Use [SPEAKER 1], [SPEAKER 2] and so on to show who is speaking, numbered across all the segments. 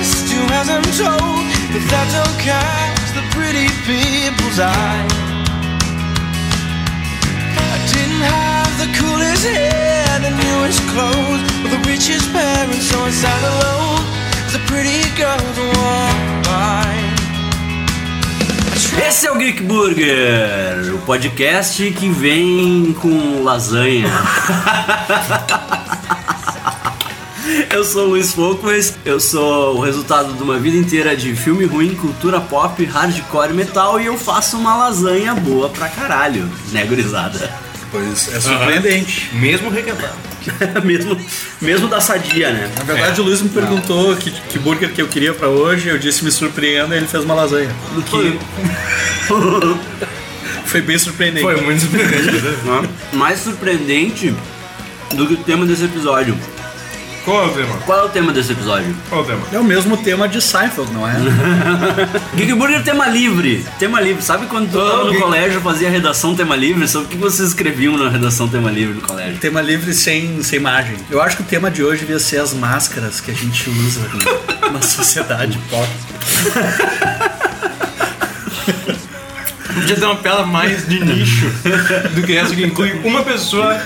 [SPEAKER 1] Sometimes I'm told that I don't catch the pretty people's eye. I didn't have the coolest hair, the newest clothes, or the richest parents, so I sat alone as a pretty girl to walk by. I tried-
[SPEAKER 2] Esse é o Geek Burger, o podcast que vem com lasanha. Eu sou o Luiz Folkways, eu sou o resultado de uma vida inteira de filme ruim, cultura pop, hardcore metal e eu faço uma lasanha boa pra caralho, né, gurizada?
[SPEAKER 3] Pois é surpreendente.
[SPEAKER 4] Mesmo requentado.
[SPEAKER 2] mesmo, mesmo da sadia, né?
[SPEAKER 3] Na verdade,
[SPEAKER 4] É.
[SPEAKER 3] o Luiz me perguntou que, que burger que eu queria pra hoje. Eu disse me surpreenda e ele fez uma lasanha. O que foi bem surpreendente.
[SPEAKER 4] Foi muito surpreendente.
[SPEAKER 2] Né? Mais surpreendente do que o tema desse episódio.
[SPEAKER 4] Qual é o tema?
[SPEAKER 2] Qual é o tema desse episódio?
[SPEAKER 4] Qual é o tema?
[SPEAKER 3] É o mesmo tema de Seinfeld, não é?
[SPEAKER 4] Uhum.
[SPEAKER 2] Geek Burger tema livre. Tema livre. Sabe quando tu tava no
[SPEAKER 4] Geek-
[SPEAKER 2] colégio fazia redação tema livre? Sobre o que vocês escreviam na redação tema livre no colégio?
[SPEAKER 3] tema livre sem, sem margem. Eu acho que o tema de hoje devia ser as máscaras que a gente usa na- na sociedade pop.
[SPEAKER 4] Podia ter uma piada mais de nicho do que essa que inclui um- uma pessoa,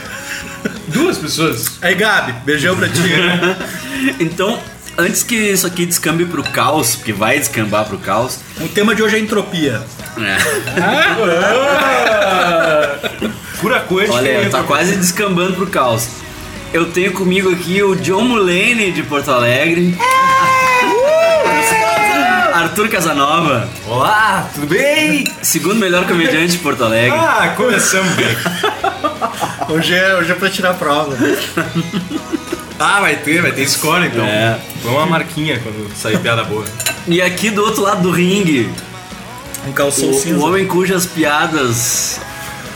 [SPEAKER 4] duas pessoas.
[SPEAKER 3] Aí, Gabi, beijão pra ti.
[SPEAKER 2] Então, antes que isso aqui descambe pro caos, porque vai descambar pro caos,
[SPEAKER 3] o tema de hoje é entropia.
[SPEAKER 2] né?
[SPEAKER 4] Pura coisa.
[SPEAKER 2] Olha, tá quase descambando pro caos. Eu tenho comigo aqui o John Mulaney de Porto Alegre.
[SPEAKER 4] É!
[SPEAKER 2] Arthur Casanova,
[SPEAKER 4] Olá, tudo bem?
[SPEAKER 2] segundo melhor comediante de Porto Alegre.
[SPEAKER 4] Ah, começamos bem.
[SPEAKER 3] Hoje é, hoje é pra tirar prova.
[SPEAKER 4] Ah, vai ter, vai ter score então.
[SPEAKER 2] É.
[SPEAKER 4] Vamos uma marquinha quando sair piada boa.
[SPEAKER 2] E aqui do outro lado do ringue,
[SPEAKER 3] Um calção
[SPEAKER 2] O,
[SPEAKER 3] cinza.
[SPEAKER 2] o homem cujas piadas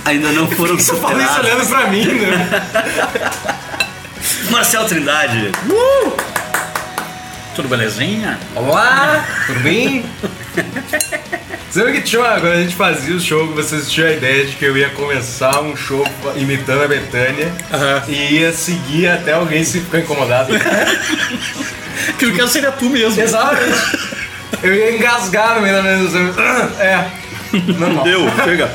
[SPEAKER 2] ainda não foram
[SPEAKER 4] Fala isso
[SPEAKER 2] superadas.
[SPEAKER 4] Tá olhando pra mim, né?
[SPEAKER 2] Marcel Trindade.
[SPEAKER 3] Tudo belezinha?
[SPEAKER 4] Olá, tudo bem? Sabe que tinha uma, quando a gente fazia o show, vocês tinham a ideia de que eu ia começar um show imitando a Betânia
[SPEAKER 3] Aham.
[SPEAKER 4] e ia seguir até alguém se ficar incomodado.
[SPEAKER 3] Que no caso seria tu mesmo.
[SPEAKER 4] Exatamente. Eu ia engasgar no meio da mesa. eu- É. Normal.
[SPEAKER 2] Deu, chega.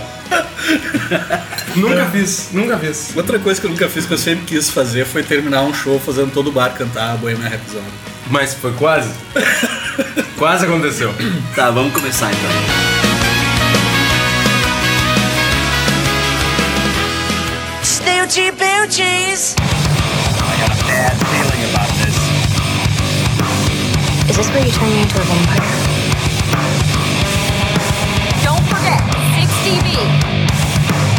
[SPEAKER 4] Nunca fiz, nunca fiz.
[SPEAKER 3] Outra coisa que eu nunca fiz, que eu sempre quis fazer, foi terminar um show fazendo todo o bar cantar a Bohemian Rhapsody.
[SPEAKER 4] Mas foi quase. Quase aconteceu.
[SPEAKER 2] Tá, vamos começar então.
[SPEAKER 1] Snoochie Boochies!
[SPEAKER 5] Is this where you turn me into a vampire?
[SPEAKER 6] Don't forget, 6TV.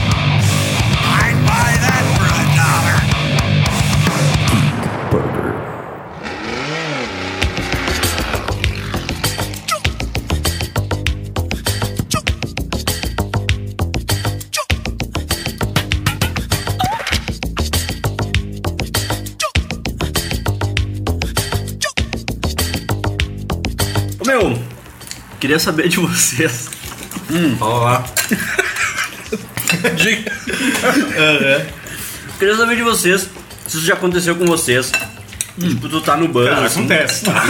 [SPEAKER 2] Ô, Meu, queria saber de vocês.
[SPEAKER 4] Olha lá.
[SPEAKER 2] Queria saber de vocês se isso já aconteceu com vocês. Tipo, tu tá no banco.
[SPEAKER 4] Hum. Cara,
[SPEAKER 2] assim,
[SPEAKER 4] acontece. tá?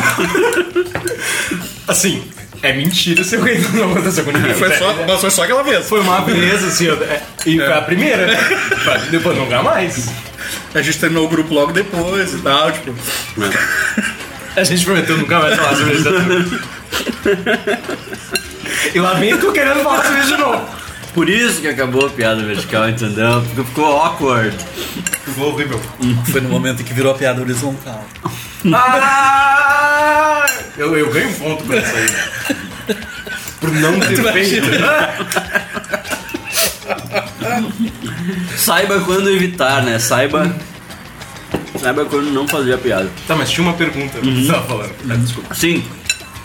[SPEAKER 4] assim, é mentira se alguém não aconteceu com ninguém.
[SPEAKER 3] Foi só, mas foi só aquela vez.
[SPEAKER 4] Foi uma vez, assim, eu- é, e foi a primeira. né? Depois nunca mais.
[SPEAKER 3] A gente terminou o grupo logo depois e tal, tipo.
[SPEAKER 4] A gente prometeu nunca mais falar sobre isso. E lá vem tu querendo falar sobre isso de novo.
[SPEAKER 2] Por isso que acabou a piada vertical, entendeu? Porque ficou awkward.
[SPEAKER 4] Ficou horrível.
[SPEAKER 3] Foi no momento em que virou a piada horizontal.
[SPEAKER 4] Ah! Eu, eu ganho ponto por isso aí. Por não ter feito.
[SPEAKER 2] Saiba quando evitar, né? Saiba. Saiba quando não fazer a piada.
[SPEAKER 4] Tá, mas tinha uma pergunta que você tava falando. Ah, Desculpa.
[SPEAKER 2] Sim,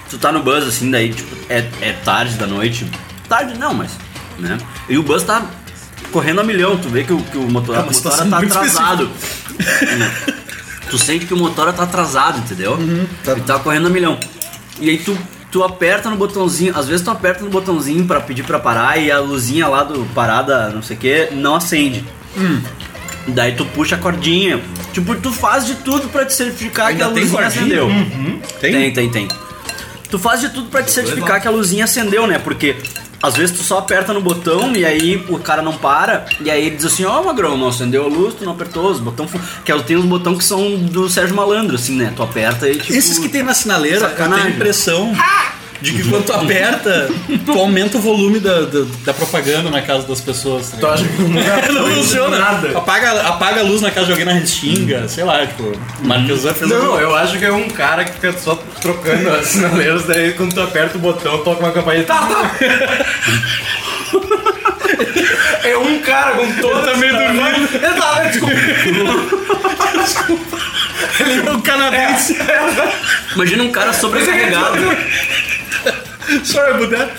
[SPEAKER 2] tu tá no bus assim, daí tipo, é, é tarde da noite. Tarde não, mas. Né? E o bus tá correndo a milhão, tu vê que o, que o motor,
[SPEAKER 3] É
[SPEAKER 2] o
[SPEAKER 3] uma
[SPEAKER 2] motora
[SPEAKER 3] situação
[SPEAKER 2] tá
[SPEAKER 3] muito
[SPEAKER 2] atrasado. Né? Tu sente que o motora tá atrasado, entendeu?
[SPEAKER 3] tá.
[SPEAKER 2] E tá correndo a milhão. E aí tu, tu aperta no botãozinho, às vezes tu aperta no botãozinho pra pedir pra parar e a luzinha lá do parada, não sei o que, não acende. Daí tu puxa a cordinha. Tipo, tu faz de tudo pra te certificar
[SPEAKER 3] Ainda
[SPEAKER 2] que a
[SPEAKER 3] tem
[SPEAKER 2] luzinha
[SPEAKER 3] cordinha? Uhum.
[SPEAKER 2] acendeu.
[SPEAKER 3] Tem?
[SPEAKER 2] Tem, tem, tem. Tu faz de tudo pra te certificar que a luzinha acendeu, né? Porque às vezes tu só aperta no botão e aí o cara não para. E aí ele diz assim, ó, magrão, não acendeu a luz, tu não apertou os botão... fu- Que é, eu tenho os botões que são do Sérgio Malandro, assim, né? Tu aperta e tipo...
[SPEAKER 3] Esses que tem na sinaleira, eu
[SPEAKER 2] Sacanagem.
[SPEAKER 3] tenho a impressão de que quando tu aperta, tu aumenta o volume da, da, da propaganda na casa das pessoas. tá
[SPEAKER 4] Tu acha que um nunca
[SPEAKER 3] Não funciona.
[SPEAKER 4] nada?
[SPEAKER 3] Apaga, apaga a luz na casa de alguém na restinga, sei lá, tipo, Marcos Zan fez
[SPEAKER 4] Não,
[SPEAKER 3] alguma-
[SPEAKER 4] eu acho que é um cara que fica só trocando as sinaleiras, daí quando tu aperta o botão, toca uma campainha. Tá, tá! É um cara com toda a meio dormindo. Exato, desculpa.
[SPEAKER 3] O é um canadense.
[SPEAKER 2] Imagina um cara sobrecarregado.
[SPEAKER 3] Sorry about that.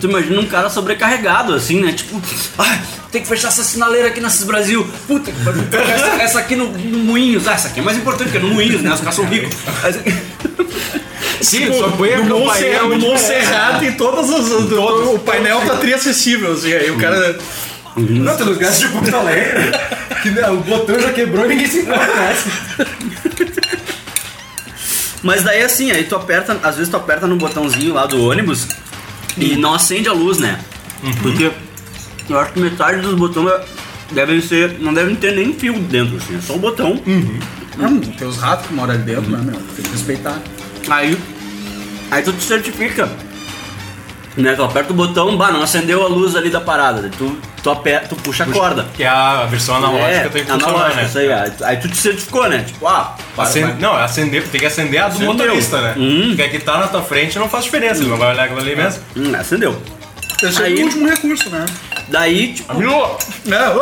[SPEAKER 2] Tu imagina um cara sobrecarregado, assim, né? Tipo, ai, tem que fechar essa sinaleira aqui nesses Brasil. Puta que pariu. Essa, essa aqui no, no Moinhos. Ah, essa aqui é mais importante que no Moinhos, né? Os caras são ricos. Mas-
[SPEAKER 4] É. Sim, só põe a
[SPEAKER 3] No
[SPEAKER 4] campainha.
[SPEAKER 3] Montserrat, no
[SPEAKER 4] onde-
[SPEAKER 3] Montserrat e todas as. o painel tá triacessível, assim, aí o cara.
[SPEAKER 4] Não, tem lugares de Porto Alegre que né, o botão já quebrou e ninguém se conhece.
[SPEAKER 2] Mas daí assim, aí tu aperta, às vezes tu aperta no botãozinho lá do ônibus e não acende a luz, né? Porque eu acho que metade dos botões devem ser. não devem ter nem fio dentro, assim, é só o botão.
[SPEAKER 4] Uhum.
[SPEAKER 3] Hum, tem os ratos que moram ali dentro, né, meu? Tem que respeitar.
[SPEAKER 2] Aí. Aí tu te certifica. Né, tu aperta o botão, bah, não acendeu a luz ali da parada. Tu, tu, aperta, tu puxa a corda.
[SPEAKER 4] Que é a versão analógica
[SPEAKER 2] é,
[SPEAKER 4] tem que funcionar,
[SPEAKER 2] analógico, isso
[SPEAKER 4] né?
[SPEAKER 2] aí. Aí tu- Aí tu te certificou, né? Tipo, ah, para,
[SPEAKER 4] Acende, não, é acender, tem que acender a do
[SPEAKER 2] Acendeu.
[SPEAKER 4] motorista, né? Porque a que tá na tua frente não faz diferença, ele não vai olhar aquilo ali mesmo.
[SPEAKER 2] Hum, acendeu.
[SPEAKER 3] Esse é
[SPEAKER 2] Aí-
[SPEAKER 3] o último recurso, né?
[SPEAKER 2] Daí, tipo,
[SPEAKER 4] Amigo!
[SPEAKER 3] Não, ô,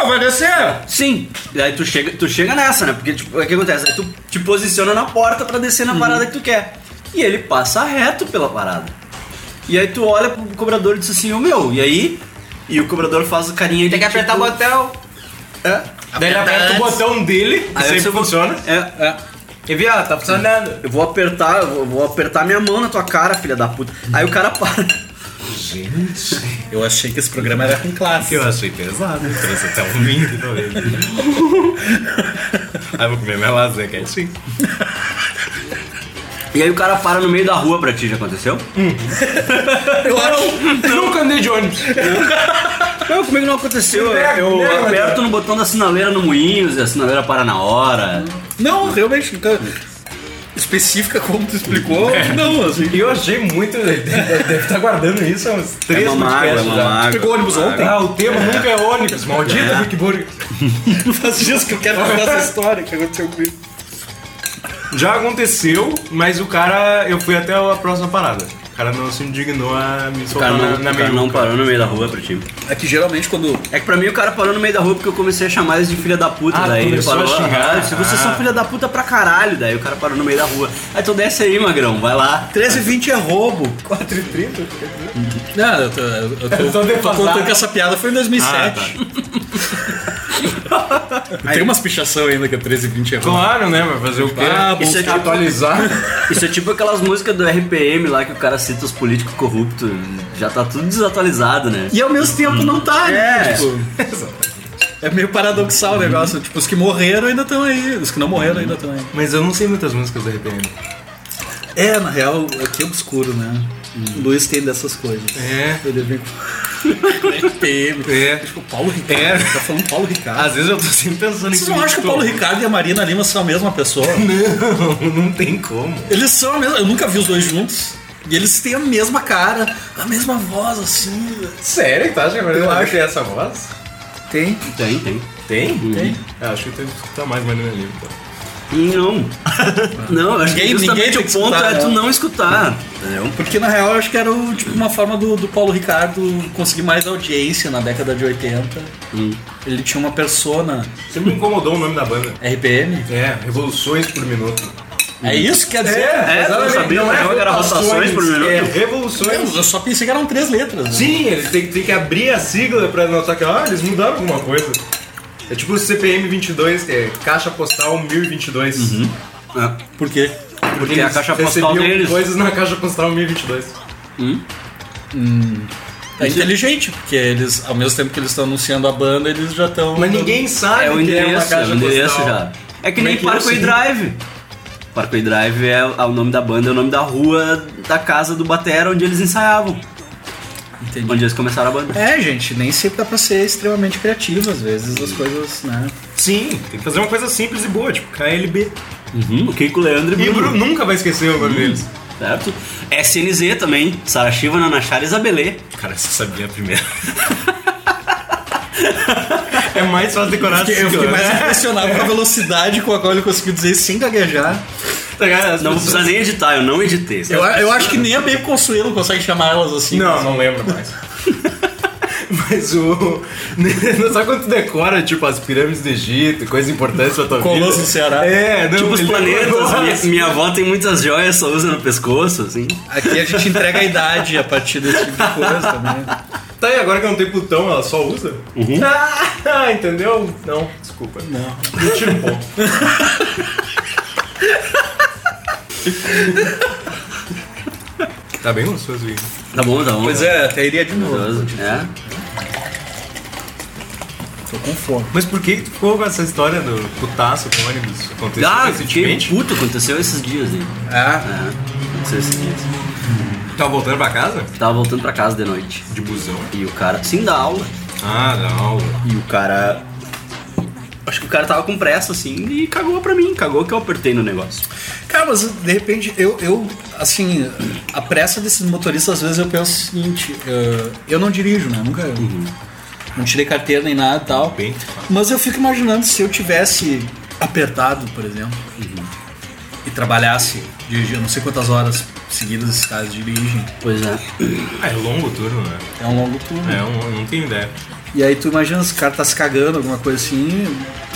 [SPEAKER 3] ô, ô, vai descer!
[SPEAKER 2] Sim, e aí tu chega, tu chega nessa, né? Porque tipo, o que acontece? Aí tu te posiciona na porta pra descer na parada que tu quer. E ele passa reto pela parada. E aí tu olha pro cobrador e diz assim, ô meu, e aí? E o cobrador faz o carinha de. tipo Tem que apertar o botão. É.
[SPEAKER 4] Daí ele aperta o botão dele, que
[SPEAKER 2] eu
[SPEAKER 4] sempre
[SPEAKER 2] vou-
[SPEAKER 4] funciona.
[SPEAKER 2] É, é.
[SPEAKER 4] E viu, tá funcionando.
[SPEAKER 2] Eu vou apertar, eu vou, vou apertar minha mão na tua cara, filha da puta. Aí o cara para.
[SPEAKER 3] Eu achei que esse programa era com
[SPEAKER 2] Ah,
[SPEAKER 3] classe.
[SPEAKER 4] Eu achei pesado, eu trouxe até um link talvez. Aí eu vou comer minha lasanha, que é assim.
[SPEAKER 2] E aí o cara para no meio da rua pra ti, já aconteceu?
[SPEAKER 3] Eu acho.
[SPEAKER 4] Nunca andei de ônibus.
[SPEAKER 2] Não, comigo não aconteceu. é,
[SPEAKER 4] Nega,
[SPEAKER 2] Eu
[SPEAKER 4] nega,
[SPEAKER 2] aperto no botão da sinaleira no Moinhos e a sinaleira para na hora.
[SPEAKER 3] Não, realmente, nunca. Específica como tu explicou, não, assim.
[SPEAKER 4] E É. eu achei muito. Deve estar guardando isso há uns três
[SPEAKER 2] É uma mágoa, é
[SPEAKER 4] podcasts
[SPEAKER 2] uma
[SPEAKER 4] já.
[SPEAKER 2] mágoa.
[SPEAKER 3] Pegou ônibus ontem?
[SPEAKER 4] Ah, o tema nunca é ônibus, maldito Big Burger.
[SPEAKER 3] Faz dias que eu quero contar essa história que aconteceu comigo.
[SPEAKER 4] Já aconteceu, mas o cara. Eu fui até a próxima parada. O cara não se indignou a me
[SPEAKER 2] O cara
[SPEAKER 4] soltar
[SPEAKER 2] não,
[SPEAKER 4] na, na
[SPEAKER 2] o cara não
[SPEAKER 4] meiuca.
[SPEAKER 2] parou no meio da rua pra ti.
[SPEAKER 3] É que geralmente quando.
[SPEAKER 2] É que pra mim o cara parou no meio da rua porque eu comecei a chamar eles de filha da puta.
[SPEAKER 4] Ah,
[SPEAKER 2] daí ele
[SPEAKER 4] começou
[SPEAKER 2] parou.
[SPEAKER 4] a xingar.
[SPEAKER 2] "Ah, se vocês são filha da puta pra caralho. Daí o cara parou no meio da rua. Aí tu desce aí, magrão, vai lá.
[SPEAKER 3] 13 e 20 é roubo. 4 e 30? Não, eu tô, eu tô,
[SPEAKER 4] Eu tô
[SPEAKER 3] eu tô
[SPEAKER 4] defasado.
[SPEAKER 3] contando que essa piada foi em 2007. Tem umas pichação ainda que é 13 e 20 é roubo.
[SPEAKER 4] Claro, né? Vai fazer o quê?
[SPEAKER 3] Ah,
[SPEAKER 2] Isso é, tipo,
[SPEAKER 4] Atualizar.
[SPEAKER 2] isso é tipo aquelas músicas do RPM lá que o cara cita os políticos corruptos. Já tá tudo desatualizado, né?
[SPEAKER 3] E ao mesmo tempo não tá, né?
[SPEAKER 2] É.
[SPEAKER 3] Tipo, é meio paradoxal o negócio. Tipo, os que morreram ainda estão aí. Os que não morreram ainda estão aí.
[SPEAKER 4] Mas eu não sei muitas músicas do RPM.
[SPEAKER 3] É, na real, aqui é obscuro, né? O Luiz tem dessas coisas.
[SPEAKER 4] É.
[SPEAKER 3] Ele vem com. PM.
[SPEAKER 4] É.
[SPEAKER 3] Acho que o Paulo Ricardo.
[SPEAKER 4] É.
[SPEAKER 3] Tá falando Paulo Ricardo.
[SPEAKER 4] Às vezes eu tô sempre pensando em
[SPEAKER 3] Vocês não acham que o Paulo Ricardo e a Marina Lima são a mesma pessoa?
[SPEAKER 4] Não, não tem como.
[SPEAKER 3] Eles são a mesma. Eu nunca vi os dois juntos. E eles têm a mesma cara, a mesma voz, assim.
[SPEAKER 4] Sério? Tá, gente? Eu acho que é essa voz?
[SPEAKER 3] Tem.
[SPEAKER 2] Tem, tem.
[SPEAKER 4] Tem?
[SPEAKER 3] Tem.
[SPEAKER 4] Eu acho que tem que escutar mais Marina Lima. então.
[SPEAKER 2] Não. Não, eu acho que
[SPEAKER 3] Ninguém- ninguém
[SPEAKER 2] justamente
[SPEAKER 3] tem
[SPEAKER 2] o
[SPEAKER 3] que
[SPEAKER 2] ponto
[SPEAKER 3] escutar,
[SPEAKER 2] é tu
[SPEAKER 3] né?
[SPEAKER 2] não escutar. Entendeu?
[SPEAKER 3] Então, Porque na real eu acho que era o, tipo, uma forma do, do Paulo Ricardo conseguir mais audiência na década de 80.
[SPEAKER 2] Hum.
[SPEAKER 3] Ele tinha uma persona
[SPEAKER 4] Sempre me incomodou o nome da banda.
[SPEAKER 3] RPM.
[SPEAKER 4] É, Revoluções por Minuto.
[SPEAKER 3] É isso que quer dizer?
[SPEAKER 2] Uhum. É, eu não sabia, não é que era rotações por minuto.
[SPEAKER 4] É, Revoluções.
[SPEAKER 3] Eu só pensei que eram três letras. né?
[SPEAKER 4] Sim, eles têm, têm que abrir a sigla pra notar que, ah, eles mudaram alguma coisa. É tipo o CPM 22, que é Caixa Postal 1022.
[SPEAKER 2] É.
[SPEAKER 3] Por quê?
[SPEAKER 4] Porque,
[SPEAKER 2] Porque é a
[SPEAKER 4] eles
[SPEAKER 2] caixa postal
[SPEAKER 4] recebiam
[SPEAKER 2] deles.
[SPEAKER 4] coisas na Caixa Postal 1022.
[SPEAKER 3] É inteligente, porque eles, ao mesmo tempo que eles estão anunciando a banda, eles já estão.
[SPEAKER 4] Mas ninguém sabe
[SPEAKER 2] É o
[SPEAKER 4] que é uma
[SPEAKER 2] endereço, é
[SPEAKER 4] caixa
[SPEAKER 2] o endereço
[SPEAKER 4] postal.
[SPEAKER 2] já. É que
[SPEAKER 4] Como é
[SPEAKER 2] nem
[SPEAKER 4] que eu
[SPEAKER 2] Parkway
[SPEAKER 4] sei?
[SPEAKER 2] Drive. Parkway Drive é, é o nome da banda, é o nome da rua da casa do Batera onde eles ensaiavam,
[SPEAKER 3] Entendi.
[SPEAKER 2] onde eles começaram a banda.
[SPEAKER 3] É, gente, nem sempre dá pra ser extremamente criativo, às vezes as coisas, né?
[SPEAKER 4] Sim, tem que fazer uma coisa simples e boa, tipo KLB.
[SPEAKER 2] Uhum, o Keiko Leandro
[SPEAKER 4] E
[SPEAKER 2] e
[SPEAKER 4] o Bruno
[SPEAKER 2] Bruno,
[SPEAKER 4] nunca vai esquecer o nome deles.
[SPEAKER 2] certo? SNZ também, Sara Shiva, Nanachara e Isabelê.
[SPEAKER 4] Cara, você sabia primeiro. é mais fácil decorar assim,
[SPEAKER 3] Eu fiquei
[SPEAKER 4] né?
[SPEAKER 3] mais impressionado com a velocidade com a qual ele conseguiu dizer sem gaguejar.
[SPEAKER 4] Tá ligado? As
[SPEAKER 2] Não vou
[SPEAKER 4] pessoas-
[SPEAKER 2] precisar nem editar, eu não editei.
[SPEAKER 3] Eu, eu acho que nem a Baby Consuelo consegue chamar elas assim.
[SPEAKER 4] É. Não, não lembro mais. Mas o. Sabe quando tu decora, tipo, as pirâmides do Egito, coisas importantes pra tua vida?
[SPEAKER 3] Colosso do Ceará.
[SPEAKER 4] É, não,
[SPEAKER 2] Tipo os
[SPEAKER 4] ele decorou.
[SPEAKER 2] planetas, minha, minha avó tem muitas joias, só usa no pescoço, assim.
[SPEAKER 3] Aqui a gente entrega a idade a partir desse tipo de coisa também.
[SPEAKER 4] Tá, e agora que não tem Plutão, ela só usa? Uhum. Ah, entendeu? Não, desculpa. Não. Não tira um ponto. tá bem gostoso isso.
[SPEAKER 2] Tá bom, tá bom.
[SPEAKER 3] Pois é, até iria de novo.
[SPEAKER 2] É.
[SPEAKER 3] Tô com fome.
[SPEAKER 4] Mas por que que tu ficou com essa história do putaço com ônibus? Aconteceu
[SPEAKER 2] Ah, fiquei
[SPEAKER 4] recentemente?
[SPEAKER 2] puto, aconteceu esses dias aí.
[SPEAKER 3] Ah,
[SPEAKER 2] É, aconteceu esses dias.
[SPEAKER 4] Tá voltando pra casa?
[SPEAKER 2] Tava voltando pra casa de noite.
[SPEAKER 4] De busão.
[SPEAKER 2] E o cara, sim, da aula.
[SPEAKER 4] Ah, da aula.
[SPEAKER 2] E o cara. Acho que o cara tava com pressa, assim, e cagou pra mim, cagou que eu apertei no negócio.
[SPEAKER 3] cara, mas de repente eu, eu, assim, a pressa desses motoristas, às vezes eu penso o seguinte: eh, eu não dirijo, né? Nunca. Não tirei carteira nem nada e tal.
[SPEAKER 4] Bem.
[SPEAKER 3] Mas eu fico imaginando se eu tivesse apertado, por exemplo, e trabalhasse, dirigindo não sei quantas horas seguidas esses caras dirigem.
[SPEAKER 2] Pois é.
[SPEAKER 4] Ah, é longo o turno, né?
[SPEAKER 3] É um longo turno.
[SPEAKER 4] É, eu não tenho ideia.
[SPEAKER 3] E aí tu imagina se o cara tá se cagando, alguma coisa assim.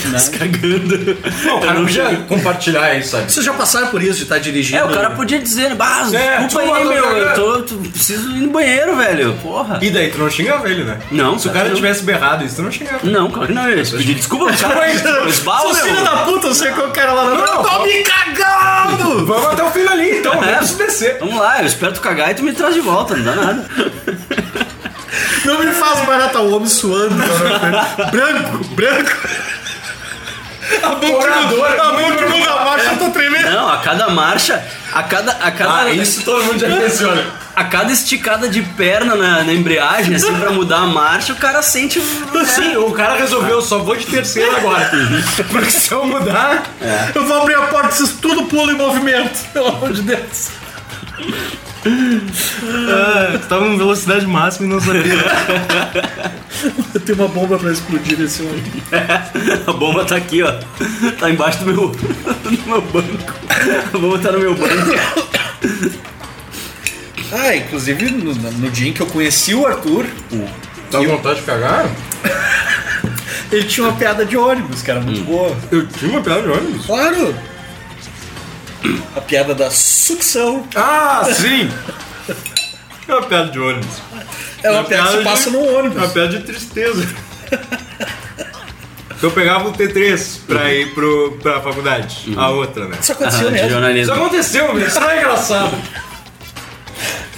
[SPEAKER 3] Né?
[SPEAKER 2] Cagando.
[SPEAKER 4] Não, o cara não podia compartilhar isso, sabe?
[SPEAKER 3] Vocês já passaram por isso de estar dirigindo?
[SPEAKER 2] É, o cara podia dizer, bah,
[SPEAKER 4] É,
[SPEAKER 2] desculpa
[SPEAKER 4] tu
[SPEAKER 2] aí,
[SPEAKER 4] mandou
[SPEAKER 2] meu, eu
[SPEAKER 4] cagar."
[SPEAKER 2] tô, tô- preciso ir no banheiro, velho. Porra.
[SPEAKER 4] E daí tu não xingava ele, né?
[SPEAKER 2] Não,
[SPEAKER 4] Se o
[SPEAKER 2] cara,
[SPEAKER 4] cara
[SPEAKER 2] eu-
[SPEAKER 4] tivesse berrado isso, tu não xingava.
[SPEAKER 2] Não, claro que não, eu ia pedir desculpa pro cara. Esbala,
[SPEAKER 3] Seus filhos
[SPEAKER 2] meu.
[SPEAKER 3] da puta, você com o cara lá na
[SPEAKER 4] Não,
[SPEAKER 3] Tô me cagando!
[SPEAKER 4] Vamos até o fim ali, então.
[SPEAKER 2] É.
[SPEAKER 4] Vamos descer.
[SPEAKER 2] Vamos lá, eu espero tu cagar e tu me traz de volta, não dá nada.
[SPEAKER 3] Não me faz barata o homem suando. cara. branco, branco. A
[SPEAKER 4] Orador,
[SPEAKER 3] boca, a
[SPEAKER 4] muito
[SPEAKER 3] boca da marcha, eu tô tremendo.
[SPEAKER 2] Não, a cada marcha, a cada. A cada,
[SPEAKER 4] Ah, isso todo mundo já menciona.
[SPEAKER 2] a cada esticada de perna na, na embreagem, assim, pra mudar a marcha, o cara sente. o-
[SPEAKER 4] Sim, o cara resolveu, só vou de terceiro agora. Porque se eu mudar.
[SPEAKER 3] Eu vou abrir a porta, vocês tudo pulam em movimento. Pelo amor de Deus.
[SPEAKER 4] Tu tava em velocidade máxima e não sabia.
[SPEAKER 3] Eu tenho uma bomba pra explodir nesse homem.
[SPEAKER 2] A bomba tá aqui, ó. Tá embaixo do meu, do meu banco. A bomba tá no meu banco.
[SPEAKER 3] Ah, inclusive no, no dia em que eu conheci o Arthur,
[SPEAKER 4] Tá com vontade de cagar?
[SPEAKER 3] ele tinha uma piada de ônibus, cara, muito boa.
[SPEAKER 4] Eu tinha uma piada de ônibus.
[SPEAKER 3] Claro! A piada da sucção.
[SPEAKER 4] Ah, sim! É uma piada de ônibus.
[SPEAKER 3] É uma piada que se
[SPEAKER 4] de-
[SPEAKER 3] passa no
[SPEAKER 4] É uma
[SPEAKER 3] ônibus.
[SPEAKER 4] piada de tristeza. Eu pegava o T3 pra ir pro, pra faculdade. A outra, né?
[SPEAKER 3] Isso aconteceu
[SPEAKER 2] Ah, de
[SPEAKER 3] mesmo.
[SPEAKER 4] Isso
[SPEAKER 2] jornalismo.
[SPEAKER 4] aconteceu, meu. Isso não é engraçado.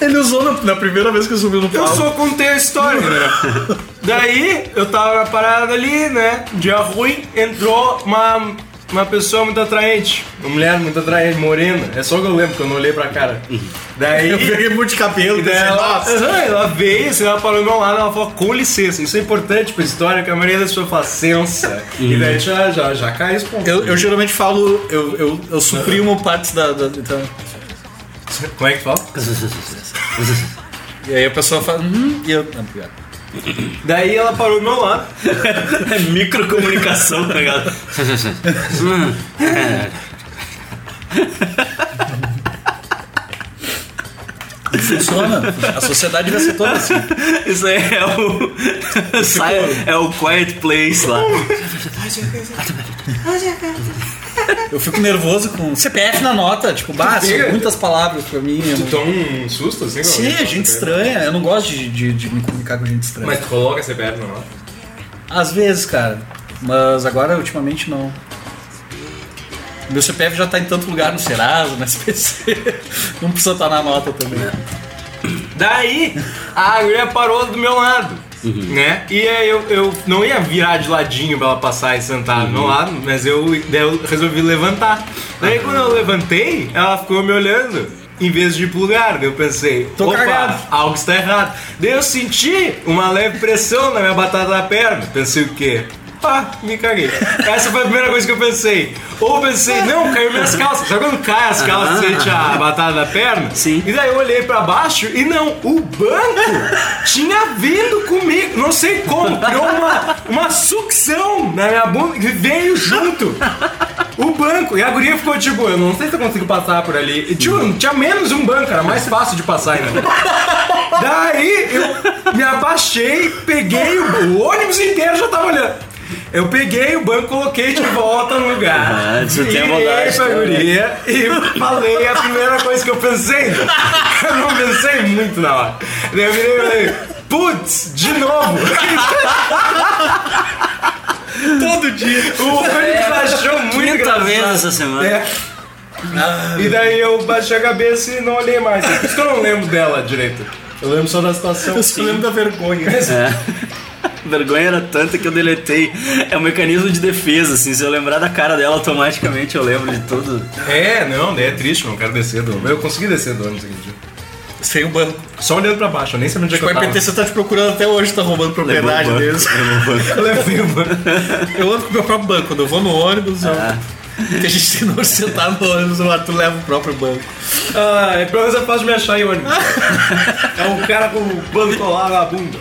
[SPEAKER 3] Ele usou na, na primeira vez que subiu no
[SPEAKER 4] Eu
[SPEAKER 3] palco.
[SPEAKER 4] só contei a história, né? Daí, eu tava na parada ali, né? Dia ruim, entrou uma, uma pessoa muito atraente. Uma mulher muito atraente, morena. É só o que eu lembro, que eu não olhei pra cara. Daí...
[SPEAKER 3] Eu peguei muito de cabelo
[SPEAKER 4] E daí ela,
[SPEAKER 3] dela.
[SPEAKER 4] Aham, ela veio, assim, ela parou do meu lado, ela falou, com licença. Isso é importante pra história, que a maioria das pessoas fala, sensa. E daí já, já, já cai esse ponto.
[SPEAKER 3] Eu, eu geralmente falo, eu, eu, eu suprimo partes da. da- então,
[SPEAKER 4] Como é que fala?
[SPEAKER 3] e aí a pessoa fala, hum, e eu. Não, obrigado.
[SPEAKER 4] Daí ela parou do meu lado.
[SPEAKER 2] É microcomunicação, tá ligado?
[SPEAKER 3] Funciona. A sociedade vai ser toda assim.
[SPEAKER 2] Isso aí é o. sai- é o Quiet Place lá.
[SPEAKER 3] Eu fico nervoso com CPF na nota, tipo, bah, são
[SPEAKER 4] Fica.
[SPEAKER 3] muitas palavras pra mim. eu-
[SPEAKER 4] Tu toma um susto assim? quando
[SPEAKER 3] Sim,
[SPEAKER 4] alguém fala
[SPEAKER 3] gente
[SPEAKER 4] com ele?
[SPEAKER 3] estranha. Eu não gosto de, de, de me comunicar com gente estranha.
[SPEAKER 4] Mas tu coloca CPF no nota.
[SPEAKER 3] Às vezes, cara. Mas agora, ultimamente, não. Meu CPF já tá em tanto lugar no Serasa, no SPC. tá Não precisa estar na nota também.
[SPEAKER 4] Daí, a guria parou do meu lado. né? E aí eu, eu não ia virar de ladinho pra ela passar e sentar do meu lado, mas eu, daí eu resolvi levantar. Daí quando eu levantei, ela ficou me olhando. Em vez de ir pro lugar, Daí eu pensei,
[SPEAKER 3] Tô
[SPEAKER 4] opa,
[SPEAKER 3] cagado."
[SPEAKER 4] algo está errado. Daí eu senti uma leve pressão na minha batata da perna. Pensei o quê? Ah, me caguei. Essa foi a primeira coisa que eu pensei. Ou pensei, não, caiu minhas calças. Sabe quando cai as calças e sente a batata da perna?
[SPEAKER 2] Sim.
[SPEAKER 4] E daí eu olhei pra baixo e não, o banco tinha vindo comigo, não sei como, criou uma, uma sucção na minha bunda que veio junto. O banco. E a guria ficou tipo, eu não sei se eu consigo passar por ali. E,
[SPEAKER 2] Uhum.
[SPEAKER 4] tipo, tinha menos um banco, era mais fácil de passar ainda. Daí eu me abaixei, peguei o, o ônibus inteiro já tava olhando. Eu peguei o banco, coloquei de volta no lugar.
[SPEAKER 2] Ah, isso tem a
[SPEAKER 4] virei
[SPEAKER 2] maldade,
[SPEAKER 4] pra
[SPEAKER 2] né?
[SPEAKER 4] guria e falei a primeira coisa que eu pensei. Eu não pensei muito na hora. Daí eu virei e falei, putz, de novo.
[SPEAKER 3] Todo dia.
[SPEAKER 4] O
[SPEAKER 3] É.
[SPEAKER 4] ônibus achou muito
[SPEAKER 2] Quinta vez
[SPEAKER 4] engraçado.
[SPEAKER 2] essa semana.
[SPEAKER 4] É. E daí eu baixei a cabeça e não olhei mais. Por isso que eu não lembro dela direito. Eu lembro só da situação.
[SPEAKER 3] Eu só lembro da vergonha.
[SPEAKER 2] É. Vergonha era tanta que eu deletei. É um mecanismo de defesa, assim. Se eu lembrar da cara dela, automaticamente eu lembro de tudo.
[SPEAKER 4] É, não, daí é triste, não quero descer do Eu consegui descer do ônibus aquele dia.
[SPEAKER 3] Sem o banco.
[SPEAKER 4] Só olhando pra baixo, eu nem sabia onde é que
[SPEAKER 3] Tipo, a
[SPEAKER 4] eu é tava.
[SPEAKER 3] IPTC tá te procurando até hoje, tá roubando
[SPEAKER 2] Levou o
[SPEAKER 3] propriedade
[SPEAKER 2] banco,
[SPEAKER 3] deles.
[SPEAKER 2] levou o banco.
[SPEAKER 4] Eu levei uma-
[SPEAKER 3] Eu ando com o meu próprio banco. Quando eu vou no ônibus, eu...
[SPEAKER 4] Ah.
[SPEAKER 3] Porque a gente tem que sentar no ônibus, eu tu leva o próprio banco.
[SPEAKER 4] Ah, é pelo menos é fácil de me achar em ônibus. É um cara com o bando colado na bunda.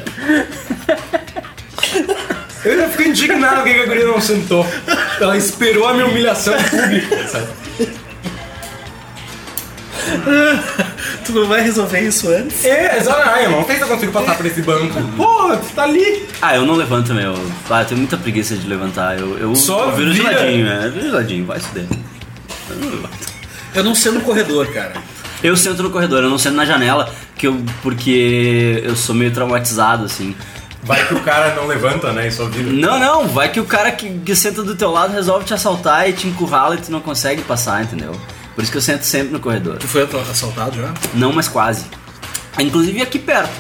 [SPEAKER 4] Eu já fiquei indignado que a guria não sentou. Ela esperou a minha humilhação pública, sabe?
[SPEAKER 3] Tu não vai resolver isso antes?
[SPEAKER 4] É, exato. Ai, irmão, não sei se eu consigo passar por esse banco. Pô, tu tá ali.
[SPEAKER 2] Ah, eu não levanto, meu. Ah, eu tenho muita preguiça de levantar. Eu, eu,
[SPEAKER 4] Só
[SPEAKER 2] eu viro de
[SPEAKER 4] vira.
[SPEAKER 2] ladinho, né? Eu viro de ladinho, vai se der. Eu não levanto.
[SPEAKER 3] Eu não sei no corredor, cara.
[SPEAKER 2] Eu sento no corredor, eu não sento na janela, que eu, porque eu sou meio traumatizado, assim.
[SPEAKER 4] Vai que o cara não levanta, né? E só vira.
[SPEAKER 2] Não, não, vai que o cara que, que senta do teu lado resolve te assaltar e te encurrala e tu não consegue passar, entendeu? Por isso que eu sento sempre no corredor.
[SPEAKER 3] Tu foi assaltado já?
[SPEAKER 2] Não, mas quase. Inclusive aqui perto.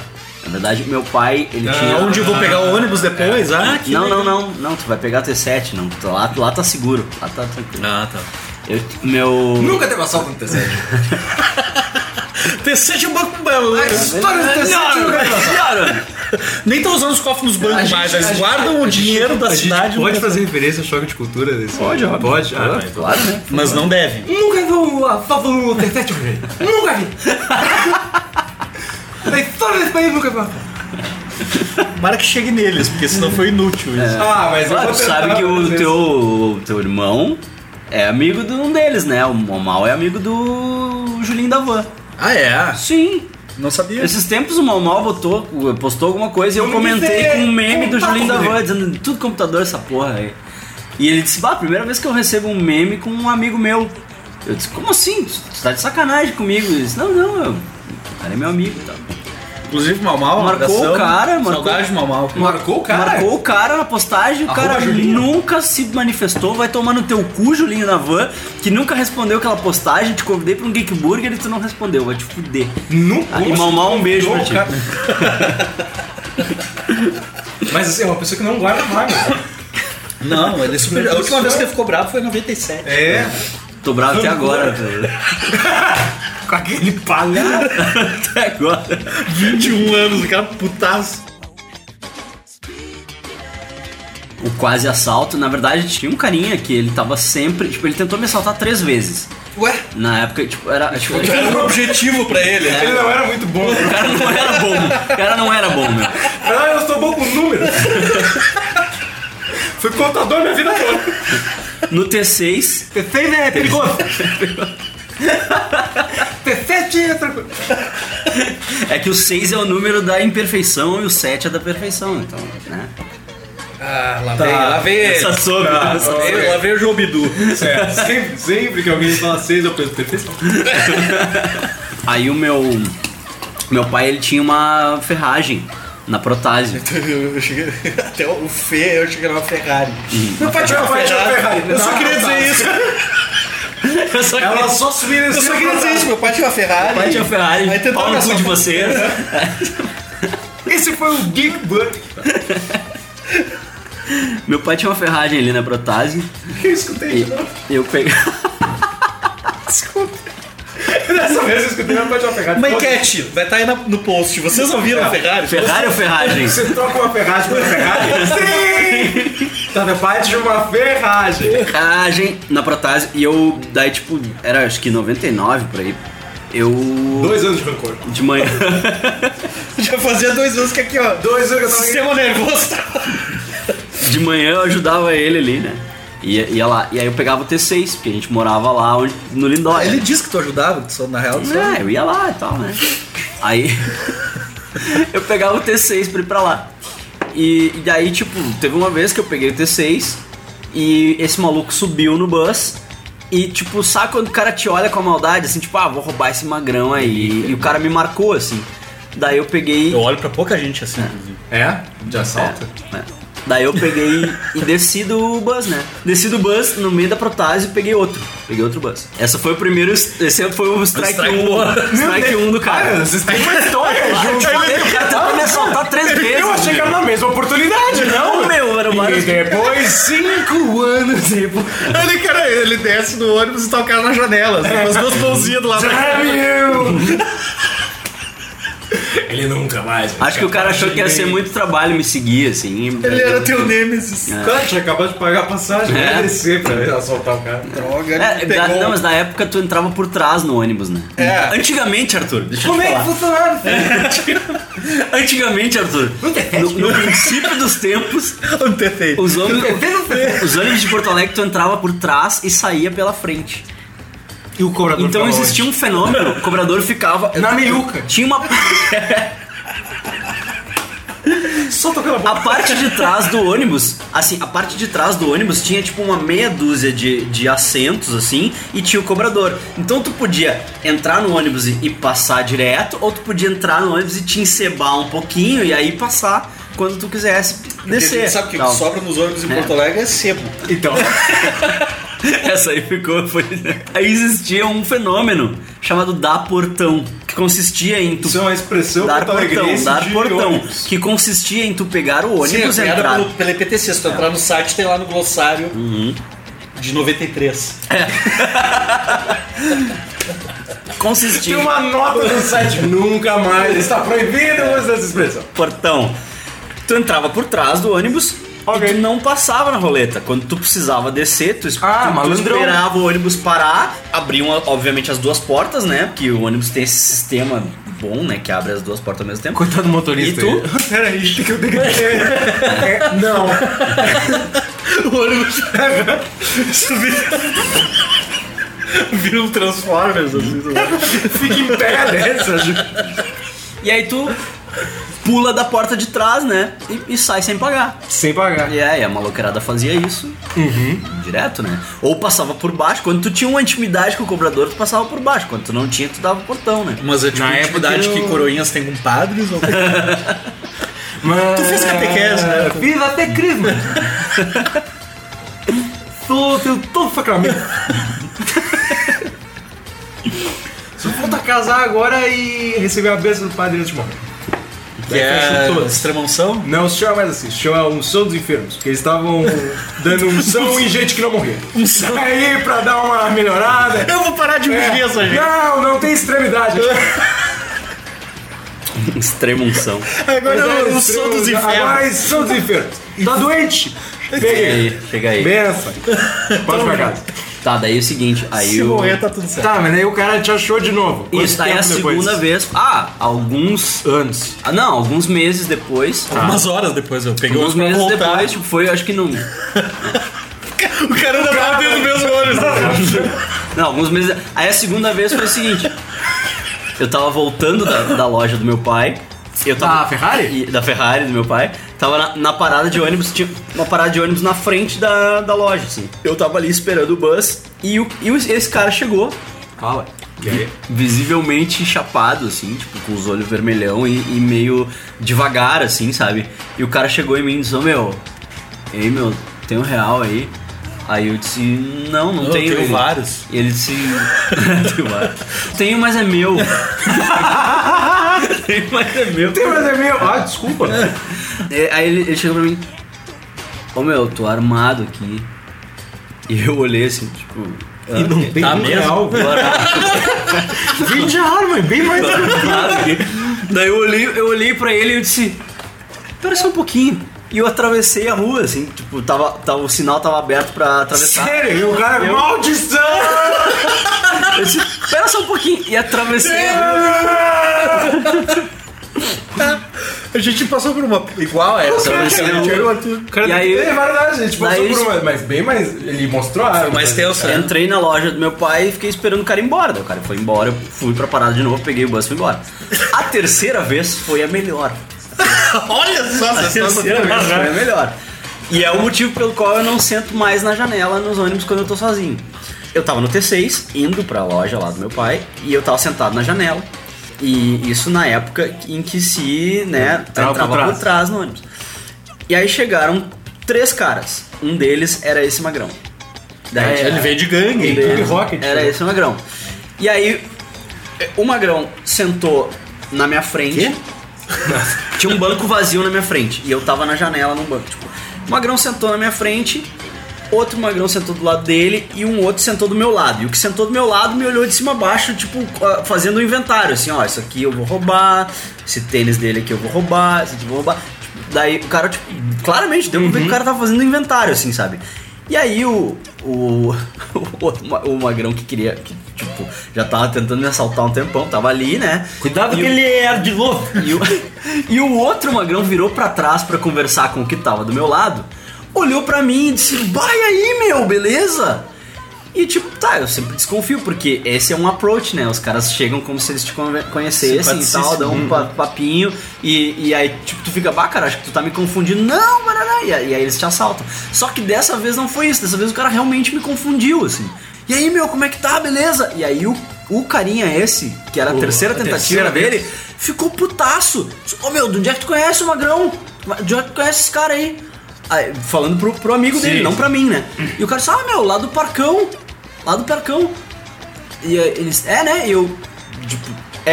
[SPEAKER 2] Na verdade, meu pai,
[SPEAKER 4] É,
[SPEAKER 2] ele tinha.
[SPEAKER 3] Ah, Onde eu vou pegar o ônibus depois? Ah, que
[SPEAKER 2] Não,
[SPEAKER 3] legal.
[SPEAKER 2] não, não, não, tu vai pegar T7, não. Tu- Lá, lá tá seguro, lá tá tranquilo.
[SPEAKER 3] Ah, tá.
[SPEAKER 2] Eu, meu.
[SPEAKER 4] Nunca teve assalto no T7.
[SPEAKER 3] T7 é um banco belo, né?
[SPEAKER 4] História do T7 nunca teve assalto.
[SPEAKER 3] Nem estão usando os cofres nos bancos
[SPEAKER 4] A gente-
[SPEAKER 3] mais,
[SPEAKER 4] né? a
[SPEAKER 3] eles
[SPEAKER 4] gente-
[SPEAKER 3] guardam o dinheiro da
[SPEAKER 4] A gente
[SPEAKER 3] cidade.
[SPEAKER 4] Pode
[SPEAKER 3] mas-
[SPEAKER 4] fazer referência ao choque de cultura desse?
[SPEAKER 2] Pode, óbvio.
[SPEAKER 4] Pode? Ah,
[SPEAKER 2] Claro,
[SPEAKER 4] então.
[SPEAKER 2] claro, né?
[SPEAKER 3] Mas não deve.
[SPEAKER 4] Nunca vi um Fábio no T7, velho. Nunca vi. Na história desse país nunca vi.
[SPEAKER 3] Para que chegue neles, porque senão foi inútil isso.
[SPEAKER 4] Ah, mas
[SPEAKER 2] Claro,
[SPEAKER 4] eu
[SPEAKER 2] tu
[SPEAKER 4] vou
[SPEAKER 2] sabe
[SPEAKER 4] tentar
[SPEAKER 2] que o
[SPEAKER 4] fazer
[SPEAKER 2] teu, o teu irmão é amigo de um deles, né? O Mal é amigo do Julinho da Van.
[SPEAKER 3] Ah, é?
[SPEAKER 2] Sim.
[SPEAKER 3] Não sabia.
[SPEAKER 2] Esses tempos o Mal botou, postou alguma coisa e eu
[SPEAKER 4] Vamos
[SPEAKER 2] comentei
[SPEAKER 4] dizer,
[SPEAKER 2] com um meme do
[SPEAKER 4] contato
[SPEAKER 2] Julinho da
[SPEAKER 4] dele.
[SPEAKER 2] Van, dizendo tudo computador essa porra aí. E ele disse, bah, primeira vez que eu recebo um meme com um amigo meu. Eu disse, como assim? Tu tu tá de sacanagem comigo? Ele disse, não, não, eu, o cara é meu amigo e tal.
[SPEAKER 3] Inclusive, Mal Mal.
[SPEAKER 2] Marcou
[SPEAKER 3] abração.
[SPEAKER 2] o cara, marcou.
[SPEAKER 3] Saudade de Mal Mal.
[SPEAKER 4] Marcou o cara?
[SPEAKER 2] Marcou o cara na postagem, o cara
[SPEAKER 4] Julinho.
[SPEAKER 2] nunca se manifestou, vai tomar no teu cu, Julinho na van, que nunca respondeu aquela postagem, te convidei pra um Geek Burger e tu não respondeu, vai te fuder.
[SPEAKER 4] No
[SPEAKER 2] Ah, e mal, mal, um beijo pra ti.
[SPEAKER 4] Cara. Mas assim, é uma pessoa que não guarda mágoa.
[SPEAKER 3] Não, ele é super. A última vez que ele ficou bravo foi em 97.
[SPEAKER 4] É,
[SPEAKER 2] Tô bravo até agora, velho.
[SPEAKER 4] com aquele palhaço.
[SPEAKER 2] Até agora.
[SPEAKER 3] 21 anos, o cara putaço.
[SPEAKER 2] O quase assalto, na verdade, tinha um carinha que ele tava sempre. Tipo, ele tentou me assaltar três vezes.
[SPEAKER 3] Ué?
[SPEAKER 2] Na época, tipo, era. Tipo,
[SPEAKER 3] Era um objetivo pra ele.
[SPEAKER 4] Ele não era muito bom.
[SPEAKER 2] o cara não era bom. O cara não era bom, meu.
[SPEAKER 4] Ah, eu sou bom com números. Fui contador minha vida toda.
[SPEAKER 2] No T6,
[SPEAKER 4] T6 é perigoso. T7 é tranquilo.
[SPEAKER 2] é que o 6 é o número da imperfeição e o 7 é da perfeição, então, né?
[SPEAKER 3] Ah, lá vem, lá vem ele.
[SPEAKER 2] Essa soube. essa-
[SPEAKER 3] Eu- Lá vem o Jobidu.
[SPEAKER 4] Certo. Sempre, sempre que alguém fala 6, eu penso T6.
[SPEAKER 2] Aí o meu. Meu pai ele tinha uma ferragem na Protásio.
[SPEAKER 3] Eu eu cheguei, até o Fê, eu cheguei numa Ferrari. Meu pai tinha uma
[SPEAKER 4] Meu pai tinha uma
[SPEAKER 3] Hum, Ferrari.
[SPEAKER 4] Ferrari.
[SPEAKER 3] Eu só
[SPEAKER 4] Não,
[SPEAKER 3] queria
[SPEAKER 4] não,
[SPEAKER 3] dizer isso.
[SPEAKER 2] Eu só
[SPEAKER 3] É
[SPEAKER 4] Ela só assim, subiu nesse
[SPEAKER 3] Eu só queria dizer isso. Meu pai tinha uma Ferrari.
[SPEAKER 2] Pai tinha Ferrari, pau
[SPEAKER 3] Aí tentaram
[SPEAKER 2] no cu
[SPEAKER 3] assaltar-
[SPEAKER 2] de vocês.
[SPEAKER 4] Esse foi o Geek Bunny.
[SPEAKER 2] Meu pai tinha uma ferragem ali na Protase.
[SPEAKER 4] Eu escutei
[SPEAKER 2] E
[SPEAKER 4] de novo.
[SPEAKER 2] eu peguei.
[SPEAKER 4] Dessa vez eu escutei, mas é pode uma Ferrari.
[SPEAKER 3] Uma enquete vai estar aí na- no post. Vocês ouviram a Ferrari?
[SPEAKER 2] Ferrari ou ferragem?
[SPEAKER 4] Você troca uma ferragem por uma ferragem? Sim! Tá na parte de uma ferragem.
[SPEAKER 2] Ferragem na Protase. E eu, daí, tipo, era acho que 99 por aí. Eu.
[SPEAKER 4] Dois anos de rancor.
[SPEAKER 2] De manhã.
[SPEAKER 3] Já fazia dois anos que aqui, ó.
[SPEAKER 4] Dois anos
[SPEAKER 3] O
[SPEAKER 4] que eu
[SPEAKER 3] sistema nervoso tá.
[SPEAKER 2] De manhã eu ajudava ele ali, né? Ia, ia lá. E aí eu pegava o T6, porque a gente morava lá onde, no Lindóia.
[SPEAKER 3] É, Ele disse que tu ajudava, que só na real. tu só-
[SPEAKER 2] É, eu ia lá e tal, né? Aí eu pegava o T6 pra ir pra lá. E, e daí, tipo, teve uma vez que eu peguei o T6 e esse maluco subiu no bus. E, tipo, sabe quando o cara te olha com a maldade, assim, tipo, ah, vou roubar esse magrão aí. E o cara me marcou, assim. Daí eu peguei.
[SPEAKER 3] Eu olho pra pouca gente assim, inclusive.
[SPEAKER 4] tava- É? De assalto?
[SPEAKER 2] É. Daí eu peguei e desci do bus, né? Desci do bus, no meio da protase, peguei outro. Peguei outro bus. Essa foi o primeiro. Esse foi o strike
[SPEAKER 3] Strike
[SPEAKER 2] 1.
[SPEAKER 3] one.
[SPEAKER 2] Strike 1 do cara.
[SPEAKER 4] Ah, vocês têm uma história junto.
[SPEAKER 2] O cara tentou me assaltar três vezes.
[SPEAKER 4] Eu achei que era na mesma oportunidade, não?
[SPEAKER 2] Não, meu, era
[SPEAKER 4] É. E
[SPEAKER 2] várias
[SPEAKER 4] depois, cinco anos depois.
[SPEAKER 3] Ele, cara, ele desce do ônibus e tá o cara na janela, assim, com as duas mãozinhas do lado.
[SPEAKER 4] Sabe Ele nunca mais. né? vai
[SPEAKER 2] Acho que o cara
[SPEAKER 4] escapar
[SPEAKER 2] achou
[SPEAKER 4] de
[SPEAKER 2] que ia ser
[SPEAKER 4] mim.
[SPEAKER 2] muito trabalho me seguir, assim.
[SPEAKER 3] Ele era teu Nemesis.
[SPEAKER 4] Cara, tinha acabado de pagar a passagem
[SPEAKER 2] É.
[SPEAKER 3] né?
[SPEAKER 4] pra descer pra tentar soltar o cara.
[SPEAKER 3] Droga, ele
[SPEAKER 2] É, da,
[SPEAKER 3] pegou.
[SPEAKER 2] não, mas na época tu entrava por trás no ônibus, né?
[SPEAKER 3] É.
[SPEAKER 2] Antigamente, Arthur, deixa eu te
[SPEAKER 4] Como é que
[SPEAKER 2] falar. É,
[SPEAKER 4] funcionava?
[SPEAKER 2] Antigamente, Arthur, no, no princípio dos tempos,
[SPEAKER 3] Antefeito.
[SPEAKER 2] os ônibus, os ônibus de Porto Alegre tu entrava por trás e saía pela frente.
[SPEAKER 4] E o cobrador
[SPEAKER 2] Então existia um fenômeno, o cobrador ficava.
[SPEAKER 4] Na meiuca.
[SPEAKER 2] Tinha uma.
[SPEAKER 4] Só tocando a bola.
[SPEAKER 2] A parte de trás do ônibus, assim, a parte de trás do ônibus tinha tipo uma meia dúzia de, de assentos, assim, e tinha o cobrador. Então tu podia entrar no ônibus e, e passar direto, ou tu podia entrar no ônibus e te encebar um pouquinho e aí passar quando tu quisesse descer.
[SPEAKER 3] Sabe que o
[SPEAKER 2] tal.
[SPEAKER 3] que sobra nos ônibus em
[SPEAKER 2] É.
[SPEAKER 3] Porto Alegre é sebo.
[SPEAKER 4] Então,
[SPEAKER 2] Essa aí ficou. Foi... Aí existia um fenômeno chamado dar portão, que consistia em tu
[SPEAKER 4] isso é uma expressão
[SPEAKER 2] dar portão,
[SPEAKER 4] porto-alegrense
[SPEAKER 2] dar
[SPEAKER 4] de
[SPEAKER 2] portão,
[SPEAKER 4] ônibus.
[SPEAKER 2] que consistia em tu pegar o ônibus
[SPEAKER 3] Sim, é criada
[SPEAKER 2] entrar.
[SPEAKER 3] pelo, pela EPTC. Se tu entrar no site, tem lá no glossário de 93.
[SPEAKER 2] Consistia
[SPEAKER 4] Tem
[SPEAKER 2] em
[SPEAKER 4] uma nota no site. Nunca mais. Está proibido o uso dessa expressão.
[SPEAKER 2] portão. Tu entrava por trás do ônibus
[SPEAKER 4] Ok.
[SPEAKER 2] e tu não passava na roleta. Quando tu precisava descer, tu, es-
[SPEAKER 4] Ah,
[SPEAKER 2] tu- tu
[SPEAKER 4] malandrão.
[SPEAKER 2] esperava o ônibus parar, abriam obviamente as duas portas, né? Porque o ônibus tem esse sistema bom, né? Que abre as duas portas ao mesmo tempo.
[SPEAKER 4] Coitado do motorista.
[SPEAKER 2] E tu?
[SPEAKER 4] aí. Peraí, tem que eu tenho que É, Não.
[SPEAKER 3] O ônibus. Isso vira... vira um Transformers, assim. sei lá.
[SPEAKER 4] Fica em pé dessa. Ju.
[SPEAKER 2] E aí tu pula da porta de trás, né? E, e sai sem pagar.
[SPEAKER 4] Sem pagar.
[SPEAKER 2] E aí a maloqueirada fazia isso.
[SPEAKER 3] Uhum.
[SPEAKER 2] Direto, né? Ou passava por baixo. Quando tu tinha uma intimidade com o cobrador, tu passava por baixo. Quando tu não tinha, tu dava portão, né?
[SPEAKER 3] Mas é tipo
[SPEAKER 4] Na
[SPEAKER 3] uma
[SPEAKER 4] época
[SPEAKER 3] atividade
[SPEAKER 4] eu-
[SPEAKER 3] que coroinhas tem com padres ou
[SPEAKER 4] Mas...
[SPEAKER 3] Tu fez catequese, né?
[SPEAKER 4] Fiz até crisma. tô, tenho todo o sacramento. Só falta casar agora e receber a bênção do padre antes de morrer.
[SPEAKER 3] que é extremunção?
[SPEAKER 4] Não, o senhor mais assim, o senhor é a unção dos enfermos, porque eles estavam dando unção em gente que não morria. Tá
[SPEAKER 3] Unção.
[SPEAKER 4] Aí, pra dar uma melhorada.
[SPEAKER 3] Eu vou parar de
[SPEAKER 4] É.
[SPEAKER 3] ungir essa gente.
[SPEAKER 4] Não, não tem extremidade.
[SPEAKER 2] Extrema unção.
[SPEAKER 3] Agora eu,
[SPEAKER 4] um
[SPEAKER 3] eu sou dos
[SPEAKER 4] Agora é
[SPEAKER 3] infernos.
[SPEAKER 4] unção dos enfermos. Tá doente?
[SPEAKER 2] Chega
[SPEAKER 4] Peguei.
[SPEAKER 2] aí, chega aí.
[SPEAKER 4] Benção. Pode pra casa.
[SPEAKER 2] Tá, daí é o seguinte, aí
[SPEAKER 3] Se
[SPEAKER 2] o.
[SPEAKER 3] morrer, tá tudo certo.
[SPEAKER 4] Tá, mas aí o cara te achou de novo. Quanto
[SPEAKER 2] Isso, daí é a
[SPEAKER 4] tempo depois?
[SPEAKER 2] segunda vez. Ah, alguns.
[SPEAKER 4] Anos.
[SPEAKER 2] Ah, não, alguns meses depois.
[SPEAKER 3] Umas horas depois eu peguei
[SPEAKER 2] Alguns
[SPEAKER 3] ônibus Tá. pra
[SPEAKER 2] meses
[SPEAKER 3] voltar.
[SPEAKER 2] depois, tipo, foi, acho que não.
[SPEAKER 3] O cara ainda tava dentro do mesmo ônibus.
[SPEAKER 2] Não, alguns meses. Aí a segunda vez foi o seguinte: eu tava voltando da, da loja do meu pai. Eu tava,
[SPEAKER 4] Da Ferrari?
[SPEAKER 2] e- da Ferrari do meu pai. Tava na, na parada de ônibus, tinha uma parada de ônibus na frente da, da loja, assim. Eu tava ali esperando o bus e, o, e o- esse cara chegou. Fala. Visivelmente chapado, assim, tipo, com os olhos vermelhão e, e meio devagar, assim, sabe? E o cara chegou em mim e disse: Ô meu, ei meu, tem um real aí? Aí eu disse: Não, não
[SPEAKER 3] Eu
[SPEAKER 2] tenho.
[SPEAKER 3] tenho
[SPEAKER 2] Ele-
[SPEAKER 3] vários.
[SPEAKER 2] e ele se. Tenho, mas é meu. Tem mais é meu.
[SPEAKER 4] Tem mais é meu. Ah, desculpa.
[SPEAKER 2] É, Aí ele, ele chegou pra mim, ô meu, eu tô armado aqui. E eu olhei assim, tipo.
[SPEAKER 4] E não tem
[SPEAKER 2] tá
[SPEAKER 4] um
[SPEAKER 2] mesmo?
[SPEAKER 4] real.
[SPEAKER 2] Tô armado,
[SPEAKER 4] Vende a arma, é bem mais.
[SPEAKER 2] tô armado aqui. Daí eu olhei, eu olhei pra ele e eu disse, espera só um pouquinho. E eu atravessei a rua, assim, tipo, tava, tava, o sinal tava aberto pra atravessar.
[SPEAKER 4] Sério, e o cara. Maldição!
[SPEAKER 2] Eu disse, espera só um pouquinho. E atravessei a rua.
[SPEAKER 3] A gente passou por uma igual é, a
[SPEAKER 4] Então,
[SPEAKER 3] essa.
[SPEAKER 2] Cara,
[SPEAKER 3] basicamente,
[SPEAKER 2] cara,
[SPEAKER 3] eu e o Arthur.
[SPEAKER 4] é Cara,
[SPEAKER 2] E aí-
[SPEAKER 4] é verdade, a gente
[SPEAKER 2] Daí
[SPEAKER 4] passou por
[SPEAKER 2] eles-
[SPEAKER 4] uma. Mas bem mais. Ele mostrou a arma.
[SPEAKER 3] Mas tensa, né?
[SPEAKER 2] Entrei na loja do meu pai e fiquei esperando o cara ir embora. Daí o cara foi embora, eu fui pra parada de novo, peguei o bus e fui embora. A terceira vez foi a melhor.
[SPEAKER 3] Olha só
[SPEAKER 2] A
[SPEAKER 3] essa situação.
[SPEAKER 2] terceira vez foi a melhor. E é o motivo pelo qual eu não sento mais na janela nos ônibus quando eu tô sozinho. Eu tava no T6, indo pra loja lá do meu pai, e eu tava sentado na janela. E isso na época em que se, né,
[SPEAKER 4] Trava por
[SPEAKER 2] entrava por
[SPEAKER 4] trás.
[SPEAKER 2] trás. no ônibus. E aí chegaram três caras. Um deles era esse magrão.
[SPEAKER 4] É,
[SPEAKER 2] Daí,
[SPEAKER 3] Ele veio de gangue.
[SPEAKER 2] Ele-
[SPEAKER 4] Tudo Rocket. né?
[SPEAKER 2] Era esse o Magrão. E aí, o Magrão sentou na minha frente. Tinha um banco vazio na minha frente. E eu tava na janela num banco. Tipo, o Magrão sentou na minha frente. Outro magrão sentou do lado dele e um outro sentou do meu lado. E o que sentou do meu lado me olhou de cima a baixo, tipo, ah, fazendo um inventário. Assim, ó, isso aqui eu vou roubar, esse tênis dele aqui eu vou roubar, esse aqui eu vou roubar. Tipo, daí o cara, tipo, claramente deu pra
[SPEAKER 4] Uhum.
[SPEAKER 2] ver que o cara tava fazendo um inventário, assim, sabe? E aí o. O, o, outro ma- o magrão que queria. Que, tipo, já tava tentando me assaltar um tempão, tava ali, né?
[SPEAKER 4] Cuidado
[SPEAKER 2] E
[SPEAKER 4] que
[SPEAKER 2] o-
[SPEAKER 4] ele é de louco.
[SPEAKER 2] e o, e o outro magrão virou pra trás pra conversar com o que tava do meu lado, olhou pra mim e disse: Vai aí, meu, beleza? E tipo, tá, eu sempre desconfio, porque esse é um approach, né? Os caras chegam como se eles te conve- conhecessem e tal, dão um pa- papinho, e, e aí, tipo, tu fica, bah, cara, acho que tu tá me confundindo. Não, barará, e aí e aí eles te assaltam. Só que dessa vez não foi isso, dessa vez o cara realmente me confundiu, assim. E aí, meu, como é que tá? Beleza? E aí o, o carinha esse, que era a terceira tentativa
[SPEAKER 4] terceira
[SPEAKER 2] dele, ficou putaço. Ô meu, do onde é que tu conhece o Magrão? De onde é que tu conhece esse cara aí? Aí, falando pro, pro amigo dele, não pra mim, né? E o cara disse, ah, meu, lá do Parcão. Lá do Parcão. E aí, eles, é, né? E eu, tipo, é?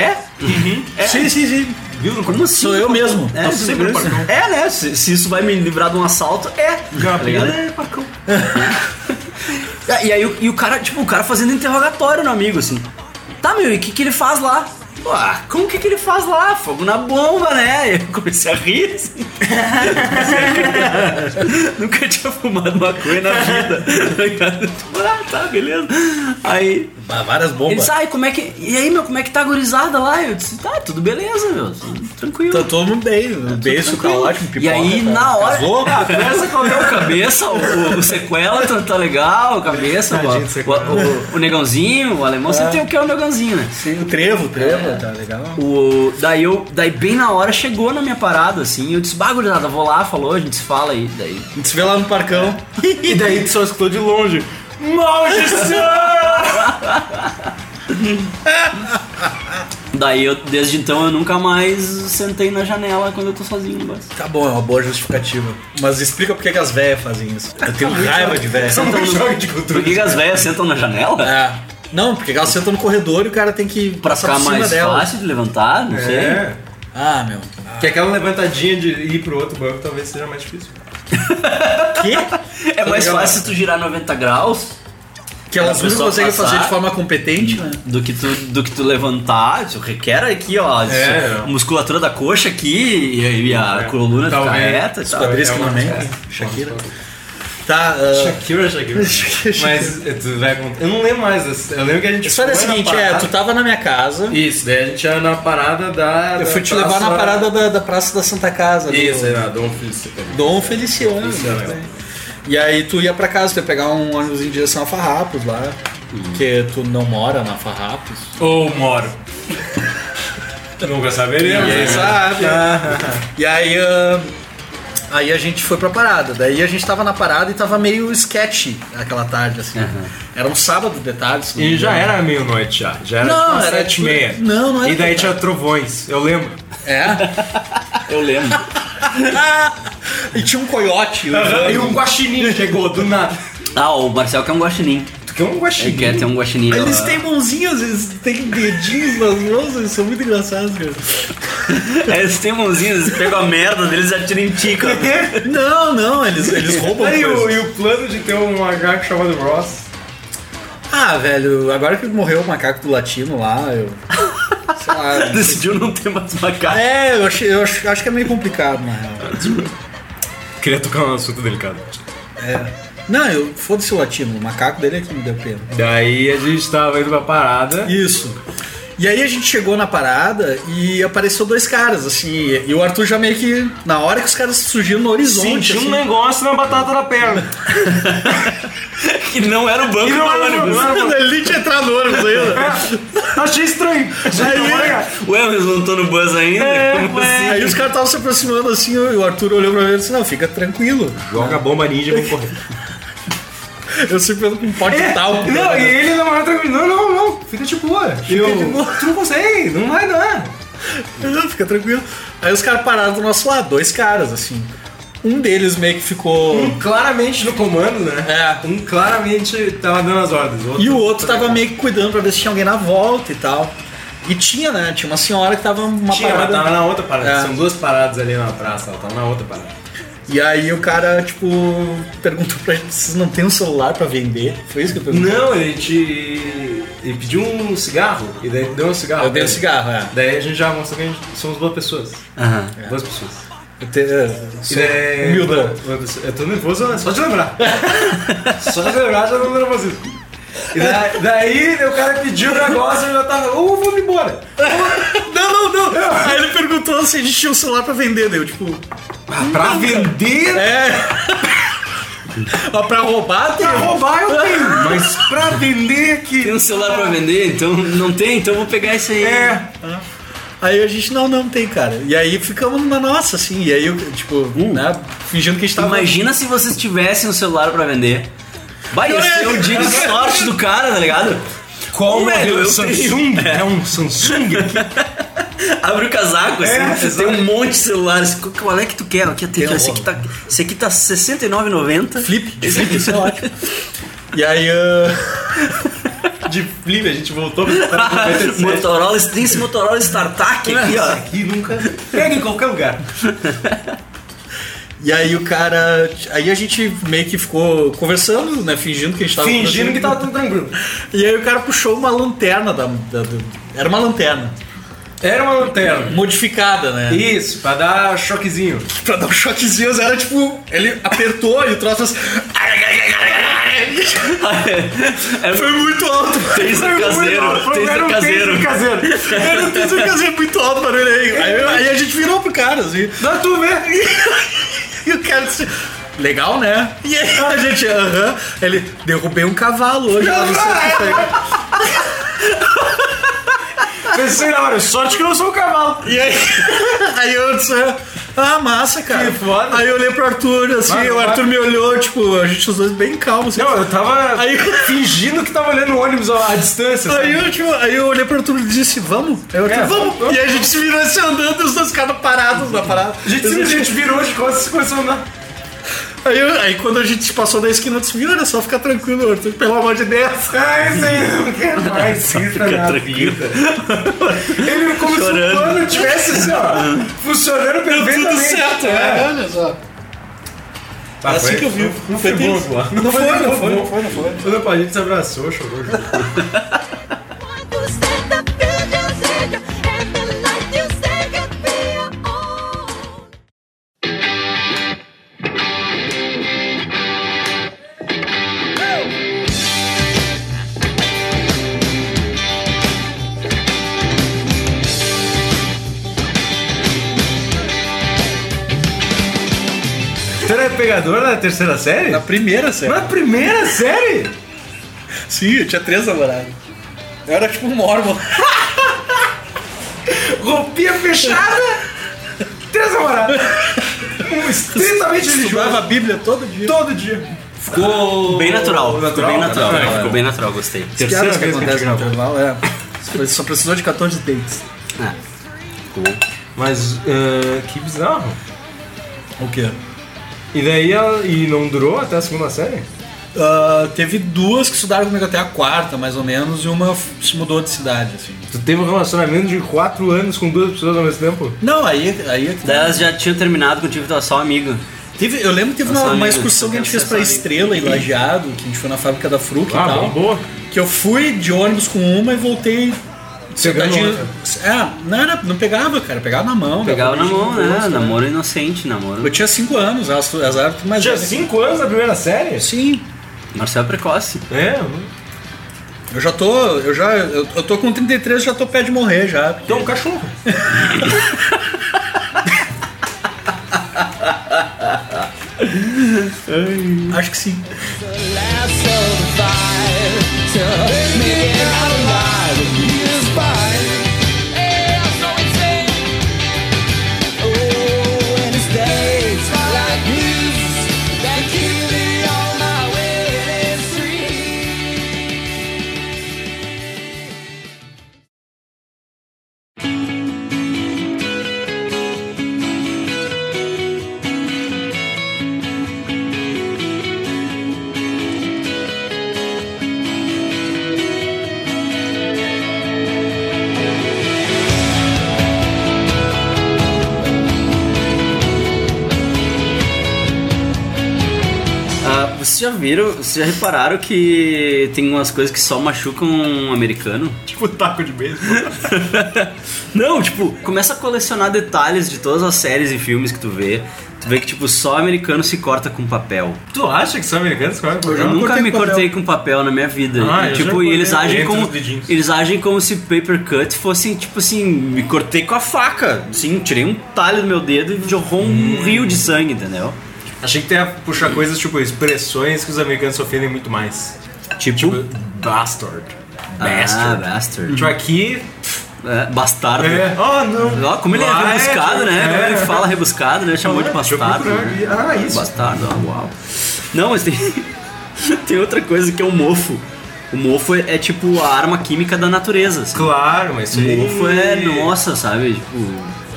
[SPEAKER 2] é?
[SPEAKER 3] Sim, sim, sim.
[SPEAKER 2] Viu? Como assim?
[SPEAKER 3] Sou eu mesmo.
[SPEAKER 2] É,
[SPEAKER 3] Nossa, sempre
[SPEAKER 2] viu?
[SPEAKER 3] Parcão.
[SPEAKER 2] É, né? Se, se isso vai me livrar de um assalto, é. Tá ligado? É, Parcão. Ah, E aí o- e o cara, tipo, o cara fazendo interrogatório no amigo, assim. Tá, meu, e o que, que ele faz lá? Ah, como que, que ele faz lá? Fogo na bomba, né? Eu comecei a rir, assim. Nunca tinha fumado maconha na vida. Tipo, ah, tá, beleza. Aí,
[SPEAKER 3] Ah, Várias
[SPEAKER 2] ele
[SPEAKER 3] bombas.
[SPEAKER 2] disse, ai, como é que... E aí, meu, como é que tá a gurizada lá? Eu disse, tá, tudo beleza, meu. tudo Tranquilo.
[SPEAKER 3] Tá todo mundo bem. O beijo tá
[SPEAKER 2] Tranquilo.
[SPEAKER 3] ótimo. Pipoca,
[SPEAKER 2] E aí,
[SPEAKER 3] tá-
[SPEAKER 2] na hora.
[SPEAKER 3] Casou?
[SPEAKER 2] Ah, Conversa com o meu cabeça, o, o sequela tá, tá legal, o cabeça, o,
[SPEAKER 4] Tadinho do Sequela.
[SPEAKER 2] o- o- o negãozinho, o alemão. Você tem o que é o negãozinho, né?
[SPEAKER 3] Sim, o trevo, o trevo,
[SPEAKER 2] É.
[SPEAKER 3] tá legal.
[SPEAKER 2] O, daí, eu, daí, bem na hora, chegou na minha parada, assim. Eu disse, bagulhada, vou lá, falou, a gente se fala aí. Daí,
[SPEAKER 3] A gente se vê lá no parcão.
[SPEAKER 4] E daí tu só escutou de longe. Maldição!
[SPEAKER 2] daí eu, desde então, eu nunca mais sentei na janela quando eu tô sozinho no bus.
[SPEAKER 3] Tá bom, é uma boa justificativa. Mas explica por que que as véias fazem isso. Eu tenho raiva de véia.
[SPEAKER 2] Sentam no-
[SPEAKER 4] choque um de cultura.
[SPEAKER 2] Por que, que as velhas sentam
[SPEAKER 4] né?
[SPEAKER 2] na janela?
[SPEAKER 3] É. Não, porque elas sentam no corredor e o cara tem que
[SPEAKER 2] Pra
[SPEAKER 3] passar
[SPEAKER 2] ficar
[SPEAKER 3] por cima
[SPEAKER 2] mais
[SPEAKER 3] dela.
[SPEAKER 2] fácil de levantar, não sei.
[SPEAKER 4] É.
[SPEAKER 3] Ah, meu.
[SPEAKER 4] Que é aquela levantadinha de ir pro outro banco talvez seja mais difícil.
[SPEAKER 3] Que?
[SPEAKER 4] Tá
[SPEAKER 2] É mais
[SPEAKER 3] Legal.
[SPEAKER 2] fácil tu girar 90 graus
[SPEAKER 3] Que elas
[SPEAKER 2] A
[SPEAKER 3] não
[SPEAKER 2] pessoa
[SPEAKER 3] conseguem
[SPEAKER 2] passar. Hum.
[SPEAKER 3] fazer de forma competente, né?
[SPEAKER 2] do que tu, do que tu levantar, isso requer aqui, ó, isso-
[SPEAKER 4] É.
[SPEAKER 2] a musculatura da coxa aqui e, e a
[SPEAKER 4] É.
[SPEAKER 2] coluna ficar
[SPEAKER 4] Talvez.
[SPEAKER 2] reta e
[SPEAKER 3] Os
[SPEAKER 2] tal.
[SPEAKER 3] quadris
[SPEAKER 4] é
[SPEAKER 3] que
[SPEAKER 4] uma-
[SPEAKER 3] não mentem.
[SPEAKER 4] é.
[SPEAKER 3] Shakira. Tá, ah,
[SPEAKER 4] Shakira, Shakira. Mas eh, tu vai contar. Eu não lembro mais. dessa- Eu lembro que a gente.
[SPEAKER 3] a história é a
[SPEAKER 4] foi na
[SPEAKER 3] seguinte, é,
[SPEAKER 4] parada-
[SPEAKER 3] tu tava na minha casa,
[SPEAKER 4] Isso, daí a gente ia na parada da.
[SPEAKER 3] eu
[SPEAKER 4] da
[SPEAKER 3] fui te levar na
[SPEAKER 4] praça-
[SPEAKER 3] parada da, da Praça da Santa Casa. ali,
[SPEAKER 4] Isso, um
[SPEAKER 3] ó.
[SPEAKER 4] aí na Dom Feliz.
[SPEAKER 3] Dom um Feliciano.
[SPEAKER 4] Feliciano,
[SPEAKER 3] né? E aí tu ia pra casa, tu ia pegar um ônibus em direção a Farrapos lá. Porque tu não mora na Farrapos.
[SPEAKER 4] Ou moro. Nunca saberemos.
[SPEAKER 3] Ninguém
[SPEAKER 4] né?
[SPEAKER 3] sabe. E aí, ah, aí a gente foi pra parada. Daí a gente tava na parada e tava meio sketchy aquela tarde, assim. Era um sábado de tarde. se não me
[SPEAKER 4] E já
[SPEAKER 3] engano.
[SPEAKER 4] era meio-noite já. Já era
[SPEAKER 3] Não,
[SPEAKER 4] tipo umas
[SPEAKER 3] era
[SPEAKER 4] sete e
[SPEAKER 3] tipo-
[SPEAKER 4] meia.
[SPEAKER 3] não, não era
[SPEAKER 4] E daí
[SPEAKER 3] tipo-
[SPEAKER 4] tinha trovões, eu lembro.
[SPEAKER 3] É?
[SPEAKER 2] Eu lembro.
[SPEAKER 3] E tinha um coiote.
[SPEAKER 4] E um guaxinim chegou do nada.
[SPEAKER 2] Ah, o Marcel que é um guaxinim.
[SPEAKER 4] O Tu quer um guaxinim?
[SPEAKER 2] Ele quer ter um guaxinim.
[SPEAKER 3] Eles
[SPEAKER 2] ó.
[SPEAKER 3] têm mãozinhas, eles têm dedinhos nas mãos, eles são muito engraçados, cara.
[SPEAKER 2] É, Eles têm mãozinhas, eles pegam a merda deles e atiram em ti, cara.
[SPEAKER 3] Não, não, eles, eles roubam
[SPEAKER 4] Ah, e, o,
[SPEAKER 3] coisas.
[SPEAKER 4] e o plano de ter um macaco chamado Ross?
[SPEAKER 3] Ah, velho, agora que morreu o macaco do latino lá, eu... Sei lá,
[SPEAKER 2] Decidiu não ter mais macaco.
[SPEAKER 3] É, eu, achei, eu acho, acho que é meio complicado, na real.
[SPEAKER 4] Queria tocar um assunto delicado.
[SPEAKER 3] Não, eu foda-se o latino, o macaco dele é que me deu pena.
[SPEAKER 4] Daí a gente tava indo pra parada.
[SPEAKER 3] Isso. E aí a gente chegou na parada e apareceu dois caras, assim, e, e o Arthur já meio que. Na hora que os caras surgiram no horizonte.
[SPEAKER 4] Senti um
[SPEAKER 3] assim,
[SPEAKER 4] negócio na batata da perna.
[SPEAKER 2] Que não era o banco
[SPEAKER 4] E
[SPEAKER 2] do
[SPEAKER 4] não era o
[SPEAKER 2] ônibus.
[SPEAKER 4] banco. É,
[SPEAKER 3] Ele tinha entrado no ônibus ainda.
[SPEAKER 4] Achei estranho. Achei estranho.
[SPEAKER 2] Ué, eles não estão no bus ainda?
[SPEAKER 4] É,
[SPEAKER 2] Como
[SPEAKER 4] ué.
[SPEAKER 2] assim?
[SPEAKER 3] Aí os caras estavam se aproximando assim, e o Arthur olhou pra mim e disse: Não, fica tranquilo.
[SPEAKER 4] Joga a bomba ninja e vamos correr.
[SPEAKER 3] Eu sempre ando com um pote
[SPEAKER 4] É,
[SPEAKER 3] tal.
[SPEAKER 4] não, e ele não era tranquilo. Não, não, não. Fica de boa. Eu-
[SPEAKER 3] de boa.
[SPEAKER 4] Tu não consegue, não vai dar.
[SPEAKER 3] Não, fica tranquilo. Aí os caras pararam do nosso lado, dois caras, assim. Um deles meio que ficou.
[SPEAKER 4] Um claramente no comando, né?
[SPEAKER 3] É.
[SPEAKER 4] Um claramente tava dando as ordens.
[SPEAKER 3] E o outro tava meio que cuidando pra ver se tinha alguém na volta e tal. E tinha, né? Tinha uma senhora que tava uma
[SPEAKER 4] Tinha, mas
[SPEAKER 3] parada.
[SPEAKER 4] tava na outra parada.
[SPEAKER 3] É.
[SPEAKER 4] São duas paradas ali na praça. Ela tava na outra parada.
[SPEAKER 3] E aí o cara, tipo, perguntou pra gente, vocês não tem um celular pra vender? Foi isso que eu perguntei?
[SPEAKER 4] Não, ele te. Ele pediu um cigarro. E daí tu deu um cigarro.
[SPEAKER 3] Eu dei um
[SPEAKER 4] pra ele.
[SPEAKER 3] cigarro, é.
[SPEAKER 4] Daí a gente já mostrou que a gente somos boas pessoas.
[SPEAKER 2] Aham.
[SPEAKER 4] Boas pessoas.
[SPEAKER 3] Eu é, te,
[SPEAKER 4] E
[SPEAKER 3] eu
[SPEAKER 4] daí-
[SPEAKER 3] humildão.
[SPEAKER 4] Eu tô nervoso, né? Só de lembrar. Só de lembrar já tô nervoso. E daí, daí o cara pediu o negócio e eu já tava. Ô, vamos embora.
[SPEAKER 3] Não, não, não! Aí ele perguntou se a gente tinha um celular pra vender, daí eu, tipo,
[SPEAKER 4] Pra vender,
[SPEAKER 3] é. Ó, pra roubar tem. um.
[SPEAKER 4] pra roubar eu tenho. Mas pra vender
[SPEAKER 2] Tem
[SPEAKER 4] que.
[SPEAKER 2] um celular pra vender? Então não tem, então eu vou pegar esse aí.
[SPEAKER 4] É.
[SPEAKER 3] Aí a gente, não, não tem, cara. E aí ficamos na nossa, assim, e aí, eu, tipo, né, fingindo que a gente tava.
[SPEAKER 2] Imagina se vocês tivessem um celular pra vender. Vai, esse é o dia de sorte do cara, tá ligado?
[SPEAKER 4] Qual
[SPEAKER 2] Ô, velho,
[SPEAKER 4] modelo?
[SPEAKER 2] eu
[SPEAKER 4] Samsung? É. um Samsung?
[SPEAKER 2] Abre o casaco, assim,
[SPEAKER 4] É,
[SPEAKER 2] você tem
[SPEAKER 4] exato.
[SPEAKER 2] um monte de celulares. Qual- Qual é que tu quer? Aqui, tem, esse, aqui tá, esse aqui tá R$ 69,90.
[SPEAKER 3] Flip,
[SPEAKER 2] Esse aqui
[SPEAKER 3] isso é ótimo. E aí. ah,
[SPEAKER 4] De flip, a gente voltou pra pra- pra-
[SPEAKER 2] Motorola, tem esse Motorola StarTAC aqui, ó.
[SPEAKER 4] aqui nunca. Pega em qualquer lugar.
[SPEAKER 3] E aí o cara. Aí a gente meio que ficou conversando, né? Fingindo que a gente tava.
[SPEAKER 4] Fingindo que tá- tava tudo tranquilo.
[SPEAKER 3] tava. E aí o cara puxou uma lanterna da. da- do- Era uma lanterna.
[SPEAKER 4] Era uma lanterna.
[SPEAKER 3] Modificada, né?
[SPEAKER 4] Isso, pra dar choquezinho.
[SPEAKER 3] E pra dar um choquezinho, era tipo. Ele apertou e o troço. assim,
[SPEAKER 2] É,
[SPEAKER 3] Foi muito alto.
[SPEAKER 2] taser é caseiro, taser
[SPEAKER 4] Era um
[SPEAKER 2] caseiro.
[SPEAKER 4] caseiro.
[SPEAKER 3] Era um taser caseiro muito alto o barulho aí. Aí, eu- aí a gente virou pro cara, assim.
[SPEAKER 4] Dá tu ver.
[SPEAKER 3] E o cara disse. Legal, né? E aí a gente, aham. Ele, derrubei um cavalo hoje. lá no centro."
[SPEAKER 4] Pensei na hora, sorte que eu não sou um cavalo.
[SPEAKER 3] E aí, aí eu disse, ah, massa, cara.
[SPEAKER 4] Que foda.
[SPEAKER 3] Aí eu olhei pro Arthur, assim,
[SPEAKER 4] Vai,
[SPEAKER 3] o
[SPEAKER 4] vai.
[SPEAKER 3] Arthur me olhou, tipo, a gente os dois bem calmos. Assim,
[SPEAKER 4] Não, eu tava
[SPEAKER 3] Aí-
[SPEAKER 4] fingindo que tava olhando o ônibus à à distância. sabe?
[SPEAKER 3] Aí eu, tipo, aí eu olhei pro Arthur e disse, vamos? Aí o Arthur,
[SPEAKER 4] É,
[SPEAKER 3] vamos.
[SPEAKER 4] vamos.
[SPEAKER 3] E aí a gente se virou assim andando e os dois ficaram parados na parada.
[SPEAKER 4] A gente simplesmente virou de costas e começou a andar.
[SPEAKER 3] aí, eu- aí quando a gente passou da esquina, eu disse, "Viu, olha só, fica tranquilo, Arthur, pelo amor de Deus.
[SPEAKER 4] Ai, sim, É, não quero mais isso na minha
[SPEAKER 2] tranquilo.
[SPEAKER 4] vida. Ele como se o
[SPEAKER 2] Chorando.
[SPEAKER 4] plano tivesse assim, ó, funcionando perfeitamente.
[SPEAKER 3] Tudo certo, né?
[SPEAKER 4] É.
[SPEAKER 3] Olha só.
[SPEAKER 4] Tá,
[SPEAKER 3] assim que eu vi.
[SPEAKER 4] Não foi bom,
[SPEAKER 3] tenso.
[SPEAKER 4] agora.
[SPEAKER 3] Não foi, não foi, não
[SPEAKER 4] foi. não foi. Quando a gente se abraçou, chorou. junto. Você era pegador na terceira série?
[SPEAKER 3] Na primeira, sério.
[SPEAKER 4] Na primeira série?
[SPEAKER 3] Sim, eu tinha três namoradas. Eu era tipo um mormon.
[SPEAKER 4] Roupinha fechada? Três namoradas. Um estritamente
[SPEAKER 3] Estudava a
[SPEAKER 4] religioso.
[SPEAKER 3] Bíblia todo dia.
[SPEAKER 4] Todo dia. Ficou...
[SPEAKER 2] Bem natural, ficou bem natural.
[SPEAKER 4] natural,
[SPEAKER 2] Ficou bem natural, gostei.
[SPEAKER 3] Piada
[SPEAKER 4] vez que a gente gravou.
[SPEAKER 3] intervalo, é. Só- Só precisou de 14 dates.
[SPEAKER 4] Mas, eh, que bizarro.
[SPEAKER 3] O quê?
[SPEAKER 4] E daí, ela- e não durou até a segunda série?
[SPEAKER 3] ah, teve duas que estudaram comigo até a quarta, mais ou menos, e uma f- se mudou de cidade, assim.
[SPEAKER 4] Tu teve um relacionamento de 4 anos com duas pessoas ao mesmo tempo?
[SPEAKER 3] Não, aí, aí é que-
[SPEAKER 2] Daí elas já tinham terminado contigo, tava só amigo.
[SPEAKER 3] Teve, eu lembro que teve
[SPEAKER 2] Nossa,
[SPEAKER 3] uma, uma
[SPEAKER 2] amigo,
[SPEAKER 3] excursão que a gente
[SPEAKER 2] quero
[SPEAKER 3] fez
[SPEAKER 2] ser
[SPEAKER 3] pra
[SPEAKER 2] essa Ah,
[SPEAKER 3] Estrela, em Lajeado, que a gente foi na fábrica da Fruc
[SPEAKER 4] Ah,
[SPEAKER 3] e tal.
[SPEAKER 4] boa.
[SPEAKER 3] Que eu fui de ônibus com uma e voltei.
[SPEAKER 4] Pegando
[SPEAKER 3] de-
[SPEAKER 4] outra.
[SPEAKER 3] É, não, era, não pegava, cara. Pegava na mão.
[SPEAKER 2] Pegava na
[SPEAKER 3] dava
[SPEAKER 2] mão,
[SPEAKER 3] beijinho no
[SPEAKER 2] né?
[SPEAKER 3] rosto,
[SPEAKER 2] Namoro inocente, namoro.
[SPEAKER 3] Eu tinha 5 anos, elas, elas eram mais
[SPEAKER 4] Tinha
[SPEAKER 3] velhas.
[SPEAKER 4] 5 anos na primeira série?
[SPEAKER 3] Sim.
[SPEAKER 2] Marcelo precoce.
[SPEAKER 4] É.
[SPEAKER 3] Eu já tô. Eu já. Eu, eu tô com 33 já tô pé de morrer já.
[SPEAKER 4] Então, um cachorro.
[SPEAKER 3] Acho que sim.
[SPEAKER 2] Ah, vocês já viram, vocês já repararam que tem umas coisas que só machucam um americano?
[SPEAKER 4] Tipo taco de beijo.
[SPEAKER 2] Não, tipo, começa a colecionar detalhes de todas as séries e filmes que tu vê. Tu vê que, tipo, só americano se corta com papel.
[SPEAKER 4] Tu acha que são americanos? Claro,
[SPEAKER 2] Eu
[SPEAKER 3] me
[SPEAKER 2] nunca
[SPEAKER 3] cortei
[SPEAKER 2] me
[SPEAKER 3] com papel.
[SPEAKER 2] cortei com papel na minha vida.
[SPEAKER 4] Ah,
[SPEAKER 2] E,
[SPEAKER 4] eu já
[SPEAKER 2] tipo, e
[SPEAKER 4] cortei
[SPEAKER 2] eles agem
[SPEAKER 4] entre
[SPEAKER 2] como
[SPEAKER 4] os dedinhos.
[SPEAKER 2] eles agem como se paper cut fosse tipo assim, me cortei com a faca. Sim, tirei um talho do meu dedo e jorrou
[SPEAKER 4] Hum.
[SPEAKER 2] um rio de sangue, entendeu?
[SPEAKER 4] Achei que tu ia puxar coisas tipo expressões que os americanos se ofendem muito mais.
[SPEAKER 2] Tipo,
[SPEAKER 4] Tipo, bastard.
[SPEAKER 2] ah,
[SPEAKER 4] Bastard.
[SPEAKER 2] bastard.
[SPEAKER 4] Tipo, aqui.
[SPEAKER 2] É, bastardo.
[SPEAKER 4] É. Oh, não.
[SPEAKER 2] Ó, como ele é
[SPEAKER 4] Lá
[SPEAKER 2] rebuscado, né? Como
[SPEAKER 4] É.
[SPEAKER 2] ele fala rebuscado, né? Chamou de
[SPEAKER 4] Deixa eu
[SPEAKER 2] bastardo.
[SPEAKER 4] procurar
[SPEAKER 2] né?
[SPEAKER 4] aqui. Ah, isso.
[SPEAKER 2] Bastardo, ó, uau. Não, mas tem, tem outra coisa que é o mofo. O mofo é, é tipo a arma química da natureza. assim.
[SPEAKER 4] Claro, mas isso aí.
[SPEAKER 2] O mofo é nossa, sabe? Tipo,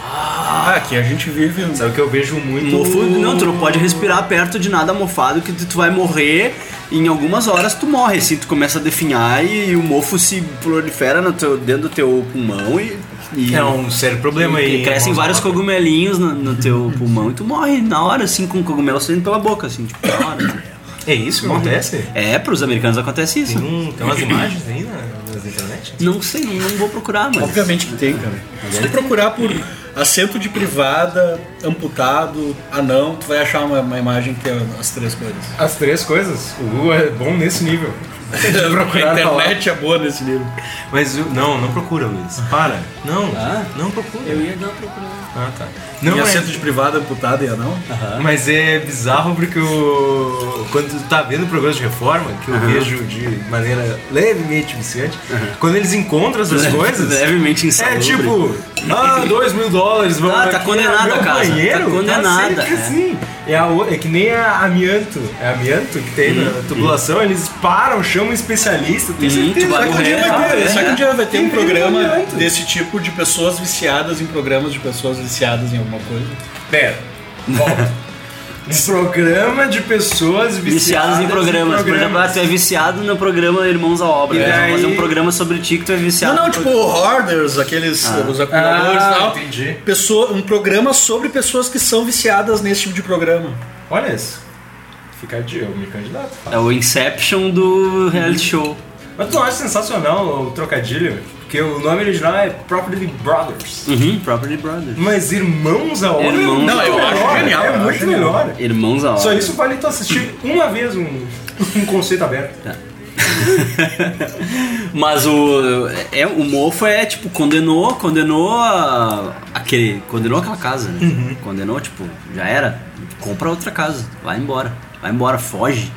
[SPEAKER 3] Ah, aqui a gente vive.
[SPEAKER 4] Sabe o que eu vejo muito?
[SPEAKER 2] um- mofo. Não, tu não pode respirar perto de nada mofado que tu vai morrer. e Em algumas horas tu morre, assim, tu começa a definhar e, o mofo se prolifera no teu, dentro do teu pulmão e. e-
[SPEAKER 4] É um sério problema
[SPEAKER 2] E
[SPEAKER 4] aí.
[SPEAKER 2] crescem
[SPEAKER 4] irmãos.
[SPEAKER 2] vários cogumelinhos no, no teu pulmão e tu morre na hora, assim, com o cogumelo saindo pela boca, assim, tipo, na hora.
[SPEAKER 4] É isso que acontece?
[SPEAKER 2] É, pros americanos acontece isso.
[SPEAKER 4] Hum, tem umas imagens aí na- nas internet?
[SPEAKER 2] Não sei, não, não vou procurar, mas.
[SPEAKER 3] Obviamente que tem, cara. Se tu procurar por assento de privada, amputado, anão, tu vai achar uma, uma imagem que é as três coisas.
[SPEAKER 4] As três coisas. O Google é bom nesse nível.
[SPEAKER 3] a
[SPEAKER 4] Procurar
[SPEAKER 3] internet é boa nesse livro.
[SPEAKER 4] Mas o- não, não procura, Luiz. Para. Não, não procura. Eu ia dar uma procurada. Ah, tá. Não,
[SPEAKER 3] e
[SPEAKER 4] mas,
[SPEAKER 3] assento de privada, amputado e anão?
[SPEAKER 4] mas é bizarro porque o, quando tu tá vendo programas de reforma, que eu vejo de maneira levemente viciante, quando eles encontram essas coisas.
[SPEAKER 2] Levemente
[SPEAKER 4] É
[SPEAKER 2] insalubre.
[SPEAKER 4] tipo, ah, dois mil dólares, vamos
[SPEAKER 2] Ah, tá
[SPEAKER 4] aqui,
[SPEAKER 2] condenada
[SPEAKER 4] meu
[SPEAKER 2] a casa, tá
[SPEAKER 4] Banheiro,
[SPEAKER 2] condenada,
[SPEAKER 4] sempre
[SPEAKER 2] é.
[SPEAKER 4] assim. É, a o- é que nem a amianto. É amianto que tem na tubulação, eles param, chamam um especialista, tem
[SPEAKER 2] Hum,
[SPEAKER 4] certeza
[SPEAKER 2] tu vai
[SPEAKER 4] que
[SPEAKER 2] morrer,
[SPEAKER 4] alguém vai
[SPEAKER 2] tá?
[SPEAKER 4] ter.
[SPEAKER 2] É.
[SPEAKER 3] Será que um dia vai ter um
[SPEAKER 4] Tem
[SPEAKER 3] programa
[SPEAKER 4] vídeo antes.
[SPEAKER 3] desse tipo de pessoas viciadas em programas de pessoas viciadas em alguma coisa?
[SPEAKER 4] Pera. volta. Um programa de pessoas viciadas,
[SPEAKER 2] Viciados em programas. Por exemplo, ah, tu é viciado no programa Irmãos à Obra.
[SPEAKER 4] E
[SPEAKER 2] né?
[SPEAKER 4] daí-
[SPEAKER 2] Fazer um programa sobre ti que tu é viciado.
[SPEAKER 3] Não, não,
[SPEAKER 2] no
[SPEAKER 3] tipo
[SPEAKER 2] programa.
[SPEAKER 3] hoarders, aqueles os acumuladores e
[SPEAKER 4] Ah,
[SPEAKER 3] tal.
[SPEAKER 4] entendi.
[SPEAKER 3] Pessoa, um programa sobre pessoas que são viciadas nesse tipo de programa.
[SPEAKER 4] Olha isso. Fica de eu, me candidato.
[SPEAKER 2] É o Inception do reality show.
[SPEAKER 4] Mas tu acha sensacional o trocadilho? Porque o nome original é Property Brothers.
[SPEAKER 2] Uhum, Property Brothers.
[SPEAKER 4] Mas Irmãos à Obra
[SPEAKER 2] Irmãos
[SPEAKER 4] é
[SPEAKER 2] Não, eu
[SPEAKER 4] muito
[SPEAKER 3] acho
[SPEAKER 4] melhor,
[SPEAKER 3] genial, eu
[SPEAKER 4] É muito
[SPEAKER 3] acho
[SPEAKER 4] melhor.
[SPEAKER 2] Irmãos à Obra.
[SPEAKER 4] Só isso vale tu assistir uma vez um, um conceito aberto.
[SPEAKER 2] tá. Mas o. É, o mofo é tipo, condenou, condenou a. Aquele, condenou aquela casa, né? Condenou, tipo, já era. Compra outra casa, vai embora. Vai embora, foge.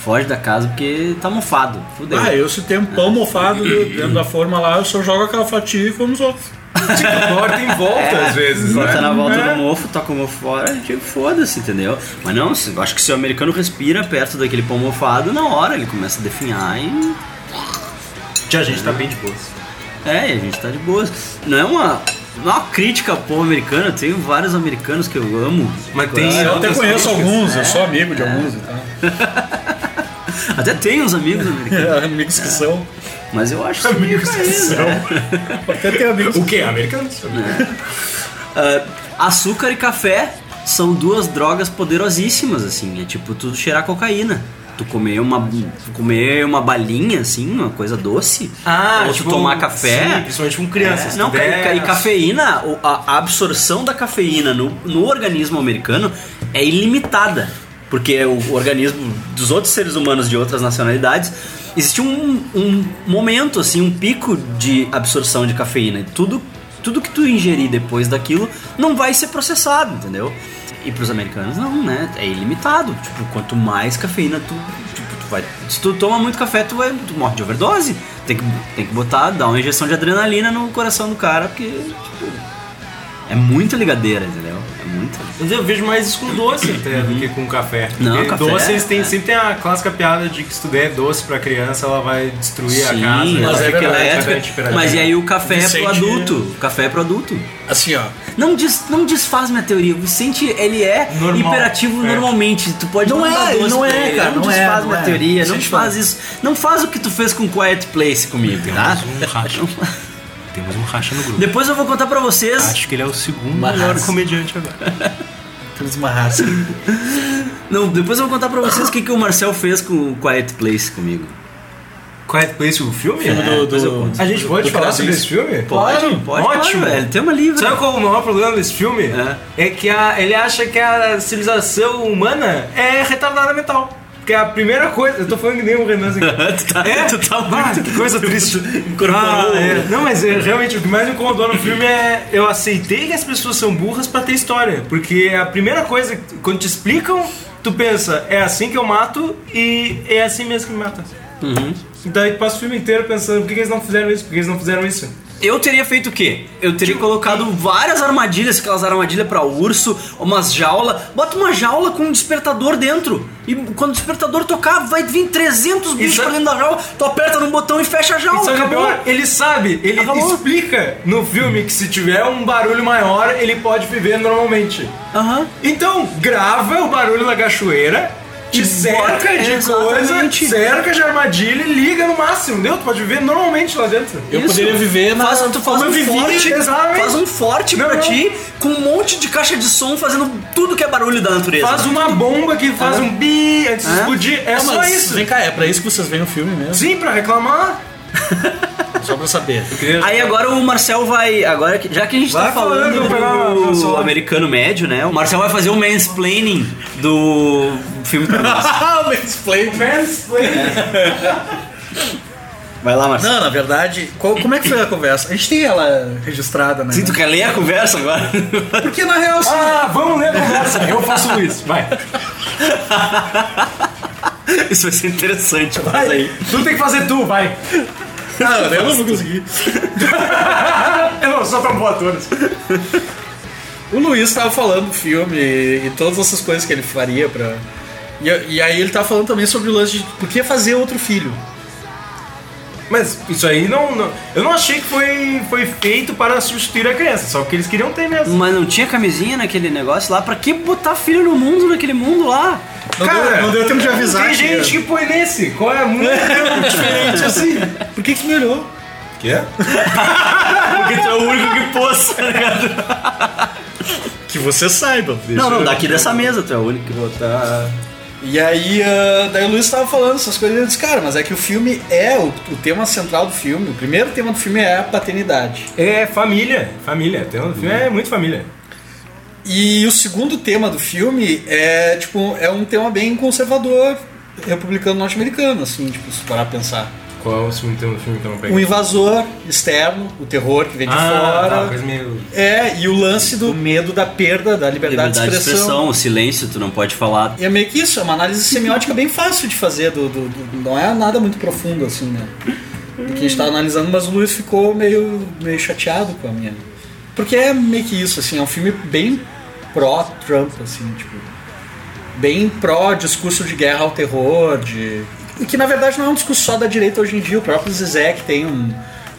[SPEAKER 2] Foge da casa porque tá mofado. Fudeu.
[SPEAKER 3] Ah, eu se tem um pão mofado do- dentro da forma lá, eu só jogo aquela fatia e como os outros.
[SPEAKER 4] Bota em volta às vezes,
[SPEAKER 2] Bota
[SPEAKER 4] né?
[SPEAKER 2] na É, volta
[SPEAKER 4] É.
[SPEAKER 2] do mofo, toca o mofo fora, tipo, foda-se, entendeu? Mas não, se- eu acho que se o americano respira perto daquele pão mofado, na hora ele começa a definhar e
[SPEAKER 4] Tia, a gente tá bem de boas.
[SPEAKER 2] É, e a gente tá de boas. Não é uma, não é uma crítica ao povo americano, eu tenho vários americanos que eu amo.
[SPEAKER 4] Mas tem-
[SPEAKER 3] eu até
[SPEAKER 4] outras
[SPEAKER 3] conheço
[SPEAKER 4] críticas,
[SPEAKER 3] alguns, eu sou amigo de alguns e tal.
[SPEAKER 2] Até tem uns amigos americanos.
[SPEAKER 3] É, amigos que são.
[SPEAKER 2] Mas eu acho que é meio caído, né?
[SPEAKER 3] Até tem amigos.
[SPEAKER 4] O que? Americanos?
[SPEAKER 2] Ah, açúcar e café são duas drogas poderosíssimas, assim. É tipo tu cheirar cocaína. Tu comer uma, tu comer uma balinha, assim, uma coisa doce.
[SPEAKER 4] Ah,
[SPEAKER 2] ou tu Ah,
[SPEAKER 4] tipo
[SPEAKER 2] tipo,
[SPEAKER 4] um
[SPEAKER 2] tomar café.
[SPEAKER 4] Sim, principalmente com crianças.
[SPEAKER 2] É, não, ca-
[SPEAKER 4] cara,
[SPEAKER 2] e cafeína, o- a a absorção da cafeína no, no organismo americano é ilimitada. Porque é o organismo dos outros seres humanos de outras nacionalidades, existe um, um momento, assim, um pico de absorção de cafeína. E tudo, tudo que tu ingerir depois daquilo não vai ser processado, entendeu? E pros americanos não, né? É ilimitado. Tipo, quanto mais cafeína tu. Tipo, tu vai. Se tu toma muito café, tu, vai, tu morre de overdose. Tem que, tem que botar, dar uma injeção de adrenalina no coração do cara, porque, tipo. É muita ligadeira, entendeu? É muito.
[SPEAKER 4] Mas eu vejo mais isso com doce até do que com café.
[SPEAKER 2] Uhum. Não,
[SPEAKER 4] Porque
[SPEAKER 2] café,
[SPEAKER 4] doce eles têm,
[SPEAKER 2] é.
[SPEAKER 4] sempre tem a clássica piada de que se tu der doce pra criança, ela vai destruir
[SPEAKER 2] Sim,
[SPEAKER 4] a casa. né?
[SPEAKER 2] mas
[SPEAKER 4] ela
[SPEAKER 2] é
[SPEAKER 4] fica elétrica,
[SPEAKER 2] elétrica. Mas e aí o café é
[SPEAKER 3] Vicente-
[SPEAKER 2] pro adulto. O café é pro adulto.
[SPEAKER 3] Assim, ó.
[SPEAKER 2] Não, des, não desfaz minha teoria. O Vicente, ele é
[SPEAKER 4] Normal.
[SPEAKER 2] hiperativo
[SPEAKER 4] É.
[SPEAKER 2] normalmente. Tu pode
[SPEAKER 3] Não
[SPEAKER 2] não
[SPEAKER 3] é,
[SPEAKER 2] dar doce
[SPEAKER 3] não
[SPEAKER 2] pra
[SPEAKER 3] é,
[SPEAKER 2] ele.
[SPEAKER 3] cara,
[SPEAKER 2] Não,
[SPEAKER 3] não é,
[SPEAKER 2] desfaz
[SPEAKER 3] não
[SPEAKER 2] minha
[SPEAKER 3] é.
[SPEAKER 2] teoria. Não
[SPEAKER 3] Vicente
[SPEAKER 2] faz isso. Não faz o que tu fez com Quiet Place comigo, tá?
[SPEAKER 7] Um racha. Temos um racha no grupo.
[SPEAKER 2] Depois eu vou contar pra vocês.
[SPEAKER 7] Acho que ele é o segundo
[SPEAKER 3] Mas-
[SPEAKER 7] melhor comediante agora.
[SPEAKER 3] Temos uma raça.
[SPEAKER 2] Não, depois eu vou contar pra vocês o que, que o Marcel fez com o Quiet Place comigo. É,
[SPEAKER 4] Quiet Place, é, o filme? É,
[SPEAKER 3] Filme do-
[SPEAKER 2] depois eu
[SPEAKER 3] do-
[SPEAKER 2] conto.
[SPEAKER 4] A gente pode
[SPEAKER 3] do
[SPEAKER 4] falar
[SPEAKER 3] Krasinski.
[SPEAKER 4] sobre esse filme?
[SPEAKER 2] Pode, pode,
[SPEAKER 4] Ótimo.
[SPEAKER 2] pode, velho. Tem uma livre.
[SPEAKER 4] Sabe qual é o maior problema desse filme?
[SPEAKER 2] É.
[SPEAKER 4] É, que a- ele acha que a civilização humana é retardada mental. Porque é a primeira coisa. Eu tô falando que nem o Renan assim.
[SPEAKER 2] tu tá,
[SPEAKER 4] É,
[SPEAKER 2] tu tá
[SPEAKER 4] ah,
[SPEAKER 2] muito...
[SPEAKER 4] que coisa triste.
[SPEAKER 2] Incorporou.
[SPEAKER 4] Ah, é. Não, mas é, realmente o que mais me incomodou no filme é eu aceitei que as pessoas são burras pra ter história. Porque é a primeira coisa, quando te explicam, tu pensa, é assim que eu mato e é assim mesmo que me mata. E daí tu passa o filme inteiro pensando, por que, que eles não fizeram isso? Por que eles não fizeram isso?
[SPEAKER 2] Eu teria feito o quê? Eu teria colocado várias armadilhas, aquelas armadilhas pra urso, umas jaulas. Bota uma jaula com um despertador dentro. E quando o despertador tocar, vai vir 300 bichos
[SPEAKER 4] sabe-
[SPEAKER 2] pra dentro da jaula. Tu aperta num botão e fecha a jaula.
[SPEAKER 4] é- Isso é
[SPEAKER 2] acabou.
[SPEAKER 4] pior. Ele sabe, ele
[SPEAKER 2] Acabou.
[SPEAKER 4] explica no filme que se tiver um barulho maior, ele pode viver normalmente.
[SPEAKER 2] Aham.
[SPEAKER 4] Então, grava o barulho da cachoeira, te cerca de
[SPEAKER 2] Exatamente.
[SPEAKER 4] coisa, cerca de armadilha e liga no máximo, deu? Tu pode viver normalmente lá dentro.
[SPEAKER 3] Eu poderia viver na.
[SPEAKER 2] Faz, tu faz
[SPEAKER 4] como
[SPEAKER 2] um
[SPEAKER 4] eu vivi,
[SPEAKER 2] forte,
[SPEAKER 4] exatamente.
[SPEAKER 2] faz um forte
[SPEAKER 4] Não,
[SPEAKER 2] pra
[SPEAKER 4] não.
[SPEAKER 2] ti, com um monte de caixa de som fazendo tudo que é barulho da natureza.
[SPEAKER 4] Faz uma bomba que faz um bi antes de
[SPEAKER 2] Ah.
[SPEAKER 4] explodir. É
[SPEAKER 3] Ah,
[SPEAKER 4] só
[SPEAKER 3] mas
[SPEAKER 4] isso.
[SPEAKER 3] Vem cá, é pra isso que vocês veem o filme mesmo.
[SPEAKER 4] Sim, pra reclamar.
[SPEAKER 3] Só pra eu saber.
[SPEAKER 2] Aí agora o Marcel vai. Agora, que- já que a gente tá
[SPEAKER 4] Vai
[SPEAKER 2] falando
[SPEAKER 4] falando, eu vou pegar
[SPEAKER 2] do
[SPEAKER 4] meu celular.
[SPEAKER 2] americano médio, né? O Marcel vai fazer o mansplaining do filme pra nós.
[SPEAKER 3] Ah, o explain.
[SPEAKER 2] Vai lá, Marcel.
[SPEAKER 3] Não, na verdade, qual- como é que foi a conversa? A gente tem ela registrada, né?
[SPEAKER 2] Sim, tu quer ler a conversa agora?
[SPEAKER 3] Porque na real, assim,
[SPEAKER 4] Ah, vamos ler a conversa. Eu faço isso. Vai.
[SPEAKER 2] Isso vai ser interessante, faz aí.
[SPEAKER 4] Tu tem que fazer tu, vai.
[SPEAKER 3] Não, Ah, eu não vou conseguir.
[SPEAKER 4] Eu não, só pra boa todos.
[SPEAKER 3] O Luiz tava falando do filme e, e todas essas coisas que ele faria pra. E, e aí ele tava falando também sobre o lance de por que fazer outro filho.
[SPEAKER 4] Mas isso aí não, não- Eu não achei que foi, foi feito para substituir a criança, só que eles queriam ter mesmo.
[SPEAKER 2] Mas não tinha camisinha naquele negócio lá? Pra que botar filho no mundo, naquele mundo lá?
[SPEAKER 3] Não, deu, não deu tempo de avisar.
[SPEAKER 4] Tem gente que põe nesse. Qual é muito diferente assim?
[SPEAKER 3] Por que que melhorou?
[SPEAKER 4] Que? é?
[SPEAKER 2] Porque tu é o único que pôs, tá ligado?
[SPEAKER 3] Que você saiba.
[SPEAKER 2] Não, não, daqui dessa mesa tu é o único que botar.
[SPEAKER 3] E aí, ah, daí o Luiz tava falando essas coisas e eu disse, cara, mas é que o filme é o, o tema central do filme. O primeiro tema do filme é a paternidade.
[SPEAKER 4] É família. Família. Tem um filme, é muito família.
[SPEAKER 3] E o segundo tema do filme é tipo é um tema bem conservador republicano norte-americano, assim, tipo, se parar a pensar.
[SPEAKER 4] Qual é o segundo tema do filme que eu não
[SPEAKER 3] O Um invasor externo, o terror que vem de
[SPEAKER 4] Ah, tá,
[SPEAKER 3] fora.
[SPEAKER 4] coisa meio.
[SPEAKER 3] É, e o lance do medo da perda da liberdade,
[SPEAKER 2] Liberdade de expressão, o silêncio, tu não pode falar.
[SPEAKER 3] E é meio que isso, é uma análise semiótica bem fácil de fazer, do, do- do- não é nada muito profundo assim, né? Do que a gente tá analisando, mas o Luiz ficou meio, meio chateado com a minha. Porque é meio que isso, assim, é um filme bem pró-Trump, assim, tipo. Bem pró-discurso de guerra ao terror, de. e Que na verdade não é um discurso só da direita hoje em dia, o próprio Zizek tem um,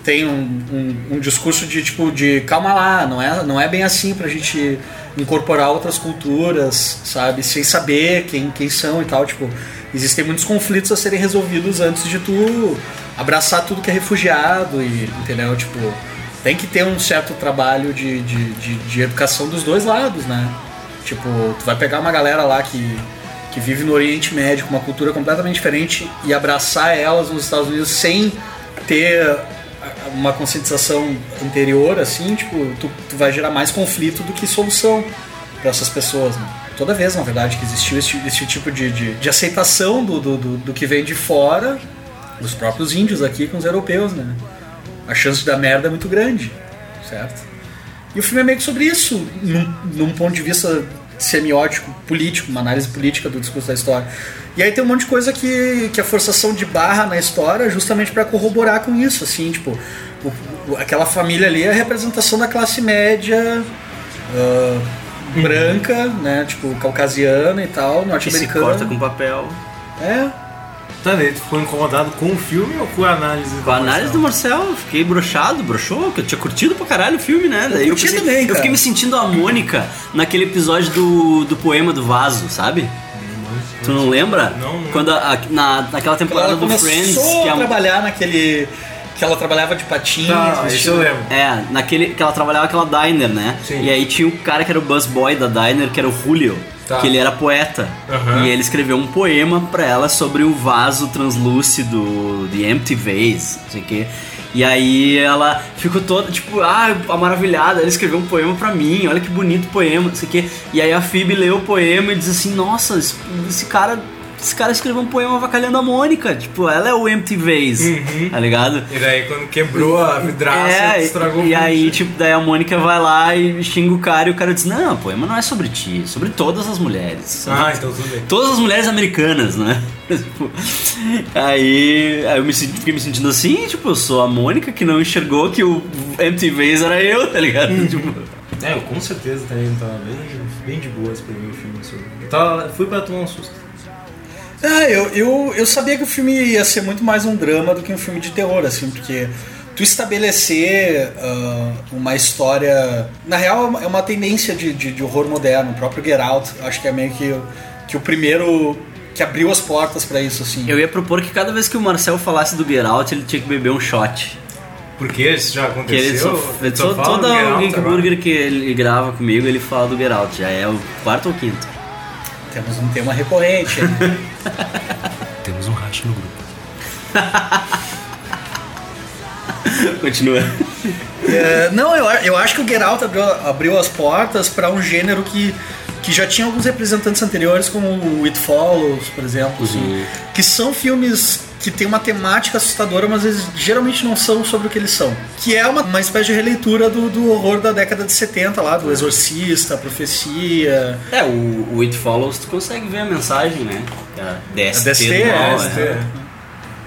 [SPEAKER 3] tem um, um- um discurso de tipo de calma lá, não é, não é bem assim pra gente incorporar outras culturas, sabe, sem saber quem, quem são e tal, tipo, existem muitos conflitos a serem resolvidos antes de tu abraçar tudo que é refugiado e, entendeu, tipo, tem que ter um certo trabalho de, de, de, de educação dos dois lados, né, tipo, tu vai pegar uma galera lá que que vive no Oriente Médio, com uma cultura completamente diferente, e abraçar elas nos Estados Unidos sem ter uma conscientização anterior, assim, tipo, tu, tu vai gerar mais conflito do que solução para essas pessoas, né? Toda vez, na verdade, que existiu esse, esse tipo de, de, de aceitação do, do, do, do que vem de fora, os próprios índios aqui com os europeus, né? A chance da merda é muito grande, certo? E o filme é meio que sobre isso, num, num ponto de vista semiótico, político, uma análise política do discurso da história. E aí tem um monte de coisa que, que é forçação de barra na história justamente para corroborar com isso, assim, tipo, o- o- aquela família ali é a representação da classe média ah,
[SPEAKER 2] Uhum.
[SPEAKER 3] branca, né, tipo, caucasiana e tal,
[SPEAKER 2] Que se corta
[SPEAKER 3] norte-americana.
[SPEAKER 2] com papel.
[SPEAKER 3] É,
[SPEAKER 4] Tá, daí tu ficou incomodado com o filme ou com a análise
[SPEAKER 2] Com a análise do Marcel, eu fiquei broxado, broxou, que eu tinha curtido pra caralho o filme, né? Daí
[SPEAKER 3] curti
[SPEAKER 2] pensei-
[SPEAKER 3] também,
[SPEAKER 2] Eu
[SPEAKER 3] cara.
[SPEAKER 2] fiquei me sentindo a Mônica naquele episódio do, do poema do vaso, sabe? Tu não lembra?
[SPEAKER 4] Não, não.
[SPEAKER 2] Quando a- a- na, naquela temporada
[SPEAKER 3] ela
[SPEAKER 2] do
[SPEAKER 3] começou
[SPEAKER 2] Friends, que é um
[SPEAKER 3] a
[SPEAKER 2] a,
[SPEAKER 3] trabalhar naquele... que ela trabalhava de patins,
[SPEAKER 4] Tá, isso
[SPEAKER 3] vestida-
[SPEAKER 4] eu lembro.
[SPEAKER 2] Ah, É, naquele que ela trabalhava aquela diner, né?
[SPEAKER 4] Sim.
[SPEAKER 2] E aí tinha o cara que era o busboy da diner, que era o Julio,
[SPEAKER 4] Tá.
[SPEAKER 2] que ele era poeta.
[SPEAKER 4] Aham.
[SPEAKER 2] E ele escreveu um poema pra ela sobre o vaso translúcido, The Empty Vase, não sei o quê. E aí ela ficou toda, tipo, ah, maravilhada, ela escreveu um poema pra mim, olha que bonito poema, não sei o quê. E aí a Phoebe leu o poema e diz assim, nossa, esse, esse cara... Esse cara escreveu um poema avacalhando a Mônica. Tipo, ela é o Empty Vase,
[SPEAKER 4] Uhum.
[SPEAKER 2] tá ligado?
[SPEAKER 4] E daí quando quebrou a vidraça,
[SPEAKER 2] É,
[SPEAKER 4] estragou
[SPEAKER 2] e
[SPEAKER 4] tudo.
[SPEAKER 2] aí, tipo, daí a Mônica vai lá e xinga o cara e o cara diz, não, poema não é sobre ti, é sobre todas as mulheres. Sobre
[SPEAKER 4] Ah, então tudo bem.
[SPEAKER 2] Todas as mulheres americanas, né? Tipo, aí, aí eu me, senti- fiquei me sentindo assim, tipo, eu sou a Mônica que não enxergou que o MTV era eu, tá ligado? Tipo,
[SPEAKER 4] É, eu com certeza também tava bem, bem de boas pra ver o filme sobre. Eu tava, fui pra tomar um susto.
[SPEAKER 3] Ah, eu, eu, eu sabia que o filme ia ser muito mais um drama do que um filme de terror, assim, porque tu estabelecer ah, uma história. Na real, é uma- é uma tendência de, de, de horror moderno. O próprio Get Out, acho que é meio que, o- que o primeiro que abriu as portas pra isso, assim.
[SPEAKER 2] eu ia propor que cada vez que o Marcel falasse do Get Out, ele tinha que beber um shot.
[SPEAKER 4] Porque isso já
[SPEAKER 2] Que ele só,
[SPEAKER 4] aconteceu.
[SPEAKER 2] ele
[SPEAKER 4] Só
[SPEAKER 2] só,
[SPEAKER 4] é então fala é
[SPEAKER 2] todo
[SPEAKER 4] do Get
[SPEAKER 2] o
[SPEAKER 4] Out
[SPEAKER 2] Geek
[SPEAKER 4] agora.
[SPEAKER 2] Burger que ele grava comigo, ele fala do Get Out, já é o quarto ou quinto.
[SPEAKER 3] Temos um tema recorrente. aí.
[SPEAKER 7] Temos um racha no grupo.
[SPEAKER 2] Continua.
[SPEAKER 3] É, não, eu, a- eu acho que o Get Out abriu, abriu as portas pra um gênero que, que já tinha alguns representantes anteriores, como o It Follows, por exemplo, assim, que são filmes que têm uma temática assustadora, mas eles geralmente não são sobre o que eles são. Que é uma, uma espécie de releitura do, do horror da década de 70 lá, do Exorcista, a Profecia,
[SPEAKER 2] É, o, o It Follows, tu consegue ver a mensagem, né? A DST,
[SPEAKER 3] A DST,
[SPEAKER 2] do mal,
[SPEAKER 3] é,
[SPEAKER 2] né?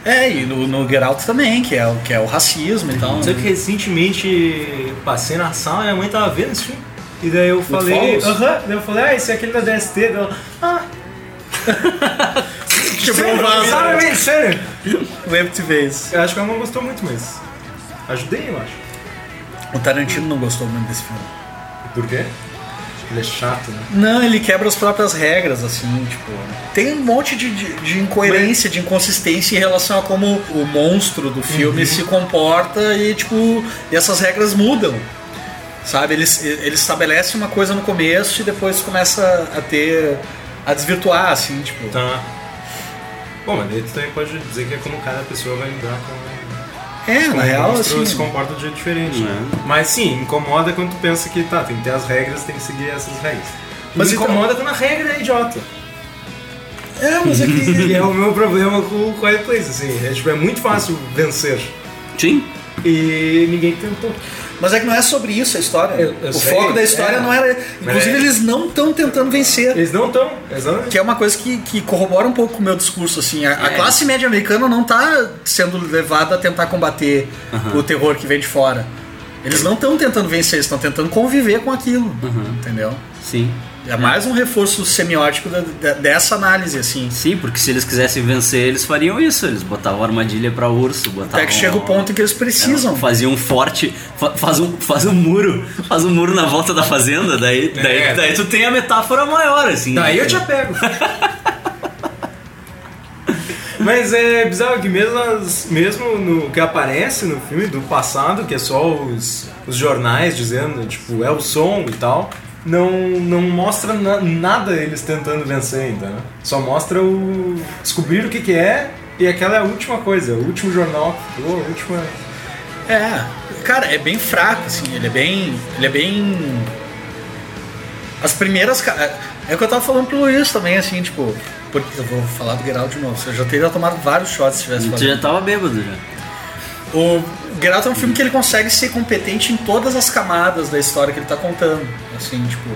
[SPEAKER 3] é, e no, no Get Out também, que é, o- que é o racismo e tal.
[SPEAKER 4] Só que
[SPEAKER 3] né?
[SPEAKER 4] recentemente passei na sala, minha mãe tava vendo esse filme. E daí eu falei.
[SPEAKER 3] Follows?
[SPEAKER 4] Aham, daí eu falei, ah, esse é aquele da DST. Daí Ela, ah,
[SPEAKER 3] Quebrou o
[SPEAKER 4] sério,
[SPEAKER 3] vaso.
[SPEAKER 4] sabe, gente, sério.
[SPEAKER 3] Lembro que fez.
[SPEAKER 4] Eu acho que ela não gostou muito, mas. Ajudei, eu acho.
[SPEAKER 3] O Tarantino não gostou muito desse filme.
[SPEAKER 4] Por quê? Ele é chato, né?
[SPEAKER 3] Não, ele quebra as próprias regras, assim, tipo. Tem um monte de, de, de incoerência, de inconsistência em relação a como o monstro do filme
[SPEAKER 4] Uhum.
[SPEAKER 3] se comporta e, tipo, e essas regras mudam. Sabe? Ele, ele estabelece uma coisa no começo e depois começa a ter. a desvirtuar, assim, tipo.
[SPEAKER 4] Tá. Bom, mas daí tu também pode dizer que é como cada pessoa vai lidar com.
[SPEAKER 3] É, na
[SPEAKER 4] como
[SPEAKER 3] real,
[SPEAKER 4] o monstro
[SPEAKER 3] assim.
[SPEAKER 4] se comporta de um jeito diferente.
[SPEAKER 2] Não é?
[SPEAKER 4] né? Mas sim, incomoda quando tu pensa que tá, tem que ter as regras, tem que seguir essas regras.
[SPEAKER 3] Mas
[SPEAKER 4] Mas então incomoda quando a regra é idiota.
[SPEAKER 3] É, mas é que.
[SPEAKER 4] E é o meu problema com o Quiet Place, assim. É, tipo, é muito fácil vencer.
[SPEAKER 2] Sim.
[SPEAKER 4] E ninguém tentou.
[SPEAKER 3] Mas é que não é sobre isso a história.
[SPEAKER 4] Eu- eu
[SPEAKER 3] o
[SPEAKER 4] sei,
[SPEAKER 3] foco da história
[SPEAKER 4] é.
[SPEAKER 3] não era.
[SPEAKER 4] Mas
[SPEAKER 3] Inclusive,
[SPEAKER 4] é-
[SPEAKER 3] eles não estão tentando vencer.
[SPEAKER 4] Eles não estão, exatamente.
[SPEAKER 3] Que é uma coisa que, que corrobora um pouco com o meu discurso, assim. A, a
[SPEAKER 2] É.
[SPEAKER 3] classe média americana não tá sendo levada a tentar combater o terror que vem de fora. Eles não estão tentando vencer, eles estão tentando conviver com aquilo. Entendeu?
[SPEAKER 2] Sim.
[SPEAKER 3] É mais um reforço semiótico da- da- dessa análise, assim.
[SPEAKER 2] Sim, porque se eles quisessem vencer, eles fariam isso. Eles botavam armadilha pra urso, botavam...
[SPEAKER 3] Até que chega o ponto em que eles precisam.
[SPEAKER 2] Fazia um forte, fa- faz um, faz um muro, faz um muro na volta da fazenda, daí, daí,
[SPEAKER 4] É.
[SPEAKER 2] daí tu tem a metáfora maior, assim.
[SPEAKER 4] Daí eu te apego. Mas é bizarro que mesmo, as- mesmo no que aparece no filme do passado, que é só os, os jornais dizendo, tipo, é o som e tal, não, não mostra na- nada eles tentando vencer ainda, né? Só mostra o... descobrir o que que é e aquela é a última coisa, o último jornal que ficou, a última...
[SPEAKER 3] É, cara, é bem fraco, assim, ele é bem. Ele é bem. As primeiras. ca- É o que eu tava falando pro Luiz também, assim, tipo. por- Eu vou falar do Geralt de novo. Eu já teria tomado vários shots se tivesse
[SPEAKER 2] Tu
[SPEAKER 3] falado.
[SPEAKER 2] já tava bêbado já.
[SPEAKER 3] O Geralt é um filme que ele consegue ser competente em todas as camadas da história que ele tá contando. Assim, tipo,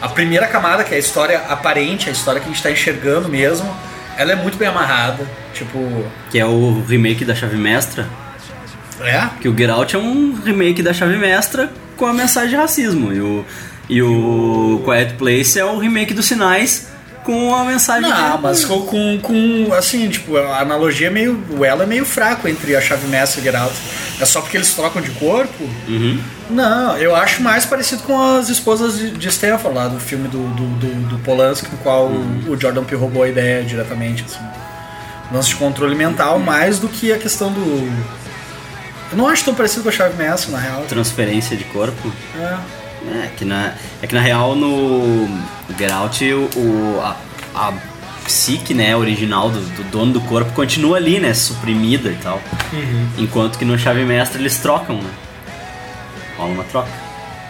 [SPEAKER 3] a primeira camada, que é a história aparente, a história que a gente tá enxergando mesmo, ela é muito bem amarrada. Tipo,
[SPEAKER 2] Que é o remake da Chave Mestra.
[SPEAKER 3] é?
[SPEAKER 2] Que o Geralt é um remake da Chave Mestra com a mensagem de racismo. E o, e o Quiet Place é o remake dos Sinais com a mensagem
[SPEAKER 3] Não,
[SPEAKER 2] de...
[SPEAKER 3] Ah, mas com, com, com, assim, tipo, a analogia é meio. O elo é meio fraco entre a chave mestra e Geralt. É só porque eles trocam de corpo? Uhum. Não, eu acho mais parecido com as esposas de, de Stefan lá do filme do, do, do, do Polanski, no qual o Jordan Peele roubou a ideia diretamente, assim. Lance de controle mental, mais do que a questão do. Eu não acho tão parecido com a chave mestra, na real.
[SPEAKER 2] Transferência de corpo.
[SPEAKER 3] É.
[SPEAKER 2] É que na, é que na real no, no Geralt o, o- a, a psique né, original do, do dono do corpo continua ali, né? Suprimida e tal. Enquanto que no Chave Mestra eles trocam, né? Rola uma troca.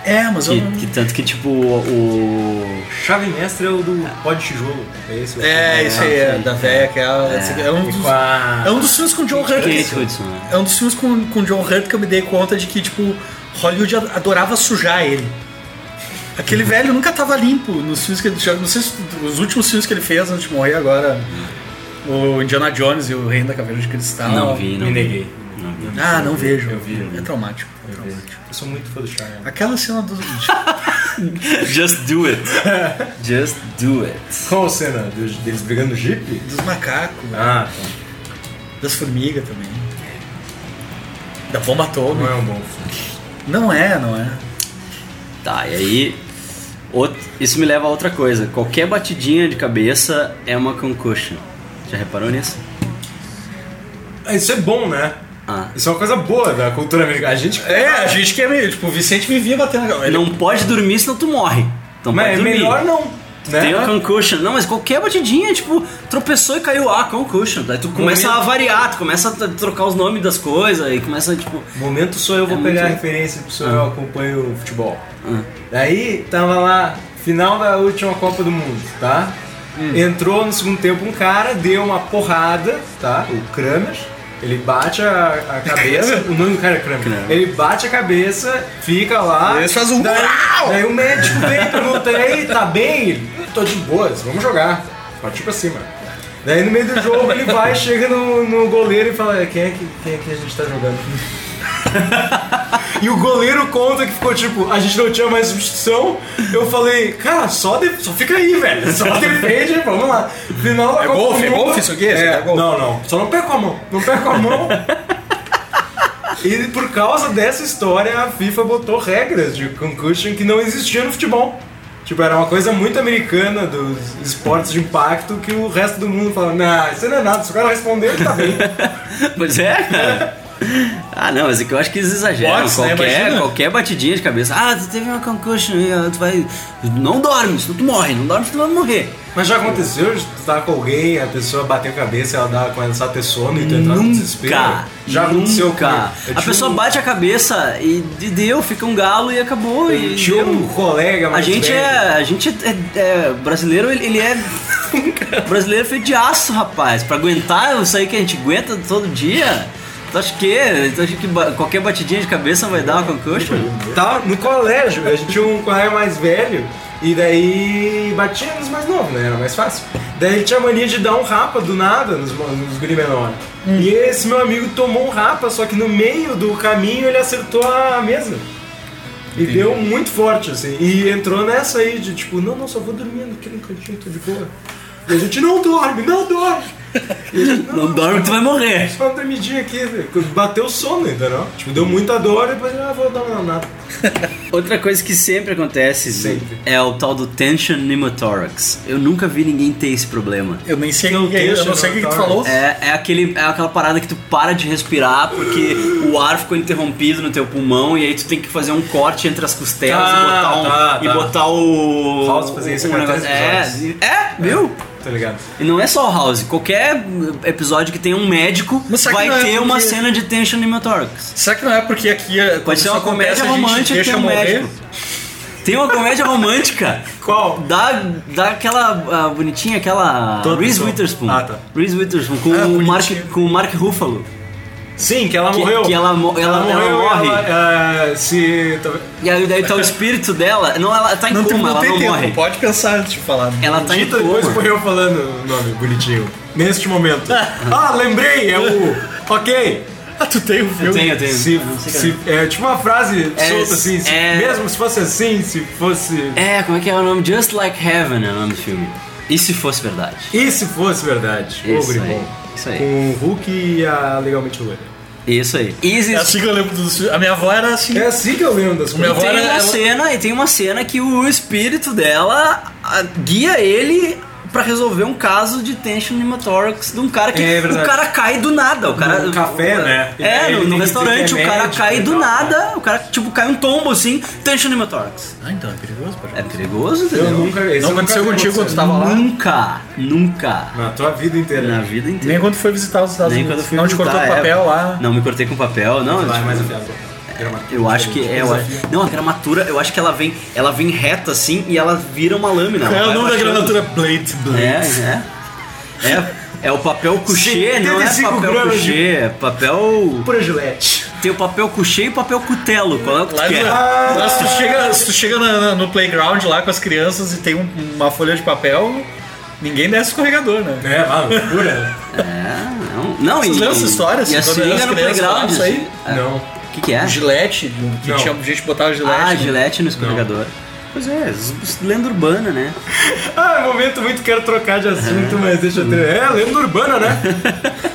[SPEAKER 3] É, mas eu não.
[SPEAKER 2] Que, que tanto que tipo o.
[SPEAKER 4] Chave mestra é o do pó de tijolo, é esse? o-
[SPEAKER 3] É, isso aí, é, da velha, que é, a- é um
[SPEAKER 4] E
[SPEAKER 3] dos.
[SPEAKER 4] com a-
[SPEAKER 3] É um dos filmes com o John
[SPEAKER 2] o
[SPEAKER 3] Hurt.
[SPEAKER 2] Kate Hudson, né?
[SPEAKER 3] É um dos filmes com, com o John Hurt que eu me dei conta de que, tipo, Hollywood ad- adorava sujar ele. Aquele
[SPEAKER 4] Uhum.
[SPEAKER 3] velho nunca tava limpo nos filmes que ele já- Não sei se os últimos filmes que ele fez antes de morrer agora. O Indiana Jones e o Reino da Caveira de Cristal.
[SPEAKER 2] Não vi, não
[SPEAKER 4] Me
[SPEAKER 2] vi.
[SPEAKER 4] neguei.
[SPEAKER 2] Não vi.
[SPEAKER 3] Ah, não vejo.
[SPEAKER 4] vi, eu vi.
[SPEAKER 3] É traumático. é traumático.
[SPEAKER 4] Eu sou muito fã do Charme.
[SPEAKER 3] Aquela cena do.
[SPEAKER 2] Just do it. Just do it.
[SPEAKER 4] Qual a cena? Deles deles brigando no Jeep?
[SPEAKER 3] dos macacos,
[SPEAKER 4] Ah,
[SPEAKER 3] das formigas também. Da bomba
[SPEAKER 4] não
[SPEAKER 3] atômica.
[SPEAKER 4] é um bom filme.
[SPEAKER 3] Não é, não é.
[SPEAKER 2] Tá, e aí. out- isso me leva a outra coisa. Qualquer batidinha de cabeça é uma concussion. Já reparou nisso?
[SPEAKER 4] Ah, Isso é bom, né?
[SPEAKER 2] Ah.
[SPEAKER 4] Isso é uma coisa boa da cultura americana. A gente.
[SPEAKER 3] É, a gente que é meio. Tipo, o Vicente vivia batendo. Ele
[SPEAKER 2] Não pode dormir, senão tu morre. Então
[SPEAKER 4] Mas
[SPEAKER 2] pode
[SPEAKER 4] é
[SPEAKER 2] dormir.
[SPEAKER 4] melhor não.
[SPEAKER 2] Tem a
[SPEAKER 4] Né?
[SPEAKER 2] concussion. Não, mas qualquer batidinha, tipo, tropeçou e caiu. Ah, concussion. Daí tu começa
[SPEAKER 4] Momento.
[SPEAKER 2] a variar, tu começa a trocar os nomes das coisas e começa, tipo...
[SPEAKER 4] Momento sou eu, vou
[SPEAKER 2] É
[SPEAKER 4] pegar
[SPEAKER 2] muito-
[SPEAKER 4] a referência porque sou eu, acompanho o futebol. Daí tava lá, final da última Copa do Mundo, tá? Entrou no segundo tempo um cara, deu uma porrada, tá? O Kramer. Ele bate a, a cabeça. o nome do cara é Kramer.
[SPEAKER 2] Kramer.
[SPEAKER 4] Ele bate a cabeça, fica lá.
[SPEAKER 3] Eles fazem um
[SPEAKER 4] Daí,
[SPEAKER 3] uau!
[SPEAKER 4] daí o médico vem, pergunta aí, tá bem? Ele, "Eu Tô de boas, vamos jogar. Partiu pra cima. Daí no meio do jogo ele vai, chega no, no goleiro e fala: quem é, que, quem é que a gente tá jogando? E o goleiro conta que ficou tipo, a gente não tinha mais substituição. Eu falei, cara, só, de- só fica aí, velho. Só defende, vamos lá. Final da
[SPEAKER 3] É
[SPEAKER 4] Copa do
[SPEAKER 3] golfe, é
[SPEAKER 4] Mundo-
[SPEAKER 3] golfe isso aqui? Isso aqui é golfe?
[SPEAKER 4] Não, não. Só não pega com a mão. Não pega com a mão. E por causa dessa história, a FIFA botou regras de concussion que não existia no futebol. Tipo, era uma coisa muito americana dos esportes de impacto que o resto do mundo falava, não, isso não é nada, se o cara respondeu, ele tá bem.
[SPEAKER 2] Pois é, cara. Ah, não, mas é que eu acho que eles exageram.
[SPEAKER 3] Boxe, né?
[SPEAKER 2] qualquer,
[SPEAKER 3] Imagina.
[SPEAKER 2] qualquer batidinha de cabeça. Ah, tu teve uma concussion, ah, tu vai... Não dorme, senão tu morre. Não dorme, senão tu vai morrer.
[SPEAKER 4] Mas já aconteceu de tu tá com alguém, a pessoa bateu a cabeça, ela dá, começar a ter sono e tu entrar no desespero?
[SPEAKER 2] Nunca.
[SPEAKER 4] Já
[SPEAKER 2] nunca.
[SPEAKER 4] aconteceu comigo. Eu
[SPEAKER 2] A
[SPEAKER 4] tinha
[SPEAKER 2] pessoa
[SPEAKER 4] um-
[SPEAKER 2] bate a cabeça e de- deu, fica um galo e acabou. E
[SPEAKER 4] Tinha
[SPEAKER 2] deu.
[SPEAKER 4] um colega
[SPEAKER 2] A
[SPEAKER 4] mais
[SPEAKER 2] gente
[SPEAKER 4] velho.
[SPEAKER 2] é. A gente é. é- brasileiro, ele, ele é. brasileiro é feito de aço, rapaz. Pra aguentar isso aí que a gente aguenta todo dia. Tu acha que? Tu acha que ba- qualquer batidinha de cabeça vai dar uma concussion?
[SPEAKER 4] Tá no colégio, a gente tinha um colega mais velho e daí batia nos mais novos, né? Era mais fácil. Daí ele tinha a mania de dar um rapa do nada nos, nos guri menor. E esse meu amigo tomou um rapa, só que no meio do caminho ele acertou a mesa. E deu muito forte, assim. E entrou nessa aí de tipo, não, não, só vou dormir naquele cantinho, tô de boa. E a gente não dorme, não dorme. E a gente,
[SPEAKER 2] Não dorme que tu vai morrer.
[SPEAKER 4] Só uma dormidinha aqui, velho. bateu o sono, entendeu? Tipo, deu muita dor e depois ah, vou dar uma nada.
[SPEAKER 2] Outra coisa que sempre acontece Edu,
[SPEAKER 4] Sempre.
[SPEAKER 2] é o tal do tension pneumothorax. Eu nunca vi ninguém ter esse problema.
[SPEAKER 3] Eu nem sei
[SPEAKER 4] Não
[SPEAKER 3] o que é
[SPEAKER 4] tem
[SPEAKER 3] isso, eu não sei o que que tu
[SPEAKER 4] xenotóricos.
[SPEAKER 3] falou.
[SPEAKER 2] É, é, aquele, é aquela parada que tu para de respirar porque o ar ficou interrompido no teu pulmão e aí tu tem que fazer um corte entre as costelas
[SPEAKER 4] Tá,
[SPEAKER 2] e botar um.
[SPEAKER 4] tá,
[SPEAKER 2] e
[SPEAKER 4] tá.
[SPEAKER 2] botar o.
[SPEAKER 4] House fazia isso
[SPEAKER 2] um
[SPEAKER 4] a cada
[SPEAKER 2] negócio-
[SPEAKER 4] três episódios.
[SPEAKER 2] É, é, viu?
[SPEAKER 4] Tá ligado?
[SPEAKER 2] E não é só o House, qualquer episódio que tenha um médico
[SPEAKER 3] Mas será que
[SPEAKER 2] vai
[SPEAKER 3] não é
[SPEAKER 2] ter uma
[SPEAKER 3] porque-
[SPEAKER 2] cena de tension pneumothorax.
[SPEAKER 3] Será que não é porque aqui é- quando
[SPEAKER 2] ser
[SPEAKER 3] isso
[SPEAKER 2] uma comédia
[SPEAKER 3] acontece, a gente
[SPEAKER 2] romântica que
[SPEAKER 3] deixa
[SPEAKER 2] tem um
[SPEAKER 3] morrer?
[SPEAKER 2] médico. Tem uma comédia romântica
[SPEAKER 4] Qual?
[SPEAKER 2] Da, da aquela ah, bonitinha, aquela.
[SPEAKER 4] Todo
[SPEAKER 2] Reese
[SPEAKER 4] mundo.
[SPEAKER 2] Witherspoon.
[SPEAKER 4] Ah, tá.
[SPEAKER 2] Reese Witherspoon com,
[SPEAKER 3] Ah,
[SPEAKER 2] o, Mark,
[SPEAKER 3] bonitinha.
[SPEAKER 2] com o Mark Ruffalo.
[SPEAKER 4] Sim, que ela
[SPEAKER 2] Que-
[SPEAKER 4] morreu.
[SPEAKER 2] que ela mo- ela- ela
[SPEAKER 4] morreu,
[SPEAKER 2] morre.
[SPEAKER 4] ela, é, se. talvez-
[SPEAKER 2] E aí daí tá o espírito dela. Não, ela tá em
[SPEAKER 3] Não, tem-
[SPEAKER 2] coma,
[SPEAKER 3] não
[SPEAKER 2] ela
[SPEAKER 3] tem
[SPEAKER 2] não
[SPEAKER 3] tempo,
[SPEAKER 2] morre.
[SPEAKER 3] pode pensar antes de falar.
[SPEAKER 2] Ela tá em
[SPEAKER 4] Dita depois
[SPEAKER 2] coma.
[SPEAKER 4] foi eu falando o nome bonitinho. Neste momento. Ah, lembrei, é o. Ok.
[SPEAKER 3] Ah, tu tem um
[SPEAKER 2] Eu
[SPEAKER 3] filme?
[SPEAKER 2] tenho, eu tenho.
[SPEAKER 4] Se, se, é tipo uma frase
[SPEAKER 2] É,
[SPEAKER 4] solta assim, se-
[SPEAKER 2] é-
[SPEAKER 4] mesmo se fosse assim, se fosse.
[SPEAKER 2] É, como é que é o nome? Just Like Heaven é o nome do filme. E se fosse verdade?
[SPEAKER 4] E se fosse verdade? Ô,
[SPEAKER 2] Isso aí.
[SPEAKER 4] Grimon.
[SPEAKER 2] Isso aí.
[SPEAKER 4] Com o Hulk e a Legalmente Loira.
[SPEAKER 2] Isso aí. E existe-
[SPEAKER 3] É assim que eu lembro dos filmes. A minha avó era assim.
[SPEAKER 4] É assim que eu lembro das
[SPEAKER 3] Meu
[SPEAKER 4] coisas.
[SPEAKER 3] avô-
[SPEAKER 2] tem
[SPEAKER 3] Agora
[SPEAKER 2] uma
[SPEAKER 3] ela-
[SPEAKER 2] cena e tem uma cena que o espírito dela ah, guia ele pra resolver um caso de tension pneumothorax de um cara que
[SPEAKER 4] É
[SPEAKER 2] o
[SPEAKER 4] verdade.
[SPEAKER 2] cara cai do nada o cara
[SPEAKER 4] No café, né?
[SPEAKER 2] é
[SPEAKER 4] Ele
[SPEAKER 2] no,
[SPEAKER 4] tem
[SPEAKER 2] no
[SPEAKER 4] que
[SPEAKER 2] restaurante
[SPEAKER 4] dizer que é
[SPEAKER 2] o cara
[SPEAKER 4] médico
[SPEAKER 2] cai
[SPEAKER 4] e
[SPEAKER 2] do
[SPEAKER 4] tal,
[SPEAKER 2] nada o cara tipo cai um tombo assim tension pneumothorax
[SPEAKER 3] Ah, então é perigoso, pô.
[SPEAKER 2] é perigoso entendeu?
[SPEAKER 4] Eu nunca. esse
[SPEAKER 3] Não
[SPEAKER 4] eu nunca
[SPEAKER 3] aconteceu
[SPEAKER 4] vi
[SPEAKER 3] contigo tá? quando tu
[SPEAKER 4] acontecer.
[SPEAKER 3] tava lá?
[SPEAKER 2] nunca nunca
[SPEAKER 4] Na tua vida inteira.
[SPEAKER 2] na vida inteira
[SPEAKER 3] Nem quando foi visitar os Estados
[SPEAKER 2] Nem
[SPEAKER 3] Unidos.
[SPEAKER 2] quando eu fui
[SPEAKER 3] não te cortou o
[SPEAKER 2] visitar, é.
[SPEAKER 3] papel lá.
[SPEAKER 2] não me cortei com papel não
[SPEAKER 4] Vai,
[SPEAKER 2] tipo,
[SPEAKER 4] mais um afiado.
[SPEAKER 2] Eu acho que é. Eu acho, não, a gramatura, eu acho que ela vem, ela vem reta assim e ela vira uma lâmina. ela
[SPEAKER 3] É o
[SPEAKER 2] vai
[SPEAKER 3] nome da
[SPEAKER 2] baixando.
[SPEAKER 3] gravatura Blade Blade.
[SPEAKER 2] É, um é. É. É o papel couché, não é
[SPEAKER 4] 75
[SPEAKER 2] papel
[SPEAKER 4] gramas de-
[SPEAKER 2] couché, é papel...
[SPEAKER 4] Pura Gillette.
[SPEAKER 2] Tem o papel couché e o papel cutelo, qual é o que é?
[SPEAKER 3] Lá,
[SPEAKER 2] tu quer?
[SPEAKER 3] lá, lá se tu chega, se tu chega na- na- no playground lá com as crianças e tem um- uma folha de papel, ninguém desce o escorregador, né?
[SPEAKER 4] É, lá, loucura.
[SPEAKER 2] Não, não
[SPEAKER 3] Vocês
[SPEAKER 2] e-
[SPEAKER 3] lembram essa história, assim,
[SPEAKER 2] E a
[SPEAKER 3] quando
[SPEAKER 2] seringa
[SPEAKER 3] as
[SPEAKER 2] no
[SPEAKER 3] crianças
[SPEAKER 2] playground.
[SPEAKER 3] falavam isso aí? Ah,
[SPEAKER 2] É.
[SPEAKER 4] Não.
[SPEAKER 2] O que que é?
[SPEAKER 3] Gilete, de- que
[SPEAKER 4] Não.
[SPEAKER 3] tinha gente que botava gilete.
[SPEAKER 2] ah,
[SPEAKER 3] né?
[SPEAKER 2] gilete no escorregador. Pois é, z- z- lenda urbana, né?
[SPEAKER 4] Ah, momento muito quero trocar de assunto, mas deixa eu ter. É, lenda urbana, né?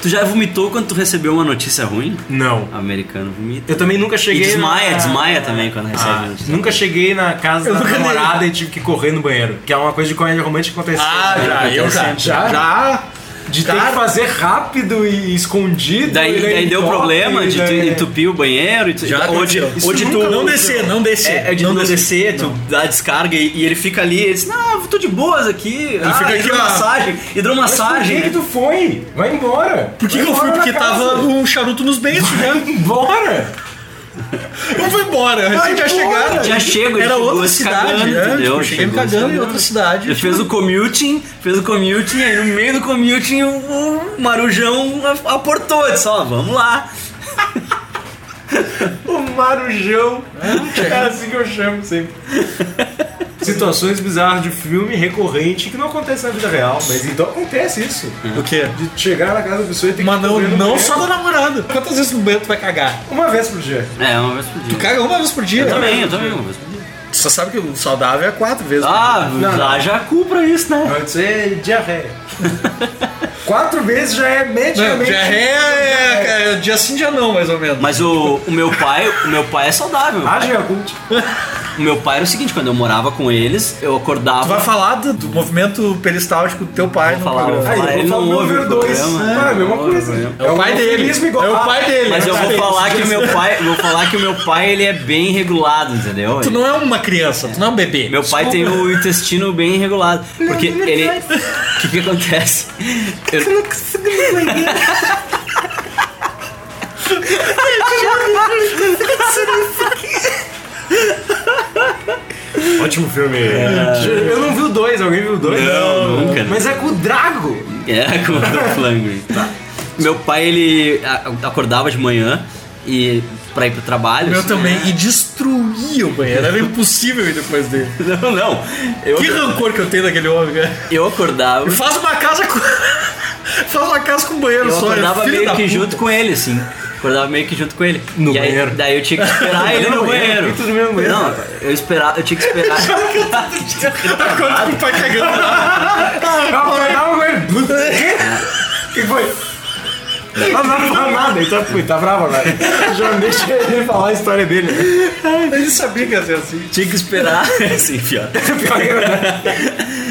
[SPEAKER 2] Tu já vomitou quando tu recebeu uma notícia ruim?
[SPEAKER 4] Não.
[SPEAKER 2] Americano vomita.
[SPEAKER 4] Eu também nunca
[SPEAKER 2] E
[SPEAKER 4] cheguei.
[SPEAKER 2] desmaia,
[SPEAKER 4] na-
[SPEAKER 2] desmaia também quando recebe
[SPEAKER 4] Ah,
[SPEAKER 2] a notícia.
[SPEAKER 4] nunca cheguei na casa da
[SPEAKER 3] nunca dei.
[SPEAKER 4] namorada e tive que correr no banheiro. Que é uma coisa de comédia romântica que aconteceu.
[SPEAKER 3] Ah, já, eu já.
[SPEAKER 4] Já? já. De ter que fazer rápido e escondido.
[SPEAKER 2] Daí,
[SPEAKER 4] e
[SPEAKER 2] daí deu
[SPEAKER 4] top, é-
[SPEAKER 2] problema
[SPEAKER 4] e
[SPEAKER 2] de tu
[SPEAKER 4] daí-
[SPEAKER 2] entupir o banheiro. e tu-
[SPEAKER 3] Já
[SPEAKER 2] ou de,
[SPEAKER 3] aconteceu.
[SPEAKER 2] ou
[SPEAKER 3] né? Isso
[SPEAKER 2] de tu
[SPEAKER 3] nunca não descer, não descer.
[SPEAKER 2] É, é de
[SPEAKER 3] não
[SPEAKER 2] não descer, tu dá a descarga e, e ele fica ali. Ele diz: Não, eu tô de boas aqui. ah,
[SPEAKER 3] fica aqui, ó.
[SPEAKER 2] hidromassagem.
[SPEAKER 4] Mas por
[SPEAKER 2] Hidromassagem.
[SPEAKER 4] que que Ah, tu foi? Vai embora.
[SPEAKER 3] Por que,
[SPEAKER 4] Vai
[SPEAKER 3] que eu fui?
[SPEAKER 4] embora
[SPEAKER 3] Porque
[SPEAKER 4] da
[SPEAKER 3] tava
[SPEAKER 4] casa.
[SPEAKER 3] um charuto nos beijos, né?
[SPEAKER 4] Vai embora!
[SPEAKER 3] Eu fui embora, recém já
[SPEAKER 4] embora.
[SPEAKER 3] chegaram.
[SPEAKER 2] Já chego, ele
[SPEAKER 3] Era
[SPEAKER 2] chegou
[SPEAKER 3] outra
[SPEAKER 2] se
[SPEAKER 3] cidade,
[SPEAKER 2] cagando,
[SPEAKER 3] né?
[SPEAKER 2] entendeu? Chegou
[SPEAKER 3] Tipo, cheguei me
[SPEAKER 2] se
[SPEAKER 3] cagando em
[SPEAKER 2] cagando.
[SPEAKER 3] outra cidade.
[SPEAKER 2] Ele fez o commuting, fez o commuting, aí no meio do commuting o, o Marujão a- aportou, disse, ó, vamos lá.
[SPEAKER 4] O marujão. É assim que eu chamo sempre. Situações bizarras de filme recorrente que não acontece na vida real, mas então acontece isso.
[SPEAKER 3] O quê?
[SPEAKER 4] De chegar na casa da pessoa e ter
[SPEAKER 3] Mas
[SPEAKER 4] que
[SPEAKER 3] não,
[SPEAKER 4] correr no
[SPEAKER 3] não
[SPEAKER 4] banheiro
[SPEAKER 3] só da namorada. Quantas vezes no banheiro tu vai cagar?
[SPEAKER 4] uma vez por dia.
[SPEAKER 2] É, uma vez por
[SPEAKER 3] Tu
[SPEAKER 2] dia.
[SPEAKER 3] caga uma vez por dia.
[SPEAKER 2] Eu
[SPEAKER 3] né?
[SPEAKER 2] também, eu também, uma vez por dia.
[SPEAKER 3] Tu só sabe que o saudável é quatro vezes.
[SPEAKER 2] Ah,
[SPEAKER 4] Não, não.
[SPEAKER 2] haja cu pra isso, né?
[SPEAKER 4] Pode ser diarreia. Quatro vezes já é
[SPEAKER 3] Não,
[SPEAKER 4] medicamente.
[SPEAKER 3] diarreia é,
[SPEAKER 4] né?
[SPEAKER 3] cara, dia sim, dia não, mais ou menos.
[SPEAKER 2] Mas o, o meu pai, o meu pai é saudável. meu
[SPEAKER 4] Ah,
[SPEAKER 2] pai-
[SPEAKER 4] já é cult.
[SPEAKER 2] O meu pai era o seguinte, quando eu morava com eles, eu
[SPEAKER 3] Tu vai
[SPEAKER 2] acordava.
[SPEAKER 3] falar do, do movimento peristáltico do teu
[SPEAKER 2] Vou
[SPEAKER 3] pai no
[SPEAKER 2] falar,
[SPEAKER 3] programa.
[SPEAKER 2] vou falar.
[SPEAKER 4] Aí,
[SPEAKER 2] ele não ouve o
[SPEAKER 4] dois.
[SPEAKER 2] programa,
[SPEAKER 4] É,
[SPEAKER 2] né?
[SPEAKER 4] a mesma
[SPEAKER 2] Não ouve o
[SPEAKER 4] coisa. um
[SPEAKER 2] programa.
[SPEAKER 3] É o pai dele.
[SPEAKER 4] eufemismo igual-
[SPEAKER 3] É o pai dele.
[SPEAKER 2] Mas eu vou
[SPEAKER 3] Tá.
[SPEAKER 2] falar que meu pai, vou falar que o meu pai ele é bem regulado, entendeu?
[SPEAKER 3] Tu não é uma criança, tu não é um bebê.
[SPEAKER 2] Meu pai tem o intestino bem regulado, porque ele O que que acontece? Eu-
[SPEAKER 4] Ótimo filme.
[SPEAKER 3] É.
[SPEAKER 4] Eu não vi o dois, alguém viu o dois?
[SPEAKER 2] Não, nunca. né?
[SPEAKER 4] Mas é com o Drago.
[SPEAKER 2] É, com o Flamengo. Tá. Meu pai ele a- acordava de manhã e para ir pro trabalho.
[SPEAKER 3] Meu
[SPEAKER 2] assim,
[SPEAKER 3] também.
[SPEAKER 2] né?
[SPEAKER 3] E destruía o banheiro. Era impossível ir depois dele.
[SPEAKER 2] Não, não.
[SPEAKER 3] Que
[SPEAKER 2] Eu,
[SPEAKER 3] rancor que eu tenho daquele homem, cara.
[SPEAKER 2] eu acordava.
[SPEAKER 3] E Faz uma casa com. Faz uma casa com banheiro
[SPEAKER 2] Eu
[SPEAKER 3] só. é
[SPEAKER 2] acordava
[SPEAKER 3] filho
[SPEAKER 2] meio
[SPEAKER 3] da
[SPEAKER 2] que
[SPEAKER 3] puta.
[SPEAKER 2] junto com ele, assim. Acordava meio que junto com ele.
[SPEAKER 4] No
[SPEAKER 2] E aí-
[SPEAKER 4] banheiro.
[SPEAKER 2] daí eu tinha que esperar ele no banheiro.
[SPEAKER 4] Tu dormia no banheiro?
[SPEAKER 2] Não, eu esperava, eu tinha que esperar.
[SPEAKER 4] Quanto que o pai cagando? Não, foi não, velho. O que foi? Não, não fala nada, ele tá, ele tá bravo agora. Já deixa ele falar a história dele. né?
[SPEAKER 3] Ele sabia que ia ser assim.
[SPEAKER 2] tinha que esperar. Sim, pior.
[SPEAKER 4] Pior que eu, né?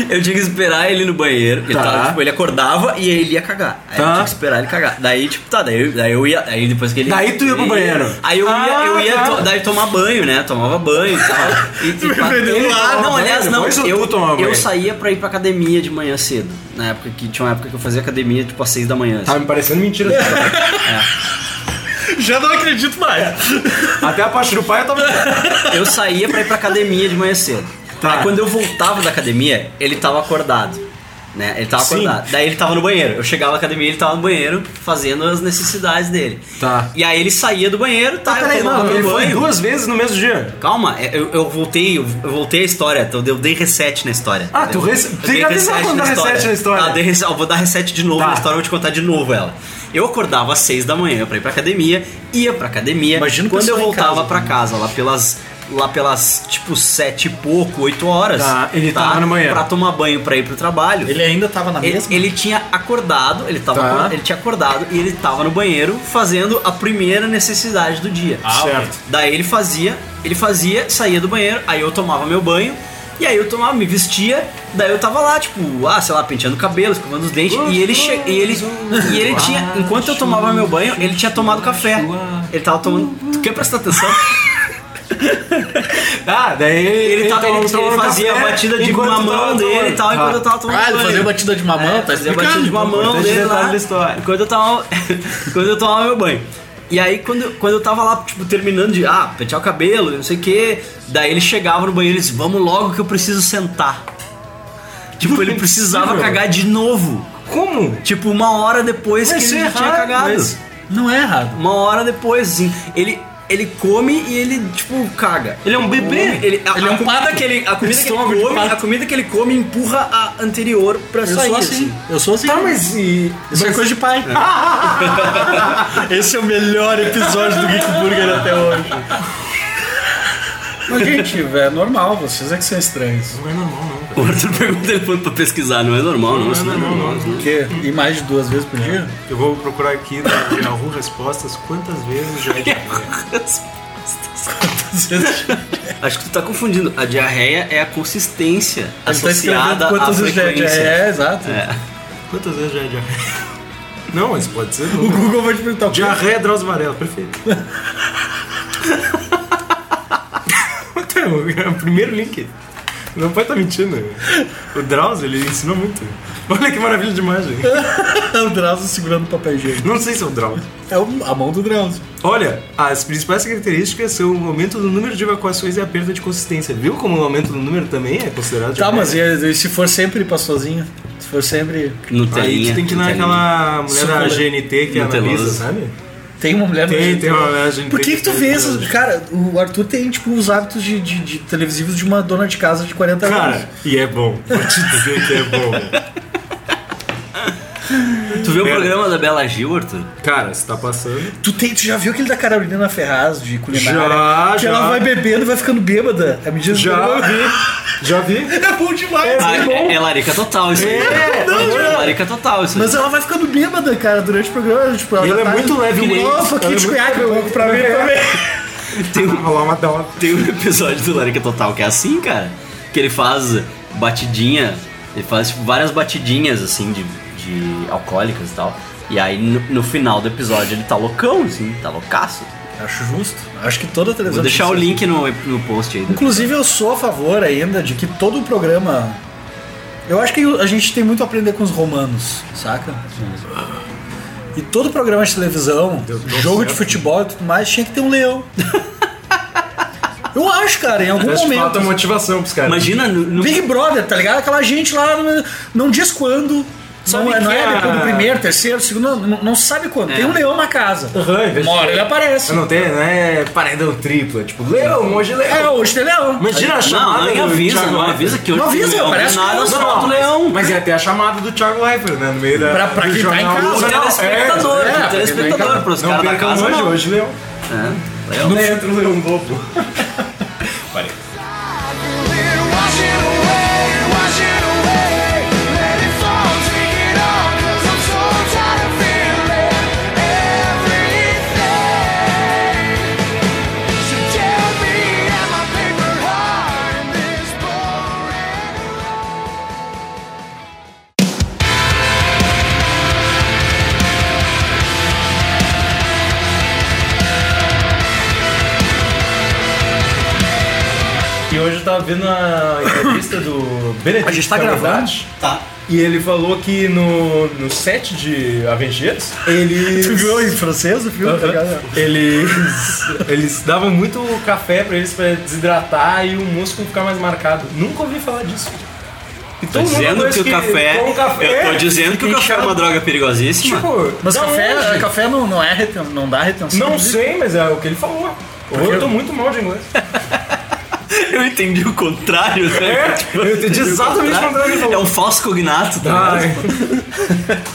[SPEAKER 2] Eu tinha que esperar ele no banheiro. Ele,
[SPEAKER 4] Tá.
[SPEAKER 2] tava, tipo, ele acordava e ele ia cagar. Aí eu
[SPEAKER 4] Tá.
[SPEAKER 2] tinha que esperar ele cagar. Daí, tipo, tá, daí, eu- daí eu ia. Aí depois que ele.
[SPEAKER 4] Daí tu ia pro banheiro.
[SPEAKER 2] Aí eu ia, eu
[SPEAKER 4] Ah,
[SPEAKER 2] ia
[SPEAKER 4] tá.
[SPEAKER 2] to- daí tomar banho, né? Tomava banho e tal. E, e pá,
[SPEAKER 4] perdeu
[SPEAKER 2] ele-
[SPEAKER 4] lá,
[SPEAKER 2] ah,
[SPEAKER 4] tomava
[SPEAKER 2] não, aliás,
[SPEAKER 4] banho,
[SPEAKER 2] não.
[SPEAKER 4] depois ou
[SPEAKER 2] Eu,
[SPEAKER 4] tu tomava
[SPEAKER 2] eu
[SPEAKER 4] banho?
[SPEAKER 2] saía pra ir pra academia de manhã cedo. Na época que tinha uma época que eu fazia academia, tipo, às seis da manhã.
[SPEAKER 4] Tá me parecendo mentira.
[SPEAKER 3] Já não acredito mais.
[SPEAKER 4] Até a parte do pai eu tava.
[SPEAKER 2] Eu saía pra ir pra academia de manhã cedo.
[SPEAKER 4] Tá.
[SPEAKER 2] Aí quando eu voltava da academia, ele tava acordado. Né? Ele tava
[SPEAKER 4] Sim.
[SPEAKER 2] acordado. Daí ele tava no banheiro. Eu chegava na academia, ele tava no banheiro fazendo as necessidades dele.
[SPEAKER 4] Tá. Ah,
[SPEAKER 2] E aí ele saía do banheiro, tá? eu
[SPEAKER 4] Peraí,
[SPEAKER 2] tomava
[SPEAKER 4] não,
[SPEAKER 2] meu
[SPEAKER 4] ele foi
[SPEAKER 2] banho.
[SPEAKER 4] duas vezes no mesmo dia.
[SPEAKER 2] Calma, é, eu, eu voltei, eu voltei a história, então eu dei reset na história.
[SPEAKER 4] Ah,
[SPEAKER 2] entendeu?
[SPEAKER 4] tu rece-
[SPEAKER 2] Eu
[SPEAKER 4] tem
[SPEAKER 2] dei
[SPEAKER 4] que avisar quando dá reset na história.
[SPEAKER 2] Ah, dei rese- eu vou dar reset de novo
[SPEAKER 4] Tá.
[SPEAKER 2] na história, eu vou te contar de novo ela. Eu acordava às seis da manhã pra ir pra academia, ia pra academia.
[SPEAKER 3] Imagina o
[SPEAKER 2] quando eu
[SPEAKER 3] pessoal em
[SPEAKER 2] voltava
[SPEAKER 3] casa,
[SPEAKER 2] pra
[SPEAKER 4] né?
[SPEAKER 2] casa, lá pelas. Lá pelas, tipo, sete e pouco, oito horas.
[SPEAKER 4] Tá, ele tava no banheiro.
[SPEAKER 2] Pra tomar banho pra ir pro trabalho.
[SPEAKER 3] Ele ainda tava na
[SPEAKER 2] Ele,
[SPEAKER 3] mesma?
[SPEAKER 2] ele tinha acordado, ele, tava,
[SPEAKER 4] Tá.
[SPEAKER 2] acor- ele tinha acordado e ele tava no banheiro fazendo a primeira necessidade do dia.
[SPEAKER 4] certo.
[SPEAKER 2] Daí ele fazia, ele fazia, saía do banheiro, aí eu tomava meu banho, e aí eu tomava, me vestia, daí eu tava lá, tipo, ah, sei lá, penteando o cabelo, escovando os dentes, e ele che- e ele e ele tinha, enquanto eu tomava meu banho, ele tinha tomado café. Ele tava tomando, tu quer prestar atenção?
[SPEAKER 4] Ah, daí ele,
[SPEAKER 2] Ele, tava,
[SPEAKER 4] tomou-
[SPEAKER 2] ele,
[SPEAKER 4] tomou
[SPEAKER 2] ele fazia a
[SPEAKER 4] café
[SPEAKER 2] batida de
[SPEAKER 4] enquanto tava
[SPEAKER 2] mamão dele e
[SPEAKER 4] tomando.
[SPEAKER 2] tal,
[SPEAKER 4] Ah.
[SPEAKER 2] enquanto eu tava tomando
[SPEAKER 3] Ah, ele
[SPEAKER 2] banho.
[SPEAKER 3] fazia batida de mamão,
[SPEAKER 2] É,
[SPEAKER 3] tá
[SPEAKER 2] fazia
[SPEAKER 3] explicando.
[SPEAKER 2] batida de mamão
[SPEAKER 4] importante
[SPEAKER 2] dele
[SPEAKER 4] detalhe
[SPEAKER 2] lá.
[SPEAKER 4] da história.
[SPEAKER 2] Quando eu tava. quando eu tomava meu banho. E aí, quando, quando eu tava lá, tipo, terminando de ah, pentear o cabelo, não sei o quê, daí ele chegava no banheiro e disse: Vamos logo que eu preciso sentar. Tipo, ele precisava cagar de novo.
[SPEAKER 4] é Como?
[SPEAKER 2] Tipo, uma hora depois
[SPEAKER 4] Mas
[SPEAKER 2] que
[SPEAKER 4] isso
[SPEAKER 2] ele
[SPEAKER 4] é
[SPEAKER 2] já tinha
[SPEAKER 4] errado,
[SPEAKER 2] cagado.
[SPEAKER 4] mas-
[SPEAKER 3] Não é errado.
[SPEAKER 2] Uma hora depois, assim. Ele, ele come e ele, tipo, caga.
[SPEAKER 4] Ele é um bebê.
[SPEAKER 2] Come, Ele, a,
[SPEAKER 3] Ele
[SPEAKER 2] a
[SPEAKER 3] é um
[SPEAKER 2] comida
[SPEAKER 3] pato.
[SPEAKER 2] que ele, a comida que ele
[SPEAKER 3] Estômago de
[SPEAKER 2] come,
[SPEAKER 3] pato.
[SPEAKER 2] a comida que ele come empurra a anterior pra
[SPEAKER 3] Eu
[SPEAKER 2] sair.
[SPEAKER 3] sou assim. Eu sou assim.
[SPEAKER 4] Tá, mas e.
[SPEAKER 3] Isso é coisa de pai. Esse é o melhor episódio do Geek Burger até hoje. Mas, gente, velho, é normal. Vocês é que são estranhos.
[SPEAKER 2] O Arthur pergunta telefone pra pesquisar, não é normal, não, isso não é normal. isso não é-
[SPEAKER 3] Por quê? E mais de duas vezes por dia?
[SPEAKER 4] Eu vou procurar aqui na Yahoo Respostas quantas vezes já é
[SPEAKER 2] Acho que tu tá confundindo. A diarreia é a consistência
[SPEAKER 3] Ele tá
[SPEAKER 2] associada
[SPEAKER 3] escrevendo
[SPEAKER 2] à
[SPEAKER 3] quantas vezes já
[SPEAKER 2] frequência.
[SPEAKER 3] é. É, exato.
[SPEAKER 4] Quantas vezes já é diarreia? Não, mas pode ser.
[SPEAKER 3] O
[SPEAKER 4] Não.
[SPEAKER 3] Google vai te perguntar o quê?
[SPEAKER 4] Diarreia Drauzio Varela, perfeito. Puta, é o primeiro link. Meu pai tá mentindo. O Drauzio, ele ensinou muito. Olha que maravilha de imagem.
[SPEAKER 3] o Drauzio segurando o papel higiênico.
[SPEAKER 4] Não sei se é o Drauzio.
[SPEAKER 3] É o- a mão do Drauzio.
[SPEAKER 4] Olha, as principais características são o aumento do número de evacuações e a perda de consistência. Viu como o aumento do número também é considerado
[SPEAKER 3] Tá,
[SPEAKER 4] diarreia?
[SPEAKER 3] mas e, e se for sempre pastorzinho? Se for sempre...
[SPEAKER 4] Aí
[SPEAKER 2] Nutelinha,
[SPEAKER 4] tu tem que ir
[SPEAKER 2] nutelinha.
[SPEAKER 4] naquela mulher da
[SPEAKER 3] Suculenta.
[SPEAKER 4] GNT que
[SPEAKER 2] Nutelosa.
[SPEAKER 4] analisa, sabe?
[SPEAKER 3] Tem uma mulher no
[SPEAKER 4] Tem,
[SPEAKER 3] Egito.
[SPEAKER 4] tem uma mulher no Egito.
[SPEAKER 3] Por que que tu
[SPEAKER 4] Tem,
[SPEAKER 3] vê
[SPEAKER 4] tem
[SPEAKER 3] essas...
[SPEAKER 4] uma mulher.
[SPEAKER 3] Cara, o Arthur tem, tipo, os hábitos de, de- de televisivos de uma dona de casa de 40 anos.
[SPEAKER 4] Cara, e é bom. Vou te dizer que é bom.
[SPEAKER 2] Tu viu o
[SPEAKER 4] Pera.
[SPEAKER 2] programa da Bela Gil, Arthur?
[SPEAKER 4] Cara, você tá passando.
[SPEAKER 3] Tu, tem, tu já viu aquele da Carolina Ferraz, de culinária?
[SPEAKER 4] Já,
[SPEAKER 3] que
[SPEAKER 4] já.
[SPEAKER 3] ela vai bebendo e vai ficando bêbada. É À medida que
[SPEAKER 4] Já
[SPEAKER 3] ela vai-
[SPEAKER 4] vi. Já vi.
[SPEAKER 3] É bom demais.
[SPEAKER 2] Ah,
[SPEAKER 3] né?
[SPEAKER 2] é, é larica total isso aí.
[SPEAKER 4] É, não,
[SPEAKER 2] é larica total isso aí.
[SPEAKER 3] Mas ela vai ficando bêbada, cara, durante o programa. Tipo, ela
[SPEAKER 4] E
[SPEAKER 3] já
[SPEAKER 4] ela é
[SPEAKER 3] tá-
[SPEAKER 4] muito leve,
[SPEAKER 3] Nossa,
[SPEAKER 4] Ela
[SPEAKER 3] que
[SPEAKER 4] é
[SPEAKER 3] de
[SPEAKER 4] muito
[SPEAKER 3] conhaque louco pra mim também.
[SPEAKER 4] Tem um rolar uma dela.
[SPEAKER 2] Tem um episódio do Larica Total que é assim, cara. Que ele faz batidinha, ele faz tipo, várias batidinhas assim de, de alcoólicas e tal. E aí no, no final do episódio ele tá loucão, assim, tá loucaço.
[SPEAKER 4] É.
[SPEAKER 3] Acho justo. Acho que toda
[SPEAKER 2] Vou
[SPEAKER 3] televisão...
[SPEAKER 2] deixar o
[SPEAKER 3] precisa.
[SPEAKER 2] link no, no post aí.
[SPEAKER 3] Inclusive, eu sou a favor ainda de que todo o programa. Eu acho que a gente tem muito a aprender com os romanos, saca? E todo programa de televisão, jogo de futebol e tudo mais, tinha que ter um leão. eu acho, cara, em algum
[SPEAKER 4] Acho que falta
[SPEAKER 3] momento.
[SPEAKER 4] motivação pros caras.
[SPEAKER 2] Imagina no, no-
[SPEAKER 3] Big Brother, tá ligado? Aquela gente lá, não diz quando,
[SPEAKER 4] Sabe
[SPEAKER 3] não, é- não
[SPEAKER 4] que
[SPEAKER 3] é
[SPEAKER 4] a- É.
[SPEAKER 3] depois do primeiro, terceiro, segundo, não, não sabe quando. Tem um leão na casa.
[SPEAKER 4] Aham,
[SPEAKER 3] Uma hora ele aparece.
[SPEAKER 4] Não tem, não é paredão triplo. É tipo, leão, hoje é
[SPEAKER 3] É,
[SPEAKER 4] leão.
[SPEAKER 3] hoje tem leão.
[SPEAKER 4] Imagina a
[SPEAKER 2] Não,
[SPEAKER 4] chamada.
[SPEAKER 2] não
[SPEAKER 4] do
[SPEAKER 2] avisa,
[SPEAKER 4] Thiago
[SPEAKER 2] não
[SPEAKER 4] Leifert.
[SPEAKER 2] avisa que hoje
[SPEAKER 3] Não
[SPEAKER 2] tem
[SPEAKER 3] avisa,
[SPEAKER 2] leão,
[SPEAKER 3] parece
[SPEAKER 2] nada,
[SPEAKER 3] que
[SPEAKER 2] só
[SPEAKER 3] não,
[SPEAKER 2] bota o leão.
[SPEAKER 4] Mas ia ter a chamada do Thiago Leifert, né? No meio da.
[SPEAKER 3] Pra- pra
[SPEAKER 4] do
[SPEAKER 3] quem tá em
[SPEAKER 4] jornal
[SPEAKER 3] casa,
[SPEAKER 2] O
[SPEAKER 4] nacional.
[SPEAKER 2] telespectador,
[SPEAKER 3] é,
[SPEAKER 2] o telespectador, pros
[SPEAKER 4] Não
[SPEAKER 2] caras da
[SPEAKER 4] percam
[SPEAKER 2] casa
[SPEAKER 4] hoje,
[SPEAKER 2] não.
[SPEAKER 4] hoje, leão.
[SPEAKER 2] É, leão.
[SPEAKER 4] Não entra o leão lobo. E hoje eu tava vendo a entrevista do Benedict
[SPEAKER 2] A gente tá gravando.
[SPEAKER 4] Cumberbatch,
[SPEAKER 3] Tá.
[SPEAKER 4] E ele falou que no, no set de Avengers,
[SPEAKER 3] Tu
[SPEAKER 4] eles...
[SPEAKER 3] viu em francês o filme? Tá ligado?
[SPEAKER 4] eles, eles davam muito café pra eles pra desidratar e o músculo ficar mais marcado. Nunca ouvi falar disso. E
[SPEAKER 2] Tô
[SPEAKER 4] todo mundo
[SPEAKER 2] dizendo
[SPEAKER 4] depois
[SPEAKER 2] que o café.
[SPEAKER 4] toma um
[SPEAKER 2] Eu tô dizendo que o
[SPEAKER 4] fica
[SPEAKER 2] café é uma droga perigosíssima.
[SPEAKER 4] Tipo,
[SPEAKER 3] Mas
[SPEAKER 4] da
[SPEAKER 3] café,
[SPEAKER 4] onde?
[SPEAKER 3] café não, não, é reten- não dá retenção.
[SPEAKER 4] Não
[SPEAKER 3] de-
[SPEAKER 4] sei, mas é o que ele falou. Hoje eu tô muito mal de inglês.
[SPEAKER 2] Eu entendi o contrário, né?
[SPEAKER 4] É, eu entendi exatamente o contrário que ele falou. Ah,
[SPEAKER 2] É um falso cognato, tá ligado?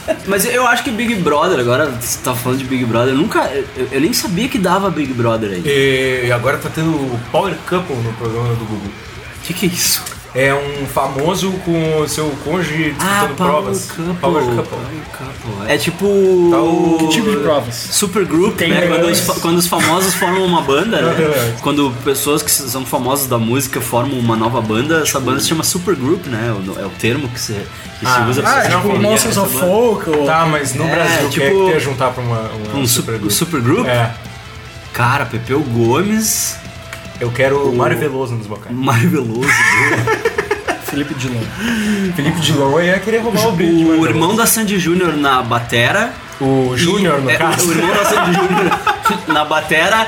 [SPEAKER 4] é.
[SPEAKER 2] Mas eu acho que Big Brother, agora você tá falando de Big Brother, eu nunca. Eu, eu nem sabia que dava Big Brother aí.
[SPEAKER 4] E e agora tá tendo o Power Couple no programa do Google.
[SPEAKER 2] O que, que é isso?
[SPEAKER 4] É um famoso com o seu cônjuge
[SPEAKER 2] Ah,
[SPEAKER 4] disputando provas.
[SPEAKER 2] Power
[SPEAKER 4] Power
[SPEAKER 2] Couple.
[SPEAKER 4] Couple.
[SPEAKER 2] É tipo.
[SPEAKER 4] Tá o-
[SPEAKER 3] Que tipo de provas?
[SPEAKER 2] Super group, né?
[SPEAKER 4] leões.
[SPEAKER 2] Quando os, fa- quando os famosos formam uma banda, né?
[SPEAKER 4] Leões.
[SPEAKER 2] Quando pessoas que são famosas da música formam uma nova banda,
[SPEAKER 4] Tipo
[SPEAKER 2] essa banda se chama super group, né? O- É o termo que se, que se
[SPEAKER 4] Ah,
[SPEAKER 2] usa
[SPEAKER 4] ah,
[SPEAKER 2] pra
[SPEAKER 3] Ah,
[SPEAKER 2] se
[SPEAKER 4] não,
[SPEAKER 3] tipo
[SPEAKER 2] definir
[SPEAKER 3] Monsters
[SPEAKER 2] essa
[SPEAKER 3] of
[SPEAKER 2] banda.
[SPEAKER 3] Folk ou...
[SPEAKER 4] Tá, mas no
[SPEAKER 2] É,
[SPEAKER 4] Brasil, quer
[SPEAKER 2] tipo,
[SPEAKER 4] quem é que ia juntar pra uma, uma
[SPEAKER 2] Um super,
[SPEAKER 4] supergroup?
[SPEAKER 2] super group?
[SPEAKER 4] É,
[SPEAKER 2] Cara, Pepeu Gomes,
[SPEAKER 4] eu quero o Mário Veloso nos vocais.
[SPEAKER 2] Mário Veloso,
[SPEAKER 3] Felipe Dilon.
[SPEAKER 4] Felipe Dilon ia querer roubar o brilho. de Mário
[SPEAKER 2] o
[SPEAKER 4] Veloso.
[SPEAKER 2] irmão da Sandy Júnior na batera.
[SPEAKER 4] O Júnior, no
[SPEAKER 2] é,
[SPEAKER 4] caso.
[SPEAKER 2] O irmão da Sandy Júnior na batera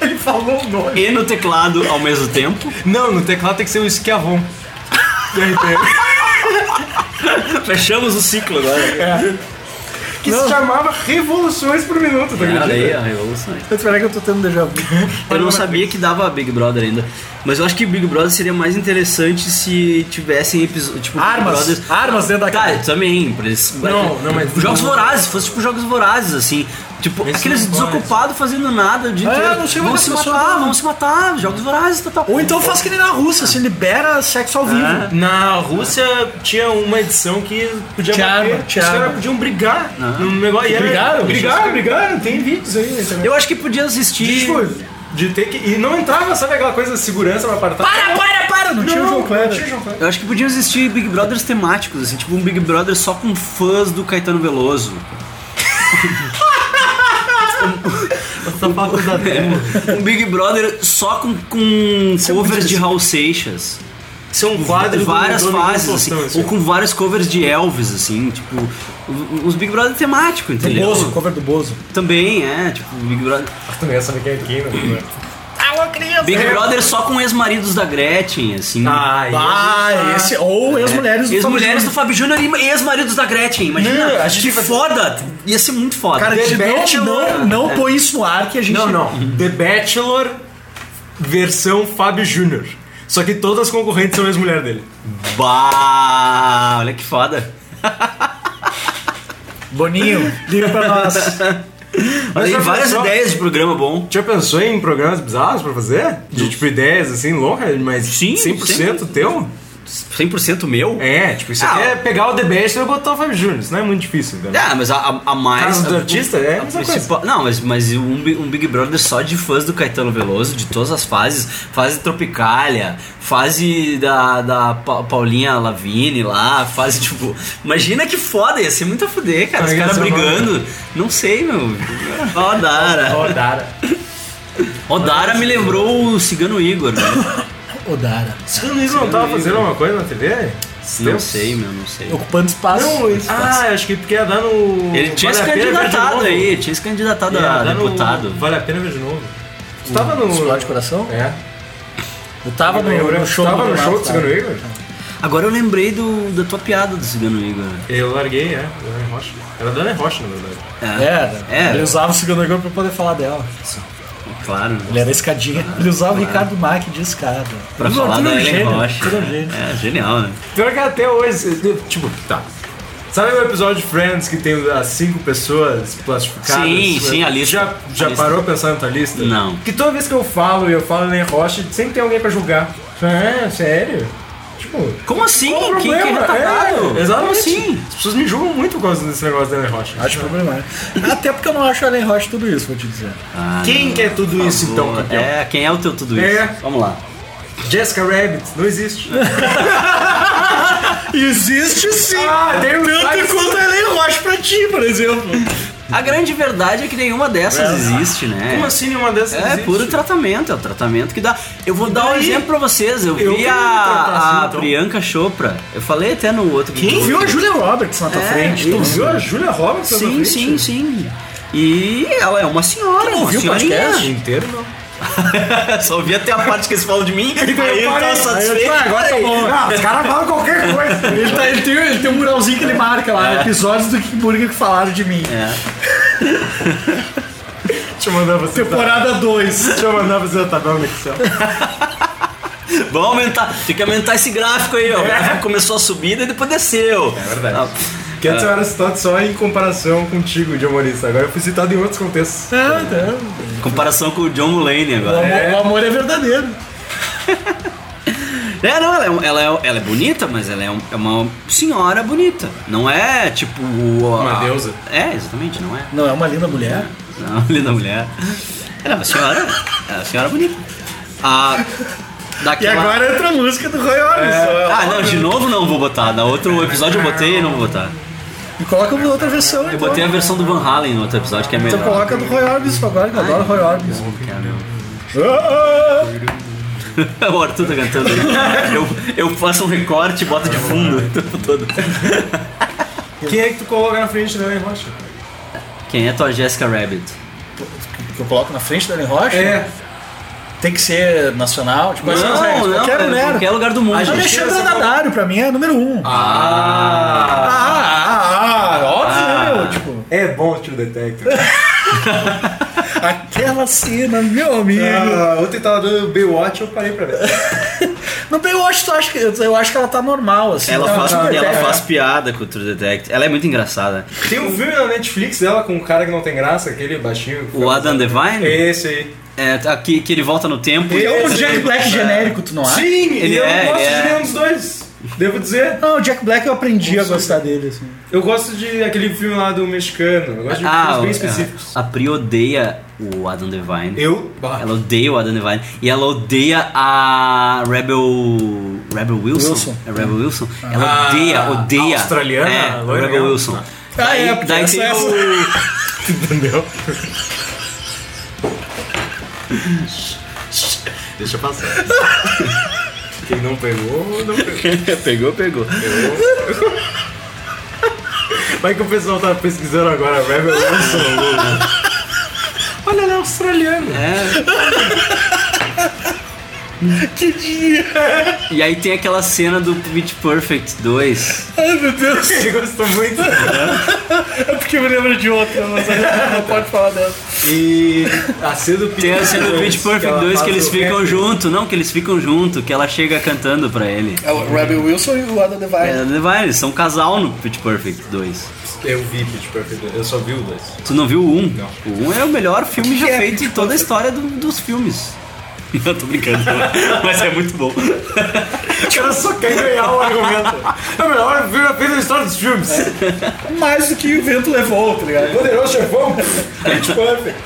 [SPEAKER 3] Ele falou o nome.
[SPEAKER 2] e no teclado ao mesmo tempo.
[SPEAKER 4] Não, no teclado tem que ser o Esquiavon.
[SPEAKER 2] Fechamos o ciclo agora.
[SPEAKER 4] Que se chamava Revoluções por Minuto, tá
[SPEAKER 2] Cara, é- aí
[SPEAKER 4] ligado?
[SPEAKER 2] a revolução.
[SPEAKER 3] Espera que eu tô tendo déjà vu.
[SPEAKER 2] Eu não sabia que dava Big Brother ainda. Mas eu acho que Big Brother seria mais interessante se tivessem episódios. Tipo, Big
[SPEAKER 3] Armas.
[SPEAKER 2] Brothers-
[SPEAKER 3] Armas dentro da
[SPEAKER 2] Tá,
[SPEAKER 3] casa.
[SPEAKER 2] também. pra eles-
[SPEAKER 4] Não, não, mas-
[SPEAKER 2] Jogos vorazes, fosse tipo jogos vorazes, assim. Tipo,
[SPEAKER 4] Esse
[SPEAKER 2] aqueles
[SPEAKER 4] não faz.
[SPEAKER 2] desocupados fazendo nada o dia
[SPEAKER 3] É,
[SPEAKER 2] inteiro.
[SPEAKER 3] não sei como
[SPEAKER 2] vão
[SPEAKER 3] é
[SPEAKER 2] se
[SPEAKER 3] que funciona,
[SPEAKER 2] matar,
[SPEAKER 3] não.
[SPEAKER 2] vão se matar, jogos vorazes, tal, tal.
[SPEAKER 3] Ou então faz que nem na Rússia, se libera sexo ao vivo.
[SPEAKER 2] É.
[SPEAKER 4] Na Rússia tinha uma edição que podia
[SPEAKER 3] Tinha
[SPEAKER 4] bater,
[SPEAKER 3] arma, tinha
[SPEAKER 4] os caras
[SPEAKER 3] arma.
[SPEAKER 4] podiam brigar no negócio. e era-
[SPEAKER 3] Brigaram?
[SPEAKER 4] Brigaram, brigaram, tem vídeos aí. na internet.
[SPEAKER 2] Eu acho que podia existir.
[SPEAKER 4] Tipo, de ter que. E não entrava, sabe aquela coisa de segurança no apartamento?
[SPEAKER 3] Para, para, para! Não, tinha o João Kleber.
[SPEAKER 4] Não tinha o João Kleber.
[SPEAKER 2] Eu acho que podiam existir Big Brothers temáticos, assim, tipo um Big Brother só com fãs do Caetano Veloso. um Big Brother só com, com covers de Hall Seixas.
[SPEAKER 4] é Isso é um quadro do
[SPEAKER 2] várias
[SPEAKER 4] Dono
[SPEAKER 2] fases,
[SPEAKER 4] Gonçalves,
[SPEAKER 2] assim,
[SPEAKER 4] assim.
[SPEAKER 2] ou com vários covers de Elvis, assim, tipo, o- os Big Brother temático,
[SPEAKER 3] Do
[SPEAKER 2] entendeu?
[SPEAKER 3] Bozo, cover do Bozo.
[SPEAKER 2] Também, é, tipo, Big Brother.
[SPEAKER 4] Tu não ia saber quem é quem, né?
[SPEAKER 2] Big Brother só com ex-maridos da Gretchen, assim.
[SPEAKER 3] Ah, esse.
[SPEAKER 4] É.
[SPEAKER 3] Ou ex-mulheres do
[SPEAKER 2] Ex-mulheres do
[SPEAKER 3] Fábio
[SPEAKER 2] Fábio Júnior e ex-maridos da Gretchen, imagina.
[SPEAKER 4] Não, a
[SPEAKER 2] que
[SPEAKER 4] gente vai-
[SPEAKER 2] foda! Ia ser muito foda.
[SPEAKER 3] Cara,
[SPEAKER 4] The
[SPEAKER 3] de
[SPEAKER 4] Bachelor.
[SPEAKER 3] não, não, não põe isso no ar que a gente.
[SPEAKER 4] né? É. Não, não. The Bachelor versão Fábio Júnior. Só que todas as concorrentes são ex-mulher dele.
[SPEAKER 2] Bah, olha que foda.
[SPEAKER 3] Boninho, liga pra nós.
[SPEAKER 2] Olha,
[SPEAKER 4] Mas
[SPEAKER 2] tem
[SPEAKER 4] já
[SPEAKER 2] várias
[SPEAKER 4] pensou-
[SPEAKER 2] ideias de programa bom.
[SPEAKER 4] Já pensou em programas bizarros pra fazer? De tipo ideias assim, loucas, mas
[SPEAKER 2] Sim,
[SPEAKER 4] 100% teu?
[SPEAKER 2] 100% meu?
[SPEAKER 4] É, tipo, isso
[SPEAKER 2] Ah,
[SPEAKER 4] aqui é pegar o The Bachelor e botar o Fábio Júnior. Isso não é muito difícil, entendeu?
[SPEAKER 2] Ah, mas a, a, a mais.
[SPEAKER 4] Caso do
[SPEAKER 2] a-
[SPEAKER 4] artista, é a mesma coisa.
[SPEAKER 2] principal- Não, mas, mas um, Bi- um Big Brother só de fãs do Caetano Veloso, de todas as fases. Fase Tropicália, fase da, da Pa- Paulinha Lavigne lá, fase tipo. Imagina que foda, ia ser muito a fuder, cara. Os
[SPEAKER 4] Ah, ia
[SPEAKER 2] caras
[SPEAKER 4] ser uma-
[SPEAKER 2] brigando. Não sei, meu. Odara.
[SPEAKER 4] Rodara.
[SPEAKER 2] Odara me lembrou o Cigano Igor, né?
[SPEAKER 3] Odara.
[SPEAKER 4] Você não, não tava fazendo alguma coisa na TV?
[SPEAKER 2] Não sei, meu, não sei.
[SPEAKER 3] Ocupando espaço.
[SPEAKER 4] Não, isso. Ah, acho que porque ia dar no.
[SPEAKER 2] Ele tinha se
[SPEAKER 4] Vale a Pena Ver de
[SPEAKER 2] candidatado
[SPEAKER 4] Novo.
[SPEAKER 2] aí, tinha se candidatado
[SPEAKER 4] Ia
[SPEAKER 2] a
[SPEAKER 4] dar É, no
[SPEAKER 2] deputado.
[SPEAKER 4] Vale a pena ver de novo. Tu tava no.
[SPEAKER 3] Explode Coração?
[SPEAKER 4] É.
[SPEAKER 3] Eu tava no, no show.
[SPEAKER 4] Tava
[SPEAKER 3] do
[SPEAKER 4] no show
[SPEAKER 3] Renato,
[SPEAKER 4] do Cigano Igor?
[SPEAKER 2] Agora eu lembrei do, da tua piada do Cigano Igor.
[SPEAKER 4] Eu larguei, é. Dana Rocha. Era Dana Rocha, na verdade.
[SPEAKER 3] É,
[SPEAKER 2] É.
[SPEAKER 3] ele usava o segundo agora pra poder falar dela.
[SPEAKER 4] É.
[SPEAKER 2] Claro.
[SPEAKER 3] Ele era escadinha. Ele usava o Ricardo Mack de escada.
[SPEAKER 2] Pra
[SPEAKER 3] Tudo-
[SPEAKER 2] falar
[SPEAKER 3] tudo
[SPEAKER 2] da
[SPEAKER 3] um
[SPEAKER 2] Ellen
[SPEAKER 3] gênio,
[SPEAKER 2] Rocha.
[SPEAKER 3] tudo um gênio.
[SPEAKER 2] É, genial, né?
[SPEAKER 4] Pior que até hoje, eu- tipo, tá. Sabe o episódio de Friends que tem as cinco pessoas plastificadas?
[SPEAKER 2] Sim, sim, a lista.
[SPEAKER 4] é- Já, já
[SPEAKER 2] A lista.
[SPEAKER 4] parou a pensar na tua lista?
[SPEAKER 2] Não.
[SPEAKER 4] Que toda vez que eu falo e eu falo em Rocha, sempre tem alguém pra julgar. Ah, sério? Tipo,
[SPEAKER 2] Como assim?
[SPEAKER 4] qual o
[SPEAKER 2] Quem que é
[SPEAKER 4] problema?
[SPEAKER 2] retardado?
[SPEAKER 4] É, exatamente.
[SPEAKER 2] Como assim?
[SPEAKER 4] As pessoas me julgam muito por causa desse negócio da Ana Rocha.
[SPEAKER 3] Acho problemático. Até porque eu não acho a Ellen Rocha tudo isso, vou te dizer.
[SPEAKER 4] Quem quer tudo isso, então, campeão?
[SPEAKER 2] É, quem é o teu tudo isso?
[SPEAKER 4] É.
[SPEAKER 2] Vamos lá.
[SPEAKER 4] Jessica Rabbit, não existe.
[SPEAKER 3] Existe sim!
[SPEAKER 4] Ah, tem um
[SPEAKER 3] tanto quanto a Ellen Rocha pra ti, por exemplo.
[SPEAKER 2] A grande verdade é que nenhuma dessas existe, né?
[SPEAKER 4] Como assim nenhuma dessas
[SPEAKER 2] É,
[SPEAKER 4] existe?
[SPEAKER 2] puro tratamento, é o tratamento que dá. Eu vou dar um
[SPEAKER 4] daí?
[SPEAKER 2] exemplo pra vocês. Eu,
[SPEAKER 4] Eu
[SPEAKER 2] vi
[SPEAKER 4] quero
[SPEAKER 2] a,
[SPEAKER 4] me tratar assim,
[SPEAKER 2] a
[SPEAKER 4] então.
[SPEAKER 2] Priyanka Chopra. Eu falei até no outro
[SPEAKER 3] Tu
[SPEAKER 2] vídeo.
[SPEAKER 3] viu a Julia Roberts na tua
[SPEAKER 2] É,
[SPEAKER 3] frente?
[SPEAKER 4] Tu
[SPEAKER 3] Tu
[SPEAKER 4] viu a Julia Roberts? na
[SPEAKER 2] Sim,
[SPEAKER 4] frente?
[SPEAKER 2] sim, sim. E ela é uma senhora,
[SPEAKER 3] não
[SPEAKER 2] uma
[SPEAKER 3] ouviu o
[SPEAKER 2] senhorinha.
[SPEAKER 4] É.
[SPEAKER 3] podcast?
[SPEAKER 4] Inteiro não.
[SPEAKER 2] Só ouvi até a parte que eles falam de mim. aí eu
[SPEAKER 4] parei.
[SPEAKER 2] tava satisfeito.
[SPEAKER 3] Tá, agora tá bom.
[SPEAKER 4] Ah, os caras falam qualquer coisa.
[SPEAKER 3] Ele, tá- ele tem, ele tem um muralzinho que ele marca lá, episódios do Kick Burger que falaram de mim.
[SPEAKER 4] Deixa eu mandar você. tá.
[SPEAKER 3] Temporada 2.
[SPEAKER 4] Deixa eu mandar você a tabela no Excel.
[SPEAKER 2] Vamos aumentar. Tem que aumentar esse gráfico aí, ó. O gráfico começou a subir e depois desceu. É
[SPEAKER 4] verdade. Porque antes eu era citado só em comparação contigo, John Morista. Agora eu fui citado em outros contextos.
[SPEAKER 2] comparação com o John Mulaney
[SPEAKER 3] É, então. O
[SPEAKER 2] agora.
[SPEAKER 3] amor, o amor é verdadeiro.
[SPEAKER 2] É, não, ela é, um- ela é, ela é bonita, mas ela é, um- é uma senhora bonita. Não é tipo. o-
[SPEAKER 4] Uma
[SPEAKER 2] a-
[SPEAKER 4] deusa.
[SPEAKER 2] É, exatamente, não é.
[SPEAKER 3] Não, é uma linda mulher.
[SPEAKER 2] Não, linda mulher. Era uma senhora. Era uma senhora é bonita. Ah,
[SPEAKER 3] E
[SPEAKER 2] daquela...
[SPEAKER 3] agora entra a música do Roy Orbison.
[SPEAKER 2] Ah, não, de novo não vou botar. Na outro episódio eu botei e não vou botar.
[SPEAKER 3] Ah, E coloca uma outra versão,
[SPEAKER 2] Eu
[SPEAKER 3] então.
[SPEAKER 2] botei a versão do Van Halen no outro episódio, que é melhor.
[SPEAKER 3] Então coloca a do Roy Orbison agora, que eu adoro Roy Orbison. Ah,
[SPEAKER 2] O Arthur tá cantando aí. Eu, eu faço um recorte e boto de fundo o tempo todo.
[SPEAKER 4] Quem é que tu coloca na frente da Ellen Rocha?
[SPEAKER 2] Quem é tua Jessica Rabbit?
[SPEAKER 3] Que eu coloco na frente da Ellen Rocha?
[SPEAKER 4] É.
[SPEAKER 3] Tem que ser nacional, tipo, essas regras. qualquer
[SPEAKER 2] cara,
[SPEAKER 3] mulher.
[SPEAKER 2] é qualquer lugar do mundo.
[SPEAKER 3] A Alexandra
[SPEAKER 4] essa-
[SPEAKER 3] Dadário, pra mim, é número um. Ah,
[SPEAKER 2] Ah,
[SPEAKER 3] ah, ah, óbvio, meu. Tipo,
[SPEAKER 4] É bom o Tio Detector.
[SPEAKER 3] aquela cena, meu amigo.
[SPEAKER 4] Ah, ontem tava dando Baywatch eu parei pra ver.
[SPEAKER 3] No Baywatch, tu acha que, eu acho que ela tá normal, assim.
[SPEAKER 2] ela,
[SPEAKER 3] Tá-
[SPEAKER 2] faz,
[SPEAKER 3] tá-
[SPEAKER 2] ela
[SPEAKER 3] é.
[SPEAKER 2] faz piada com o True Detective. Ela é muito engraçada.
[SPEAKER 4] Tem um filme na Netflix dela com um cara que não tem graça, aquele baixinho.
[SPEAKER 2] O Adam Devine,
[SPEAKER 4] Esse aí.
[SPEAKER 2] é, tá, que, que ele volta no tempo. e-
[SPEAKER 3] É um Jack
[SPEAKER 2] né?
[SPEAKER 3] Black genérico, tu não acha?
[SPEAKER 4] Sim,
[SPEAKER 2] Ele
[SPEAKER 4] e eu
[SPEAKER 2] é,
[SPEAKER 4] não gosto
[SPEAKER 2] ele é.
[SPEAKER 4] de nenhum dos dois. Devo dizer.
[SPEAKER 3] Não, o Jack Black eu aprendi a gostar dele, assim.
[SPEAKER 4] Eu gosto de aquele filme lá do mexicano. Eu gosto de
[SPEAKER 2] Ah,
[SPEAKER 4] filmes
[SPEAKER 2] o-
[SPEAKER 4] bem específicos.
[SPEAKER 2] a Pri odeia o Adam Devine.
[SPEAKER 4] Eu? Bah.
[SPEAKER 2] Ela odeia o Adam Devine. E ela odeia a Rebel. Rebel Wilson?
[SPEAKER 3] Wilson.
[SPEAKER 2] É Rebel Wilson? Ela
[SPEAKER 4] Ah,
[SPEAKER 2] odeia, odeia.
[SPEAKER 4] a australiana,
[SPEAKER 2] É,
[SPEAKER 4] a
[SPEAKER 2] a
[SPEAKER 4] loira,
[SPEAKER 2] Rebel
[SPEAKER 4] né?
[SPEAKER 2] Wilson.
[SPEAKER 3] Ah,
[SPEAKER 2] daí,
[SPEAKER 3] é, porque
[SPEAKER 2] daí
[SPEAKER 3] essa
[SPEAKER 2] tem
[SPEAKER 3] é a-
[SPEAKER 2] o.
[SPEAKER 4] Entendeu? Deixa eu passar. Quem não pegou, não pegou.
[SPEAKER 2] pegou, pegou.
[SPEAKER 4] Vai que o pessoal tá pesquisando agora, Rebel Wilson. Lula. Olha, ela é australiana.
[SPEAKER 2] É.
[SPEAKER 3] Que dia!
[SPEAKER 2] E aí tem aquela cena do Pitch Perfect 2.
[SPEAKER 3] Ai, meu Deus!
[SPEAKER 4] Ele gostou muito.
[SPEAKER 3] É porque eu me lembro de outra, mas agora não pode falar dela.
[SPEAKER 4] E a cena do Pitch
[SPEAKER 2] Tem a cena do Pitch Perfect 2 que eles ficam junto. Não, que eles ficam junto, que ela chega cantando pra ele.
[SPEAKER 3] É o Rebel Wilson e o Adam
[SPEAKER 2] É,
[SPEAKER 3] Devine.
[SPEAKER 2] Adam Devine, eles são um casal no Pitch Perfect 2.
[SPEAKER 4] Eu vi Pitch Perfect 2, eu só vi o 2.
[SPEAKER 2] Tu não viu o 1?
[SPEAKER 4] Não.
[SPEAKER 2] O 1 é o melhor filme já feito em toda a história do- dos filmes. Eu tô brincando, mas é muito bom.
[SPEAKER 4] O cara só quer ganhar o argumento. É o melhor filme da vida da história dos filmes.
[SPEAKER 3] É. Mais do que o vento levou, tá ligado? Tipo, é.
[SPEAKER 4] Poderoso chefão. Pitch Perfect.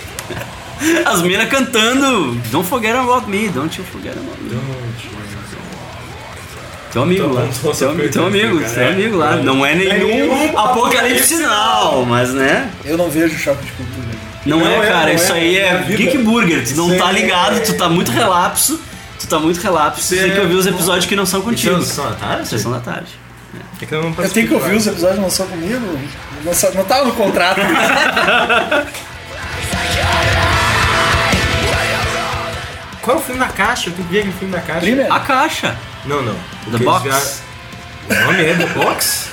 [SPEAKER 2] As minas cantando Don't forget about me, don't you forget about me. Teu amigo
[SPEAKER 4] Tô-
[SPEAKER 2] lá.
[SPEAKER 4] tô- tô-
[SPEAKER 2] Teu, ami- teu amigo,
[SPEAKER 4] cara,
[SPEAKER 2] teu
[SPEAKER 4] é.
[SPEAKER 2] amigo lá. Não é nenhum
[SPEAKER 4] nenhum
[SPEAKER 2] apocalipse sinal, mas né?
[SPEAKER 3] Eu não vejo choque de cultura.
[SPEAKER 2] Não,
[SPEAKER 4] Não
[SPEAKER 2] é,
[SPEAKER 4] é,
[SPEAKER 2] cara.
[SPEAKER 4] não
[SPEAKER 2] Isso
[SPEAKER 4] é.
[SPEAKER 2] aí
[SPEAKER 4] É a
[SPEAKER 2] é
[SPEAKER 4] vida.
[SPEAKER 2] Geek Burger. Tu não
[SPEAKER 4] Isso
[SPEAKER 2] tá
[SPEAKER 4] é-
[SPEAKER 2] ligado, tu tá muito relapso. Tu tá muito relapso.
[SPEAKER 4] Isso
[SPEAKER 2] Tem que
[SPEAKER 4] é-
[SPEAKER 2] ouvir os episódios que não são contigo.
[SPEAKER 4] Isso é Sessão da Tarde?
[SPEAKER 2] Sessão da tarde.
[SPEAKER 4] É que eu não
[SPEAKER 3] Eu tenho que ouvir os episódios não são comigo? Não, só- não tava no contrato.
[SPEAKER 4] Qual é o filme da caixa? Eu tenho que ver aquele filme da caixa.
[SPEAKER 3] Primeiro.
[SPEAKER 2] A caixa.
[SPEAKER 3] né?
[SPEAKER 4] Não, não.
[SPEAKER 2] The
[SPEAKER 4] Porque
[SPEAKER 2] Box.
[SPEAKER 4] eles vieram- O nome é The Box?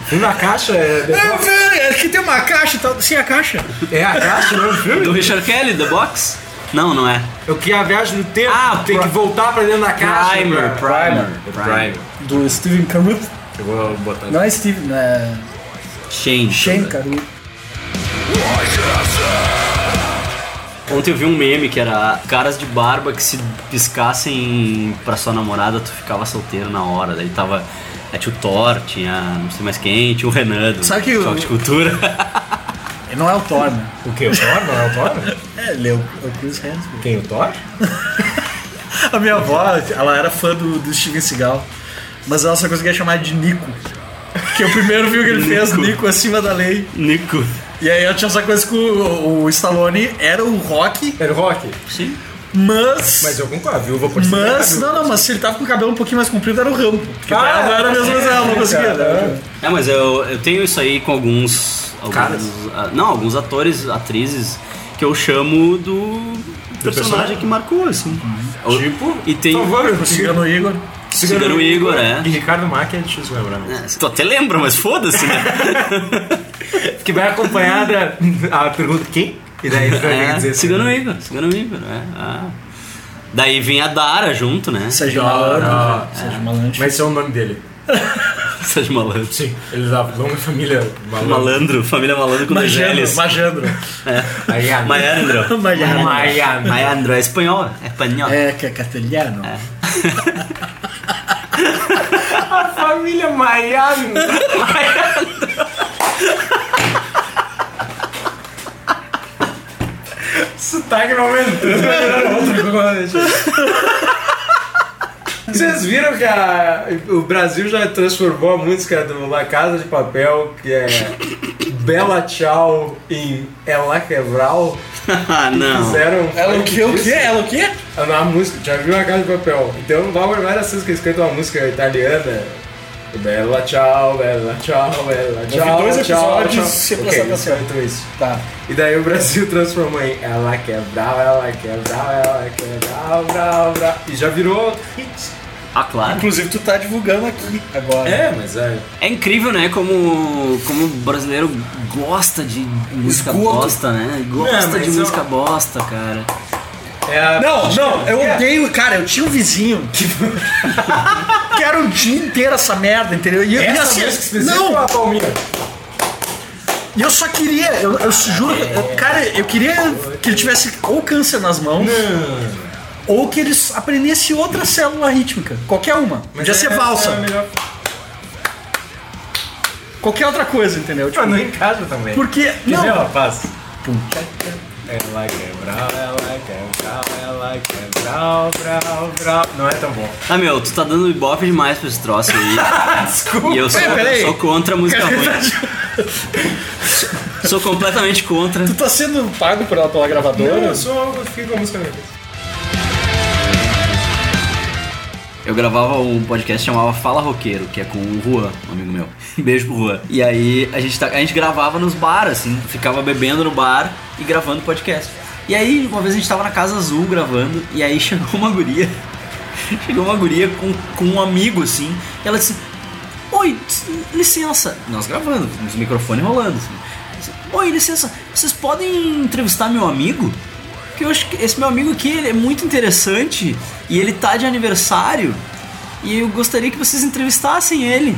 [SPEAKER 4] O filme na caixa é The
[SPEAKER 3] É,
[SPEAKER 4] Box?
[SPEAKER 3] velho, é que tem uma caixa e tal. Sim, a caixa.
[SPEAKER 4] É a caixa, não é o filme?
[SPEAKER 2] Do Richard Kelly, The Box? Não, não é.
[SPEAKER 4] Eu que a viagem no tempo,
[SPEAKER 2] Ah,
[SPEAKER 4] tem
[SPEAKER 2] Pri-
[SPEAKER 4] que voltar pra dentro da caixa.
[SPEAKER 2] Primer,
[SPEAKER 4] pra-
[SPEAKER 2] Primer,
[SPEAKER 4] The
[SPEAKER 2] Primer.
[SPEAKER 3] Do Steven Caruth.
[SPEAKER 4] Eu vou botar.
[SPEAKER 3] Não é Steven, é
[SPEAKER 2] Shane.
[SPEAKER 3] Shane Caruth.
[SPEAKER 2] Ontem eu vi um meme que era caras de barba que se piscassem pra sua namorada, tu ficava solteiro na hora. Daí tava. Aí tinha o Thor, tinha não sei mais quem, tinha o Renan do
[SPEAKER 3] Sabe que o-
[SPEAKER 2] Choque de Cultura.
[SPEAKER 3] Ele não é o Thor, né?
[SPEAKER 4] O que? O Thor? Não é o Thor?
[SPEAKER 3] É, ele é o, é o Chris Hemsworth.
[SPEAKER 4] Quem? O Thor?
[SPEAKER 3] A minha avó, ela era fã do, do Steven Seagal, mas ela só conseguia chamar de Nico. Que é o primeiro filme que ele fez,
[SPEAKER 2] Nico.
[SPEAKER 3] Nico acima da lei.
[SPEAKER 2] Nico.
[SPEAKER 3] E aí eu tinha essa coisa que o, o Stallone era o rock,
[SPEAKER 4] Era o Rock?
[SPEAKER 2] Sim.
[SPEAKER 3] mas.
[SPEAKER 4] Mas
[SPEAKER 3] Mas,
[SPEAKER 4] eu concordo, a viúva pode ser a
[SPEAKER 3] não, não, mas se ele tava com o cabelo um pouquinho mais comprido, era o Rambo. Porque
[SPEAKER 4] Ah,
[SPEAKER 3] pra ela não era mesmo, mas é, ela não conseguia.
[SPEAKER 4] cara.
[SPEAKER 3] né?
[SPEAKER 2] É, mas eu, eu tenho isso aí com alguns. alguns
[SPEAKER 4] Caras?
[SPEAKER 2] ah, Não, alguns atores, atrizes que eu chamo do, personagem
[SPEAKER 4] personagem?
[SPEAKER 2] que marcou, assim. Eu-
[SPEAKER 4] Tipo,
[SPEAKER 2] E tem.
[SPEAKER 4] Por favor,
[SPEAKER 3] O Cigano Igor.
[SPEAKER 2] Cigano Igor, é.
[SPEAKER 4] E Ricardo Mack é difícil lembrar. mesmo.
[SPEAKER 2] É, Tu até lembra, mas foda-se, né?
[SPEAKER 4] Que vai acompanhada a pergunta quem? E daí você vai ter que dizer
[SPEAKER 2] É,
[SPEAKER 4] assim.
[SPEAKER 2] Cigano Igor, Cigano Igor, é. ah. Daí vem a Dara junto, né?
[SPEAKER 3] Sérgio
[SPEAKER 4] não,
[SPEAKER 3] Malandro. Sérgio Malandro.
[SPEAKER 4] Mas esse é o nome dele.
[SPEAKER 2] Sérgio Malandro.
[SPEAKER 4] Sim. Ele da longa família malandro.
[SPEAKER 2] Malandro, família malandro com dois L's.
[SPEAKER 3] Majandro.
[SPEAKER 4] Mariano.
[SPEAKER 2] Malandro.
[SPEAKER 3] Majandro.
[SPEAKER 4] Mariano.
[SPEAKER 2] Malandro, é espanhol. É espanhol.
[SPEAKER 3] É, que é castelhano.
[SPEAKER 4] Família Mariano. Sotaque não aumentando. Vocês viram que a- o Brasil já transformou a música do La Casa de Papel, que é Bela Tchau em Ela Quebral?
[SPEAKER 2] Ah, não.
[SPEAKER 4] Fizeram.
[SPEAKER 3] Ela é o quê? O quê? Ela o quê?
[SPEAKER 4] Na É música, já viu a Casa de Papel. Então, Valber, várias vezes que eles cantam uma música italiana. Bella ciao, bella ciao, bella ciao.
[SPEAKER 3] dois
[SPEAKER 4] ciao,
[SPEAKER 3] episódios
[SPEAKER 4] ciao.
[SPEAKER 3] sem
[SPEAKER 4] Ok,
[SPEAKER 3] prestar atenção.
[SPEAKER 4] então isso.
[SPEAKER 3] Tá.
[SPEAKER 4] E daí o Brasil transformou em ela quebral, ela quebral, ela quebral, brau, brau. E já virou hit.
[SPEAKER 2] Ah, claro.
[SPEAKER 3] Inclusive, tu tá divulgando aqui agora.
[SPEAKER 4] É, mas é.
[SPEAKER 2] É incrível, né? Como, como o brasileiro gosta de música
[SPEAKER 3] Esgoto.
[SPEAKER 2] bosta, né?
[SPEAKER 4] É,
[SPEAKER 2] Gosta
[SPEAKER 4] mas
[SPEAKER 2] de
[SPEAKER 4] eu-
[SPEAKER 2] música bosta, cara.
[SPEAKER 4] é a- é.
[SPEAKER 3] Não, não, eu odeio, cara, eu tinha um vizinho que, que era o dia inteiro essa merda, entendeu? E, eu- e
[SPEAKER 4] Essa
[SPEAKER 3] assim,
[SPEAKER 4] música específica ou
[SPEAKER 3] não,
[SPEAKER 4] a palminha?
[SPEAKER 3] e eu só queria, eu, eu juro, eu- cara, eu queria que ele tivesse ou câncer nas mãos, ou que ele aprendesse outra célula rítmica, qualquer uma. Podia ser
[SPEAKER 4] é-
[SPEAKER 3] valsa,
[SPEAKER 4] é a melhor.
[SPEAKER 3] qualquer outra coisa, entendeu? Tipo,
[SPEAKER 4] Mas Ah, não encaixa também.
[SPEAKER 3] porque,
[SPEAKER 4] Que
[SPEAKER 3] não,
[SPEAKER 4] ela faz? Ela quebral, ela quebral, ela quebral, brau, brau. Não é tão bom.
[SPEAKER 2] Ah, meu, tu tá dando ibope demais pra esse troço aí.
[SPEAKER 4] Desculpa.
[SPEAKER 2] e eu sou,
[SPEAKER 3] Peraí, peraí.
[SPEAKER 2] sou contra a música ruim. sou completamente contra.
[SPEAKER 3] tu tá sendo pago pela, pela gravadora?
[SPEAKER 4] Eu sou. Eu fiquei com a música na cabeça.
[SPEAKER 2] Eu gravava um podcast que chamava Fala Roqueiro, que é com o Juan, um amigo meu. Beijo pro Juan. E aí a gente, tá- a gente gravava nos bar, assim, ficava bebendo no bar e gravando podcast. E aí, uma vez a gente tava na Casa Azul gravando, e aí chegou uma guria. Chegou uma guria com, com um amigo, assim, e ela disse: Oi, licença. Nós gravando, os microfones rolando. Assim. Oi, licença, vocês podem entrevistar meu amigo? Porque eu acho que esse meu amigo aqui ele é muito interessante e ele tá de aniversário e eu gostaria que vocês entrevistassem ele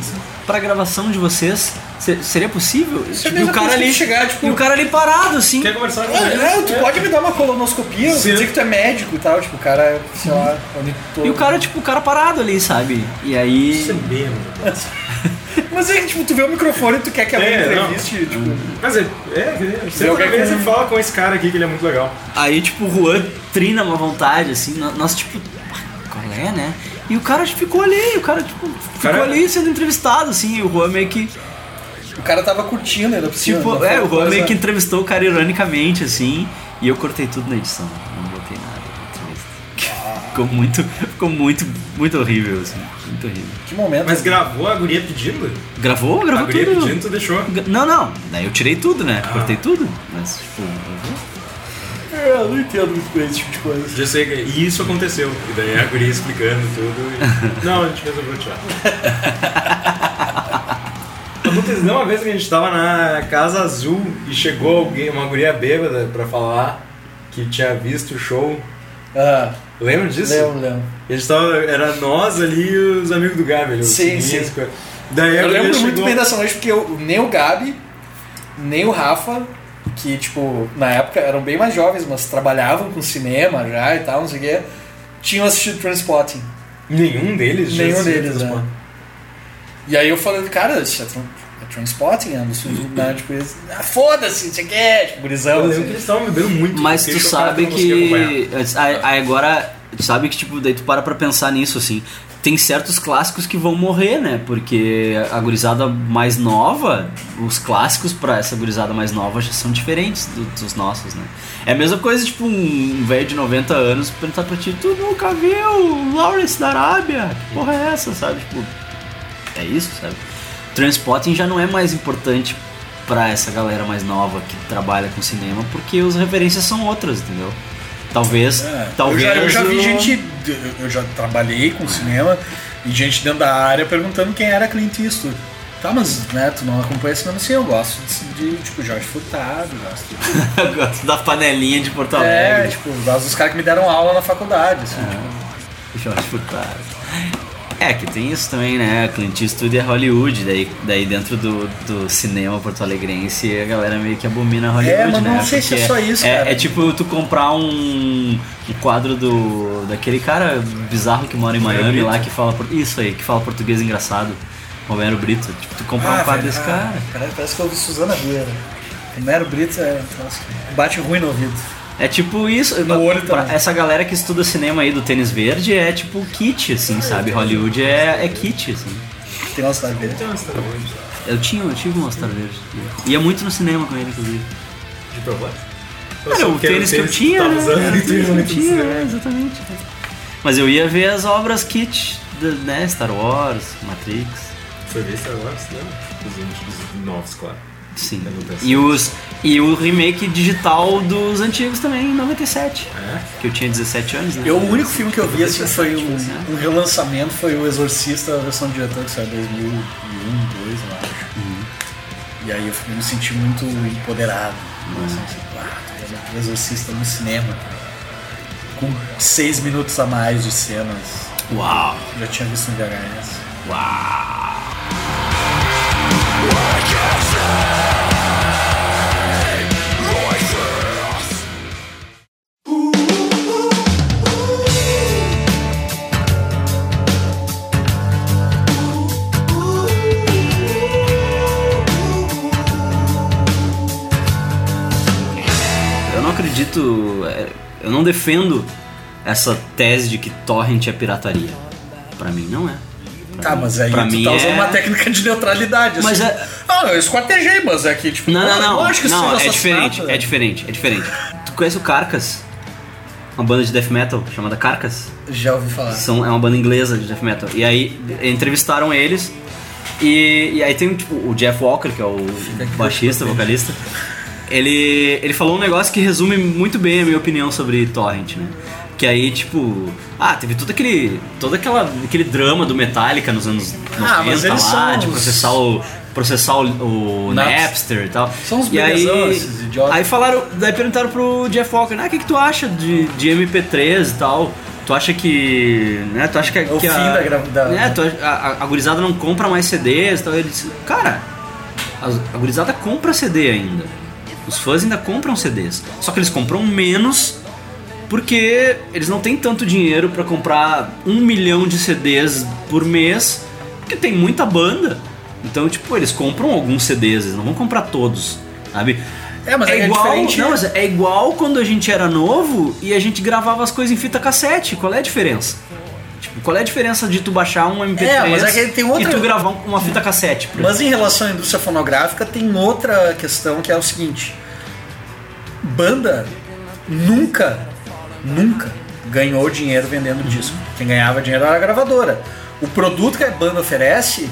[SPEAKER 2] pra gravação de vocês. Se- seria possível? Tipo, e, o
[SPEAKER 3] mesma
[SPEAKER 2] cara
[SPEAKER 3] coisa que
[SPEAKER 2] ali,
[SPEAKER 3] chegar, tipo-
[SPEAKER 2] e o cara ali parado, assim.
[SPEAKER 4] Quer conversar com
[SPEAKER 3] Olha,
[SPEAKER 4] ele?
[SPEAKER 3] não, tu pode me dar uma colonoscopia, eu
[SPEAKER 4] Sim.
[SPEAKER 3] dizer que tu é médico e tal, tipo, o cara, sei lá, ornitólogo.
[SPEAKER 2] E o cara, tipo, o cara parado ali, sabe? E aí.
[SPEAKER 4] Perceber,
[SPEAKER 3] Mas é que, tipo, tu vê o microfone e tu quer que alguém
[SPEAKER 4] É, não.
[SPEAKER 3] entreviste, tipo...
[SPEAKER 4] Mas é. É, você
[SPEAKER 3] alguém
[SPEAKER 4] vez
[SPEAKER 3] que-
[SPEAKER 4] você fala com esse cara aqui que ele é muito legal.
[SPEAKER 2] Aí, tipo, o Juan trina uma vontade, assim, no- nós, tipo, "Ah, qual é, né? E o cara ficou ali, o cara, tipo, ficou
[SPEAKER 4] Cara-
[SPEAKER 2] ali sendo entrevistado, assim, e o Juan meio que,
[SPEAKER 3] O cara tava curtindo, era possível.
[SPEAKER 2] tipo,
[SPEAKER 3] né?
[SPEAKER 2] é, o Juan
[SPEAKER 3] Coisa-
[SPEAKER 2] meio que entrevistou o cara ironicamente, assim, e eu cortei tudo na edição, não botei nada na entrevista. Ficou muito, ficou muito, muito horrível, assim, muito horrível.
[SPEAKER 3] Que momento.
[SPEAKER 4] Mas gravou a guria pedindo?
[SPEAKER 2] Gravou?
[SPEAKER 4] A
[SPEAKER 2] Gravou
[SPEAKER 4] guria
[SPEAKER 2] tudo.
[SPEAKER 4] pedindo, tu deixou.
[SPEAKER 2] Gra- Não, não, daí eu tirei tudo, né? Cortei tudo, mas, tipo, Eu não entendo muito bem esse tipo de coisa.
[SPEAKER 8] Já sei que e isso aconteceu. E daí a guria explicando tudo.
[SPEAKER 4] Não, a gente resolveu tirar. Aconteceu uma vez que a gente tava na Casa Azul e chegou alguém, uma guria bêbada pra falar que tinha visto o show.
[SPEAKER 3] Ah,
[SPEAKER 4] Lembra disso?
[SPEAKER 3] lembro, lembro.
[SPEAKER 4] A gente tava, era nós ali e os amigos do Gabi. ali, os
[SPEAKER 3] Sim,
[SPEAKER 4] seguintes,
[SPEAKER 3] sim.
[SPEAKER 4] co- Daí a
[SPEAKER 3] Eu
[SPEAKER 4] guria
[SPEAKER 3] lembro muito
[SPEAKER 4] chegou-
[SPEAKER 3] bem dessa noite porque eu- nem o Gabi, nem o Rafa, que, tipo, na época eram bem mais jovens, mas trabalhavam com cinema já e tal, não sei o quê, tinham assistido Transpotting.
[SPEAKER 4] Nenhum deles? tinha
[SPEAKER 3] Nenhum
[SPEAKER 4] sido
[SPEAKER 3] deles, né?
[SPEAKER 4] transportado.
[SPEAKER 3] E aí eu falando, cara, isso é, tran é Transpotting, é um dos filmes do- né? Tipo, eles, ah, foda-se, isso aqui é, tipo,
[SPEAKER 4] Eu
[SPEAKER 3] gurizão.
[SPEAKER 4] lembro que
[SPEAKER 3] assim.
[SPEAKER 4] eles estavam bebendo muito.
[SPEAKER 2] Mas
[SPEAKER 4] fiquei
[SPEAKER 2] tu
[SPEAKER 4] chocado
[SPEAKER 2] sabe
[SPEAKER 4] eu não consegui acompanhar.
[SPEAKER 2] que. a- a- Agora, tu sabe que, tipo, daí tu para pra pensar nisso, assim. Tem certos clássicos que vão morrer, né? Porque a gurizada mais nova, os clássicos pra essa gurizada mais nova já são diferentes do- dos nossos, né? É a mesma coisa, tipo, um velho de 90 anos perguntar pra ti, tu nunca viu Lawrence da Arábia? Que porra é essa, sabe? Tipo, é isso, sabe? Transpotting já não é mais importante pra essa galera mais nova que trabalha com cinema, porque as referências são outras, entendeu? Talvez,
[SPEAKER 3] É, né? Eu
[SPEAKER 2] talvez
[SPEAKER 3] já, eu já vi
[SPEAKER 2] o-
[SPEAKER 3] gente, eu já trabalhei com cinema e gente dentro da área perguntando quem era Clint Eastwood. Tá, mas né, tu não acompanha cinema assim, eu gosto de, de tipo, Jorge Furtado, gosto de
[SPEAKER 2] Eu gosto da panelinha de Porto Tá
[SPEAKER 3] É,
[SPEAKER 2] Alegre. É,
[SPEAKER 3] tipo, gosto dos caras que me deram aula na faculdade, assim, tipo,
[SPEAKER 2] Jorge Furtado. É, que tem isso também, né? Clint Eastwood é Hollywood, daí, daí dentro do, do cinema porto-alegrense a galera meio que abomina Hollywood,
[SPEAKER 3] É, mas
[SPEAKER 2] né?
[SPEAKER 3] não sei se é
[SPEAKER 2] Porque
[SPEAKER 3] só isso,
[SPEAKER 2] é,
[SPEAKER 3] cara.
[SPEAKER 2] é tipo tu comprar um, um quadro do daquele cara bizarro que mora em Miami lá, que fala... por- Isso aí, que fala português engraçado. Romero Brito. Tipo, tu comprar um quadro
[SPEAKER 3] velho,
[SPEAKER 2] desse
[SPEAKER 3] ah,
[SPEAKER 2] cara...
[SPEAKER 3] caralho, parece que eu ouvi Suzana Vieira. Romero Brito é um troço que bate ruim no ouvido.
[SPEAKER 2] É tipo isso.
[SPEAKER 3] No olho
[SPEAKER 2] pra-
[SPEAKER 3] também.
[SPEAKER 2] essa galera que estuda cinema aí do tênis verde é tipo kit, assim,
[SPEAKER 3] Ah,
[SPEAKER 2] sabe? Hollywood é, é kit, assim.
[SPEAKER 3] Tem uma cidade dele.
[SPEAKER 2] Eu tinha, eu tive um All-Star verde. Ia muito no cinema com ele, inclusive.
[SPEAKER 8] De propósito.
[SPEAKER 2] Era o tênis que eu tinha, né? Era o tênis que eu tinha, né? exatamente. Mas eu ia ver as obras kit, da- né? Star Wars, Matrix,
[SPEAKER 8] Foi ver Star Wars, não? Os antigos, os novos, claro.
[SPEAKER 2] sim.
[SPEAKER 8] Eu não penso.
[SPEAKER 2] E, os, e o remake digital dos antigos também, em 97. Que É? eu tinha 17 anos, né?
[SPEAKER 3] Eu, o único filme que eu vi
[SPEAKER 2] é
[SPEAKER 3] assim foi um, um relançamento, foi o Exorcista, a versão de diretor, que saiu em 2001, 2002, um, eu acho.
[SPEAKER 2] Uhum.
[SPEAKER 3] E aí eu fui- me senti muito empoderado.
[SPEAKER 2] Uhum.
[SPEAKER 3] Assim, tipo, ah, tô vendo o Exorcista no cinema. Com seis minutos a mais de cenas.
[SPEAKER 2] Uau!
[SPEAKER 3] que eu Já tinha visto no VHS.
[SPEAKER 2] Eu não acredito, é, eu não defendo essa tese de que torrent é pirataria. Pra mim não é.
[SPEAKER 3] Tá, mas aí
[SPEAKER 2] Pra
[SPEAKER 3] tu
[SPEAKER 2] mim
[SPEAKER 3] tá usando
[SPEAKER 2] é-
[SPEAKER 3] uma técnica de neutralidade.
[SPEAKER 2] Mas
[SPEAKER 3] assim.
[SPEAKER 2] é-
[SPEAKER 3] Ah, eu esquartejei, mas é que, tipo...
[SPEAKER 2] Não, não, não.
[SPEAKER 3] Lógico que isso
[SPEAKER 2] não,
[SPEAKER 3] seja
[SPEAKER 2] é
[SPEAKER 3] assassinato,
[SPEAKER 2] diferente,
[SPEAKER 3] né?
[SPEAKER 2] é diferente, é diferente. Tu conhece o Carcas? Uma banda de death metal chamada Carcas?
[SPEAKER 3] Já ouvi falar.
[SPEAKER 2] São, é uma banda inglesa de death metal. E aí entrevistaram eles. E, e aí tem tipo, o Jeff Walker, que é o baixista, vocalista. Ele, ele falou um negócio que resume muito bem a minha opinião sobre Torrent, né? Que aí, tipo, ah, teve todo aquele, todo aquela, aquele drama do Metallica nos anos 90
[SPEAKER 3] Ah, mas eles
[SPEAKER 2] lá,
[SPEAKER 3] são
[SPEAKER 2] de
[SPEAKER 3] os-
[SPEAKER 2] processar o, processar o, o
[SPEAKER 3] Naps-
[SPEAKER 2] Napster e tal.
[SPEAKER 3] São uns
[SPEAKER 2] e aí,
[SPEAKER 3] belezão, esses idiotas.
[SPEAKER 2] aí falaram, daí perguntaram pro Jeff Walker, ah, o que, que tu acha de, de MP3 e tal? Tu acha que. né? Tu acha que,
[SPEAKER 3] É o
[SPEAKER 2] que
[SPEAKER 3] fim da gra- da-
[SPEAKER 2] né, tu acha- a, a- a gurizada não compra mais CDs e tal. Ele disse, cara, a, a gurizada compra CD ainda. Os fãs ainda compram CDs. Só que eles compram menos porque eles não têm tanto dinheiro pra comprar um milhão de CDs por mês, porque tem muita banda. Então, tipo, eles compram alguns CDs, eles não vão comprar todos, sabe?
[SPEAKER 3] É, mas é que é
[SPEAKER 2] igual,
[SPEAKER 3] diferente,
[SPEAKER 2] não,
[SPEAKER 3] né?
[SPEAKER 2] mas é igual quando a gente era novo e a gente gravava as coisas em fita cassete. Qual é a diferença? Tipo, qual é a diferença de tu baixar um MP3
[SPEAKER 3] É, mas é que tem
[SPEAKER 2] e
[SPEAKER 3] outra-
[SPEAKER 2] tu gravar um- uma fita cassete? por
[SPEAKER 3] Mas em relação à indústria fonográfica, tem outra questão que é o seguinte: banda nunca, nunca ganhou dinheiro vendendo disco. Quem ganhava dinheiro era a gravadora. O produto que a banda oferece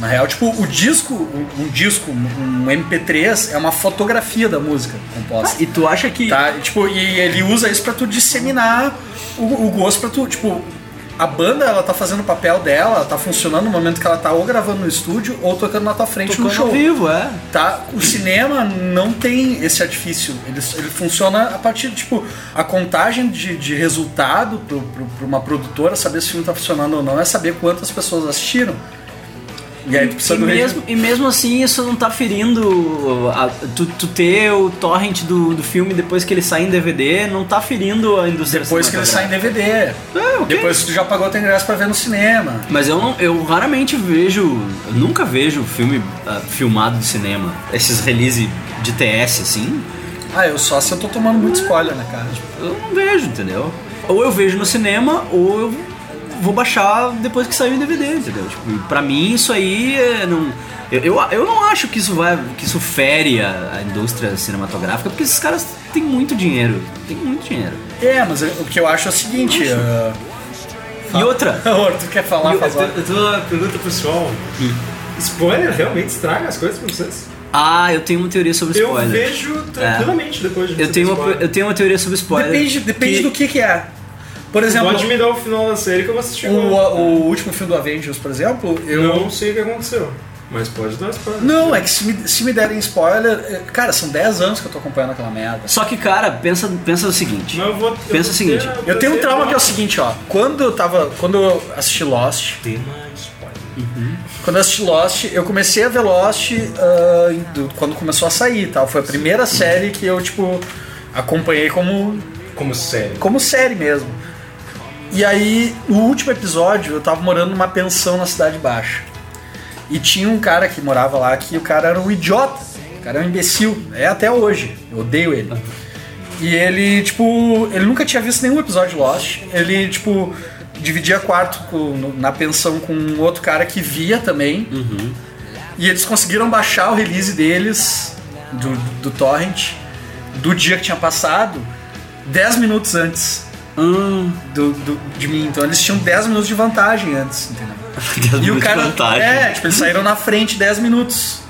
[SPEAKER 3] Na real, tipo, o disco, um, um disco, um um MP3 é uma fotografia da música composta.
[SPEAKER 2] E tu acha que.
[SPEAKER 3] Tá? E, Tipo, e ele usa isso pra tu disseminar o, o gosto pra tu, tipo, a banda ela tá fazendo o papel dela, tá funcionando no momento que ela tá ou gravando no estúdio ou tocando na tua frente no
[SPEAKER 2] Tocando
[SPEAKER 3] show.
[SPEAKER 2] ao vivo, é.
[SPEAKER 3] Tá? O cinema não tem esse artifício. Ele, ele funciona a partir, tipo, a contagem de, de resultado para uma produtora saber se o filme tá funcionando ou não é saber quantas pessoas assistiram. E aí tu precisa
[SPEAKER 2] E
[SPEAKER 3] do
[SPEAKER 2] mesmo, e mesmo assim, isso não tá ferindo. a- tu, tu ter o torrent do, do filme depois que ele sai em DVD, não tá ferindo a indústria
[SPEAKER 3] Depois que ele sai em
[SPEAKER 2] cinematográfica.
[SPEAKER 3] DVD.
[SPEAKER 2] É, ok.
[SPEAKER 3] Depois que tu já pagou teu ingresso pra ver no cinema.
[SPEAKER 2] Mas eu, não- eu raramente vejo, eu nunca vejo filme ah, filmado de cinema. Esses release de TS, assim,
[SPEAKER 3] Ah, eu só se eu tô tomando muito spoiler, né, cara?
[SPEAKER 2] eu não vejo, entendeu? Ou eu vejo no cinema, ou eu vou baixar depois que sair em DVD, entendeu? Tipo, e pra mim isso aí é, não. Eu, eu, eu não acho que isso vai. que isso fere a, a indústria cinematográfica, porque esses caras têm muito dinheiro. Tem muito dinheiro.
[SPEAKER 3] É, mas o que eu acho é o seguinte. ah,
[SPEAKER 2] E outra,
[SPEAKER 3] Amor, tu quer falar,
[SPEAKER 8] Eu,
[SPEAKER 2] Tá,
[SPEAKER 3] faz hora.
[SPEAKER 8] eu tenho uma pergunta pessoal.
[SPEAKER 2] Hum.
[SPEAKER 8] Spoiler realmente estraga as coisas pra vocês?
[SPEAKER 2] ah, eu tenho uma teoria sobre
[SPEAKER 8] Eu
[SPEAKER 2] spoiler. É.
[SPEAKER 8] vejo tranquilamente depois de
[SPEAKER 2] Eu
[SPEAKER 8] você
[SPEAKER 2] tenho,
[SPEAKER 8] ter
[SPEAKER 2] uma,
[SPEAKER 8] spoiler.
[SPEAKER 2] eu tenho uma teoria sobre spoiler.
[SPEAKER 3] Depende, depende
[SPEAKER 2] que-
[SPEAKER 3] do que que é. Por exemplo,
[SPEAKER 8] Pode me dar o final da série que eu vou assistir
[SPEAKER 3] o,
[SPEAKER 8] agora.
[SPEAKER 3] o último filme do Avengers, por exemplo, eu.
[SPEAKER 8] Eu não sei o que aconteceu, mas pode dar spoiler.
[SPEAKER 3] Não, é que se me, se me derem spoiler. é- Cara, são 10 anos que eu tô acompanhando aquela merda.
[SPEAKER 2] Só que, cara, pensa, pensa o seguinte.
[SPEAKER 8] Mas eu vou- eu vou
[SPEAKER 2] pensa o seguinte.
[SPEAKER 8] ter-
[SPEAKER 3] Eu tenho um trauma que é o seguinte, ó. Quando eu tava. Quando eu assisti Lost,
[SPEAKER 8] Tema spoiler.
[SPEAKER 3] Quando eu assisti Lost, eu comecei a ver Lost ah, em- do- quando começou a sair, tal. Foi a primeira série que eu, tipo, acompanhei como,
[SPEAKER 8] Como série.
[SPEAKER 3] como série mesmo. E aí, no último episódio, eu tava morando numa pensão na Cidade Baixa. E tinha um cara que morava lá que o cara era um idiota. O cara era um imbecil. É até hoje. Eu odeio ele. E ele, tipo, ele nunca tinha visto nenhum episódio de Lost. Ele, tipo, dividia quarto com- no- na pensão com um outro cara que via também. E eles conseguiram baixar o release deles, do, do Torrent, do dia que tinha passado, 10 minutos antes
[SPEAKER 2] Hum,
[SPEAKER 3] do, do- de mim. Então eles tinham 10 minutos de vantagem antes, entendeu? E o cara.
[SPEAKER 2] Vantagem.
[SPEAKER 3] É, tipo, eles saíram na frente 10 minutos.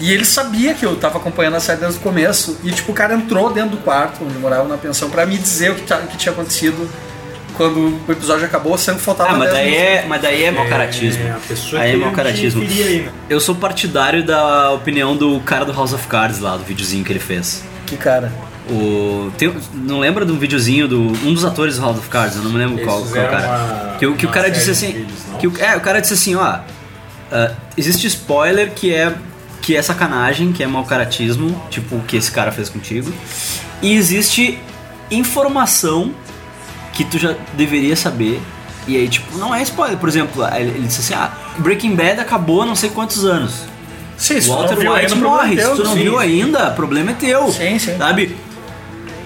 [SPEAKER 3] E ele sabia que eu tava acompanhando a série desde o começo. E, tipo, o cara entrou dentro do quarto onde eu morava na pensão pra me dizer o que, ta- o que tinha acontecido quando o episódio acabou, sendo que faltava
[SPEAKER 2] Ah, mas
[SPEAKER 3] 10
[SPEAKER 2] daí
[SPEAKER 3] minutos.
[SPEAKER 2] é, mas daí é mau caratismo.
[SPEAKER 8] É, a pessoa
[SPEAKER 2] aí é
[SPEAKER 8] que
[SPEAKER 2] mau
[SPEAKER 8] te
[SPEAKER 2] caratismo.
[SPEAKER 8] feria aí, né?
[SPEAKER 2] Eu sou partidário da opinião do cara do House of Cards lá, do videozinho que ele fez.
[SPEAKER 3] Que cara.
[SPEAKER 2] O, tem- não lembra de um videozinho do. Um dos atores do House of Cards, eu não me lembro
[SPEAKER 8] Eles
[SPEAKER 2] qual, qual
[SPEAKER 8] fizeram
[SPEAKER 2] cara.
[SPEAKER 8] uma-
[SPEAKER 2] que o, que o
[SPEAKER 8] uma
[SPEAKER 2] cara
[SPEAKER 8] série
[SPEAKER 2] disse
[SPEAKER 8] de
[SPEAKER 2] assim.
[SPEAKER 8] vídeos, não?
[SPEAKER 2] que o, é, o cara disse assim, ó. ah, existe spoiler que é que é sacanagem, que é mau caratismo, tipo o que esse cara fez contigo. E existe informação que tu já deveria saber. E aí, tipo, não é spoiler. Por exemplo, ele, ele disse assim, ah, Breaking Bad acabou há não sei quantos anos.
[SPEAKER 3] Sim, se tu não
[SPEAKER 2] Walter
[SPEAKER 3] viu
[SPEAKER 2] White
[SPEAKER 3] ainda, o problema
[SPEAKER 2] morre.
[SPEAKER 3] é teu,
[SPEAKER 2] Se tu não
[SPEAKER 3] sim.
[SPEAKER 2] viu ainda, problema é teu.
[SPEAKER 3] Sim, sim.
[SPEAKER 2] Sabe?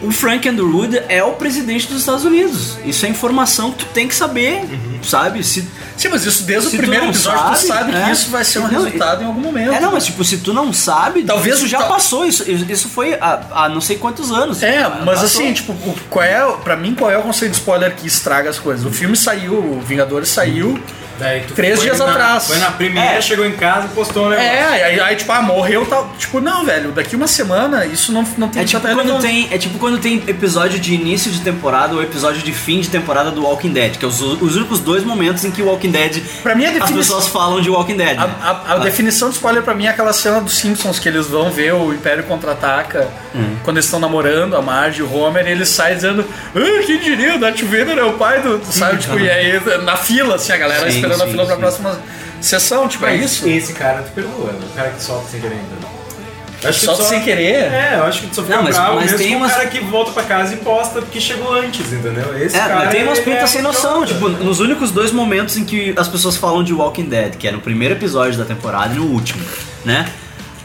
[SPEAKER 2] O Frank Underwood é o presidente dos Estados Unidos. Isso é informação que tu tem que saber,
[SPEAKER 3] Uhum.
[SPEAKER 2] sabe? Se,
[SPEAKER 3] Sim, mas isso
[SPEAKER 2] Se
[SPEAKER 3] desde o
[SPEAKER 2] tu
[SPEAKER 3] primeiro
[SPEAKER 2] não
[SPEAKER 3] episódio tu
[SPEAKER 2] sabe,
[SPEAKER 3] sabe que
[SPEAKER 2] é.
[SPEAKER 3] isso vai ser um
[SPEAKER 2] Não,
[SPEAKER 3] resultado em algum momento.
[SPEAKER 2] é, não, mas tipo, se tu não sabe,
[SPEAKER 3] Talvez
[SPEAKER 2] isso já
[SPEAKER 3] ta-
[SPEAKER 2] passou. Isso, isso foi há, há não sei quantos anos.
[SPEAKER 3] É,
[SPEAKER 2] Ah,
[SPEAKER 3] mas
[SPEAKER 2] passou.
[SPEAKER 3] assim, tipo, o- qual é, pra mim, qual é o conceito de spoiler que estraga as coisas? O filme saiu, o Vingadores saiu,
[SPEAKER 2] Hum.
[SPEAKER 8] Daí tu
[SPEAKER 3] Três
[SPEAKER 8] foi
[SPEAKER 3] dias
[SPEAKER 8] na-
[SPEAKER 3] atrás.
[SPEAKER 8] Foi na primeira,
[SPEAKER 2] É.
[SPEAKER 8] chegou em casa e postou um negócio.
[SPEAKER 3] é, aí, aí, tipo, ah, morreu, tal. Tipo, não, velho, daqui uma semana isso não, não tem
[SPEAKER 2] É tipo,
[SPEAKER 3] tanta
[SPEAKER 2] quando
[SPEAKER 3] relevância.
[SPEAKER 2] tem, é tipo quando tem episódio de início de temporada ou episódio de fim de temporada do Walking Dead, que é os, os únicos dois momentos em que o Walking Dead.
[SPEAKER 3] Pra mim, é a
[SPEAKER 2] as
[SPEAKER 3] definição-
[SPEAKER 2] pessoas falam de Walking Dead.
[SPEAKER 3] A,
[SPEAKER 2] né?
[SPEAKER 3] a- a definição de spoiler pra mim é aquela cena dos Simpsons que eles vão ver o Império Contra-Ataca
[SPEAKER 2] Uhum.
[SPEAKER 3] quando eles estão namorando, a Marge e o Homer, e ele sai dizendo, ah, quem diria, o Darth Vader é o pai do... do-" Sabe, tipo, e aí na fila, assim, a galera
[SPEAKER 2] Sim,
[SPEAKER 3] esperando a
[SPEAKER 2] sim,
[SPEAKER 3] fila pra
[SPEAKER 2] sim.
[SPEAKER 3] próxima sessão, tipo, é
[SPEAKER 8] Mas
[SPEAKER 3] isso.
[SPEAKER 8] Esse cara tu perdoa, né? o cara que solta sem querer ainda. Eu Acho
[SPEAKER 3] Solta
[SPEAKER 8] tu
[SPEAKER 3] sem querer?
[SPEAKER 8] É, eu acho que tu só fica
[SPEAKER 2] Não, mas-
[SPEAKER 8] bravo
[SPEAKER 2] mas
[SPEAKER 8] mesmo
[SPEAKER 2] tem
[SPEAKER 8] com
[SPEAKER 2] umas-
[SPEAKER 8] o cara que volta pra casa e posta porque chegou antes, entendeu? Esse
[SPEAKER 2] É,
[SPEAKER 8] cara...
[SPEAKER 2] tem umas
[SPEAKER 8] ele
[SPEAKER 2] pintas
[SPEAKER 8] é
[SPEAKER 2] sem noção.
[SPEAKER 8] idiota.
[SPEAKER 2] Tipo, nos únicos dois momentos em que as pessoas falam de Walking Dead, que é no primeiro episódio da temporada e no último, né?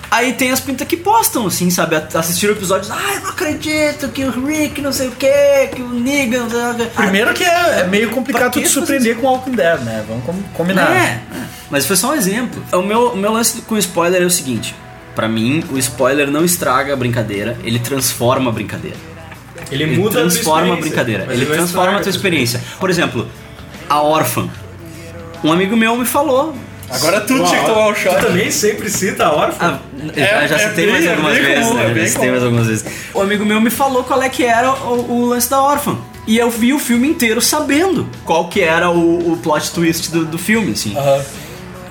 [SPEAKER 2] Aí tem as pintas que postam, assim, sabe? Assistiram episódios, ah, eu não acredito que o Rick não sei o que, que o Negan. não sei o quê."
[SPEAKER 8] Ah,
[SPEAKER 3] Primeiro que é, é meio complicado
[SPEAKER 2] pra
[SPEAKER 3] tu
[SPEAKER 2] que
[SPEAKER 3] te surpreender com Walking Dead, né? Vamos com- combinar.
[SPEAKER 2] É, mas foi só um exemplo. O meu, o meu lance com spoiler é o seguinte: pra mim, o spoiler não estraga a brincadeira, ele transforma a brincadeira.
[SPEAKER 8] Ele
[SPEAKER 2] Ele
[SPEAKER 8] muda
[SPEAKER 2] transforma a,
[SPEAKER 8] tua experiência,
[SPEAKER 2] brincadeira.
[SPEAKER 8] mas
[SPEAKER 2] Ele
[SPEAKER 8] não
[SPEAKER 2] transforma a
[SPEAKER 8] estraga
[SPEAKER 2] tua experiência. Por exemplo, a órfã. Um amigo meu me falou
[SPEAKER 3] Agora tu tinha que tomar um shot.
[SPEAKER 4] Tu também sempre cita a
[SPEAKER 2] Ah,
[SPEAKER 4] órfã.
[SPEAKER 2] já- já
[SPEAKER 3] é
[SPEAKER 2] citei
[SPEAKER 3] bem-
[SPEAKER 2] mais
[SPEAKER 3] é
[SPEAKER 2] algumas
[SPEAKER 3] bem
[SPEAKER 2] vezes,
[SPEAKER 3] comum, é
[SPEAKER 2] né?
[SPEAKER 3] bem
[SPEAKER 2] Já citei
[SPEAKER 3] comum.
[SPEAKER 2] mais algumas vezes. O amigo meu me falou qual é que era o, o lance da órfã. E eu vi o filme inteiro sabendo qual que era o, o plot twist do, do filme, assim.
[SPEAKER 3] Aham.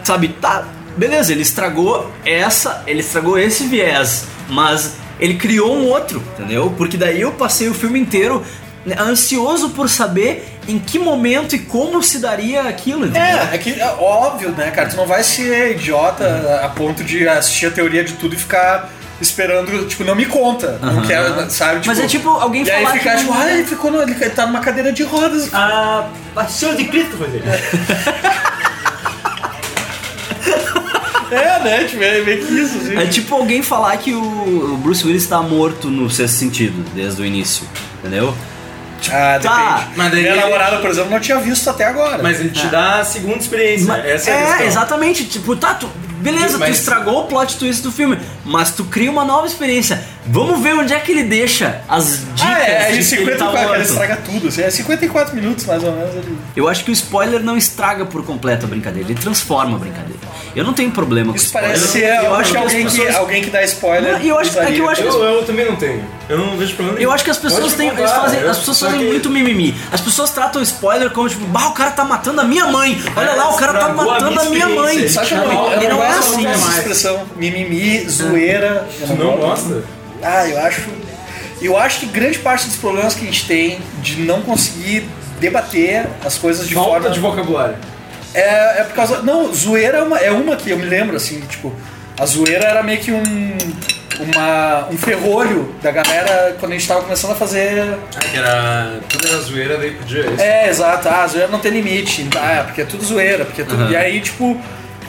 [SPEAKER 2] Sabe, tá. Beleza, ele estragou essa. Ele estragou esse viés, mas ele criou um outro, entendeu? Porque daí eu passei o filme inteiro né, ansioso por saber em que momento e como se daria aquilo, entendeu?
[SPEAKER 3] É, é que é óbvio, né, cara? Tu não vai ser idiota a ponto de assistir a teoria de tudo e ficar esperando, tipo, não me conta. Não quero, sabe?
[SPEAKER 2] Mas é tipo alguém
[SPEAKER 3] E aí
[SPEAKER 2] falar
[SPEAKER 3] ficar
[SPEAKER 2] que
[SPEAKER 3] tipo,
[SPEAKER 2] não- é."
[SPEAKER 3] ah, ele ficou no, ele tá numa cadeira de rodas.
[SPEAKER 4] Ah, Paixão de Cristo, Rodrigo.
[SPEAKER 3] É, né? Tipo, é meio que isso, assim.
[SPEAKER 2] É tipo alguém falar que o Bruce Willis tá morto no sexto sentido, desde o início, entendeu?
[SPEAKER 3] Ah, depende.
[SPEAKER 2] Tá,
[SPEAKER 4] mas daí
[SPEAKER 3] Minha
[SPEAKER 4] ele-
[SPEAKER 3] namorada, por exemplo, não tinha visto até agora.
[SPEAKER 4] Mas ele te dá a segunda experiência.
[SPEAKER 2] Mas-
[SPEAKER 4] Essa é a
[SPEAKER 2] é,
[SPEAKER 4] questão.
[SPEAKER 2] exatamente. Tipo, tá, tu, beleza, tu
[SPEAKER 4] Mas-
[SPEAKER 2] estragou o plot twist do filme, mas tu cria uma nova experiência. Vamos ver onde é que ele deixa as dicas
[SPEAKER 3] ah, é,
[SPEAKER 2] de que
[SPEAKER 3] em
[SPEAKER 2] ele tá
[SPEAKER 3] 54, cara,
[SPEAKER 2] morto.
[SPEAKER 3] estraga tudo. Assim, é 54 minutos, mais ou menos. Ele...
[SPEAKER 2] Eu acho que o spoiler não estraga por completo a brincadeira, ele transforma a brincadeira. Eu não tenho problema com
[SPEAKER 3] Isso
[SPEAKER 2] spoiler.
[SPEAKER 3] parece ser
[SPEAKER 2] eu acho
[SPEAKER 3] que
[SPEAKER 2] que as
[SPEAKER 3] alguém, que,
[SPEAKER 2] pessoas-
[SPEAKER 3] alguém que dá spoiler.
[SPEAKER 2] Não, e eu acho- é que eu acho-
[SPEAKER 3] usaria.
[SPEAKER 4] Eu, eu também não tenho. Eu não vejo problema nenhum.
[SPEAKER 2] Eu acho que as pessoas
[SPEAKER 4] Pode
[SPEAKER 2] têm.
[SPEAKER 4] contar,
[SPEAKER 2] eles fazem,
[SPEAKER 4] eu-
[SPEAKER 2] as pessoas
[SPEAKER 4] só
[SPEAKER 2] fazem
[SPEAKER 4] que
[SPEAKER 2] muito mimimi. As pessoas tratam spoiler como tipo, bah, o cara tá matando a minha mãe. Olha lá, o cara tá
[SPEAKER 4] Estragou a
[SPEAKER 2] matando a minha
[SPEAKER 4] minha
[SPEAKER 2] mãe.
[SPEAKER 4] experiência.
[SPEAKER 3] Sabe que eu
[SPEAKER 2] Sabe?
[SPEAKER 3] não,
[SPEAKER 2] E
[SPEAKER 3] eu não
[SPEAKER 2] não é
[SPEAKER 3] gosto
[SPEAKER 2] assim.
[SPEAKER 3] dessa expressão mimimi, zoeira.
[SPEAKER 4] Tu não gosta?
[SPEAKER 3] Ah, eu acho. Eu acho que grande parte dos problemas que a gente tem de não conseguir debater as coisas de
[SPEAKER 4] Falta
[SPEAKER 3] forma.
[SPEAKER 4] de vocabulário.
[SPEAKER 3] É, é por causa. Não, zoeira é uma, é uma que eu me lembro, assim, tipo, a zoeira era meio que um. Uma, um ferrolho da galera quando a gente tava começando a fazer.
[SPEAKER 4] Ah, que era. Tudo era zoeira, daí podia. Isso.
[SPEAKER 3] É, exato, ah, zoeira não tem limite, ah, porque é tudo zoeira, porque é tudo. E aí, tipo,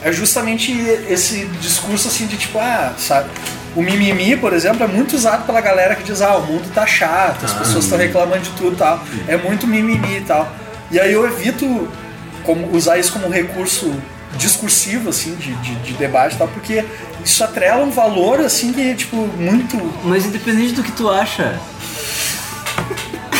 [SPEAKER 3] é justamente esse discurso assim de tipo, ah, sabe? O mimimi, por exemplo, é muito usado pela galera que diz, ah, o mundo tá chato, as pessoas estão reclamando de tudo e tal. É muito mimimi e tal. E aí eu evito como, usar isso como um recurso discursivo, assim, de, de, de debate e tal, porque isso atrela um valor, assim, que é, tipo, muito.
[SPEAKER 2] Mas independente do que tu acha.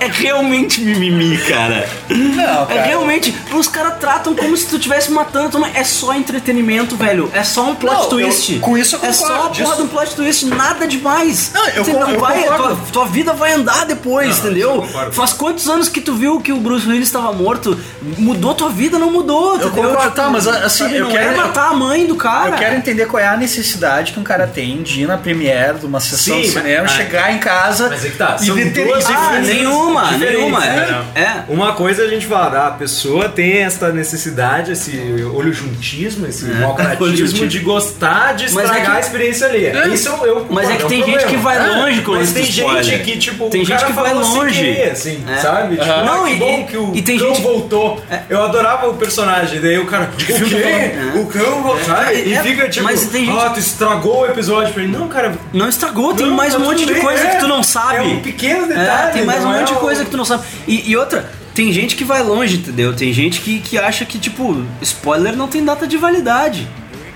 [SPEAKER 2] É realmente mimimi, cara.
[SPEAKER 3] Não,
[SPEAKER 2] É realmente. Os caras tratam como se tu estivesse matando. tua mãe. É só entretenimento, velho. É só um plot
[SPEAKER 3] Não, eu-
[SPEAKER 2] twist.
[SPEAKER 3] com isso eu
[SPEAKER 2] É só a
[SPEAKER 3] concordo,
[SPEAKER 2] porra
[SPEAKER 3] isso-
[SPEAKER 2] de um plot twist, nada demais.
[SPEAKER 3] Não, eu
[SPEAKER 2] Você
[SPEAKER 3] con-
[SPEAKER 2] não
[SPEAKER 3] eu
[SPEAKER 2] vai, a tua,
[SPEAKER 3] concordo.
[SPEAKER 2] tua vida vai andar depois,
[SPEAKER 4] isso eu
[SPEAKER 2] entendeu?
[SPEAKER 4] concordo.
[SPEAKER 2] Faz quantos anos que tu viu que o Bruce Willis estava morto? Mudou tua vida, não mudou.
[SPEAKER 3] Eu
[SPEAKER 2] entendeu?
[SPEAKER 3] concordo, tá, mas, assim,
[SPEAKER 2] sabe,
[SPEAKER 3] eu
[SPEAKER 2] não
[SPEAKER 3] quero-
[SPEAKER 2] é matar a mãe do cara.
[SPEAKER 4] Ah,
[SPEAKER 3] Eu quero entender qual é a necessidade que um cara tem de ir na premiere de uma sessão
[SPEAKER 4] Sim,
[SPEAKER 3] de
[SPEAKER 4] mas-
[SPEAKER 3] cinema,
[SPEAKER 4] ah,
[SPEAKER 3] chegar em casa
[SPEAKER 4] Mas é que tá,
[SPEAKER 3] e
[SPEAKER 4] são
[SPEAKER 3] ver
[SPEAKER 4] duas
[SPEAKER 3] televisão.
[SPEAKER 2] Ah,
[SPEAKER 4] diferenças
[SPEAKER 2] nenhuma,
[SPEAKER 4] diferentes,
[SPEAKER 2] nenhuma,
[SPEAKER 4] né?
[SPEAKER 2] é, é.
[SPEAKER 4] Uma coisa a gente fala, ah, a pessoa tem essa necessidade, esse olho juntismo, esse
[SPEAKER 2] olho
[SPEAKER 4] malcratismo
[SPEAKER 2] juntismo.
[SPEAKER 4] de gostar de
[SPEAKER 2] É. Mas
[SPEAKER 4] estragar
[SPEAKER 2] é que-
[SPEAKER 4] a experiência ali. Isso eu, eu
[SPEAKER 2] Mas é que
[SPEAKER 4] um
[SPEAKER 2] tem
[SPEAKER 4] problema.
[SPEAKER 2] gente que vai longe com
[SPEAKER 4] Mas
[SPEAKER 2] esse
[SPEAKER 4] tem gente
[SPEAKER 2] spoiler.
[SPEAKER 4] que, tipo,
[SPEAKER 2] Tem
[SPEAKER 4] o
[SPEAKER 2] gente
[SPEAKER 4] cara
[SPEAKER 2] que vai
[SPEAKER 4] falou sem
[SPEAKER 2] longe.
[SPEAKER 4] querer, assim,
[SPEAKER 2] É.
[SPEAKER 4] sabe? Tipo,
[SPEAKER 2] Não,
[SPEAKER 4] ah, que
[SPEAKER 2] e-
[SPEAKER 4] bom que o
[SPEAKER 2] e tem
[SPEAKER 4] cão
[SPEAKER 2] gente- É.
[SPEAKER 4] voltou. Eu adorava o personagem, daí o cara, o
[SPEAKER 2] filme tá
[SPEAKER 4] quê?
[SPEAKER 2] falando? É.
[SPEAKER 4] O cão voltou? Sabe? E
[SPEAKER 2] É,
[SPEAKER 4] fica tipo,
[SPEAKER 2] mas tem gente-
[SPEAKER 4] ah, tu estragou o episódio pra ele. Não, cara,
[SPEAKER 2] Não estragou, tem
[SPEAKER 4] não,
[SPEAKER 2] mais
[SPEAKER 4] tá
[SPEAKER 2] um monte
[SPEAKER 4] tudo
[SPEAKER 2] de
[SPEAKER 4] bem,
[SPEAKER 2] coisa
[SPEAKER 4] é.
[SPEAKER 2] que tu não sabe.
[SPEAKER 4] É um pequeno
[SPEAKER 2] É,
[SPEAKER 4] detalhe.
[SPEAKER 2] tem mais um
[SPEAKER 4] não é
[SPEAKER 2] monte de
[SPEAKER 4] o-
[SPEAKER 2] coisa que tu não sabe. E, e outra, tem gente que vai longe, entendeu? Tem gente que, que acha que, tipo, spoiler não tem data de validade.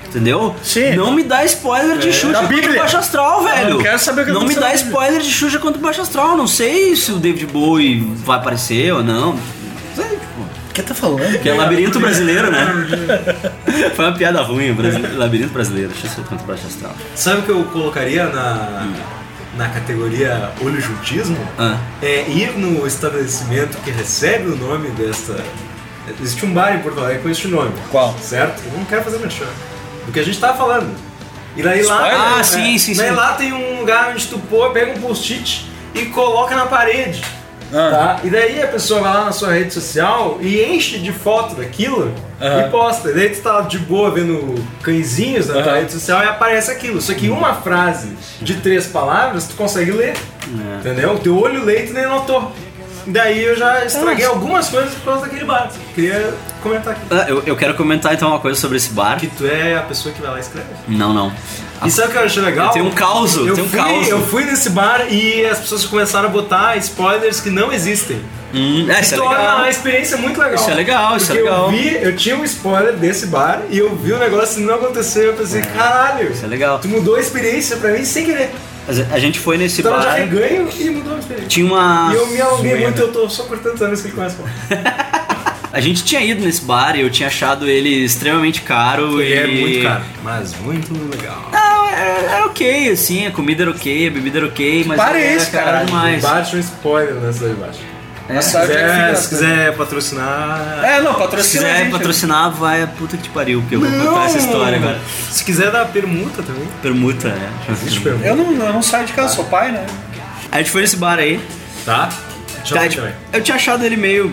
[SPEAKER 2] Entendeu?
[SPEAKER 3] Sim. É.
[SPEAKER 2] Não me dá spoiler de Xuxa
[SPEAKER 3] da
[SPEAKER 2] contra o
[SPEAKER 3] Bíblia.
[SPEAKER 2] Baixo Astral, velho.
[SPEAKER 3] eu quero saber o que
[SPEAKER 2] Não me
[SPEAKER 3] aconteceu
[SPEAKER 2] dá
[SPEAKER 3] na Bíblia.
[SPEAKER 2] spoiler de Xuxa contra o Baixo Astral. Não sei se o David Bowie vai aparecer ou não. Não sei, tipo.
[SPEAKER 3] O que tá falando?
[SPEAKER 2] Que é labirinto brasileiro, né? Foi uma piada ruim, brasi- labirinto brasileiro. Xuxa contra o Baixo Astral.
[SPEAKER 4] Sabe o que eu colocaria na, na categoria olho juntismo?
[SPEAKER 2] Ah.
[SPEAKER 4] É ir no estabelecimento que recebe o nome desta. Existe um bar em Porto Alegre com este nome.
[SPEAKER 3] Qual?
[SPEAKER 4] Certo? Eu não quero fazer merchan. Do que a gente tava falando. E daí
[SPEAKER 2] Spoiler?
[SPEAKER 4] lá.
[SPEAKER 2] Ah, sim, sim,
[SPEAKER 4] Daí
[SPEAKER 2] sim.
[SPEAKER 4] É, lá tem um lugar onde tu pô, pega um post-it e coloca na parede.
[SPEAKER 3] Ah.
[SPEAKER 4] Tá? E daí a pessoa vai lá na sua rede social e enche de foto daquilo e posta. E daí tu tá lá de boa vendo cãezinhos na tua
[SPEAKER 3] Aham.
[SPEAKER 4] rede social e aparece aquilo. Só que uma frase de três palavras tu consegue ler.
[SPEAKER 2] É.
[SPEAKER 4] Entendeu? O teu olho leito nem notou. Daí eu já estraguei algumas coisas por causa daquele bar. Queria comentar aqui.
[SPEAKER 2] Ah, Eu, eu quero comentar então uma coisa sobre esse bar.
[SPEAKER 4] Que tu é a pessoa que vai lá e escreve.
[SPEAKER 2] Não, não.
[SPEAKER 4] E sabe é o que eu achei legal?
[SPEAKER 2] Tem um caos,
[SPEAKER 4] Eu
[SPEAKER 2] tem um
[SPEAKER 4] fui,
[SPEAKER 2] caos.
[SPEAKER 4] eu fui nesse bar e as pessoas começaram a botar spoilers que não existem.
[SPEAKER 2] Hum, é, isso é
[SPEAKER 4] torna
[SPEAKER 2] legal.
[SPEAKER 4] a experiência muito legal.
[SPEAKER 2] Isso é legal, isso
[SPEAKER 4] Porque
[SPEAKER 2] é legal.
[SPEAKER 4] Eu vi, eu tinha um spoiler desse bar e eu vi o negócio e não aconteceu. Eu pensei, caralho,
[SPEAKER 2] Isso é legal.
[SPEAKER 4] tu mudou a experiência pra mim sem querer.
[SPEAKER 2] A a gente foi nesse
[SPEAKER 4] Eu tava já
[SPEAKER 2] bar.
[SPEAKER 4] de ganho e mudou a experiência.
[SPEAKER 2] Tinha uma.
[SPEAKER 4] E eu me alonguei
[SPEAKER 2] zoeira.
[SPEAKER 4] muito, eu tô só cortando anos que ele começa a falar.
[SPEAKER 2] A gente tinha ido nesse bar e eu tinha achado ele extremamente caro. e
[SPEAKER 4] Ele é muito caro, mas muito legal.
[SPEAKER 2] Não, é, é ok, assim, a comida era ok, a bebida era ok, mas
[SPEAKER 4] Para
[SPEAKER 2] era
[SPEAKER 4] isso,
[SPEAKER 2] caro
[SPEAKER 4] cara.
[SPEAKER 2] demais.
[SPEAKER 4] Baixa um spoiler nessa aí embaixo.
[SPEAKER 3] Mas
[SPEAKER 4] Se
[SPEAKER 3] sabe onde é que fica
[SPEAKER 4] quiser,
[SPEAKER 3] as
[SPEAKER 4] se quiser patrocinar.
[SPEAKER 3] coisas? É, não,
[SPEAKER 2] Se
[SPEAKER 3] patrocina a
[SPEAKER 2] quiser
[SPEAKER 3] gente.
[SPEAKER 4] né?
[SPEAKER 2] patrocinar, vai a puta que te pariu, porque eu vou contar essa história agora.
[SPEAKER 4] Se quiser dar permuta também.
[SPEAKER 2] Permuta, né?
[SPEAKER 3] Eu não, eu não saio de
[SPEAKER 4] Ah.
[SPEAKER 3] casa, sou pai, né?
[SPEAKER 2] A gente foi nesse bar aí.
[SPEAKER 4] Tá?
[SPEAKER 2] Tá,
[SPEAKER 4] fui
[SPEAKER 2] tipo,
[SPEAKER 4] também.
[SPEAKER 2] eu tinha achado ele meio.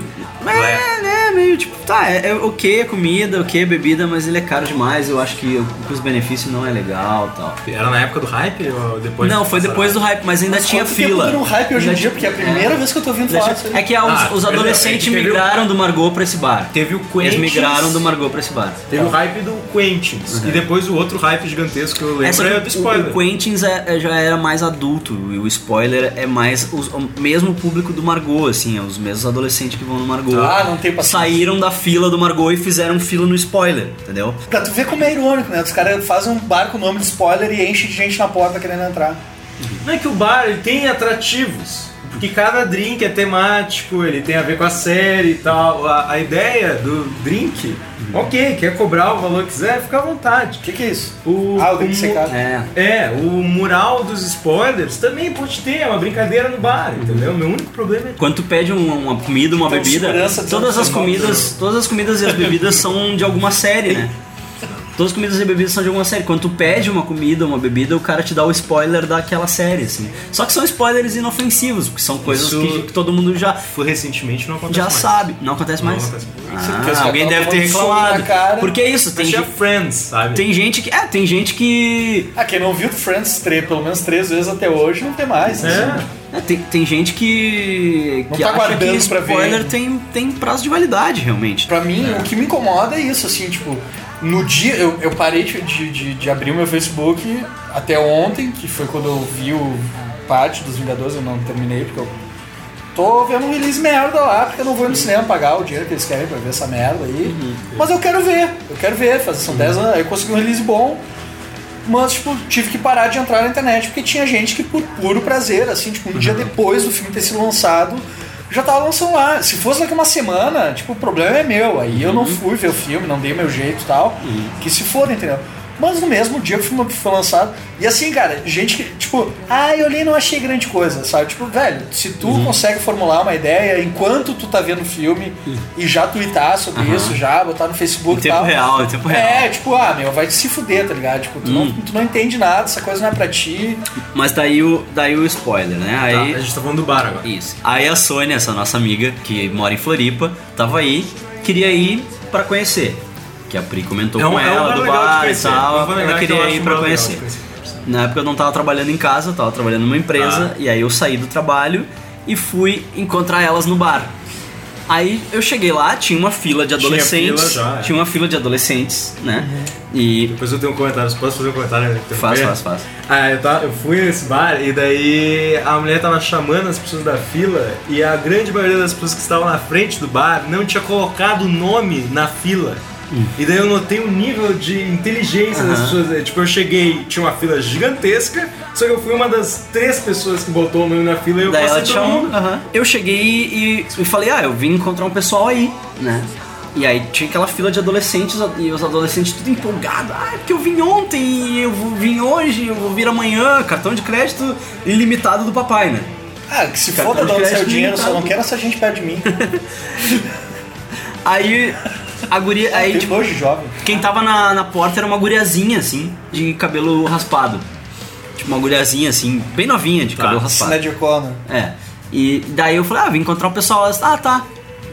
[SPEAKER 2] É, né? Meio tipo, tá, é, é ok a comida, ok a bebida, mas ele é caro demais. Eu acho que o custo-benefício não é legal e tal.
[SPEAKER 4] Era na época do hype ou depois?
[SPEAKER 2] não, foi depois do hype, mas ainda tinha
[SPEAKER 3] Quanto tempo
[SPEAKER 2] fila.
[SPEAKER 3] dura um hype hoje em
[SPEAKER 2] Ainda
[SPEAKER 3] dia,
[SPEAKER 2] tinha-
[SPEAKER 3] porque é a primeira vez que eu tô ouvindo falar disso aí.
[SPEAKER 2] É que ah, os,
[SPEAKER 4] Ah,
[SPEAKER 2] os
[SPEAKER 4] perdão,
[SPEAKER 2] adolescentes
[SPEAKER 4] é que teve o-
[SPEAKER 2] migraram do Margot pra esse bar.
[SPEAKER 4] Teve o
[SPEAKER 2] Eles
[SPEAKER 4] Quentin's.
[SPEAKER 2] migraram do Margot pra esse bar.
[SPEAKER 4] Teve o hype do Quentin. E depois o outro hype gigantesco que eu lembro
[SPEAKER 2] É, só que
[SPEAKER 4] é do spoiler.
[SPEAKER 2] o, o Quentin é- é- já era mais adulto e o spoiler é mais os- o mesmo público do Margot, assim, é os mesmos adolescentes que vão no Margot.
[SPEAKER 3] Ah, não tem paciência.
[SPEAKER 2] Saíram da fila do Margot e fizeram fila no spoiler, entendeu?
[SPEAKER 3] Pra tu ver como é irônico, né? Os caras fazem um bar com o nome de spoiler e enche de gente na porta querendo entrar.
[SPEAKER 4] Não é que o bar ele tem atrativos. Porque cada drink é temático, ele tem a ver com a série e tal. A, a ideia do drink, ok, quer cobrar o valor que quiser, fica à vontade.
[SPEAKER 3] O que, que é isso?
[SPEAKER 4] O,
[SPEAKER 3] ah,
[SPEAKER 4] o
[SPEAKER 3] eu tenho que
[SPEAKER 4] mu-
[SPEAKER 3] secar.
[SPEAKER 2] É.
[SPEAKER 4] É, o mural dos spoilers também pode ter, é uma brincadeira no bar, entendeu? Meu único problema é
[SPEAKER 2] Quando tu pede um- uma comida, uma
[SPEAKER 3] Então,
[SPEAKER 2] bebida,
[SPEAKER 3] segurança de
[SPEAKER 2] todas as
[SPEAKER 3] São Paulo.
[SPEAKER 2] comidas, todas as comidas e as bebidas são de alguma série, né? Todas as comidas e bebidas são de alguma série. Quando tu pede uma comida, uma bebida, o cara te dá o spoiler daquela série, assim. Só que são spoilers inofensivos, porque são coisas
[SPEAKER 4] Isso-
[SPEAKER 2] que, que todo mundo já
[SPEAKER 4] foi recentemente não aconteceu.
[SPEAKER 2] já sabe. Não acontece
[SPEAKER 4] Não
[SPEAKER 2] mais?
[SPEAKER 4] acontece
[SPEAKER 2] Ah,
[SPEAKER 3] Porque os
[SPEAKER 2] alguém
[SPEAKER 3] caras
[SPEAKER 2] deve ter
[SPEAKER 3] tomam soco na
[SPEAKER 2] reclamado.
[SPEAKER 3] cara.
[SPEAKER 2] Porque é isso, tem,
[SPEAKER 4] Tem
[SPEAKER 2] ge-
[SPEAKER 4] Friends, sabe?
[SPEAKER 2] tem gente que. É, tem gente que.
[SPEAKER 3] Ah, quem não viu Friends três, pelo menos três vezes até hoje, não tem mais. né?
[SPEAKER 4] É.
[SPEAKER 2] é, tem, tem gente que.
[SPEAKER 3] Não
[SPEAKER 2] que
[SPEAKER 3] tá
[SPEAKER 2] acha que
[SPEAKER 3] guardando pra ver.
[SPEAKER 2] spoiler tem, tem prazo de validade, realmente. tá?
[SPEAKER 3] Pra mim, o que me incomoda é isso, assim, tipo, no dia. Eu, eu parei de, de, de- de abrir o meu Facebook até ontem, que foi quando eu vi o parte dos Vingadores, eu não terminei, porque eu tô vendo um release merda lá, porque eu não vou no cinema pagar o dinheiro que eles querem pra ver essa merda aí. Mas eu quero ver, eu quero ver, faz, são 10 anos, aí eu consegui um release bom. Mas, tipo, tive que parar de entrar na internet porque tinha gente que, por puro prazer, assim, tipo, um dia
[SPEAKER 2] Uhum.
[SPEAKER 3] depois do filme ter sido lançado, já tava lançando lá. Se fosse daqui uma semana, tipo, o problema é meu. Aí eu
[SPEAKER 2] Uhum.
[SPEAKER 3] não fui ver o filme, não dei meu jeito e tal. Que se foda, entendeu? Mas no mesmo dia que o filme foi lançado. E assim, cara, gente que, tipo, ah, eu olhei e não achei grande coisa, sabe? Tipo, velho, se tu
[SPEAKER 2] Uhum.
[SPEAKER 3] consegue formular uma ideia enquanto tu tá vendo o filme e já tweetar sobre isso, já botar no Facebook
[SPEAKER 2] Uhum. Em
[SPEAKER 3] e
[SPEAKER 2] tempo
[SPEAKER 3] tal.
[SPEAKER 2] real, em tempo real.
[SPEAKER 3] É, tipo, ah, meu, vai se fuder, tá ligado? Tipo, tu,
[SPEAKER 2] Hum.
[SPEAKER 3] não, tu não entende nada, essa coisa não é pra ti.
[SPEAKER 2] Mas daí o, daí o spoiler, né?
[SPEAKER 4] Tá,
[SPEAKER 2] Aí.
[SPEAKER 4] a gente tá falando do bar agora.
[SPEAKER 2] Isso. Aí a Sônia, essa nossa amiga que mora em Floripa, tava aí, queria ir pra conhecer. Que a Pri comentou
[SPEAKER 4] É um-
[SPEAKER 2] com
[SPEAKER 4] é um
[SPEAKER 2] ela
[SPEAKER 4] bar
[SPEAKER 2] do
[SPEAKER 4] legal de
[SPEAKER 2] bar e
[SPEAKER 4] conhecer, é um
[SPEAKER 2] tal.
[SPEAKER 4] bar legal
[SPEAKER 2] ela
[SPEAKER 4] que eu
[SPEAKER 2] queria
[SPEAKER 4] acho
[SPEAKER 2] ir
[SPEAKER 4] um
[SPEAKER 2] pra
[SPEAKER 4] bar legal de
[SPEAKER 2] conhecer.
[SPEAKER 4] conhecer.
[SPEAKER 2] Na época eu não tava trabalhando em casa, eu tava trabalhando numa empresa,
[SPEAKER 4] Tá.
[SPEAKER 2] e aí eu saí do trabalho e fui encontrar elas no bar. Aí eu cheguei lá, tinha uma fila de adolescentes.
[SPEAKER 4] fila já, é.
[SPEAKER 2] tinha uma fila de adolescentes, né? E
[SPEAKER 4] Depois eu tenho um comentário, posso fazer um comentário? né?
[SPEAKER 2] Faz, faz, faz.
[SPEAKER 4] Ah, eu, tava, eu fui nesse bar e daí a mulher tava chamando as pessoas da fila e a grande maioria das pessoas que estavam na frente do bar não tinha colocado o nome na fila. E daí eu notei um nível de inteligência das
[SPEAKER 2] Hum. Aham.
[SPEAKER 4] pessoas. é, Tipo, eu cheguei, tinha uma fila gigantesca, só que eu fui uma das três pessoas que botou o nome na fila e eu
[SPEAKER 2] Daí ela
[SPEAKER 4] passei
[SPEAKER 2] te
[SPEAKER 4] todo
[SPEAKER 2] chamou.
[SPEAKER 4] mundo.
[SPEAKER 2] aham. Eu cheguei e, e falei, ah, eu vim encontrar um pessoal aí, né? E aí tinha aquela fila de adolescentes e os adolescentes tudo empolgado. Ah, porque eu vim ontem, e eu vou vim hoje, eu vou vir amanhã, cartão de crédito ilimitado do papai, né?
[SPEAKER 3] Ah, que se
[SPEAKER 2] Cartão
[SPEAKER 3] foda
[SPEAKER 2] de
[SPEAKER 3] de onde
[SPEAKER 2] crédito
[SPEAKER 3] saiu o dinheiro, só
[SPEAKER 2] limitado.
[SPEAKER 3] não quero essa gente perto de mim.
[SPEAKER 2] Aí a guria. Aí,
[SPEAKER 3] Tem
[SPEAKER 2] tipo,
[SPEAKER 3] hoje, jovem.
[SPEAKER 2] Quem tava na, na porta era uma guriazinha, assim, de cabelo raspado. Tipo, uma guriazinha, assim, bem novinha,
[SPEAKER 4] Tá,
[SPEAKER 2] de cabelo raspado.
[SPEAKER 3] Cine de O'Connor.
[SPEAKER 2] É. E daí eu falei, ah, vim encontrar o pessoal. Elas, ah, tá.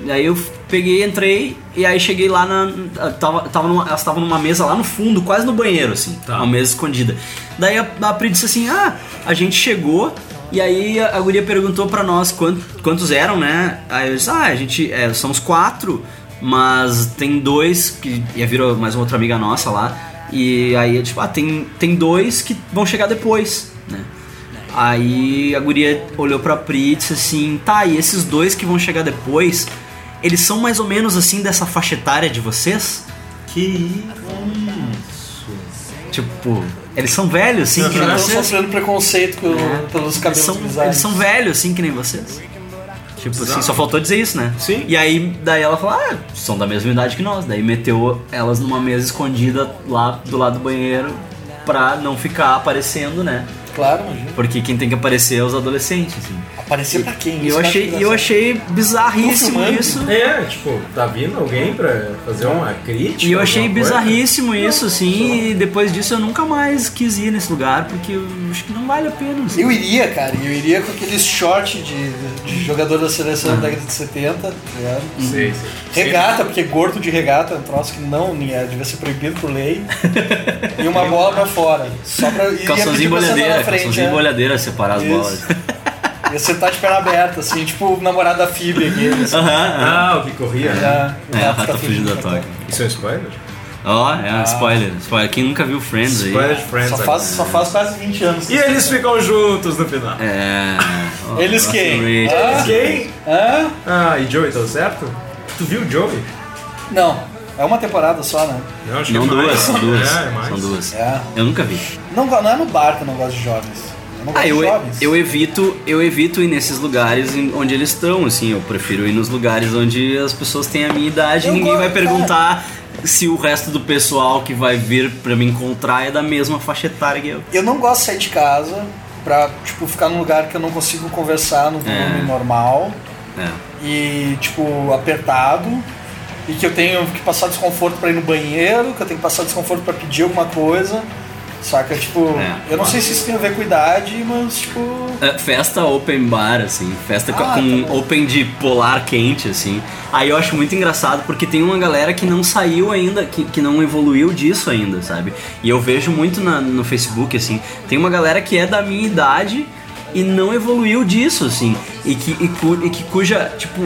[SPEAKER 2] Daí eu peguei, entrei, e aí cheguei lá na. Tava, tava numa- elas estavam numa mesa lá no fundo, quase no banheiro, assim. Uma mesa escondida. Daí a, a Pri disse assim: ah, a gente chegou. E aí a a guria perguntou pra nós quant- quantos eram, né? Aí eu disse, ah, a gente. é, são os quatro, mas tem dois que. E aí virou mais uma outra amiga nossa lá. E aí eu, tipo, ah, tem, tem dois que vão chegar depois, né? Aí a guria olhou pra Pri e disse assim: tá, e esses dois que vão chegar depois, eles são mais ou menos assim dessa faixa etária de vocês?
[SPEAKER 4] Que
[SPEAKER 2] Tipo, eles são velhos assim que
[SPEAKER 3] Que
[SPEAKER 2] nem
[SPEAKER 3] não
[SPEAKER 2] vocês?
[SPEAKER 3] sofrendo preconceito com- pelos
[SPEAKER 2] Eles
[SPEAKER 3] cabelos
[SPEAKER 2] são,
[SPEAKER 3] bizarros.
[SPEAKER 2] eles são velhos assim que nem vocês? Tipo assim, só faltou dizer isso, né?
[SPEAKER 4] Sim.
[SPEAKER 2] E aí, daí ela falou, ah, são da mesma idade que nós. Daí meteu elas numa mesa escondida lá do lado do banheiro pra não ficar aparecendo, né?
[SPEAKER 3] Claro, imagina.
[SPEAKER 2] Porque quem tem que aparecer é os adolescentes, assim.
[SPEAKER 3] Aparecer pra quem?
[SPEAKER 2] E
[SPEAKER 3] Isso
[SPEAKER 2] eu
[SPEAKER 3] que
[SPEAKER 2] achei,
[SPEAKER 3] acho
[SPEAKER 2] e eu
[SPEAKER 3] engraçado.
[SPEAKER 2] achei bizarríssimo
[SPEAKER 3] Confirmando.
[SPEAKER 2] isso.
[SPEAKER 4] É, tipo, tá vindo alguém pra fazer uma crítica?
[SPEAKER 2] E eu achei
[SPEAKER 4] alguma coisa?
[SPEAKER 2] bizarríssimo isso, assim, e depois disso eu nunca mais quis ir nesse lugar, porque eu acho que não vale a pena. assim.
[SPEAKER 3] Eu iria, cara, eu iria com aqueles short de, de jogador da seleção da década de 70, tá ligado?
[SPEAKER 2] Hum.
[SPEAKER 4] Sei, sei.
[SPEAKER 3] Regata, porque gordo de regata é um troço que não nem é, devia ser proibido por lei. e uma bola pra fora. Só pra e ia
[SPEAKER 2] Calçãozinho
[SPEAKER 3] pedir pra sentar
[SPEAKER 2] bolhadeira,
[SPEAKER 3] na frente.
[SPEAKER 2] calçãozinho
[SPEAKER 3] né?
[SPEAKER 2] bolhadeira separar as
[SPEAKER 3] Isso.
[SPEAKER 2] bolas.
[SPEAKER 3] Ia sentar de perna aberta, assim, tipo o namorado da Phoebe aqui. Assim,
[SPEAKER 4] Ah, o que corria. né?
[SPEAKER 3] já, né?
[SPEAKER 2] É, a rata fugida da toca.
[SPEAKER 4] Isso é um spoiler?
[SPEAKER 2] Ó, é
[SPEAKER 3] Ah.
[SPEAKER 2] um spoiler, spoiler. Quem nunca viu Friends aí?
[SPEAKER 4] Spoiler de Friends.
[SPEAKER 3] Só
[SPEAKER 4] agora.
[SPEAKER 3] faz, só faz quase 20 anos.
[SPEAKER 4] E eles ficam juntos no final.
[SPEAKER 2] É. ó,
[SPEAKER 3] Eles
[SPEAKER 2] Ross
[SPEAKER 3] quem?
[SPEAKER 2] Rachel.
[SPEAKER 3] Ah,
[SPEAKER 4] Quem?
[SPEAKER 3] Hã?
[SPEAKER 4] Ah, e Joey, tá certo? Tu viu o Joey?
[SPEAKER 3] Não, é uma temporada só, né?
[SPEAKER 4] Não, acho
[SPEAKER 2] Não
[SPEAKER 4] é mais.
[SPEAKER 2] duas, são duas.
[SPEAKER 4] É, é mais.
[SPEAKER 2] São duas.
[SPEAKER 3] É.
[SPEAKER 2] Eu nunca vi.
[SPEAKER 3] Não, go- não é no bar que eu não gosto de jovens. Eu não gosto
[SPEAKER 2] Ah, eu,
[SPEAKER 3] de jovens.
[SPEAKER 2] eu evito, eu evito ir nesses lugares em- onde eles estão, assim, eu prefiro ir nos lugares onde as pessoas têm a minha idade
[SPEAKER 3] Eu
[SPEAKER 2] e ninguém
[SPEAKER 3] gosto, é.
[SPEAKER 2] vai perguntar se o resto do pessoal que vai vir pra me encontrar é da mesma faixa etária que eu.
[SPEAKER 3] Eu não gosto de sair de casa pra, tipo, ficar num lugar que eu não consigo conversar no volume normal
[SPEAKER 2] É.
[SPEAKER 3] e, tipo, apertado. E que eu tenho que passar desconforto pra ir no banheiro, que eu tenho que passar desconforto pra pedir alguma coisa. Saca? Tipo,
[SPEAKER 2] É.
[SPEAKER 3] eu não sei se isso tem a ver com idade, mas, tipo.
[SPEAKER 2] É, Festa open bar, assim, festa com,
[SPEAKER 3] Ah,
[SPEAKER 2] com
[SPEAKER 3] tá
[SPEAKER 2] open de polar quente, assim. Aí eu acho muito engraçado porque tem uma galera que não saiu ainda, que, que não evoluiu disso ainda, sabe? E eu vejo muito na- no Facebook, assim, tem uma galera que é da minha idade e não evoluiu disso, assim. E que, e cu- e que cuja, tipo,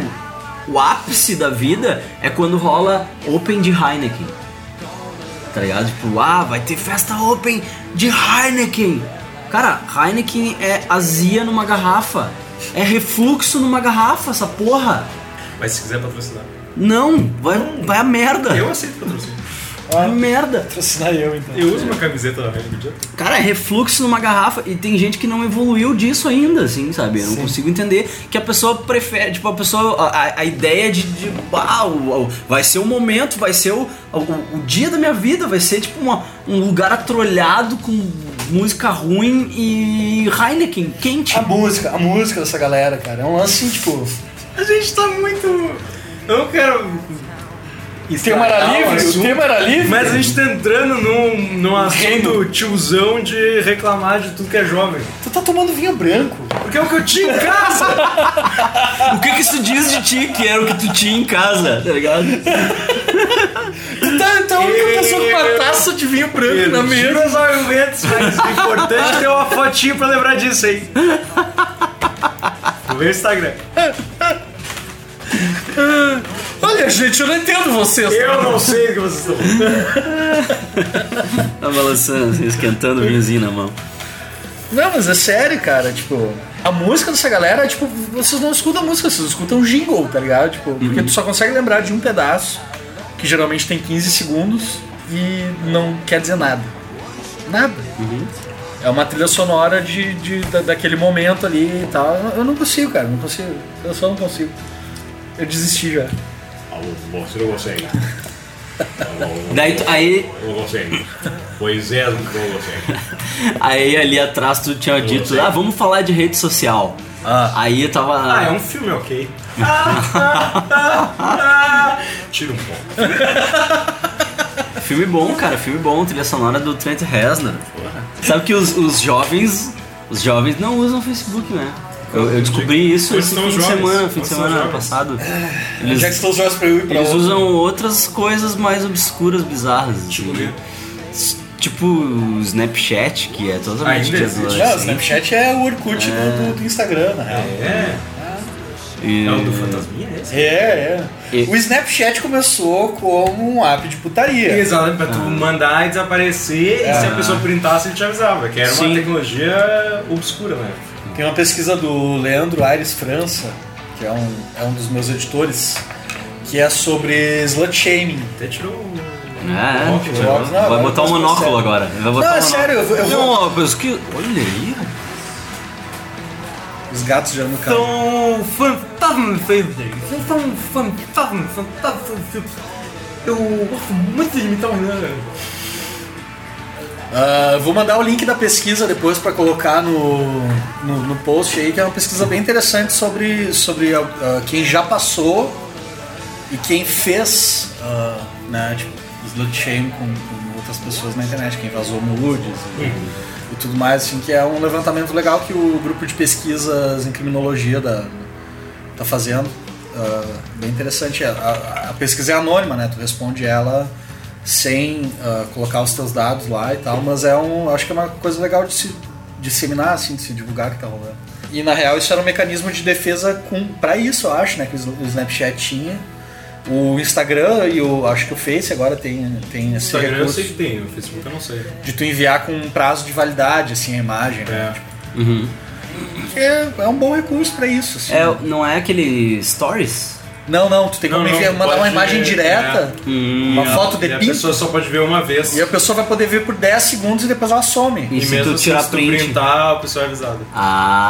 [SPEAKER 2] o ápice da vida é quando rola open de Heineken tá ligado? Tipo, ah, vai ter festa open de Heineken. Cara, Heineken é azia numa garrafa. É refluxo numa garrafa, essa porra.
[SPEAKER 4] Mas se quiser patrocinar.
[SPEAKER 2] Não, vai, vai a merda.
[SPEAKER 4] Eu aceito patrocinar.
[SPEAKER 2] Vai a merda.
[SPEAKER 3] Patrocinar eu, então.
[SPEAKER 4] Eu uso uma camiseta da Red Bull.
[SPEAKER 2] Cara, é refluxo numa garrafa e tem gente que não evoluiu disso ainda, assim, sabe? Eu não consigo entender que a pessoa prefere, tipo, a pessoa, a- a, a ideia de, de ah, o- o- vai ser o momento, vai ser o, o, o dia da minha vida, vai ser tipo uma- um lugar atrolhado com música ruim e Heineken quente.
[SPEAKER 3] A música, a música dessa galera, cara. É um lance assim, tipo.
[SPEAKER 4] A gente tá muito. Eu não quero.
[SPEAKER 3] O tema
[SPEAKER 4] Estragar
[SPEAKER 3] era
[SPEAKER 4] o
[SPEAKER 3] livre? O
[SPEAKER 4] assunto.
[SPEAKER 3] tema era livre?
[SPEAKER 4] Mas a gente tá entrando num, num assunto tiozão de reclamar de tudo que é jovem.
[SPEAKER 3] Tu tá tomando vinho branco.
[SPEAKER 4] Porque é o que eu tinha em casa!
[SPEAKER 2] O que que isso diz de ti que era o que tu tinha em casa, tá ligado?
[SPEAKER 3] Tu tá, tu é a única pessoa com uma taça de vinho branco na mesa.
[SPEAKER 4] Tira os argumentos, mas o importante é ter uma fotinha pra lembrar disso aí. No meu Instagram.
[SPEAKER 3] Olha, gente, eu não entendo vocês.
[SPEAKER 4] Eu não sei o que vocês estão falando.
[SPEAKER 2] Tá balançando, assim, esquentando o vinhozinho na mão.
[SPEAKER 3] Não, mas é sério, cara. Tipo, a música dessa galera é tipo, vocês não escutam música, vocês escutam jingle, tá ligado? Tipo, porque
[SPEAKER 2] Uhum.
[SPEAKER 3] tu só consegue lembrar de um pedaço, que geralmente tem 15 segundos, e não quer dizer nada. Nada.
[SPEAKER 2] Uhum.
[SPEAKER 3] É uma trilha sonora de, de- da- daquele momento ali e tal. Eu- Eu não consigo, cara, não consigo. Eu só não consigo. Eu desisti já.
[SPEAKER 9] Você não consegue.
[SPEAKER 2] Daí, tu- aí,
[SPEAKER 9] Não consegue. Moisés não consegue.
[SPEAKER 2] aí ali atrás tu tinha dito, ah, vamos falar de rede social. Aí eu tava.
[SPEAKER 4] Ah, é um filme ok.
[SPEAKER 9] Tira um pouco.
[SPEAKER 4] é um
[SPEAKER 2] Filme bom, cara, filme bom, trilha sonora do Trent Reznor. Sabe que os, os jovens. Os jovens não usam Facebook, né? Eu, eu descobri isso
[SPEAKER 4] Eles
[SPEAKER 2] esse
[SPEAKER 4] são
[SPEAKER 2] fim de
[SPEAKER 4] jovens,
[SPEAKER 2] semana, fim de
[SPEAKER 4] eles são
[SPEAKER 2] semana
[SPEAKER 4] jovens.
[SPEAKER 2] passado.
[SPEAKER 3] É, Já que
[SPEAKER 2] Eles,
[SPEAKER 3] estão os jogos pra eu ir pra
[SPEAKER 2] eles
[SPEAKER 3] outro.
[SPEAKER 2] usam outras coisas mais obscuras, bizarras. assim. S- Tipo o Snapchat, que é totalmente
[SPEAKER 4] Ainda
[SPEAKER 2] de
[SPEAKER 4] existe?
[SPEAKER 3] Não, o
[SPEAKER 2] adolescente.
[SPEAKER 3] Snapchat é o Orkut do, do- do Instagram, na real.
[SPEAKER 2] E-
[SPEAKER 4] É o do Fantasminha esse?
[SPEAKER 3] É, é.
[SPEAKER 2] E-
[SPEAKER 3] O Snapchat começou como um app de putaria.
[SPEAKER 4] Exatamente, É. pra tu
[SPEAKER 2] Ah.
[SPEAKER 4] mandar e desaparecer, e se a pessoa printasse, ele te avisava, que era
[SPEAKER 2] Sim.
[SPEAKER 4] uma tecnologia obscura, né?
[SPEAKER 3] Tem uma pesquisa do Leandro Aires França, que é um, é um dos meus editores, que é sobre slut shaming.
[SPEAKER 4] Até tirou o...
[SPEAKER 2] É,
[SPEAKER 4] Óculos,
[SPEAKER 2] tipo,
[SPEAKER 3] óculos, né? não,
[SPEAKER 2] vai
[SPEAKER 3] agora
[SPEAKER 2] botar
[SPEAKER 3] eu
[SPEAKER 2] um
[SPEAKER 3] tô
[SPEAKER 2] monóculo
[SPEAKER 3] esquecendo.
[SPEAKER 2] agora. Vai botar
[SPEAKER 3] Não,
[SPEAKER 2] um
[SPEAKER 3] é sério, eu vou- eu
[SPEAKER 2] monóculo.
[SPEAKER 3] vou-
[SPEAKER 2] Não, mas que. Olha aí.
[SPEAKER 3] Os gatos já no carro.
[SPEAKER 4] Então, fantasma Thursday. Vocês são fantasma, fantasma. Eu gosto muito de imitar o Renan.
[SPEAKER 3] Ah, vou mandar o link da pesquisa depois para colocar no, no, no post aí, que é uma pesquisa bem interessante sobre, sobre ah, quem já passou e quem fez ah, né, tipo, slut shame com, com outras pessoas na internet, quem vazou nudes e, e tudo mais, assim, que é um levantamento legal que o grupo de pesquisas em criminologia da, tá fazendo. ah, bem interessante. A, a- a pesquisa é anônima, né? Tu responde ela sem ah, colocar os teus dados lá e tal, mas é um. Acho que é uma coisa legal de se disseminar, assim, de se divulgar que tá rolando. E na real isso era um mecanismo de defesa com, pra isso, eu acho, né? Que o Sna- o Snapchat tinha. O Instagram e o. acho que o Face agora tem, tem esse
[SPEAKER 8] Instagram eu
[SPEAKER 3] recurso
[SPEAKER 8] sei que tem, no Facebook eu não sei.
[SPEAKER 3] de tu enviar com um prazo de validade, assim, a imagem,
[SPEAKER 8] É.
[SPEAKER 3] né? Tipo, É, é um bom recurso pra isso, assim.
[SPEAKER 2] É, não é aquele Stories?
[SPEAKER 3] Não, não, tu tem
[SPEAKER 8] Não,
[SPEAKER 3] como
[SPEAKER 8] não,
[SPEAKER 3] enviar,
[SPEAKER 8] tu
[SPEAKER 3] mandar
[SPEAKER 8] pode,
[SPEAKER 3] uma imagem
[SPEAKER 8] é,
[SPEAKER 3] direta, uma foto
[SPEAKER 8] E
[SPEAKER 3] de
[SPEAKER 8] a
[SPEAKER 3] pinto,
[SPEAKER 8] pessoa só pode ver uma vez.
[SPEAKER 3] e a pessoa vai poder ver por 10 segundos e depois ela some.
[SPEAKER 2] E, se tu tirar
[SPEAKER 8] assim, se tu
[SPEAKER 2] print.
[SPEAKER 8] printar, a pessoa é avisada.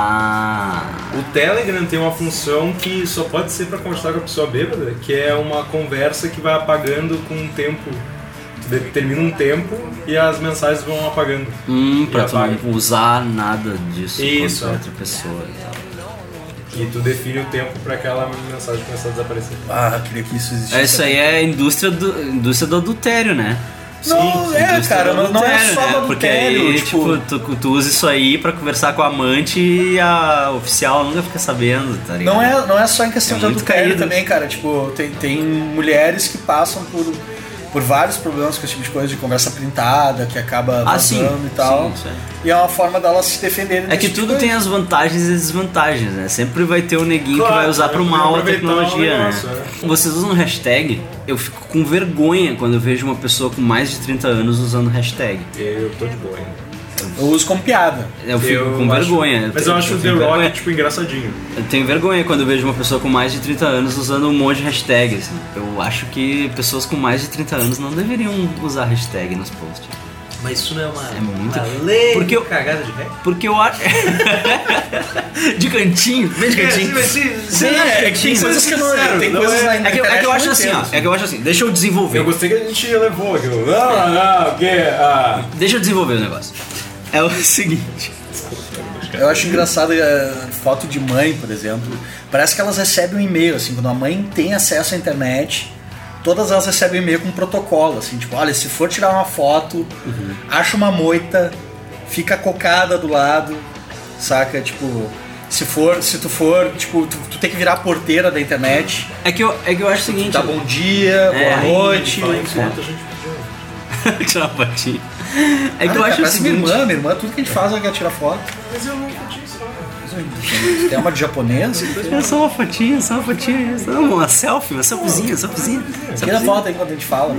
[SPEAKER 2] Ah.
[SPEAKER 8] O Telegram tem uma função que só pode ser pra conversar com a pessoa bêbada, que é uma conversa que vai apagando com o tempo. Tu determina um tempo e as mensagens vão apagando.
[SPEAKER 2] Hum, pra
[SPEAKER 8] E
[SPEAKER 2] tu
[SPEAKER 8] apaga.
[SPEAKER 2] não usar nada disso
[SPEAKER 8] Isso,
[SPEAKER 2] contra
[SPEAKER 8] é.
[SPEAKER 2] outra pessoa e tal.
[SPEAKER 8] E tu define o tempo pra aquela mensagem começar a desaparecer.
[SPEAKER 3] Ah, queria que isso existisse.
[SPEAKER 2] É, Isso aí é indústria do, indústria do adultério, né?
[SPEAKER 3] Não, é,
[SPEAKER 2] Indústria
[SPEAKER 3] cara,
[SPEAKER 2] do
[SPEAKER 3] não, não é
[SPEAKER 2] adultério,
[SPEAKER 3] só do
[SPEAKER 2] né? Porque
[SPEAKER 3] adultério,
[SPEAKER 2] aí,
[SPEAKER 3] tipo...
[SPEAKER 2] tipo, tu, tu usa isso aí pra conversar com a amante e a oficial nunca fica sabendo, tá ligado?
[SPEAKER 3] Não é, não é só em questão
[SPEAKER 2] É
[SPEAKER 3] de
[SPEAKER 2] muito
[SPEAKER 3] adultério
[SPEAKER 2] caído.
[SPEAKER 3] também, cara. Tipo, tem, tem mulheres que passam por, por vários problemas com esse tipo de coisa, de conversa printada, que acaba
[SPEAKER 2] Ah, sim.
[SPEAKER 3] vazando e tal.
[SPEAKER 2] Sim, isso aí.
[SPEAKER 3] e é uma forma delas se defenderem.
[SPEAKER 2] É que
[SPEAKER 3] desse tipo
[SPEAKER 2] tudo
[SPEAKER 3] de
[SPEAKER 2] tem
[SPEAKER 3] coisa.
[SPEAKER 2] as vantagens e desvantagens, né? Sempre vai ter um neguinho
[SPEAKER 8] Claro,
[SPEAKER 2] que vai usar pro
[SPEAKER 8] vai
[SPEAKER 2] mal a
[SPEAKER 8] aproveitar o
[SPEAKER 2] tecnologia,
[SPEAKER 8] negócio,
[SPEAKER 2] né? Vocês usam hashtag? Eu fico com vergonha quando eu vejo uma pessoa com mais de 30 anos usando hashtag.
[SPEAKER 8] Eu tô de boa ainda.
[SPEAKER 3] Eu uso como piada.
[SPEAKER 2] Eu fico
[SPEAKER 8] Eu
[SPEAKER 2] com
[SPEAKER 8] acho-
[SPEAKER 2] vergonha.
[SPEAKER 8] Mas eu acho o The
[SPEAKER 2] tenho
[SPEAKER 8] Rock,
[SPEAKER 2] vergonha.
[SPEAKER 8] tipo, engraçadinho.
[SPEAKER 2] Eu tenho vergonha quando eu vejo uma pessoa com mais de 30 anos usando um monte de hashtag, assim. Eu acho que pessoas com mais de 30 anos não deveriam usar hashtag nos posts.
[SPEAKER 4] Mas isso não é uma.
[SPEAKER 2] É muito-
[SPEAKER 4] uma lei
[SPEAKER 2] Porque eu-
[SPEAKER 4] cagada de ré.
[SPEAKER 2] Porque eu acho. de cantinho, bem
[SPEAKER 4] É,
[SPEAKER 2] de cantinho.
[SPEAKER 4] tipo assim,
[SPEAKER 2] Bem de
[SPEAKER 3] É, que tem
[SPEAKER 2] cantinho.
[SPEAKER 3] coisas que eu não.
[SPEAKER 8] Sério,
[SPEAKER 3] tem
[SPEAKER 8] não
[SPEAKER 3] coisas
[SPEAKER 8] é-
[SPEAKER 3] na
[SPEAKER 2] É que, é
[SPEAKER 3] internet
[SPEAKER 2] que eu acho
[SPEAKER 3] não
[SPEAKER 2] assim,
[SPEAKER 3] entendo,
[SPEAKER 2] ó. É que eu acho assim. Deixa eu desenvolver.
[SPEAKER 8] Eu gostei que a gente levou aqui. Não, não, não, o quê? Ah,
[SPEAKER 2] Deixa eu desenvolver o negócio. É o seguinte.
[SPEAKER 3] Eu acho engraçado é, foto de mãe, por exemplo. Parece que elas recebem um e-mail, assim, quando a mãe tem acesso à internet, todas elas recebem um e-mail com um protocolo, assim, tipo, olha, se for tirar uma foto,
[SPEAKER 2] Uhum.
[SPEAKER 3] acha uma moita, fica cocada do lado, saca? Tipo, se for, se tu for, tipo, tu, tu tem que virar a porteira da internet,
[SPEAKER 2] É que eu, é que eu acho o seguinte.
[SPEAKER 3] dá Tá bom dia, boa
[SPEAKER 2] É, aí,
[SPEAKER 3] noite.
[SPEAKER 2] fala isso,
[SPEAKER 3] É.
[SPEAKER 2] né? Tirar uma fotinha. É que
[SPEAKER 3] Ah,
[SPEAKER 2] eu
[SPEAKER 3] cara,
[SPEAKER 2] acho o
[SPEAKER 3] parece minha
[SPEAKER 2] seguinte.
[SPEAKER 3] irmã, minha irmã, tudo que a gente faz é tirar foto. Mas eu nunca tinha Tem uma de japonês?
[SPEAKER 2] É só uma fotinha, só uma fotinha. Só uma selfie, uma selfiezinha, uma selfiezinha.
[SPEAKER 3] Tira
[SPEAKER 2] selfiezinha.
[SPEAKER 3] foto aí quando a gente fala.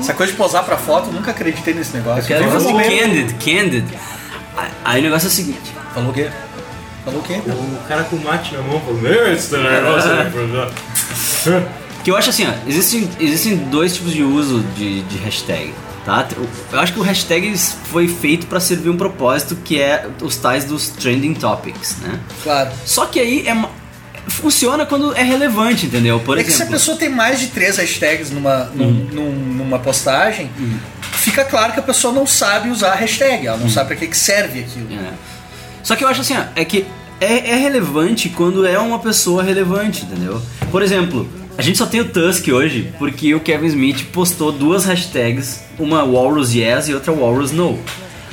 [SPEAKER 3] Essa coisa de posar pra foto, eu nunca acreditei nesse negócio.
[SPEAKER 2] Eu quero
[SPEAKER 3] Falou
[SPEAKER 2] fazer
[SPEAKER 3] mesmo.
[SPEAKER 2] candid, candid. Aí- Aí o negócio é o seguinte.
[SPEAKER 3] Falou o quê? Falou Então, o quê?
[SPEAKER 8] o cara com mate na mão falou: Meu, esse negócio aí, professor."
[SPEAKER 2] Que eu acho assim, ó, existem, existem dois tipos de uso de, de hashtag, tá? Eu- Eu acho que o hashtag foi feito pra servir um propósito que é os tais dos trending topics, né?
[SPEAKER 3] Claro.
[SPEAKER 2] Só que aí é ma- funciona quando é relevante, entendeu? Por
[SPEAKER 3] é que se a
[SPEAKER 2] exemplo,
[SPEAKER 3] pessoa tem mais de três hashtags numa, num- num- numa postagem, fica claro que a pessoa não sabe usar a hashtag, ela não sabe pra que, que serve aquilo.
[SPEAKER 2] É. Só que eu acho assim, ó, é que é, é relevante quando é uma pessoa relevante, entendeu? Por exemplo, a gente só tem o Tusk hoje porque o Kevin Smith postou duas hashtags, uma Walrus Yes e outra Walrus No.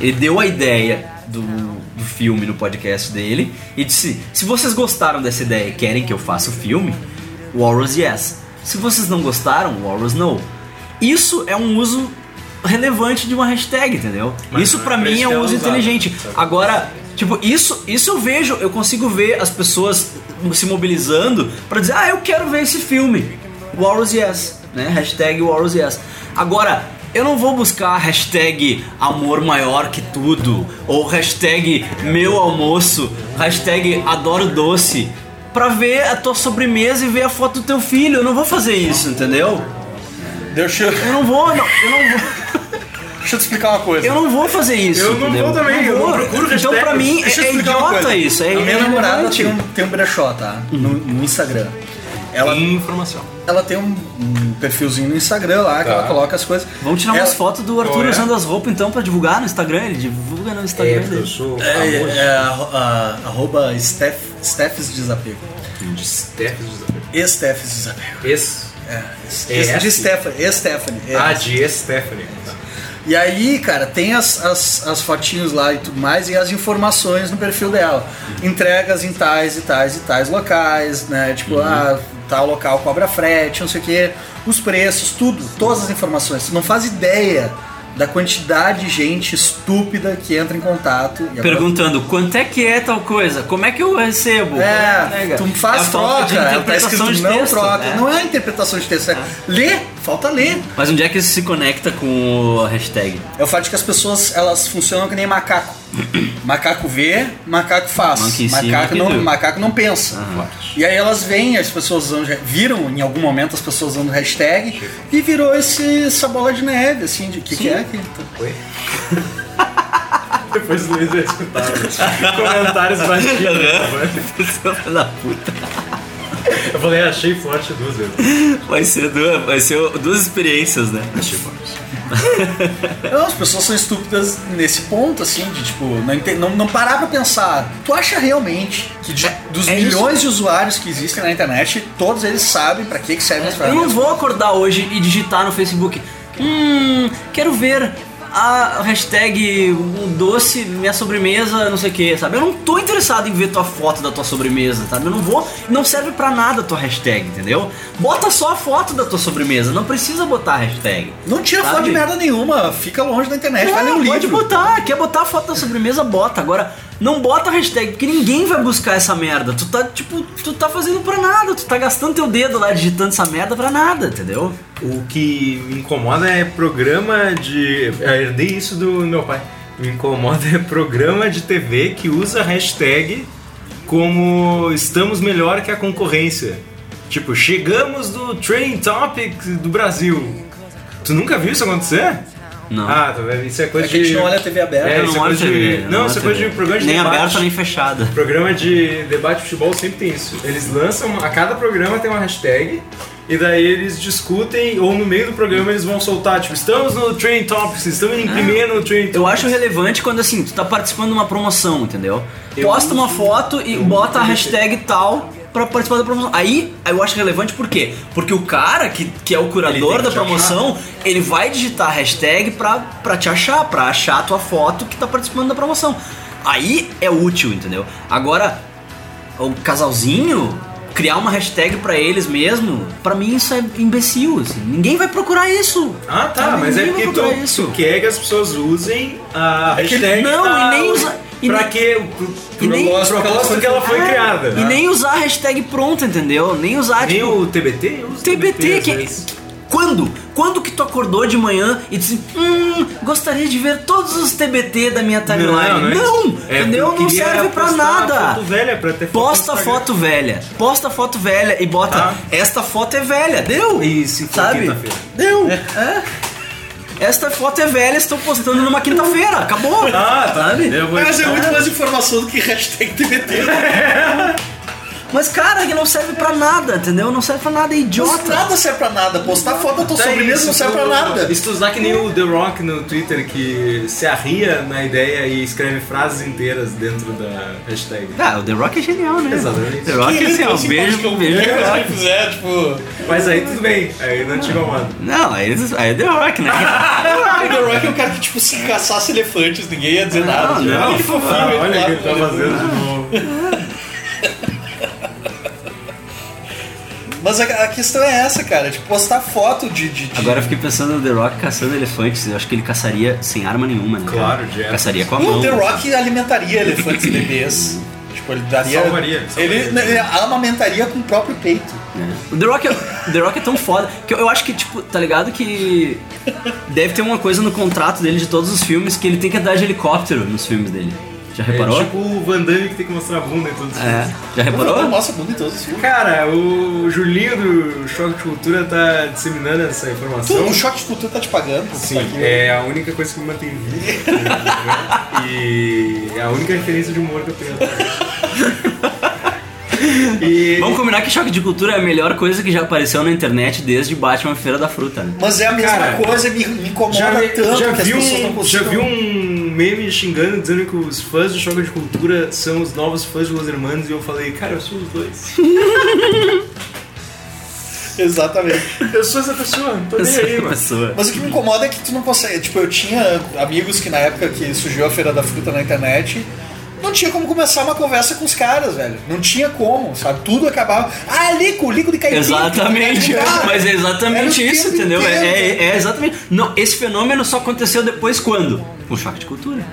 [SPEAKER 2] Ele deu a ideia do, do filme no podcast dele e disse: se vocês gostaram dessa ideia e querem que eu faça o filme, Walrus Yes. Se vocês não gostaram, Walrus No. Isso é um uso relevante de uma hashtag, entendeu? isso pra mim é um uso inteligente. Agora, tipo, isso, isso eu vejo, eu consigo ver as pessoas se mobilizando pra dizer, ah, eu quero ver esse filme. Warriors Yes, né? Hashtag Warriors Yes. Agora, eu não vou buscar hashtag amor maior que tudo, ou hashtag meu almoço, hashtag adoro doce, pra ver a tua sobremesa e ver a foto do teu filho. Eu não vou fazer isso, entendeu?
[SPEAKER 3] Deixa eu...
[SPEAKER 2] Eu não vou, não, eu não vou.
[SPEAKER 3] Deixa eu te explicar uma coisa.
[SPEAKER 2] Eu não vou fazer isso.
[SPEAKER 4] Eu não
[SPEAKER 2] entendeu?
[SPEAKER 4] vou também, eu não procuro
[SPEAKER 2] Então,
[SPEAKER 4] hashtag.
[SPEAKER 2] pra mim, é,
[SPEAKER 3] Deixa eu
[SPEAKER 2] é
[SPEAKER 3] explicar uma
[SPEAKER 2] idiota
[SPEAKER 3] coisa.
[SPEAKER 2] isso. É
[SPEAKER 3] a minha namorada
[SPEAKER 2] irrelevante.
[SPEAKER 3] tem um, tem um brechó, tá? No, no Instagram. Ela,
[SPEAKER 10] Informação.
[SPEAKER 3] ela tem um, um perfilzinho no Instagram lá que ela coloca as coisas.
[SPEAKER 2] Vamos tirar
[SPEAKER 3] Ela-
[SPEAKER 2] umas fotos do Arthur usando as roupas então pra divulgar no Instagram. Ele divulga no
[SPEAKER 8] Tá
[SPEAKER 2] Instagram
[SPEAKER 10] É, porque eu
[SPEAKER 2] dele.
[SPEAKER 10] sou
[SPEAKER 3] É,
[SPEAKER 10] famoso.
[SPEAKER 3] é, arro- a- arroba Steph, Steph's Desapego.
[SPEAKER 8] é.
[SPEAKER 10] de Stephens dos Apegos.
[SPEAKER 3] Steph's Desapego.
[SPEAKER 10] Esse.
[SPEAKER 3] Esse de
[SPEAKER 10] F?
[SPEAKER 3] Stephanie. Stephanie. é.
[SPEAKER 10] Ah, de Stephanie.
[SPEAKER 3] E aí, cara, tem as, as, as fotinhos lá e tudo mais e as informações no perfil dela. Entregas em tais e tais e tais locais, né? Tipo, ah, tal local cobra frete, não sei o quê. Os preços, tudo, todas as informações. Tu não faz ideia da quantidade de gente estúpida que entra em contato. E agora-
[SPEAKER 2] Perguntando quanto é que é tal coisa, como é que eu recebo?
[SPEAKER 3] É, tu faz
[SPEAKER 2] a falta de
[SPEAKER 3] troca, tá
[SPEAKER 2] interpretação
[SPEAKER 3] escrito
[SPEAKER 2] de
[SPEAKER 3] não
[SPEAKER 2] texto,
[SPEAKER 3] troca.
[SPEAKER 2] né?
[SPEAKER 3] Não é a interpretação de texto, é ler, falta ler.
[SPEAKER 2] Mas onde é que isso se conecta com o hashtag?
[SPEAKER 3] É o fato de que as pessoas elas funcionam que nem macaco. macaco vê, macaco faz.
[SPEAKER 2] Monkey see,
[SPEAKER 3] macaco,
[SPEAKER 2] monkey
[SPEAKER 3] não,
[SPEAKER 2] do.
[SPEAKER 3] macaco não pensa. E aí elas veem, as pessoas usando, viram em algum momento as pessoas usando hashtag e virou esse, essa bola de neve, assim, de que, que é que.
[SPEAKER 4] Depois do Luiz vai
[SPEAKER 8] tá
[SPEAKER 4] escutar os comentários baixinhos.
[SPEAKER 2] Filho da puta.
[SPEAKER 4] Eu falei, achei forte duas vezes.
[SPEAKER 2] Vai ser duas, vai ser duas experiências, né?
[SPEAKER 3] Não, as pessoas são estúpidas nesse ponto, assim, de tipo, não, ente- não, não parar pra pensar. Tu acha realmente que de- dos
[SPEAKER 2] é
[SPEAKER 3] milhões de usuários que existem na internet, todos eles sabem pra que, que servem as
[SPEAKER 2] Eu não
[SPEAKER 3] ferramentas?
[SPEAKER 2] vou acordar hoje e digitar no Facebook. Hum, quero ver a hashtag o doce, minha sobremesa, não sei o que, sabe? Eu não tô interessado em ver tua foto da tua sobremesa, sabe? Eu não vou. Não serve pra nada a tua hashtag, entendeu? Bota só a foto da tua sobremesa, não precisa botar a hashtag.
[SPEAKER 3] Não tira
[SPEAKER 2] Sabe?
[SPEAKER 3] foto de merda nenhuma, fica longe da internet, vai ler
[SPEAKER 2] Não,
[SPEAKER 3] um
[SPEAKER 2] pode
[SPEAKER 3] livro.
[SPEAKER 2] botar, quer botar a foto da sobremesa, bota. Agora, não bota a hashtag, porque ninguém vai buscar essa merda. Tu tá, tipo, tu tá fazendo pra nada, tu tá gastando teu dedo lá digitando essa merda pra nada, entendeu?
[SPEAKER 4] O que me incomoda é programa de. Eu herdei isso do meu pai. Me incomoda é programa de TV que usa hashtag como estamos melhor que a concorrência. Tipo, chegamos do Trending Topic do Brasil. Tu nunca viu isso acontecer?
[SPEAKER 2] Não.
[SPEAKER 4] Ah, tá vendo? isso é coisa
[SPEAKER 3] É que a gente
[SPEAKER 4] de.
[SPEAKER 3] não olha a TV aberta.
[SPEAKER 4] É,
[SPEAKER 2] Eu
[SPEAKER 4] isso é
[SPEAKER 2] né? não olho
[SPEAKER 4] coisa
[SPEAKER 2] TV.
[SPEAKER 4] de.
[SPEAKER 2] eu
[SPEAKER 4] Não,
[SPEAKER 2] olho
[SPEAKER 4] isso é coisa
[SPEAKER 2] TV.
[SPEAKER 4] de programa de
[SPEAKER 2] Nem
[SPEAKER 4] debate.
[SPEAKER 2] aberta nem fechada.
[SPEAKER 4] Programa de debate de futebol sempre tem isso. Eles lançam, a cada programa tem uma hashtag, e daí eles discutem, ou no meio do programa eles vão soltar, tipo, estamos no Train Topics, estamos em primeiro no Train Topics.
[SPEAKER 2] Ah, Eu acho relevante quando assim, tu tá participando de uma promoção, entendeu? Posta uma foto e bota a hashtag tal pra participar da promoção. Aí eu acho relevante por quê? Porque o cara que, que é o curador da promoção, ele vai digitar a hashtag pra, pra te achar, pra achar a tua foto que tá participando da promoção. Aí é útil, entendeu? Agora, o casalzinho criar uma hashtag pra eles mesmo, pra mim isso é imbecil, assim. Ninguém vai procurar isso.
[SPEAKER 4] Ah, tá,
[SPEAKER 2] Sabe?
[SPEAKER 4] mas é
[SPEAKER 2] Ninguém vai
[SPEAKER 4] porque tu,
[SPEAKER 2] procurar isso.
[SPEAKER 4] tu quer que as pessoas usem a
[SPEAKER 2] É que-
[SPEAKER 4] hashtag.
[SPEAKER 2] não,
[SPEAKER 4] pra-
[SPEAKER 2] e nem usa- e
[SPEAKER 4] pra
[SPEAKER 2] nem-
[SPEAKER 4] que? Pro, pro
[SPEAKER 2] e nem-
[SPEAKER 4] propósito que ela foi
[SPEAKER 2] É,
[SPEAKER 4] criada. né?
[SPEAKER 2] E nem usar a hashtag pronta, entendeu? Nem usar,
[SPEAKER 4] Nem
[SPEAKER 2] tipo,
[SPEAKER 4] o TBT? usa
[SPEAKER 2] TBT,
[SPEAKER 4] às
[SPEAKER 2] que é...
[SPEAKER 4] vezes.
[SPEAKER 2] Quando? Quando que tu acordou de manhã e disse, hum, gostaria de ver todos os TBT da minha timeline? tá Não,
[SPEAKER 4] é isso. É,
[SPEAKER 2] entendeu?
[SPEAKER 4] eu
[SPEAKER 2] Não
[SPEAKER 4] queria
[SPEAKER 2] serve pra
[SPEAKER 4] postar
[SPEAKER 2] nada.
[SPEAKER 4] Foto velha pra ter foto no
[SPEAKER 2] Posta
[SPEAKER 4] Instagram.
[SPEAKER 2] foto velha. Posta foto velha e bota,
[SPEAKER 4] Tá.
[SPEAKER 2] esta foto é velha. Deu?
[SPEAKER 4] Isso, foi
[SPEAKER 2] sabe?
[SPEAKER 4] quinta-feira.
[SPEAKER 2] Deu. É. Esta foto é velha, estou postando numa quinta-feira. Acabou.
[SPEAKER 4] Ah, tá.
[SPEAKER 2] Sabe?
[SPEAKER 4] Eu vou-
[SPEAKER 3] Mas é muito mais informação do que hashtag TBT.
[SPEAKER 2] Mas, cara, que não serve pra nada, entendeu? Não serve pra nada, é
[SPEAKER 3] Mas
[SPEAKER 2] idiota.
[SPEAKER 3] nada serve pra nada. Postar foto da tua
[SPEAKER 4] Tá
[SPEAKER 3] sobremesa
[SPEAKER 4] isso,
[SPEAKER 3] não serve
[SPEAKER 4] tu-
[SPEAKER 3] pra nada.
[SPEAKER 4] E se tu usar que nem o The Rock no Twitter, que se arria na ideia e escreve frases inteiras dentro da hashtag.
[SPEAKER 2] Ah, o The Rock é genial, né?
[SPEAKER 4] Exatamente.
[SPEAKER 2] The Rock é assim, ó, beijo, beijo. The Rock.
[SPEAKER 3] fizer, tipo,
[SPEAKER 4] Mas aí tudo bem, aí não te incomoda.
[SPEAKER 2] Não, aí, aí é The Rock, né?
[SPEAKER 3] o The Rock é o cara que, tipo, se caçasse elefantes, ninguém ia dizer nada. tipo,
[SPEAKER 2] não.
[SPEAKER 3] olha que fofinho,
[SPEAKER 4] Ah,
[SPEAKER 3] ele
[SPEAKER 4] olha o
[SPEAKER 3] lá
[SPEAKER 4] que ele tá
[SPEAKER 3] com o
[SPEAKER 4] fazendo de novo.
[SPEAKER 3] Mas a, a questão é essa, cara. Tipo, postar foto de. de, de-
[SPEAKER 2] Agora eu fiquei pensando no The Rock caçando elefantes. Eu acho que ele caçaria sem arma nenhuma, né?
[SPEAKER 4] Claro,
[SPEAKER 2] de
[SPEAKER 4] de
[SPEAKER 2] Caçaria com a mão.
[SPEAKER 3] O The Rock alimentaria elefantes e bebês. Tipo, ele daria.
[SPEAKER 4] Salvaria, salvaria.
[SPEAKER 3] Ele, né, ele amamentaria com o próprio peito.
[SPEAKER 2] né? O The Rock, é, o The Rock é tão foda que eu, eu acho que, tipo, tá ligado que deve ter uma coisa no contrato dele de todos os filmes que ele tem que andar de helicóptero nos filmes dele. Já reparou?
[SPEAKER 4] É tipo o Van Damme que tem que mostrar a bunda em todos os
[SPEAKER 2] É.
[SPEAKER 4] filmes.
[SPEAKER 2] Já reparou?
[SPEAKER 3] Nossa, bunda em todos os filmes.
[SPEAKER 4] Cara, o Julinho do Choque de Cultura tá disseminando essa informação.
[SPEAKER 3] Tudo, o choque de cultura tá te pagando.
[SPEAKER 4] Sim, é a única coisa que me mantém vivo. né? E é a única referência de humor que eu tenho. E
[SPEAKER 2] Vamos combinar que choque de cultura é a melhor coisa que já apareceu na internet desde Batman Feira da Fruta, né?
[SPEAKER 3] Mas é a mesma
[SPEAKER 4] Cara,
[SPEAKER 3] coisa, me, me incomoda
[SPEAKER 4] já,
[SPEAKER 3] tanto
[SPEAKER 4] já,
[SPEAKER 3] que as
[SPEAKER 4] viu
[SPEAKER 3] pessoas não
[SPEAKER 4] um, já
[SPEAKER 3] conseguem.
[SPEAKER 4] viu um meme xingando, dizendo que os fãs do Choque de Cultura são os novos fãs de Los Hermanos, e eu falei, cara, eu sou os dois. um-
[SPEAKER 3] Exatamente.
[SPEAKER 4] Eu sou essa pessoa, tô nem aí, mano.
[SPEAKER 2] Pessoa.
[SPEAKER 3] Mas o que me incomoda é que tu não consegue. Tipo, eu tinha amigos que na época que surgiu a Feira da Fruta na internet. Não tinha como começar uma conversa com os caras, velho. Não tinha como, sabe? Tudo acabava. Ah, Lico, Lico de Caipira.
[SPEAKER 2] Exatamente,
[SPEAKER 3] Ah,
[SPEAKER 2] mas é
[SPEAKER 3] era o
[SPEAKER 2] exatamente
[SPEAKER 3] tempo
[SPEAKER 2] isso, entendeu? É,
[SPEAKER 3] inteiro,
[SPEAKER 2] é- é exatamente. Não, esse fenômeno só aconteceu depois quando? Com choque de cultura.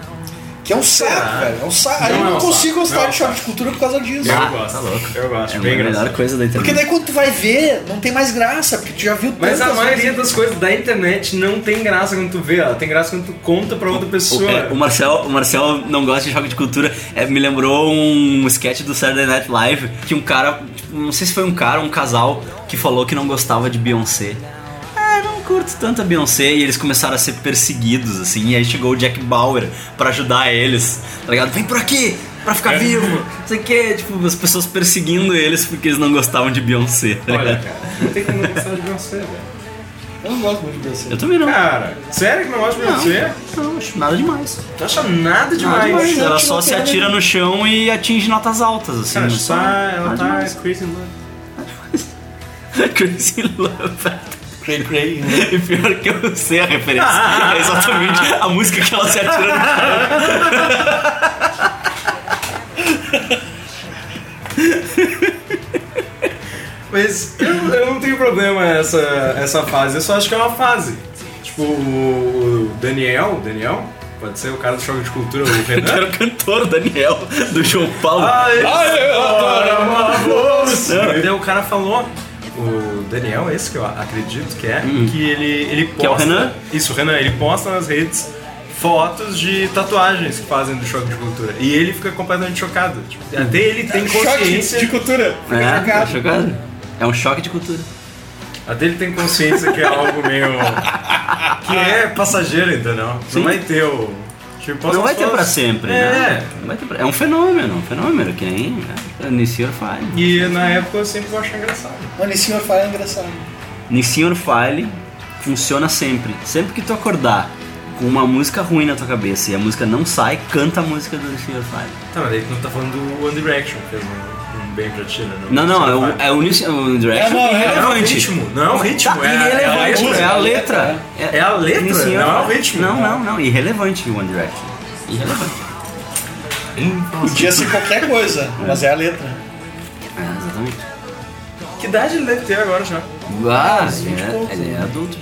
[SPEAKER 3] Que é um saco, velho. É um saco. Aí eu
[SPEAKER 4] Não é
[SPEAKER 3] não
[SPEAKER 4] um
[SPEAKER 3] consigo
[SPEAKER 4] saco,
[SPEAKER 3] gostar
[SPEAKER 4] não é
[SPEAKER 3] de
[SPEAKER 4] um
[SPEAKER 3] choque de cultura por causa disso.
[SPEAKER 4] Eu
[SPEAKER 2] Ah,
[SPEAKER 4] gosto.
[SPEAKER 2] tá louco.
[SPEAKER 4] Eu gosto,
[SPEAKER 2] É uma
[SPEAKER 4] bem engraçado.
[SPEAKER 2] melhor coisa da
[SPEAKER 3] Porque
[SPEAKER 2] internet.
[SPEAKER 3] daí quando tu vai ver, não tem mais graça, porque tu já viu tantas
[SPEAKER 4] Mas a maioria
[SPEAKER 3] vezes.
[SPEAKER 4] das coisas da internet não tem graça quando tu vê, ela tem graça quando tu conta pra outra
[SPEAKER 2] O,
[SPEAKER 4] pessoa.
[SPEAKER 2] é, o Marcel, o Marcel não gosta de choque de cultura. É, me lembrou um sketch do Saturday Night Live que um cara, tipo, não sei se foi um cara, um casal, que falou que não gostava de Beyoncé. Ah, eu não curto tanto a Beyoncé. E eles começaram a ser perseguidos, assim. E aí chegou o Jack Bauer pra ajudar eles, tá ligado? Vem por aqui! Pra
[SPEAKER 4] É.
[SPEAKER 2] ficar vivo, não sei o que, tipo, as pessoas perseguindo eles porque eles não gostavam de Beyoncé, tá
[SPEAKER 4] Olha,
[SPEAKER 2] ligado?
[SPEAKER 4] cara, não tem como não gostar de Beyoncé, velho.
[SPEAKER 3] Eu não gosto muito de Beyoncé.
[SPEAKER 2] Eu também não.
[SPEAKER 4] Cara, sério que não gosta de Beyoncé?
[SPEAKER 2] Não, acho nada demais.
[SPEAKER 4] Não acha nada
[SPEAKER 2] Nada
[SPEAKER 4] demais.
[SPEAKER 2] demais. Ela
[SPEAKER 3] não
[SPEAKER 2] só se
[SPEAKER 3] pega
[SPEAKER 2] atira no chão e atinge notas altas, assim.
[SPEAKER 4] Cara,
[SPEAKER 2] não
[SPEAKER 4] só
[SPEAKER 2] só-
[SPEAKER 4] ela
[SPEAKER 2] nada
[SPEAKER 4] tá
[SPEAKER 2] demais.
[SPEAKER 4] crazy in love.
[SPEAKER 2] Crazy in Love.
[SPEAKER 3] Cray Cray. né?
[SPEAKER 2] E pior que eu sei a referência. É exatamente a música que ela se né? atira no chão.
[SPEAKER 4] Mas eu, eu não tenho problema essa, essa fase, eu só acho que é uma fase. Tipo, o Daniel, Daniel? Pode ser o cara do Choque de Cultura, o
[SPEAKER 2] Era
[SPEAKER 4] Renan?
[SPEAKER 2] o cantor Daniel, do João Paulo.
[SPEAKER 3] Ah,
[SPEAKER 4] E daí o cara falou, o Daniel, esse que eu acredito que é, que ele, ele posta.
[SPEAKER 2] Hum. Que é o Renan?
[SPEAKER 4] Isso, o Renan, ele posta nas redes fotos de tatuagens que fazem do choque de cultura. E ele fica completamente chocado. Tipo,
[SPEAKER 2] Hum.
[SPEAKER 4] Até ele tem consciência.
[SPEAKER 3] Choque de cultura. Fica
[SPEAKER 2] é, tá
[SPEAKER 3] chocado.
[SPEAKER 2] chocado? É um choque de cultura.
[SPEAKER 4] Até ele tem consciência que é algo meio. que é passageiro, entendeu?
[SPEAKER 2] Ah. Sim.
[SPEAKER 4] Não vai ter o. Tipo, posta
[SPEAKER 2] Não vai ter
[SPEAKER 4] fotos-
[SPEAKER 2] pra sempre,
[SPEAKER 4] é.
[SPEAKER 2] né? Não vai ter pra- É um fenômeno, um fenômeno que nem né? Nissin File.
[SPEAKER 4] E na época eu sempre vou achar engraçado.
[SPEAKER 3] Mano, esse senhor fala é engraçado.
[SPEAKER 2] Nissin File funciona sempre. Sempre que tu acordar com uma música ruim na tua cabeça e a música não sai, canta a música do Nissin File.
[SPEAKER 4] Tá, mas aí tu não tá falando do One Direction, que fez um, um bem pra ti, né?
[SPEAKER 2] Não, não, é
[SPEAKER 4] Spotify.
[SPEAKER 2] o, é o New o Direction
[SPEAKER 3] É, não,
[SPEAKER 2] é
[SPEAKER 3] é,
[SPEAKER 4] Não é o
[SPEAKER 2] irrelevante.
[SPEAKER 4] ritmo, não é o ritmo,
[SPEAKER 2] Tá,
[SPEAKER 4] é, é, a
[SPEAKER 2] irrelevante,
[SPEAKER 4] letra.
[SPEAKER 2] é a letra.
[SPEAKER 4] É a letra,
[SPEAKER 2] Sim, senhor.
[SPEAKER 4] não é o ritmo.
[SPEAKER 2] Não, não, não, irrelevante o One Direction. Irrelevante.
[SPEAKER 3] Podia ser qualquer coisa, mas é a letra.
[SPEAKER 2] É, exatamente.
[SPEAKER 4] Que idade ele deve ter agora já?
[SPEAKER 2] Ah, ele é, ele é
[SPEAKER 4] né?
[SPEAKER 2] adulto.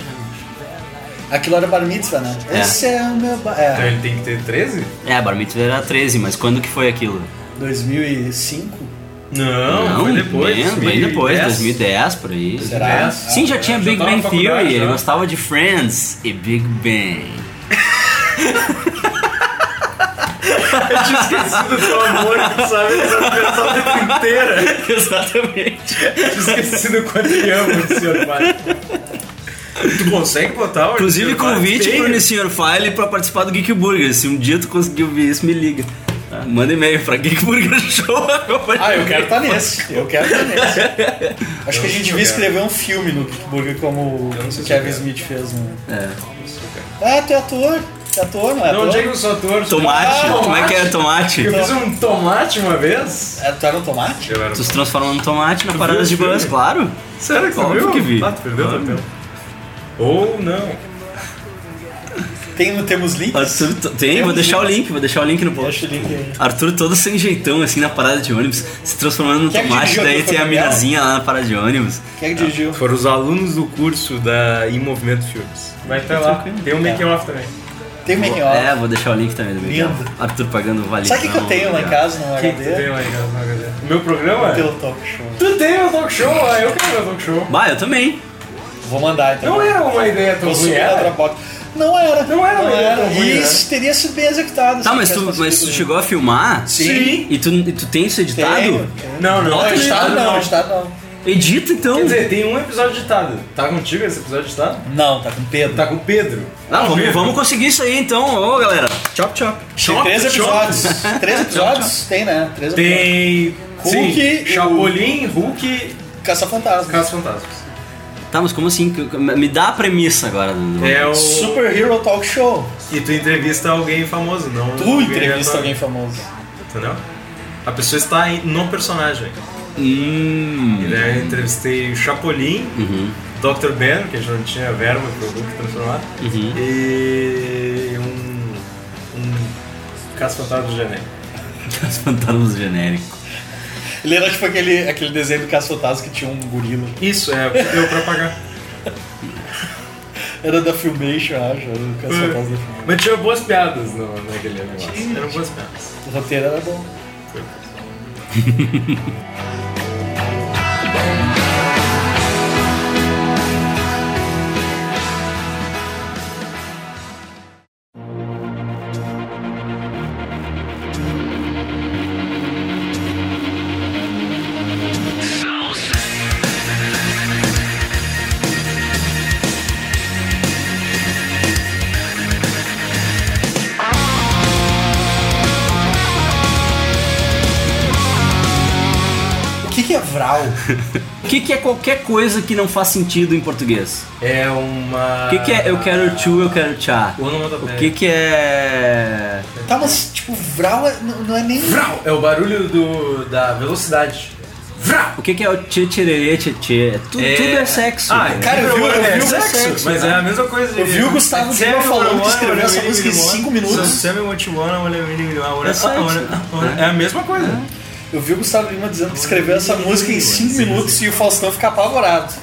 [SPEAKER 3] Aquilo era bar mitzvah, né?
[SPEAKER 2] É.
[SPEAKER 3] Esse é o meu bar...
[SPEAKER 4] Então
[SPEAKER 3] É,
[SPEAKER 4] ele tem que ter 13?
[SPEAKER 2] É, a Bar Mitzvah era 13, mas quando que foi aquilo?
[SPEAKER 3] 2005?
[SPEAKER 4] Não, foi
[SPEAKER 2] Bem,
[SPEAKER 4] depois.
[SPEAKER 2] bem
[SPEAKER 4] 2010.
[SPEAKER 2] depois, 2010, por aí.
[SPEAKER 3] Será?
[SPEAKER 4] É.
[SPEAKER 2] Sim, já tinha Big
[SPEAKER 4] tava
[SPEAKER 2] Bang
[SPEAKER 4] na
[SPEAKER 2] Theory,
[SPEAKER 4] faculdade,
[SPEAKER 2] ele
[SPEAKER 4] já.
[SPEAKER 2] gostava de Friends e Big Bang.
[SPEAKER 4] Eu tinha esquecido do teu amor, tu sabe? Eu tava pensando a vida inteira.
[SPEAKER 2] Exatamente.
[SPEAKER 4] Eu tinha esquecido o quanto ele ama o senhor pai. Tu consegue botar o
[SPEAKER 2] Inclusive,
[SPEAKER 4] Sr. Pai?
[SPEAKER 2] convite
[SPEAKER 4] Tem.
[SPEAKER 2] pro Nissinor File pra participar do Geek Burger. Se um dia tu conseguir ouvir isso, me liga. tá? Manda e-mail pra Geek Burger Show.
[SPEAKER 3] Ah, eu quero estar nesse. Eu quero estar nesse. Acho que a gente devia escrever um filme no Geek Burger como
[SPEAKER 4] não sei
[SPEAKER 3] o
[SPEAKER 4] se eu
[SPEAKER 3] Kevin
[SPEAKER 4] quero.
[SPEAKER 3] Smith fez. Né?
[SPEAKER 2] É.
[SPEAKER 3] Ah, tu é ator? Tu é ator, não é
[SPEAKER 4] Não
[SPEAKER 3] ator?
[SPEAKER 4] diga que eu sou ator.
[SPEAKER 2] Tomate,
[SPEAKER 4] Ah,
[SPEAKER 2] como é que é tomate?
[SPEAKER 4] Eu fiz um tomate uma vez.
[SPEAKER 3] É, tu era um tomate?
[SPEAKER 4] Eu era
[SPEAKER 2] Tu se transforma num tomate na parada
[SPEAKER 4] viu
[SPEAKER 2] de
[SPEAKER 4] o filme?
[SPEAKER 2] bus, claro.
[SPEAKER 4] Sério que tu
[SPEAKER 2] Óbvio
[SPEAKER 4] viu?
[SPEAKER 2] que vi.
[SPEAKER 4] Ah, tu perdeu o teu tempo. Ou não.
[SPEAKER 3] Tem, não temos link?
[SPEAKER 2] Arthur, to- tem, vou deixar o link, vou deixar o link no
[SPEAKER 3] Deixa
[SPEAKER 2] post.
[SPEAKER 3] o link aí.
[SPEAKER 2] Arthur todo sem jeitão, assim, na parada de ônibus, se transformando num
[SPEAKER 3] Quem é que
[SPEAKER 2] tomate,
[SPEAKER 3] dirigiu
[SPEAKER 2] daí
[SPEAKER 3] aquele
[SPEAKER 2] tem a
[SPEAKER 3] filme dela?
[SPEAKER 2] minazinha lá na parada de ônibus.
[SPEAKER 3] Quem é que dirigiu?
[SPEAKER 4] Foram os alunos do curso da Em Movimento Filmes. Vai estar lá. Tem um making off também.
[SPEAKER 3] Tem o making
[SPEAKER 2] É,
[SPEAKER 3] off.
[SPEAKER 2] vou deixar o link também do vídeo.
[SPEAKER 3] Lindo.
[SPEAKER 2] Arthur pagando vale.
[SPEAKER 3] Sabe o que, que eu tenho lá em casa no
[SPEAKER 4] Quem que tu
[SPEAKER 3] HD?
[SPEAKER 4] tem lá em casa na HD? O meu programa?
[SPEAKER 3] Teu talk show.
[SPEAKER 4] Tu tem o talk show? Ah, eu quero meu talk show.
[SPEAKER 2] Bah, eu também.
[SPEAKER 3] Vou mandar então.
[SPEAKER 4] Não era uma ideia tão
[SPEAKER 3] Eu
[SPEAKER 4] ruim,
[SPEAKER 3] sou da
[SPEAKER 4] era?
[SPEAKER 3] Dropbox. Não era.
[SPEAKER 4] Não era,
[SPEAKER 3] não
[SPEAKER 4] mas
[SPEAKER 3] era.
[SPEAKER 4] era ruim,
[SPEAKER 3] E
[SPEAKER 4] né?
[SPEAKER 3] isso teria sido bem executado.
[SPEAKER 2] Tá, mas
[SPEAKER 3] se tivesse
[SPEAKER 2] tu, mas
[SPEAKER 3] conseguido,
[SPEAKER 2] tu
[SPEAKER 3] né?
[SPEAKER 2] chegou a filmar?
[SPEAKER 3] Sim.
[SPEAKER 2] E tu, e tu tem isso editado?
[SPEAKER 3] Tenho,
[SPEAKER 4] Não, não.
[SPEAKER 2] Bota no
[SPEAKER 3] Editado
[SPEAKER 2] YouTube.
[SPEAKER 3] não, editado não.
[SPEAKER 2] Edita então.
[SPEAKER 4] Quer dizer, tem um episódio editado. Tá contigo esse episódio editado?
[SPEAKER 3] Não, tá com Pedro.
[SPEAKER 4] Tá com o Pedro.
[SPEAKER 2] Ah, vamos, vamos conseguir isso aí então, ô galera. Chop, chop.
[SPEAKER 3] Tem três episódios. Três episódios? Tem, né? Três episódios.
[SPEAKER 4] Tem.
[SPEAKER 3] Hulk,
[SPEAKER 4] Sim,
[SPEAKER 3] o-
[SPEAKER 4] Chapolin, Hulk,
[SPEAKER 3] Caça-fantasma.
[SPEAKER 4] Casos Fantasmas.
[SPEAKER 2] Tá, mas como assim? Me dá a premissa agora. do-
[SPEAKER 4] É o.
[SPEAKER 3] Super Hero Talk Show.
[SPEAKER 4] E tu entrevista alguém famoso, não.
[SPEAKER 3] Tu entrevista alguém
[SPEAKER 4] famoso.
[SPEAKER 3] famoso.
[SPEAKER 4] Entendeu? A pessoa está em- no personagem.
[SPEAKER 2] Uhum. Hum.
[SPEAKER 4] Né, eu entrevistei o Chapolin,
[SPEAKER 2] Uhum.
[SPEAKER 4] Dr. Ben, que a gente não tinha verba pro Hulk transformar,
[SPEAKER 2] Uhum.
[SPEAKER 4] e um. um caça-fantasma do Janeiro.
[SPEAKER 2] Os fantasmas genéricos.
[SPEAKER 3] Ele era tipo aquele, aquele desenho do Caça-Fantasma que tinha um gorila.
[SPEAKER 4] Isso, é, deu pra pagar.
[SPEAKER 3] Era da Filmation, eu acho. Era
[SPEAKER 4] É.
[SPEAKER 3] do Caça-Fantasma da Filmation.
[SPEAKER 4] Mas tinha boas piadas no, naquele negócio. Eram boas piadas.
[SPEAKER 3] O roteiro era bom. O que, que é Vral?
[SPEAKER 2] O que, que é qualquer coisa que não faz sentido em português?
[SPEAKER 4] É uma.
[SPEAKER 2] O que, que é eu quero tchu, eu quero tchá?
[SPEAKER 4] Onomatopeia.
[SPEAKER 2] O que, que é.
[SPEAKER 3] Tá, mas tipo, Vral é- não, não é nem.
[SPEAKER 4] Vrau! É o barulho do, da velocidade. Vrau!
[SPEAKER 2] O que, que é o tchê tchê tchê tchê? Tudo é, tudo é sexo.
[SPEAKER 4] Ah,
[SPEAKER 2] né?
[SPEAKER 3] Cara, eu vi, eu
[SPEAKER 4] é
[SPEAKER 3] vi o
[SPEAKER 4] sexo, mas é a mesma coisa.
[SPEAKER 3] Eu vi o Gustavo Lima falando que escreveu essa música em cinco minutos.
[SPEAKER 4] Sammy Motiwana, olha
[SPEAKER 2] É sexo.
[SPEAKER 4] É a mesma coisa.
[SPEAKER 3] Eu vi o Gustavo Lima dizendo que escreveu essa música em 5 minutos e o Faustão fica apavorado.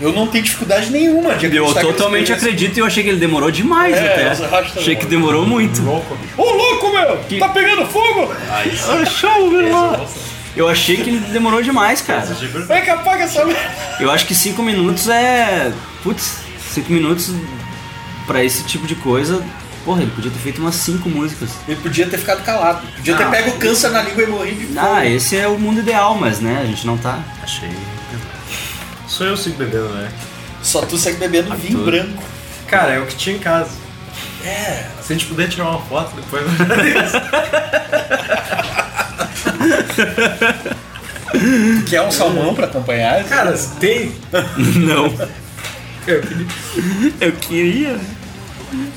[SPEAKER 3] Eu não tenho dificuldade nenhuma de
[SPEAKER 2] Eu
[SPEAKER 3] acreditar que ele
[SPEAKER 2] totalmente
[SPEAKER 3] escreveu
[SPEAKER 2] acredito e eu achei que ele demorou demais
[SPEAKER 3] É,
[SPEAKER 2] até.
[SPEAKER 3] eu acho também.
[SPEAKER 2] Achei que demorou muito.
[SPEAKER 3] isso. Ô louco, meu! Tá pegando fogo!
[SPEAKER 2] Olha, show, meu irmão. Eu achei que ele demorou demais, cara.
[SPEAKER 3] Vem que apaga essa merda!
[SPEAKER 2] Eu acho que cinco minutos é. Putz, cinco minutos pra esse tipo de coisa. Porra, ele podia ter feito umas cinco músicas.
[SPEAKER 3] Ele podia ter ficado calado. Podia ter
[SPEAKER 2] Não.
[SPEAKER 3] pego o câncer na língua e morrido de fome.
[SPEAKER 2] Ah, esse é o mundo ideal, mas né, a gente não tá.
[SPEAKER 4] Achei. Sou eu sigo bebendo, né?
[SPEAKER 3] Só tu segue bebendo vinho
[SPEAKER 2] tudo.
[SPEAKER 3] branco.
[SPEAKER 4] Cara, é o que tinha em casa. É. Se a gente puder tirar uma foto depois.
[SPEAKER 3] Quer um salmão pra acompanhar?
[SPEAKER 4] Cara, tem. é,
[SPEAKER 2] Não.
[SPEAKER 4] Eu queria-
[SPEAKER 2] Eu queria.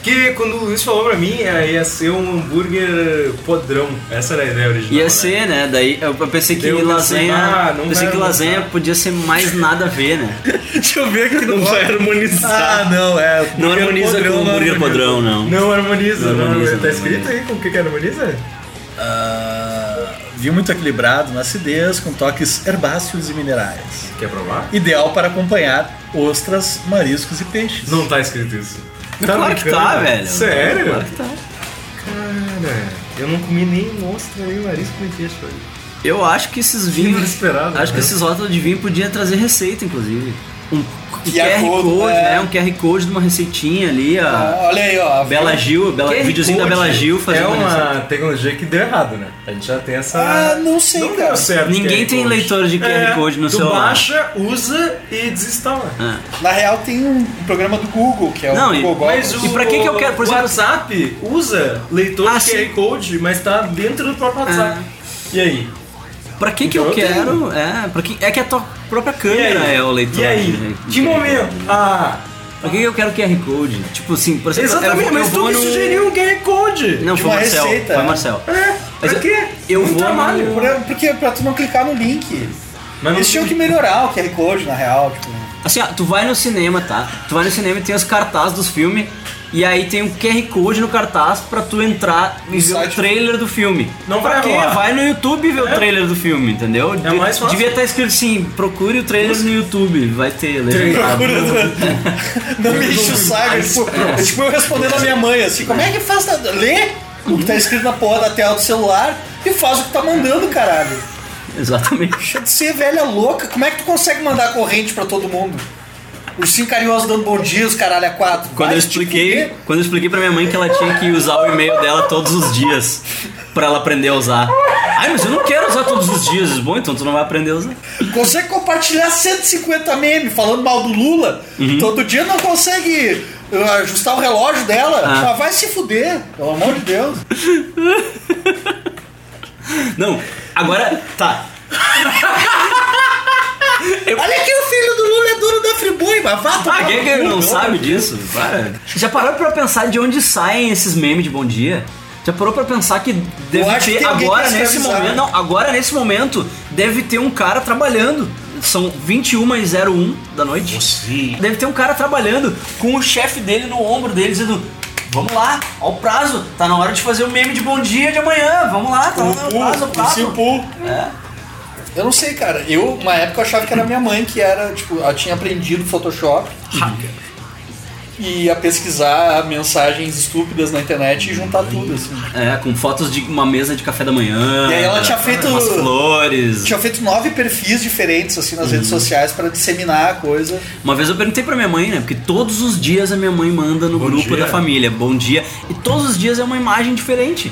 [SPEAKER 4] Que quando o Luiz falou pra mim, é, ia ser um hambúrguer podrão. Essa era a ideia original.
[SPEAKER 2] Ia
[SPEAKER 4] né?
[SPEAKER 2] ser, né? Daí eu pensei que
[SPEAKER 4] Eu pensei,
[SPEAKER 2] lasanha.
[SPEAKER 4] ah, não
[SPEAKER 2] pensei
[SPEAKER 4] vai
[SPEAKER 2] que lasanha
[SPEAKER 4] lançar.
[SPEAKER 2] podia ser mais nada a ver, né?
[SPEAKER 3] Deixa eu ver aqui no vai harmonizar.
[SPEAKER 4] Ah, não, é.
[SPEAKER 2] Não harmoniza
[SPEAKER 4] podrão,
[SPEAKER 2] com o
[SPEAKER 4] não
[SPEAKER 2] hambúrguer
[SPEAKER 4] harmoniza.
[SPEAKER 2] podrão, não.
[SPEAKER 4] Não harmoniza,
[SPEAKER 2] Não
[SPEAKER 4] não
[SPEAKER 2] harmoniza,
[SPEAKER 4] harmoniza.
[SPEAKER 2] não
[SPEAKER 4] Tá escrito aí com o que que harmoniza?
[SPEAKER 3] Vinho muito equilibrado na acidez, com toques herbáceos e minerais.
[SPEAKER 4] Quer provar?
[SPEAKER 3] Ideal para acompanhar ostras, mariscos e peixes.
[SPEAKER 4] Não tá escrito isso.
[SPEAKER 2] claro que
[SPEAKER 4] brincando?
[SPEAKER 2] tá, velho.
[SPEAKER 4] Sério?
[SPEAKER 2] Claro que tá.
[SPEAKER 4] Cara, eu não comi nem ostra, nem marisco, nem peixe, velho.
[SPEAKER 2] Eu acho que esses vinhos.
[SPEAKER 4] Inesperado,
[SPEAKER 2] Acho que
[SPEAKER 4] né?
[SPEAKER 2] esses rótulos de vinho podiam trazer receita, inclusive. Um QR
[SPEAKER 3] code,
[SPEAKER 2] Code,
[SPEAKER 3] é.
[SPEAKER 2] né? Um QR Code de uma receitinha ali, a
[SPEAKER 3] Ah, Olha aí, ó.
[SPEAKER 2] Bela Gil, Bela,
[SPEAKER 4] QR
[SPEAKER 2] videozinho da
[SPEAKER 4] Code
[SPEAKER 2] Bela Gil
[SPEAKER 4] É
[SPEAKER 2] fazendo uma receita.
[SPEAKER 4] uma tecnologia que deu errado, né? A gente já tem essa.
[SPEAKER 3] Ah, não sei,
[SPEAKER 4] não
[SPEAKER 3] cara.
[SPEAKER 4] Deu certo
[SPEAKER 2] Ninguém
[SPEAKER 4] QR
[SPEAKER 2] tem
[SPEAKER 4] Code.
[SPEAKER 2] leitor de QR
[SPEAKER 4] É,
[SPEAKER 2] Code no
[SPEAKER 4] tu
[SPEAKER 2] celular.
[SPEAKER 4] baixa, usa e desinstala.
[SPEAKER 3] Na real, tem um programa do Google, que é
[SPEAKER 2] Não,
[SPEAKER 3] o
[SPEAKER 2] e-
[SPEAKER 3] Google
[SPEAKER 4] Mas
[SPEAKER 3] Goggles.
[SPEAKER 4] o
[SPEAKER 2] E pra que que eu quero, por
[SPEAKER 4] o
[SPEAKER 2] exemplo-
[SPEAKER 4] WhatsApp usa leitor
[SPEAKER 2] Ah,
[SPEAKER 4] de
[SPEAKER 2] sim. Ah.
[SPEAKER 4] QR Code, mas tá dentro do próprio WhatsApp. E aí?
[SPEAKER 2] Pra que que eu,
[SPEAKER 4] Então eu
[SPEAKER 2] quero? É, pra que, é que a tua própria câmera é o leitor. É.
[SPEAKER 4] E aí?
[SPEAKER 2] de- de
[SPEAKER 4] Que
[SPEAKER 2] QR
[SPEAKER 4] momento?
[SPEAKER 2] Code.
[SPEAKER 4] Ah,
[SPEAKER 2] Pra que que eu quero QR Code? Tipo assim, por exemplo,
[SPEAKER 4] exatamente,
[SPEAKER 2] eu, vou- eu
[SPEAKER 4] mas tu
[SPEAKER 2] vou
[SPEAKER 4] me
[SPEAKER 2] no...
[SPEAKER 4] sugeriu um QR Code.
[SPEAKER 2] Não,
[SPEAKER 3] de
[SPEAKER 2] foi
[SPEAKER 3] uma
[SPEAKER 2] Marcel.
[SPEAKER 3] receita,
[SPEAKER 2] Foi
[SPEAKER 3] né?
[SPEAKER 2] Marcel.
[SPEAKER 4] É,
[SPEAKER 2] Mas
[SPEAKER 4] pra
[SPEAKER 2] eu-
[SPEAKER 4] quê?
[SPEAKER 2] eu
[SPEAKER 4] Muito
[SPEAKER 2] vou
[SPEAKER 4] trabalho.
[SPEAKER 2] no-
[SPEAKER 3] Pra- Porque é pra tu não clicar no link.
[SPEAKER 4] Mas é
[SPEAKER 3] Eles tinham que melhorar o QR Code, na real. Tipo.
[SPEAKER 2] Assim, ó, tu vai no cinema, tá? Tu vai no cinema e tem os cartazes dos filmes. E aí tem um QR Code no cartaz pra tu entrar e ver
[SPEAKER 3] site.
[SPEAKER 2] o trailer do filme.
[SPEAKER 4] Não
[SPEAKER 2] pra
[SPEAKER 4] vai
[SPEAKER 2] quê?
[SPEAKER 4] rolar.
[SPEAKER 2] Vai no YouTube ver o trailer do filme, entendeu?
[SPEAKER 4] É mais fácil.
[SPEAKER 2] Devia estar escrito assim, procure o trailer no YouTube, vai ter legendado.
[SPEAKER 3] Não me enche o saco. é Tipo, é tipo eu respondendo a minha mãe assim: como é que faz? pra- Lê o que tá escrito na porra da tela do celular e faz o que tá mandando, caralho.
[SPEAKER 2] Exatamente.
[SPEAKER 3] Deixa de ser velha louca. Como é que tu consegue mandar corrente pra todo mundo? O sim carinhoso dando bom dia, os caralho a quatro.
[SPEAKER 2] Quando
[SPEAKER 3] Vai tipo,
[SPEAKER 2] eu
[SPEAKER 3] te
[SPEAKER 2] expliquei,
[SPEAKER 3] fuder.
[SPEAKER 2] quando eu expliquei pra minha mãe que ela tinha que usar o e-mail dela todos os dias pra ela aprender a usar. Ai, mas eu não quero usar todos os dias. Bom, então tu não vai aprender a usar.
[SPEAKER 3] Consegue compartilhar 150 memes falando mal do Lula.
[SPEAKER 2] Uhum.
[SPEAKER 3] Todo dia não consegue uh, ajustar o relógio dela.
[SPEAKER 2] Ah.
[SPEAKER 3] Ah, vai se fuder, pelo amor de Deus.
[SPEAKER 2] Não, agora tá.
[SPEAKER 3] Olha aqui o filho do Lula é dono da Friboi, mas vá tomar
[SPEAKER 2] Ah, quem
[SPEAKER 3] no
[SPEAKER 2] que
[SPEAKER 3] cu,
[SPEAKER 2] não
[SPEAKER 3] meu
[SPEAKER 2] sabe disso? Para. Já parou pra pensar de onde saem esses memes de bom dia? Já parou pra pensar que deve
[SPEAKER 3] acho
[SPEAKER 2] ter
[SPEAKER 3] que tem alguém
[SPEAKER 2] agora
[SPEAKER 3] que
[SPEAKER 2] nesse
[SPEAKER 3] escravizar.
[SPEAKER 2] momento. Não, agora nesse momento deve ter um cara trabalhando. São 21h01 da noite. Deve ter um cara trabalhando com o chefe dele no ombro dele, dizendo. Vamos lá, ó o prazo, tá na hora de fazer o meme de bom dia de amanhã, vamos lá, tá na hora do prazo, o prazo.
[SPEAKER 3] É? Eu não sei, cara. Eu, uma época, eu achava que era minha mãe que era, tipo, ela tinha aprendido Photoshop. E ia pesquisar mensagens estúpidas na internet e juntar tudo, assim.
[SPEAKER 2] É, com fotos de uma mesa de café da manhã.
[SPEAKER 3] E aí ela tinha feito-
[SPEAKER 2] Umas flores.
[SPEAKER 3] Tinha feito nove perfis diferentes, assim, nas
[SPEAKER 2] Uhum.
[SPEAKER 3] redes sociais para disseminar a coisa.
[SPEAKER 2] Uma vez eu perguntei pra minha mãe, né? Porque todos os dias a minha mãe manda no grupo da família, bom dia. E todos os dias é uma imagem diferente.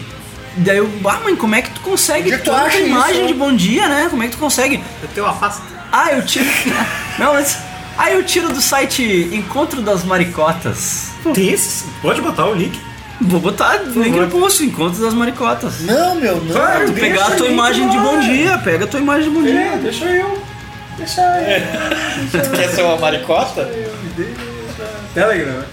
[SPEAKER 2] Daí eu, ah, mãe, como é que tu consegue
[SPEAKER 3] Onde é que tu
[SPEAKER 2] tanta
[SPEAKER 3] acha isso,
[SPEAKER 2] imagem
[SPEAKER 3] né?
[SPEAKER 2] de bom dia, né? Como é que tu consegue?
[SPEAKER 4] Eu tenho uma face.
[SPEAKER 2] Ah, eu tiro. Não, mas. Ah, eu tiro do site Encontro das Maricotas.
[SPEAKER 4] Tem esses? Pode botar o link.
[SPEAKER 2] Vou botar link no post, Encontro das Maricotas.
[SPEAKER 3] Não, meu, não.
[SPEAKER 4] Claro,
[SPEAKER 2] Tu pegar a tua imagem de bom dia, pega a tua imagem de bom dia.
[SPEAKER 4] É, deixa eu. Deixa eu.
[SPEAKER 3] Quer ser uma maricota?
[SPEAKER 4] Telegram, né?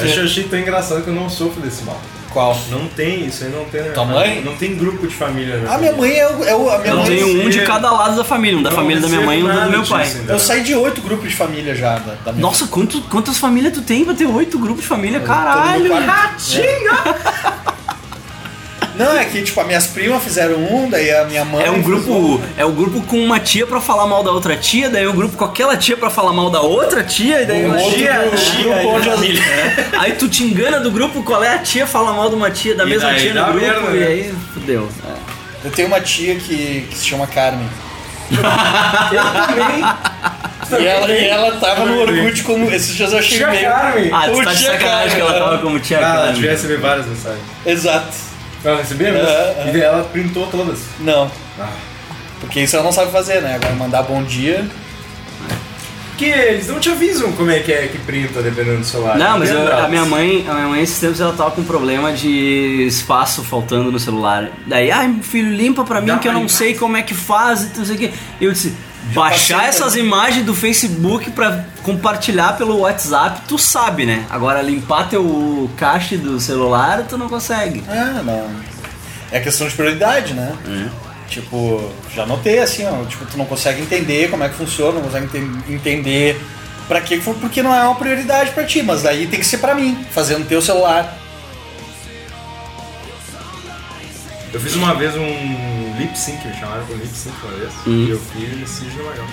[SPEAKER 4] Acho eu achei tão engraçado que eu não sofro desse mal.
[SPEAKER 3] Qual?
[SPEAKER 4] Não tem isso aí, não tem. né?
[SPEAKER 3] Tua mãe?
[SPEAKER 4] Não tem grupo de família, né?
[SPEAKER 3] A minha mãe é o. É o a minha
[SPEAKER 2] Eu
[SPEAKER 3] mãe
[SPEAKER 2] tenho um de
[SPEAKER 4] recebo-
[SPEAKER 2] cada lado da família, um da
[SPEAKER 4] Não
[SPEAKER 2] família da minha mãe e um
[SPEAKER 4] recebo
[SPEAKER 2] do
[SPEAKER 4] nada
[SPEAKER 2] meu pai.
[SPEAKER 4] disso, entendeu?
[SPEAKER 3] Eu saí de oito grupos de família já da, da minha
[SPEAKER 2] Nossa, quanto- quantas famílias tu tem pra ter oito grupos de família? Caralho!
[SPEAKER 3] todo mundo
[SPEAKER 2] Ratinho!
[SPEAKER 3] Não, é que, tipo, as minhas primas fizeram um, daí a minha mãe.
[SPEAKER 2] É um
[SPEAKER 3] fez
[SPEAKER 2] grupo, é um grupo com uma tia pra falar mal da outra tia, daí um grupo com aquela tia pra falar mal da outra tia, e
[SPEAKER 4] Um
[SPEAKER 2] daí uma
[SPEAKER 3] um outro
[SPEAKER 2] tia,
[SPEAKER 3] grupo,
[SPEAKER 2] tia,
[SPEAKER 3] grupo
[SPEAKER 2] aí-
[SPEAKER 3] onde as-
[SPEAKER 2] É. Aí tu te engana do grupo qual é a tia fala mal de uma tia, da mesma
[SPEAKER 4] daí
[SPEAKER 2] tia
[SPEAKER 4] dá
[SPEAKER 2] no grupo,
[SPEAKER 4] merda,
[SPEAKER 2] e
[SPEAKER 4] né?
[SPEAKER 2] aí fudeu.
[SPEAKER 3] Eu tenho uma tia que, que se chama Carmen. E ela, e ela tava no Orkut como. Esses dias eu achei
[SPEAKER 4] Tia
[SPEAKER 3] meio.
[SPEAKER 4] Carmen!
[SPEAKER 2] Ah, tu
[SPEAKER 3] Como
[SPEAKER 2] tá de
[SPEAKER 3] tia
[SPEAKER 2] sacanagem que
[SPEAKER 3] Carmen,
[SPEAKER 2] ela
[SPEAKER 3] né?
[SPEAKER 2] tava como tia
[SPEAKER 4] Ah, ela
[SPEAKER 2] Carmen.
[SPEAKER 4] devia receber várias mensagens.
[SPEAKER 3] Exato.
[SPEAKER 4] Ela recebeu?
[SPEAKER 3] É,
[SPEAKER 4] E daí ela printou todas.
[SPEAKER 3] Não. Porque isso ela não sabe fazer, né? Agora mandar bom dia.
[SPEAKER 4] Porque eles não te avisam como é que é que printa, dependendo do celular.
[SPEAKER 2] Não, mas
[SPEAKER 4] Tem
[SPEAKER 2] eu- a
[SPEAKER 4] dados.
[SPEAKER 2] minha mãe, a minha mãe esses tempos ela tava com um problema de espaço faltando no celular. Daí, ai, meu filho, limpa pra mim
[SPEAKER 4] Dá
[SPEAKER 2] que eu
[SPEAKER 4] pra
[SPEAKER 2] não
[SPEAKER 4] limpar.
[SPEAKER 2] sei como é que faz e não sei o que. Eu disse, baixar
[SPEAKER 3] passei
[SPEAKER 2] essas imagens do Facebook pra compartilhar pelo WhatsApp, tu sabe, né? Agora limpar teu cache do celular, tu não consegue.
[SPEAKER 3] Ah, não. É questão de prioridade, né?
[SPEAKER 2] É.
[SPEAKER 3] Tipo, já notei assim, ó. Tipo, tu não consegue entender como é que funciona, não consegue enten- entender pra que que foi, porque não é uma prioridade pra ti, mas daí tem que ser pra mim, fazendo teu celular.
[SPEAKER 4] Eu fiz uma vez um lip sync, me chamaram pra um lip sync uma vez.
[SPEAKER 2] Hum.
[SPEAKER 4] E eu fiz esse de Nova York.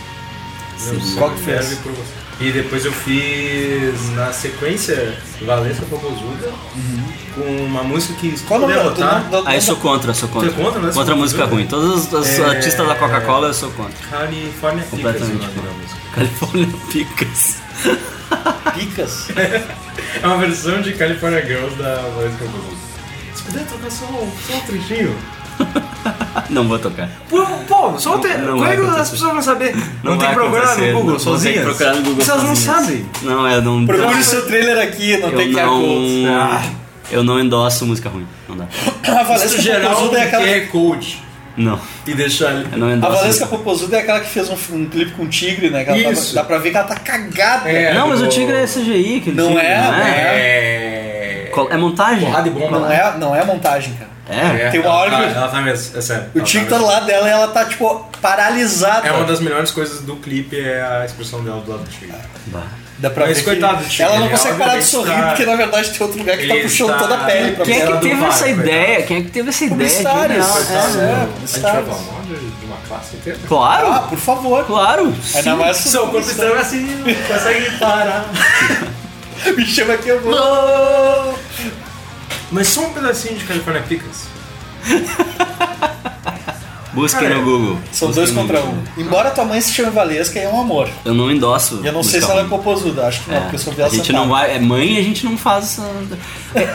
[SPEAKER 4] Meu sonho
[SPEAKER 3] Qual que fez?
[SPEAKER 4] serve por você. E depois eu fiz na sequência Valesca Popozuda
[SPEAKER 2] Uhum.
[SPEAKER 4] com uma música que se
[SPEAKER 3] Qual o
[SPEAKER 4] puder
[SPEAKER 3] nome da- do
[SPEAKER 4] botar,
[SPEAKER 3] nome da-
[SPEAKER 2] Aí eu sou contra, sou contra.
[SPEAKER 4] Tu é contra, né?
[SPEAKER 2] Contra a música ruim. Todos os, os
[SPEAKER 4] É.
[SPEAKER 2] artistas da Coca-Cola eu sou contra. é
[SPEAKER 4] California Ficas, o
[SPEAKER 2] Completamente
[SPEAKER 4] nome da música.
[SPEAKER 2] California Picas.
[SPEAKER 3] Picas.
[SPEAKER 4] É uma versão de California Girls da Valesca Popozuda. Se puder tocar só, um- só um trechinho.
[SPEAKER 2] Não vou tocar.
[SPEAKER 4] Pô, pô só o te...
[SPEAKER 2] Não
[SPEAKER 4] Como
[SPEAKER 2] vai
[SPEAKER 4] é que as
[SPEAKER 2] acontecer.
[SPEAKER 4] pessoas vão saber? Não, tem
[SPEAKER 2] vai
[SPEAKER 4] que procurar
[SPEAKER 2] acontecer,
[SPEAKER 4] no Google,
[SPEAKER 2] não
[SPEAKER 4] sozinhas?
[SPEAKER 2] Tem que procurar no Google
[SPEAKER 4] Se elas não
[SPEAKER 2] sozinhas.
[SPEAKER 4] sabem.
[SPEAKER 2] Não, eu não.
[SPEAKER 3] Procure
[SPEAKER 2] eu,
[SPEAKER 3] o seu trailer aqui, não tem que
[SPEAKER 2] não.
[SPEAKER 3] Ah,
[SPEAKER 2] Eu não endosso música ruim. Não dá.
[SPEAKER 3] A Valesca Popozuda é aquela.
[SPEAKER 4] QR Code
[SPEAKER 2] Não.
[SPEAKER 4] e deixar ali.
[SPEAKER 2] Eu não
[SPEAKER 3] A
[SPEAKER 2] endosso.
[SPEAKER 3] Valesca Popozuda é aquela que fez um, um clipe com um tigre, né? Que ela tava,
[SPEAKER 4] Isso.
[SPEAKER 3] dá pra ver que ela tá cagada.
[SPEAKER 4] É.
[SPEAKER 2] Não, mas o Tigre é CGI, que ele
[SPEAKER 3] Não
[SPEAKER 2] tigre,
[SPEAKER 3] é,
[SPEAKER 2] não é?
[SPEAKER 4] É.
[SPEAKER 2] Qual- É montagem?
[SPEAKER 4] Porrada e bomba.
[SPEAKER 3] Não é, não é montagem, cara.
[SPEAKER 2] É.
[SPEAKER 3] Tem uma
[SPEAKER 4] ela
[SPEAKER 3] hora
[SPEAKER 4] tá-
[SPEAKER 3] que-
[SPEAKER 4] Ela tá mesmo, é sério.
[SPEAKER 3] O
[SPEAKER 4] Ela
[SPEAKER 3] Tigre
[SPEAKER 4] tá
[SPEAKER 3] tá do
[SPEAKER 4] mesmo.
[SPEAKER 3] lado dela e ela tá, tipo, paralisada.
[SPEAKER 4] É uma das melhores coisas do clipe é a expressão dela do lado do Tigre.
[SPEAKER 3] Dá pra
[SPEAKER 4] Mas
[SPEAKER 3] ver
[SPEAKER 4] é coitado do
[SPEAKER 3] que
[SPEAKER 4] Tigre,
[SPEAKER 3] ela não
[SPEAKER 4] ele
[SPEAKER 3] consegue parar de
[SPEAKER 4] obviamente
[SPEAKER 3] sorrir,
[SPEAKER 4] tá-
[SPEAKER 3] porque na verdade tem outro lugar que tá
[SPEAKER 4] ele
[SPEAKER 3] puxando
[SPEAKER 4] tá-
[SPEAKER 3] toda a pele pra
[SPEAKER 2] Quem é
[SPEAKER 3] ela.
[SPEAKER 2] que
[SPEAKER 4] do
[SPEAKER 2] teve
[SPEAKER 4] VAR,
[SPEAKER 2] essa
[SPEAKER 4] coitado.
[SPEAKER 2] ideia? Quem é que teve essa ideia?
[SPEAKER 3] Publicitários,
[SPEAKER 2] Genial,
[SPEAKER 3] coitado,
[SPEAKER 2] é.
[SPEAKER 3] né?
[SPEAKER 4] A gente vai
[SPEAKER 3] Publicitários.
[SPEAKER 4] falar mal de de uma classe inteira.
[SPEAKER 3] Ah,
[SPEAKER 2] Claro,
[SPEAKER 3] por favor.
[SPEAKER 2] claro.
[SPEAKER 3] Ainda mais se
[SPEAKER 4] Seu corpo estranho assim, não consegue parar.
[SPEAKER 3] me chama aqui, eu vou.
[SPEAKER 4] Mas só um pedacinho de California Picas.
[SPEAKER 2] Busquem
[SPEAKER 11] Cara,
[SPEAKER 2] no Google.
[SPEAKER 3] São
[SPEAKER 2] Busquem
[SPEAKER 3] dois
[SPEAKER 2] no
[SPEAKER 3] contra
[SPEAKER 2] Google.
[SPEAKER 3] um. Embora tua mãe se chame Valesca, é um amor.
[SPEAKER 2] Eu não endosso.
[SPEAKER 3] E eu não sei se
[SPEAKER 2] musical
[SPEAKER 3] ela é popozuda, acho que não, porque eu soube
[SPEAKER 2] A
[SPEAKER 3] ela
[SPEAKER 2] gente
[SPEAKER 3] sentada.
[SPEAKER 2] não vai. É mãe, a gente não faz essa.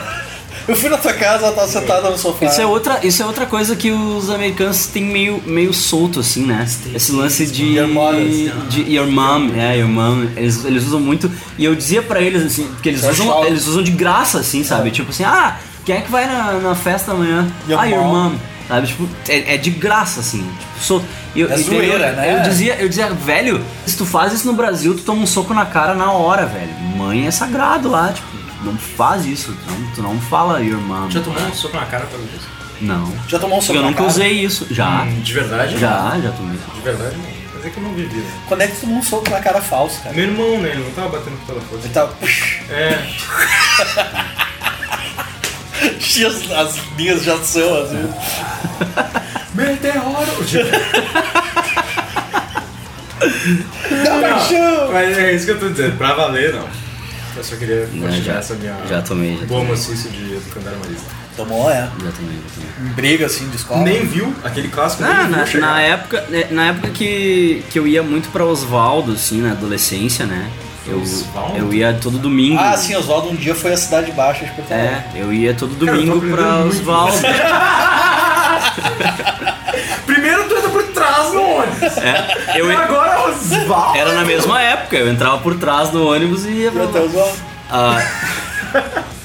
[SPEAKER 3] Eu fui na tua casa, ela tá sentada no sofá.
[SPEAKER 2] Isso é, outra, isso é outra coisa que os americanos têm meio, meio solto, assim, né? Esse lance de.
[SPEAKER 3] Your mothers.
[SPEAKER 2] de Your mom, é, your mom. Eles, eles usam muito. E eu dizia pra eles, assim, porque eles
[SPEAKER 3] Eu
[SPEAKER 2] usam,
[SPEAKER 3] achava.
[SPEAKER 2] eles usam de graça, assim, sabe? Tipo assim, ah, quem é que vai na, na festa amanhã?
[SPEAKER 3] Your
[SPEAKER 2] ah, your
[SPEAKER 3] mom.
[SPEAKER 2] mom. Sabe? Tipo, é, é de graça, assim. Tipo, solto. E eu,
[SPEAKER 3] É
[SPEAKER 2] entendeu?
[SPEAKER 3] zoeira, né?
[SPEAKER 2] Eu dizia, eu dizia, velho, se tu faz isso no Brasil, tu toma um soco na cara na hora, velho. Mãe é sagrado lá, tipo, não faz isso. Tu não, tu não fala your mom.
[SPEAKER 4] Já tomou um soco na cara por causa disso?
[SPEAKER 2] Não.
[SPEAKER 3] Já tomou um soco
[SPEAKER 2] Eu
[SPEAKER 3] na
[SPEAKER 2] nunca
[SPEAKER 3] cara?
[SPEAKER 2] usei isso. Já.
[SPEAKER 4] De verdade?
[SPEAKER 2] Já, já tomei.
[SPEAKER 4] De verdade não. Mas é que eu não vivi, né?
[SPEAKER 3] Quando é que tu tomou um soco na cara falsa, cara?
[SPEAKER 4] Meu irmão, né? Ele não tava batendo com telefone.
[SPEAKER 3] Ele tá, tava. Puxa,
[SPEAKER 4] É.
[SPEAKER 3] as, as minhas já assim. são, às vezes. Meteoro!
[SPEAKER 4] Mas é isso que eu tô dizendo. Pra valer, não. Eu só queria
[SPEAKER 2] Não,
[SPEAKER 4] compartilhar
[SPEAKER 2] já-
[SPEAKER 4] essa minha
[SPEAKER 2] já tomei, já
[SPEAKER 4] boa mocice de educandar Marisa.
[SPEAKER 3] Tomou, é.
[SPEAKER 2] Já tomei, já tomei.
[SPEAKER 3] Em briga assim de escola.
[SPEAKER 4] Nem viu aquele clássico.
[SPEAKER 2] Ah,
[SPEAKER 4] nem
[SPEAKER 2] na,
[SPEAKER 4] viu chegar.
[SPEAKER 2] na época, né, na época que, que eu ia muito pra Osvaldo, assim, na adolescência, né? Eu,
[SPEAKER 4] Osvaldo?
[SPEAKER 2] eu ia todo domingo.
[SPEAKER 3] Ah, sim, Oswaldo um dia foi à Cidade Baixa de Porto Alegre.
[SPEAKER 2] É, eu ia todo domingo pra Osvaldo.
[SPEAKER 4] Primeiro tu entra por trás no ônibus.
[SPEAKER 2] É, eu,
[SPEAKER 4] E agora Osvaldo.
[SPEAKER 2] era na mesma época, eu entrava por trás do ônibus e ia pra.
[SPEAKER 3] Eu até Oswaldo.
[SPEAKER 2] Ah,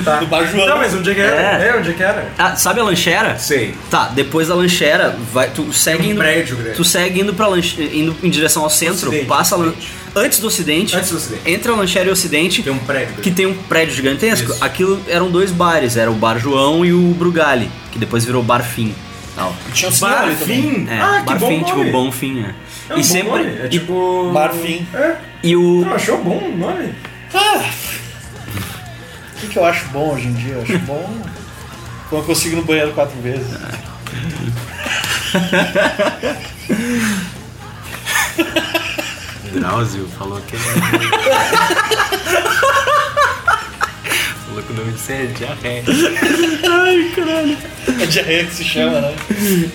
[SPEAKER 4] Tá.
[SPEAKER 3] Do Bajuan.
[SPEAKER 4] Não, mas onde é que era?
[SPEAKER 2] É.
[SPEAKER 4] É, onde é que era?
[SPEAKER 2] ah, sabe a lanchera?
[SPEAKER 4] Sei.
[SPEAKER 2] Tá, depois da lanchera, vai, tu segue
[SPEAKER 4] Um
[SPEAKER 2] indo.
[SPEAKER 4] prédio grande.
[SPEAKER 2] Tu segue indo para indo em direção ao centro,
[SPEAKER 4] Ocidente,
[SPEAKER 2] passa a lan-
[SPEAKER 4] ocidente.
[SPEAKER 2] antes do ocidente.
[SPEAKER 4] Antes do ocidente.
[SPEAKER 2] Entra a lanchera e o ocidente.
[SPEAKER 4] Tem um prédio grande.
[SPEAKER 2] que tem um prédio gigantesco.
[SPEAKER 4] Isso.
[SPEAKER 2] Aquilo eram dois bares, era o Bar João e o Brugali, que depois virou Bar Fim. Tal.
[SPEAKER 3] Tinha um cinema ali também.
[SPEAKER 4] Barfim?
[SPEAKER 2] É,
[SPEAKER 4] ah, que
[SPEAKER 2] Bar
[SPEAKER 4] bom
[SPEAKER 2] Fim,
[SPEAKER 4] nome.
[SPEAKER 2] tipo Bom Fim, né?
[SPEAKER 4] É um bom nome. É tipo...
[SPEAKER 3] Barfim.
[SPEAKER 4] É.
[SPEAKER 2] e o
[SPEAKER 4] Não, achou bom o nome?
[SPEAKER 3] Ah! O que, que eu acho bom hoje em dia? Eu acho bom. Quando eu consigo ir no banheiro quatro vezes.
[SPEAKER 12] Drauzio falou que. é falou que o nome disso é diarreia.
[SPEAKER 3] É diarreia que se chama, né?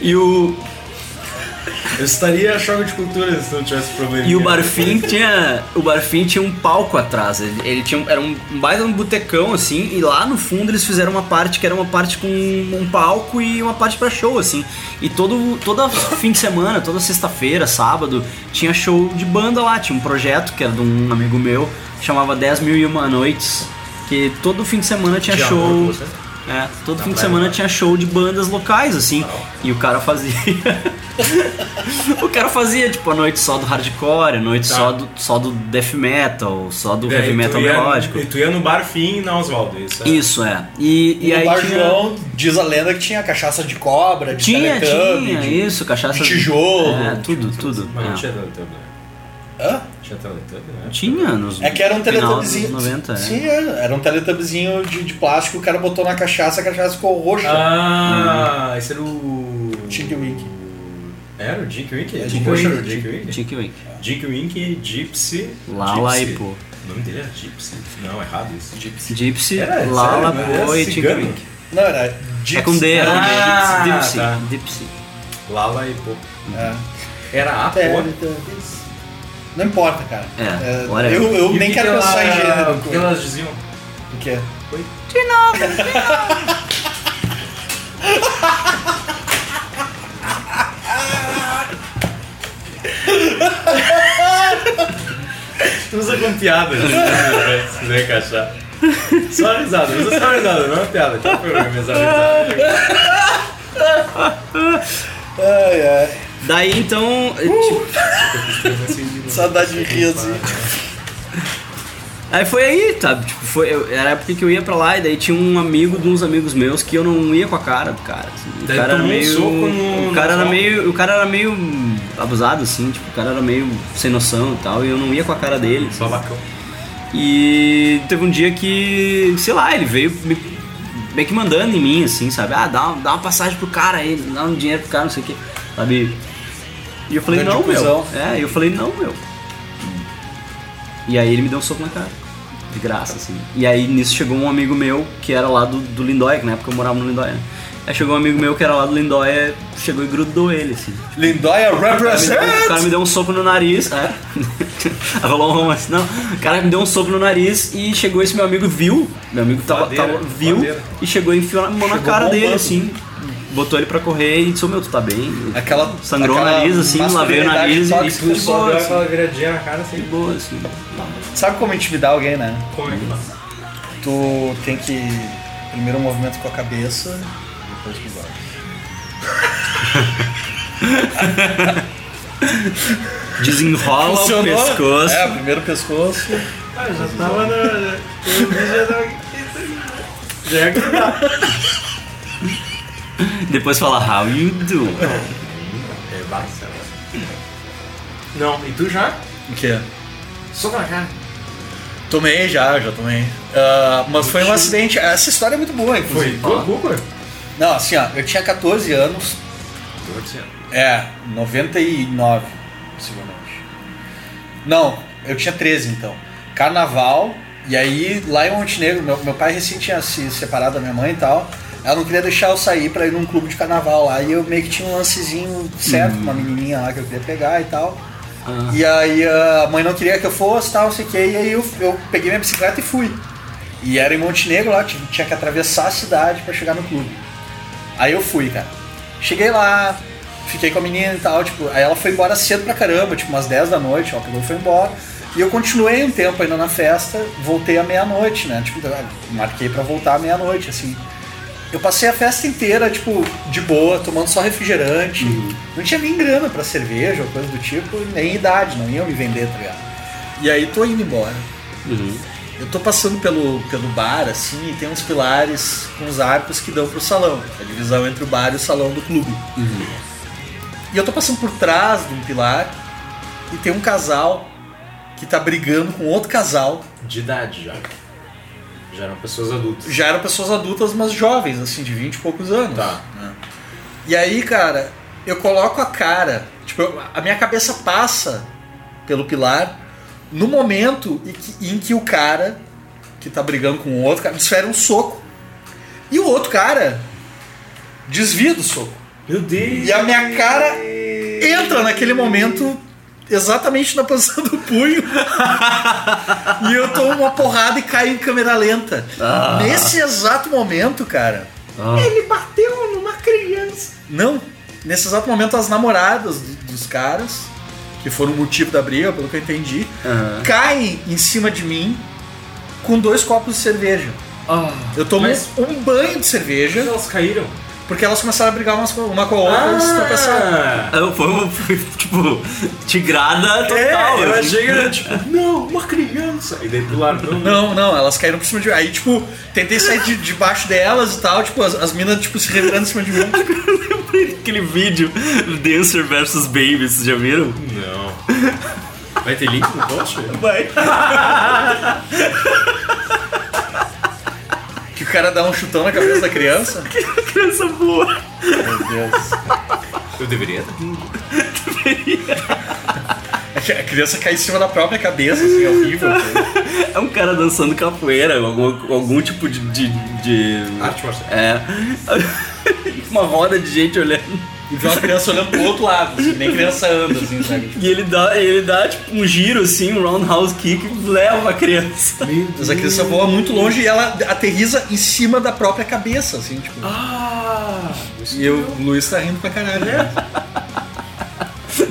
[SPEAKER 2] e o
[SPEAKER 4] Eu estaria a choque de cultura se não tivesse problema.
[SPEAKER 2] E o Barfim tinha. O Barfim tinha um palco atrás. Ele, ele tinha um- era um, um baita um botecão, assim, e lá no fundo eles fizeram uma parte que era uma parte com um palco e uma parte pra show, assim. E todo toda fim de semana, toda sexta-feira, sábado, tinha show de banda lá, tinha um projeto que era de um amigo meu, que chamava 10 mil e uma noites. Que todo fim de semana tinha
[SPEAKER 4] De amor
[SPEAKER 2] show.
[SPEAKER 4] com você?
[SPEAKER 2] É, todo fim de
[SPEAKER 4] praia,
[SPEAKER 2] semana
[SPEAKER 4] né?
[SPEAKER 2] tinha show de bandas locais, assim. E o cara fazia. O cara fazia, tipo, a noite só do hardcore, a noite só, do, só do death metal, só do heavy metal melódico.
[SPEAKER 4] Tá. É, então, E um tu ia no Barfim na Oswaldo, isso. é.
[SPEAKER 2] Isso, é. E, e
[SPEAKER 4] Um
[SPEAKER 3] no
[SPEAKER 2] aí
[SPEAKER 3] Bar
[SPEAKER 2] tinha...
[SPEAKER 4] né?
[SPEAKER 3] João, diz a lenda que tinha cachaça de cobra, de
[SPEAKER 2] Tinha,
[SPEAKER 3] teletubby,
[SPEAKER 2] tinha,
[SPEAKER 3] de-
[SPEAKER 2] isso, cachaça...
[SPEAKER 3] de tijolo.
[SPEAKER 2] É, tudo, tudo.
[SPEAKER 4] Mas não
[SPEAKER 2] é.
[SPEAKER 4] tinha Teletubbies, né?
[SPEAKER 3] Hã?
[SPEAKER 4] Tinha Teletubbies, né?
[SPEAKER 2] Tinha nos
[SPEAKER 3] É que era um
[SPEAKER 2] no final dos
[SPEAKER 3] teletubizinho.
[SPEAKER 2] 90, é.
[SPEAKER 3] Sim, é, era um teletubizinho de, de plástico, o cara botou na cachaça, a cachaça ficou roxa.
[SPEAKER 4] Ah, esse era o...
[SPEAKER 3] Chick Wink.
[SPEAKER 4] Era o Dick Wink?
[SPEAKER 3] É,
[SPEAKER 4] É,
[SPEAKER 3] Dick
[SPEAKER 4] Poxa, era o
[SPEAKER 3] Wink.
[SPEAKER 4] Dick Wink?
[SPEAKER 2] Tinha que ver.
[SPEAKER 4] Dick Wink, Gypsy...
[SPEAKER 2] Lala
[SPEAKER 4] Gypsy.
[SPEAKER 2] e Pô.
[SPEAKER 4] O nome dele era Gypsy. Não, errado isso. Gypsy.
[SPEAKER 2] Gypsy,
[SPEAKER 4] Era,
[SPEAKER 2] Lala,
[SPEAKER 4] sério, né? era
[SPEAKER 2] Pô e Tinky
[SPEAKER 4] cigano.
[SPEAKER 2] Wink.
[SPEAKER 3] Não, era Gypsy.
[SPEAKER 2] É com D, é com D.
[SPEAKER 4] Ah,
[SPEAKER 2] Gypsy,
[SPEAKER 4] tá.
[SPEAKER 2] Gypsy.
[SPEAKER 4] Lala e Pô.
[SPEAKER 3] É.
[SPEAKER 4] Era a Pô.
[SPEAKER 3] Teletubbies. Não importa, cara.
[SPEAKER 2] É,
[SPEAKER 3] É,
[SPEAKER 2] whatever.
[SPEAKER 3] eu eu
[SPEAKER 4] E o
[SPEAKER 3] nem
[SPEAKER 4] que
[SPEAKER 3] quero
[SPEAKER 4] que
[SPEAKER 3] pensar
[SPEAKER 4] ela-
[SPEAKER 3] em gênero.
[SPEAKER 4] O que elas diziam?
[SPEAKER 3] O que é?
[SPEAKER 4] Usa com piada, né? se quiser encaixar. Só risada, usa só risada, não é uma piada. Tipo, organizar a risada.
[SPEAKER 3] Ai, ai.
[SPEAKER 2] Daí, então,
[SPEAKER 4] Uh!
[SPEAKER 3] Saudade de rir assim.
[SPEAKER 2] Aí foi aí, sabe? Tipo, foi, eu- era a época que eu ia pra lá e daí tinha um amigo de uns amigos meus que eu não ia com a cara do cara. assim. O
[SPEAKER 4] Daí
[SPEAKER 2] cara era
[SPEAKER 4] tomou um
[SPEAKER 2] meio.
[SPEAKER 4] soco no-
[SPEAKER 2] o cara
[SPEAKER 4] no
[SPEAKER 2] era
[SPEAKER 4] sol.
[SPEAKER 2] meio. O cara era meio abusado, assim, tipo, o cara era meio sem noção e tal, e eu não ia com a cara dele. assim.
[SPEAKER 4] Babacão.
[SPEAKER 2] E teve um dia que, sei lá, ele veio me, meio que mandando em mim, assim, sabe? Ah, dá, uma- dá uma passagem pro cara aí, dá um dinheiro pro cara, não sei o quê, sabe? E eu falei,
[SPEAKER 3] Grande
[SPEAKER 2] não, meu.
[SPEAKER 3] cuzão.
[SPEAKER 2] É, eu falei, não, meu. E aí ele me deu um soco na cara. De graça, assim. E aí nisso chegou um amigo meu que era lá do, do Lindóia, que na época eu morava no Lindóia. né? Aí chegou um amigo meu que era lá do Lindóia, chegou e grudou ele, assim.
[SPEAKER 3] Lindóia
[SPEAKER 2] O cara
[SPEAKER 3] represent!
[SPEAKER 2] me deu um soco no nariz. É. Aí Rolou um romance, não. O cara me deu um soco no nariz e chegou esse meu amigo, viu. Meu amigo tava, tava- viu e chegou e enfiou a mão na cara dele,
[SPEAKER 3] bombando.
[SPEAKER 2] assim. Botou ele pra correr e disse: "Ô, meu, tu tá bem?
[SPEAKER 3] Aquela.
[SPEAKER 2] Sangrou o
[SPEAKER 3] aquela
[SPEAKER 2] nariz, assim, lavei o nariz e-
[SPEAKER 3] masculinidade
[SPEAKER 2] e
[SPEAKER 3] tóxica.
[SPEAKER 2] só deu aquela
[SPEAKER 13] viradinha na cara, assim.
[SPEAKER 2] De boa, assim.
[SPEAKER 3] Sabe como intimidar alguém, né?
[SPEAKER 13] Como é que faz?
[SPEAKER 3] Tu tem que. Primeiro um movimento com a cabeça, depois com os olhos.
[SPEAKER 2] Desenrola o
[SPEAKER 3] Funcionou?
[SPEAKER 2] pescoço.
[SPEAKER 3] É, primeiro o pescoço.
[SPEAKER 13] Ah, já tava na. Eu vi, já tava. Já ia grudar.
[SPEAKER 2] Depois fala, how you do?
[SPEAKER 13] Não, e tu já?
[SPEAKER 3] O quê?
[SPEAKER 13] Soco na cara.
[SPEAKER 3] Tomei já, já tomei. Ah, mas foi um acidente. Essa história é muito boa, inclusive.
[SPEAKER 13] Google?
[SPEAKER 3] Não, assim, ó, eu tinha 14 anos. 14 anos? É, 99, possivelmente. Não, eu tinha 13 então. Carnaval, e aí lá em Montenegro, meu, meu pai recém tinha se separado da minha mãe e tal. Ela não queria deixar eu sair pra ir num clube de carnaval lá. E eu meio que tinha um lancezinho certo, com uma menininha lá que eu queria pegar e tal. E aí a mãe não queria que eu fosse tal, não sei o que. E aí eu, eu peguei minha bicicleta e fui. E era em Montenegro lá, tinha tinha que atravessar a cidade pra chegar no clube. Aí eu fui, cara. Cheguei lá, fiquei com a menina e tal, tipo, aí ela foi embora cedo pra caramba, tipo, umas 10 da noite, ela pegou e foi embora. E eu continuei um tempo ainda na festa, voltei à meia-noite, né? Tipo, eu marquei pra voltar à meia-noite, assim. Eu passei a festa inteira, tipo, de boa, tomando só refrigerante. Não tinha nem grana pra cerveja ou coisa do tipo, nem idade, não iam me vender, tá ligado? E aí tô indo embora. Eu tô passando pelo, pelo bar, assim, e tem uns pilares com os arcos que dão pro salão. A divisão entre o bar e o salão do clube. E eu tô passando por trás de um pilar e tem um casal que tá brigando com outro casal.
[SPEAKER 4] De idade já. Já eram pessoas adultas.
[SPEAKER 3] Já eram pessoas adultas, mas jovens, assim, de 20 e poucos anos.
[SPEAKER 4] Tá.
[SPEAKER 3] né? E aí, cara, eu coloco a cara, tipo, eu- a minha cabeça passa pelo pilar no momento em que, em que o cara que tá brigando com o outro cara desfere um soco e o outro cara desvia do soco.
[SPEAKER 4] Meu Deus!
[SPEAKER 3] E a minha cara entra naquele momento exatamente na posição do punho. e eu tomo uma porrada e caio em câmera lenta. Nesse exato momento, cara.
[SPEAKER 13] Ele bateu numa criança.
[SPEAKER 3] Não. Nesse exato momento, as namoradas do- dos caras, que foram o motivo da briga, pelo que eu entendi, caem em cima de mim com dois copos de cerveja. eu tomo um banho de cerveja,
[SPEAKER 4] Elas caíram.
[SPEAKER 3] porque elas começaram a brigar umas com- uma com a outra e se tropeçaram.
[SPEAKER 13] É,
[SPEAKER 4] Ah,
[SPEAKER 2] Aí eu fui, eu fui, tipo, tigrada total.
[SPEAKER 4] eu
[SPEAKER 2] assim.
[SPEAKER 4] achei que era tipo, não, uma criança. E daí pularam, não, não.
[SPEAKER 3] Não, não, elas caíram por cima de mim. Aí, tipo, tentei sair de, debaixo delas e tal, tipo, as, as minas, tipo, se revirando em cima de mim. tipo,
[SPEAKER 2] Aquele vídeo, Dancer versus Baby, vocês já viram?
[SPEAKER 4] Vai ter link no post?
[SPEAKER 3] Que o cara dá um chutão na cabeça da criança.
[SPEAKER 2] Criança boa.
[SPEAKER 3] Meu Deus.
[SPEAKER 4] Eu deveria.
[SPEAKER 3] A cri- A criança cai em cima da própria cabeça, assim, é horrível.
[SPEAKER 2] É um cara dançando capoeira, algum, algum tipo de. de, de-
[SPEAKER 4] Arte marcial.
[SPEAKER 2] É. Uma roda de gente olhando.
[SPEAKER 3] E vê uma criança olhando pro outro lado, assim, nem criança anda, assim, sabe?
[SPEAKER 2] E ele dá, ele dá tipo um giro assim, um roundhouse kick e leva a criança.
[SPEAKER 3] Mas a criança voa muito longe e ela aterriza em cima da própria cabeça, assim, tipo. Ah! E eu, o Luiz tá rindo pra caralho. né?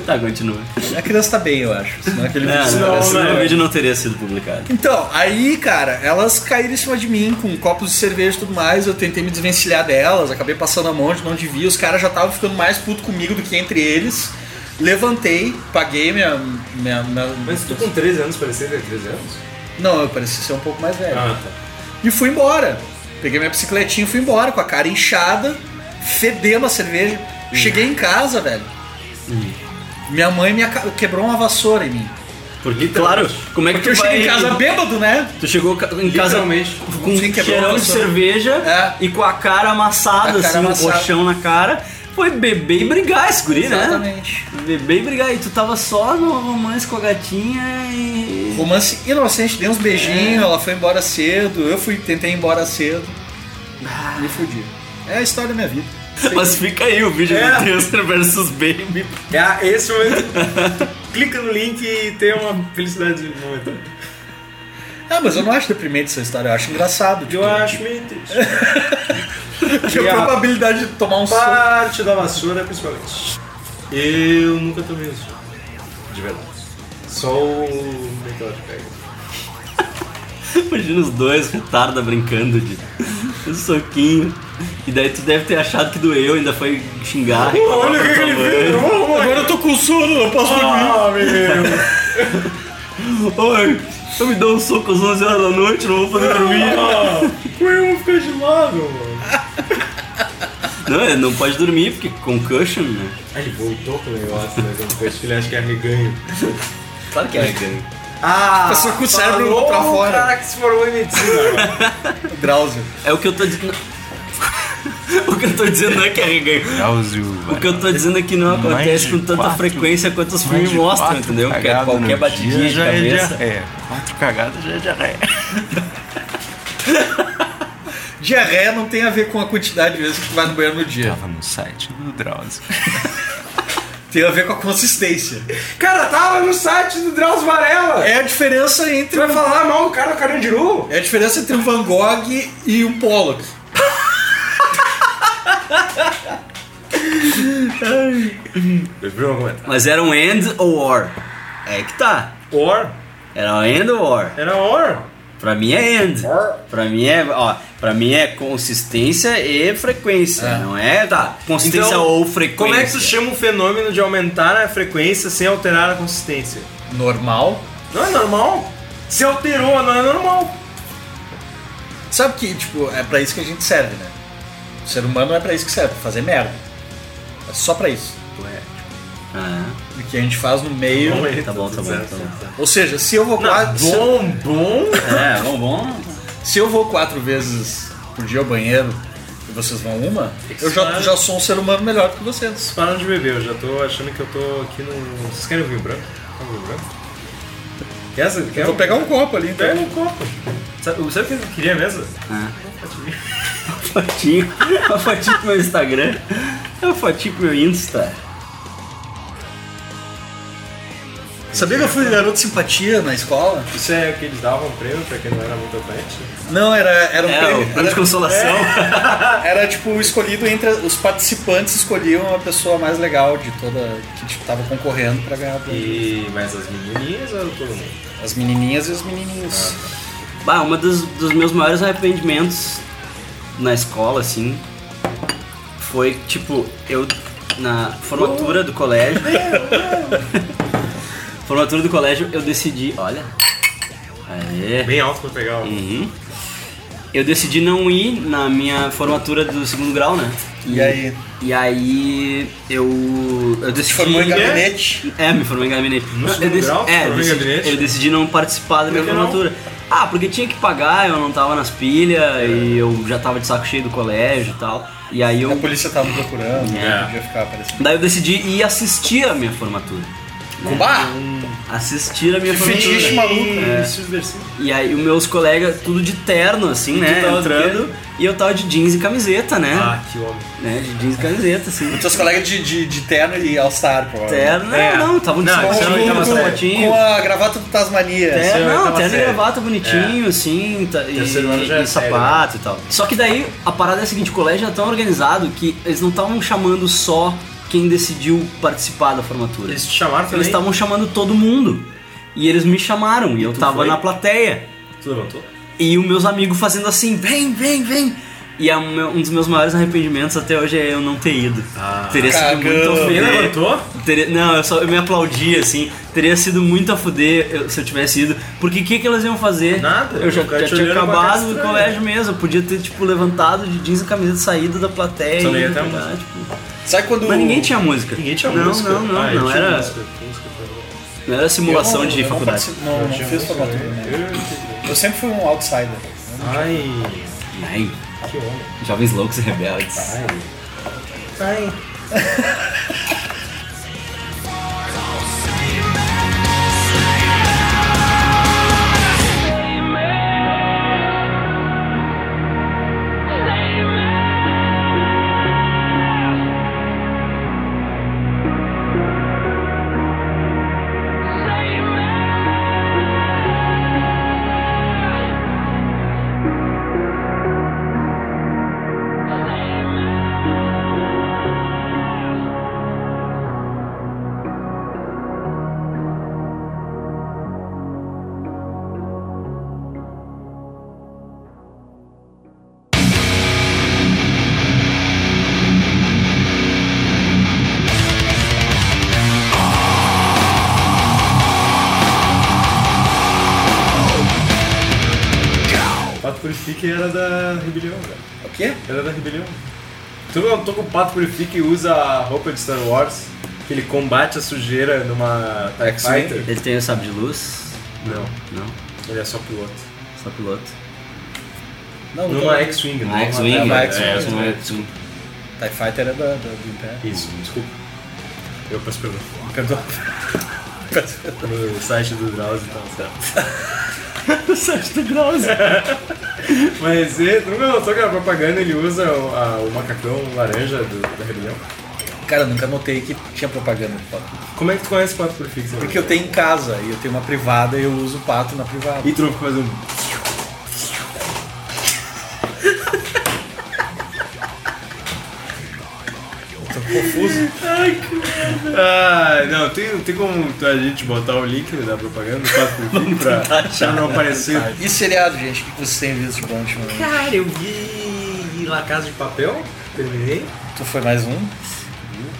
[SPEAKER 2] Tá, continua.
[SPEAKER 3] A criança tá bem, eu acho. Senão aquele
[SPEAKER 2] É,
[SPEAKER 3] vídeo
[SPEAKER 2] não,
[SPEAKER 3] parece-
[SPEAKER 2] senão o vídeo não teria sido publicado.
[SPEAKER 3] Então, aí, cara, elas caíram em cima de mim com copos de cerveja e tudo mais. Eu tentei me desvencilhar delas, acabei passando a mão onde não devia. Os caras já estavam ficando mais puto comigo do que entre eles. Levantei, paguei minha. minha, minha-
[SPEAKER 13] Mas tu com 13 anos parecia ter 13 anos?
[SPEAKER 3] Não, eu parecia ser um pouco mais velho.
[SPEAKER 13] Ah, tá.
[SPEAKER 3] E fui embora. Peguei minha bicicletinha e fui embora com a cara inchada, fedendo a cerveja.
[SPEAKER 2] Hum.
[SPEAKER 3] Cheguei em casa, velho. Minha mãe me aca- quebrou uma vassoura em mim.
[SPEAKER 2] Porque, claro, como é que
[SPEAKER 3] Porque eu
[SPEAKER 2] tu vai...
[SPEAKER 3] cheguei em casa bêbado, né?
[SPEAKER 2] Tu chegou ca- em casa
[SPEAKER 13] Literalmente.
[SPEAKER 2] com um
[SPEAKER 3] Sim, quebrou
[SPEAKER 2] cheirão
[SPEAKER 3] uma
[SPEAKER 2] de
[SPEAKER 3] vassoura.
[SPEAKER 2] cerveja
[SPEAKER 3] É.
[SPEAKER 2] e com a cara amassada,
[SPEAKER 3] A cara
[SPEAKER 2] assim,
[SPEAKER 3] amassada.
[SPEAKER 2] um colchão na cara. Foi beber e brigar esse guri, né?
[SPEAKER 3] Exatamente.
[SPEAKER 2] Beber e brigar. E tu tava só no romance com a gatinha e...
[SPEAKER 3] Romance inocente, dei uns
[SPEAKER 4] É.
[SPEAKER 3] beijinhos, ela foi embora cedo, eu fui, tentei ir embora cedo. Me fudi. É a história da minha vida.
[SPEAKER 2] Mas fica aí o vídeo
[SPEAKER 4] É.
[SPEAKER 2] do Tester versus Baby.
[SPEAKER 4] É a- esse momento. Clica no link e tenha uma felicidade de momento.
[SPEAKER 3] Ah, mas eu não acho deprimente essa história, eu acho engraçado. Tipo,
[SPEAKER 4] Eu acho meio triste.
[SPEAKER 3] que a probabilidade de tomar um soco.
[SPEAKER 4] Parte da vassoura, principalmente. Eu nunca tomei isso. De verdade. Só o meteoro pega.
[SPEAKER 2] Imagina os dois retarda brincando de de soquinho. E daí tu deve ter achado que doeu, ainda foi xingar. reclamar
[SPEAKER 4] Olha o
[SPEAKER 2] pra
[SPEAKER 4] que que
[SPEAKER 2] tua
[SPEAKER 4] ele
[SPEAKER 2] mãe.
[SPEAKER 4] fez!
[SPEAKER 3] Agora eu tô com sono, eu posso dormir.
[SPEAKER 4] Ah, menino!
[SPEAKER 2] Oi, eu me dou um soco às 11 horas da noite, não vou poder dormir.
[SPEAKER 4] O irmão
[SPEAKER 3] um
[SPEAKER 4] ficou de lado, mano.
[SPEAKER 2] Não, ele não pode dormir, porque concussion, né?
[SPEAKER 4] Ah, ele voltou com o negócio, né? Eu acho que ele acha que é reganho.
[SPEAKER 2] Claro que é ganho.
[SPEAKER 4] Ah!
[SPEAKER 3] Passou com o cérebro pra fora.
[SPEAKER 4] O cara que se formou em medicina. mano.
[SPEAKER 3] Drauzio.
[SPEAKER 2] É o que eu tô dizendo. o que eu tô dizendo não é que é reganho. O que eu tô dizendo é que não
[SPEAKER 1] Mais
[SPEAKER 2] acontece
[SPEAKER 1] de
[SPEAKER 2] com tanta
[SPEAKER 1] quatro-
[SPEAKER 2] frequência quanto os filmes mostram, entendeu? Que é qualquer batidinha de
[SPEAKER 1] já é
[SPEAKER 2] cabeça.
[SPEAKER 1] diarreia. Quatro cagadas já é diarreia.
[SPEAKER 3] Diarreia não tem a ver com a quantidade de vezes que tu vai no banheiro no dia.
[SPEAKER 1] Tava no site do Drauzio.
[SPEAKER 3] Tem a ver com a consistência.
[SPEAKER 4] cara, tava no site do Drauzio Varela.
[SPEAKER 3] É a diferença entre. um-
[SPEAKER 4] Tu vai falar mal do cara do Carandiru?
[SPEAKER 3] É a diferença entre um Van Gogh e um Pollock.
[SPEAKER 2] Mas era um end ou or? É que tá.
[SPEAKER 4] Or.
[SPEAKER 2] Era um end ou or?
[SPEAKER 4] Era or.
[SPEAKER 2] Pra mim é end. Pra mim é, ó, pra mim é consistência e frequência. Não é, tá? Consistência
[SPEAKER 4] Então,
[SPEAKER 2] ou frequência.
[SPEAKER 4] Como é que tu chama o fenômeno de aumentar a frequência sem alterar a consistência?
[SPEAKER 3] Normal.
[SPEAKER 4] Não é normal? Se alterou, não é normal.
[SPEAKER 2] Tá
[SPEAKER 3] Sabe que, tipo, é pra isso que a gente serve, né? O ser humano é pra isso que serve, pra fazer merda. É só pra isso.
[SPEAKER 2] Ah,
[SPEAKER 3] O que a gente faz no meio.
[SPEAKER 2] tá bom, tá bom, tá bom.
[SPEAKER 3] Ou seja, se eu vou quatro. se-
[SPEAKER 4] Bom, bom.
[SPEAKER 2] É, bom, bom.
[SPEAKER 3] Se eu vou quatro vezes por dia ao banheiro e vocês vão uma, eu já, já sou um ser humano melhor do que vocês.
[SPEAKER 4] Param de beber, eu já tô achando que eu tô aqui no. Vocês querem o vinho branco? Quer o vinho branco? Quer essa? Quer
[SPEAKER 3] Eu vou pegar um copo ali, então.
[SPEAKER 4] Pega um copo. Sabe, sabe o que eu queria mesmo?
[SPEAKER 2] Fotinho. Uma fotinho pro meu Instagram. Uma fotinho pro meu Insta.
[SPEAKER 3] Sabia que eu fui garoto simpatia na escola?
[SPEAKER 4] Isso é o que eles davam um prêmio pra quem não era muito crente.
[SPEAKER 3] Não, era, era um
[SPEAKER 2] É, o
[SPEAKER 3] prêmio.
[SPEAKER 2] prêmio de consolação.
[SPEAKER 4] É.
[SPEAKER 3] Era, era, tipo escolhido entre. Os participantes escolhiam a pessoa mais legal de toda. que tipo, tava concorrendo pra ganhar o prêmio.
[SPEAKER 4] E mas as menininhas ou todo mundo?
[SPEAKER 3] As menininhas e os menininhos.
[SPEAKER 2] Bah, uma dos, dos meus maiores arrependimentos na escola, assim, foi, tipo, eu na formatura do colégio. formatura do colégio, eu decidi, olha. Aê.
[SPEAKER 4] Bem alto pra pegar um. o.
[SPEAKER 2] Uhum. Eu decidi não ir na minha formatura do segundo grau, né?
[SPEAKER 3] E aí?
[SPEAKER 2] E aí eu. Eu decidi.
[SPEAKER 3] Formou em gabinete.
[SPEAKER 2] É, me formei em gabinete.
[SPEAKER 4] No
[SPEAKER 2] eu
[SPEAKER 4] segundo grau,
[SPEAKER 2] é,
[SPEAKER 4] formou em
[SPEAKER 2] decidi-
[SPEAKER 4] gabinete?
[SPEAKER 2] eu decidi não participar da minha
[SPEAKER 4] que não?
[SPEAKER 2] formatura. Ah, porque tinha que pagar, eu não tava nas pilhas
[SPEAKER 4] É.
[SPEAKER 2] e eu já tava de saco cheio do colégio e tal. E aí
[SPEAKER 3] A
[SPEAKER 2] eu.
[SPEAKER 3] polícia tava me procurando, né?
[SPEAKER 2] É.
[SPEAKER 3] Podia ficar aparecendo.
[SPEAKER 2] Daí eu decidi ir assistir a minha formatura.
[SPEAKER 3] Bah!
[SPEAKER 2] Assistir a minha formatura.
[SPEAKER 3] fetiche maluco,
[SPEAKER 2] É. E aí os meus colegas, tudo de terno, assim, né?
[SPEAKER 4] tava de
[SPEAKER 2] entrando. E eu tava de jeans e camiseta, né?
[SPEAKER 4] Ah, que homem.
[SPEAKER 2] né? De jeans e camiseta, assim.
[SPEAKER 3] Seus colegas de, de, de terno e all-star, provavelmente.
[SPEAKER 2] Terno, não, não, tava um
[SPEAKER 4] É. Não, isso
[SPEAKER 2] desconto,
[SPEAKER 4] não tava
[SPEAKER 2] um
[SPEAKER 4] certo.
[SPEAKER 2] sapatinho.
[SPEAKER 3] Com a gravata do Tasmania.
[SPEAKER 2] É,
[SPEAKER 4] Terceiro ano
[SPEAKER 2] não,
[SPEAKER 4] tava
[SPEAKER 2] terno e
[SPEAKER 4] sério.
[SPEAKER 2] gravata bonitinho, assim, ta- e,
[SPEAKER 4] Terceiro ano já é
[SPEAKER 2] e
[SPEAKER 4] sério,
[SPEAKER 2] sapato e tal. Só que daí a parada é a seguinte, o colégio é tão organizado que eles não estavam chamando só quem decidiu participar da formatura.
[SPEAKER 4] Eles te chamaram também?
[SPEAKER 2] Eles estavam chamando todo mundo. E eles me chamaram, e eu tava
[SPEAKER 4] foi?
[SPEAKER 2] na plateia.
[SPEAKER 4] Tu levantou?
[SPEAKER 2] E os meus amigos fazendo assim, vem, vem, vem. E é um um dos meus maiores arrependimentos até hoje é eu não ter ido.
[SPEAKER 4] Ah,
[SPEAKER 2] Teria sido muito
[SPEAKER 3] cagão.
[SPEAKER 4] Quem
[SPEAKER 2] ofendido.
[SPEAKER 4] levantou?
[SPEAKER 2] Teria- não, eu só eu me aplaudi assim. Teria sido muito a fuder eu- se eu tivesse ido. Porque o que, que elas iam fazer?
[SPEAKER 4] Nada,
[SPEAKER 2] Eu já,
[SPEAKER 4] ficar
[SPEAKER 2] já
[SPEAKER 4] te
[SPEAKER 2] tinha
[SPEAKER 4] olhando com a cara
[SPEAKER 2] acabado o
[SPEAKER 4] estranha.
[SPEAKER 2] colégio mesmo. Eu podia ter, tipo, levantado de jeans e camiseta saído da plateia.
[SPEAKER 4] Só não ia
[SPEAKER 2] ido
[SPEAKER 4] ter a
[SPEAKER 2] pra lá,
[SPEAKER 4] música.
[SPEAKER 2] tipo.
[SPEAKER 3] Sabe quando.
[SPEAKER 2] Mas ninguém tinha música.
[SPEAKER 4] Ninguém tinha
[SPEAKER 2] não,
[SPEAKER 4] música.
[SPEAKER 2] Não, não,
[SPEAKER 4] Ah, eu
[SPEAKER 2] não.
[SPEAKER 4] tinha
[SPEAKER 2] Era,
[SPEAKER 4] música. Tinha música pra mim.
[SPEAKER 2] não era simulação
[SPEAKER 3] Eu não-
[SPEAKER 2] de
[SPEAKER 3] eu não
[SPEAKER 2] faculdade.
[SPEAKER 3] participo- Não, não, fiz formatura, né?
[SPEAKER 4] tá
[SPEAKER 3] Eu sempre fui um outsider.
[SPEAKER 4] Ai.
[SPEAKER 2] Ai, Jovens loucos e rebeldes.
[SPEAKER 14] Save me.
[SPEAKER 4] Pato Purifique era da Rebelião, velho.
[SPEAKER 3] O quê?
[SPEAKER 4] Era da Rebelião. Tu não toca o Pato Purifique e usa a roupa de Star Wars, que ele combate a sujeira numa TIE Fighter?
[SPEAKER 2] Ele tem o sabre de luz?
[SPEAKER 4] Não,
[SPEAKER 2] Não,
[SPEAKER 4] ele é só piloto.
[SPEAKER 2] só piloto.
[SPEAKER 3] Não, não.
[SPEAKER 4] Numa X-Wing,
[SPEAKER 2] Na
[SPEAKER 4] né?
[SPEAKER 2] X-Wing?
[SPEAKER 3] uma
[SPEAKER 2] É,
[SPEAKER 3] X-Wing.
[SPEAKER 2] essa não é X-Wing.
[SPEAKER 3] TIE Fighter é da, da, do Império.
[SPEAKER 4] Isso, desculpa. Eu peço perdão.
[SPEAKER 3] Perdoa.
[SPEAKER 4] No site do Drauzio tá certo. Mas ele, tu nunca notou que na propaganda ele usa o, a- o macacão laranja do- da Rebelião?
[SPEAKER 3] Cara, nunca notei que tinha propaganda do pato.
[SPEAKER 4] Como é que tu conhece o Pato Purifique?
[SPEAKER 3] Porque eu tenho em casa e eu tenho uma privada e eu uso o pato na privada.
[SPEAKER 4] E um. tu não fica fazendo... Ah, não, tem, tem como tu- a gente botar o link da propaganda do Pato Purifique pra,
[SPEAKER 2] tá
[SPEAKER 4] pra não aparecer
[SPEAKER 3] E seriado, gente, o que vocês têm visto de bom ultimamente?
[SPEAKER 4] Cara, eu vi La Casa de Papel, terminei.
[SPEAKER 3] Tu foi mais um?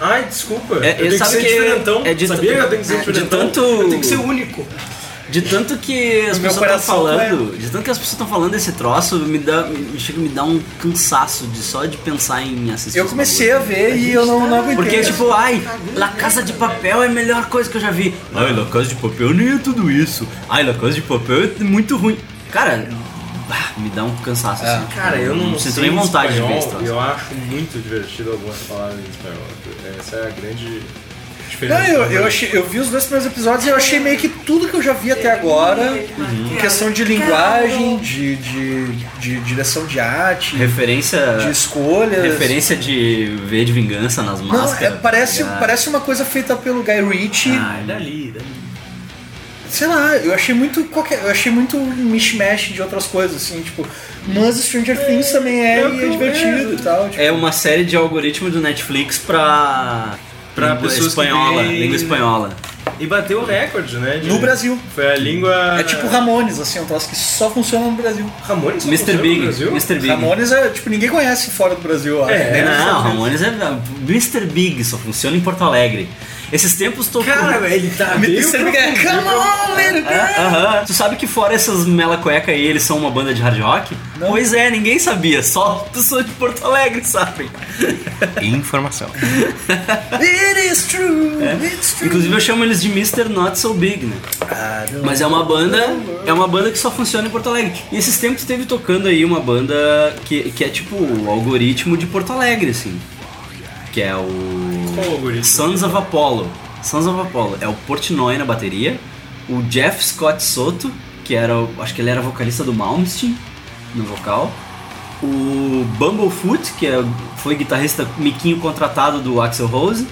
[SPEAKER 4] Ai, desculpa.
[SPEAKER 2] É,
[SPEAKER 4] eu tenho
[SPEAKER 2] eu
[SPEAKER 4] que
[SPEAKER 2] sabe
[SPEAKER 4] ser
[SPEAKER 2] que
[SPEAKER 4] diferentão.
[SPEAKER 2] é de
[SPEAKER 4] Sabia
[SPEAKER 2] tan-
[SPEAKER 4] que eu tenho que ser
[SPEAKER 2] é de
[SPEAKER 4] diferentão?
[SPEAKER 2] tanto-
[SPEAKER 4] Eu tenho que ser único. é-
[SPEAKER 2] De tanto que as
[SPEAKER 3] Meu
[SPEAKER 2] pessoas estão
[SPEAKER 3] coração
[SPEAKER 2] falando, de tanto que as pessoas estão falando desse troço, me dá, me, chega a me dar um cansaço de só de pensar em assistir.
[SPEAKER 3] Eu
[SPEAKER 2] esse
[SPEAKER 3] comecei a
[SPEAKER 2] bagulho.
[SPEAKER 3] ver e eu não, não aguentei.
[SPEAKER 2] Porque, tipo, ai, La Casa de Papel é a melhor coisa que eu já vi. Ai, La Casa de Papel nem é tudo isso. Ai, La Casa de Papel é muito ruim. Cara, bah, me dá um cansaço, assim.
[SPEAKER 4] Cara, eu não, sei
[SPEAKER 2] sinto nem vontade
[SPEAKER 4] espanhol,
[SPEAKER 2] de ver esse troço.
[SPEAKER 4] Eu acho muito divertido algumas palavras em espanhol. Essa é a grande diferença.
[SPEAKER 3] Não, eu, eu, achei- eu vi os dois primeiros episódios e eu achei meio que tudo que eu já vi até agora,
[SPEAKER 4] Uhum.
[SPEAKER 3] em questão de linguagem, de, de, de direção de arte,
[SPEAKER 2] Referência.
[SPEAKER 3] de escolhas.
[SPEAKER 4] é
[SPEAKER 2] Referência de V de Vingança nas
[SPEAKER 3] Não,
[SPEAKER 2] máscaras.
[SPEAKER 3] é, parece,
[SPEAKER 2] tá ligado?
[SPEAKER 3] parece uma coisa feita pelo Guy Ritchie.
[SPEAKER 2] Ah, é dali, dali.
[SPEAKER 3] Sei lá, eu achei muito qualquer, eu achei muito um mishmash de outras coisas, assim, tipo. Mas Stranger Things também é, e é divertido e tal. Tipo,
[SPEAKER 2] É uma série de algoritmo do Netflix pra.
[SPEAKER 4] Pra
[SPEAKER 2] língua
[SPEAKER 4] pessoas que
[SPEAKER 2] espanhola,
[SPEAKER 4] veem-
[SPEAKER 2] língua espanhola.
[SPEAKER 4] E bateu o recorde, né? de-
[SPEAKER 3] no Brasil.
[SPEAKER 4] Foi a língua.
[SPEAKER 3] É tipo Ramones, assim, um troço que só funciona no Brasil.
[SPEAKER 4] Ah. Ramones.
[SPEAKER 2] Mr.
[SPEAKER 4] funciona
[SPEAKER 2] Big,
[SPEAKER 4] no Brasil?
[SPEAKER 2] Mr. Big.
[SPEAKER 3] Ramones é, tipo, ninguém conhece fora do Brasil, ó.
[SPEAKER 4] É,
[SPEAKER 3] Nem nos
[SPEAKER 2] não,
[SPEAKER 3] Estados Unidos.
[SPEAKER 2] Ramones é. Mr. Big só funciona em Porto Alegre. Esses tempos tô.
[SPEAKER 4] Cara, ele tá
[SPEAKER 3] Me-
[SPEAKER 4] meio.
[SPEAKER 3] Você não quer- Come on, little girl.
[SPEAKER 2] Aham. Tu sabe que fora essas mela cueca aí, eles são uma banda de hard rock? Pois é, ninguém sabia, só pessoas de Porto Alegre sabem.
[SPEAKER 15] Informação.
[SPEAKER 3] It is true, it's true. Ah,
[SPEAKER 2] Inclusive eu chamo eles de Mr. Not So Big, né? Mas é uma banda, é uma banda que só funciona em Porto Alegre. E esses tempos teve tocando aí uma banda que, que é tipo o algoritmo de Porto Alegre, assim. Que é o.
[SPEAKER 4] Qual algoritmo?
[SPEAKER 2] Sons of Apollo. Sons of Apollo. É o Portnoy na bateria, o Jeff Scott Soto, que era. o- Acho que ele era vocalista do Malmsteen no vocal. O Bumblefoot, que é- foi guitarrista miquinho contratado do Axel Rose,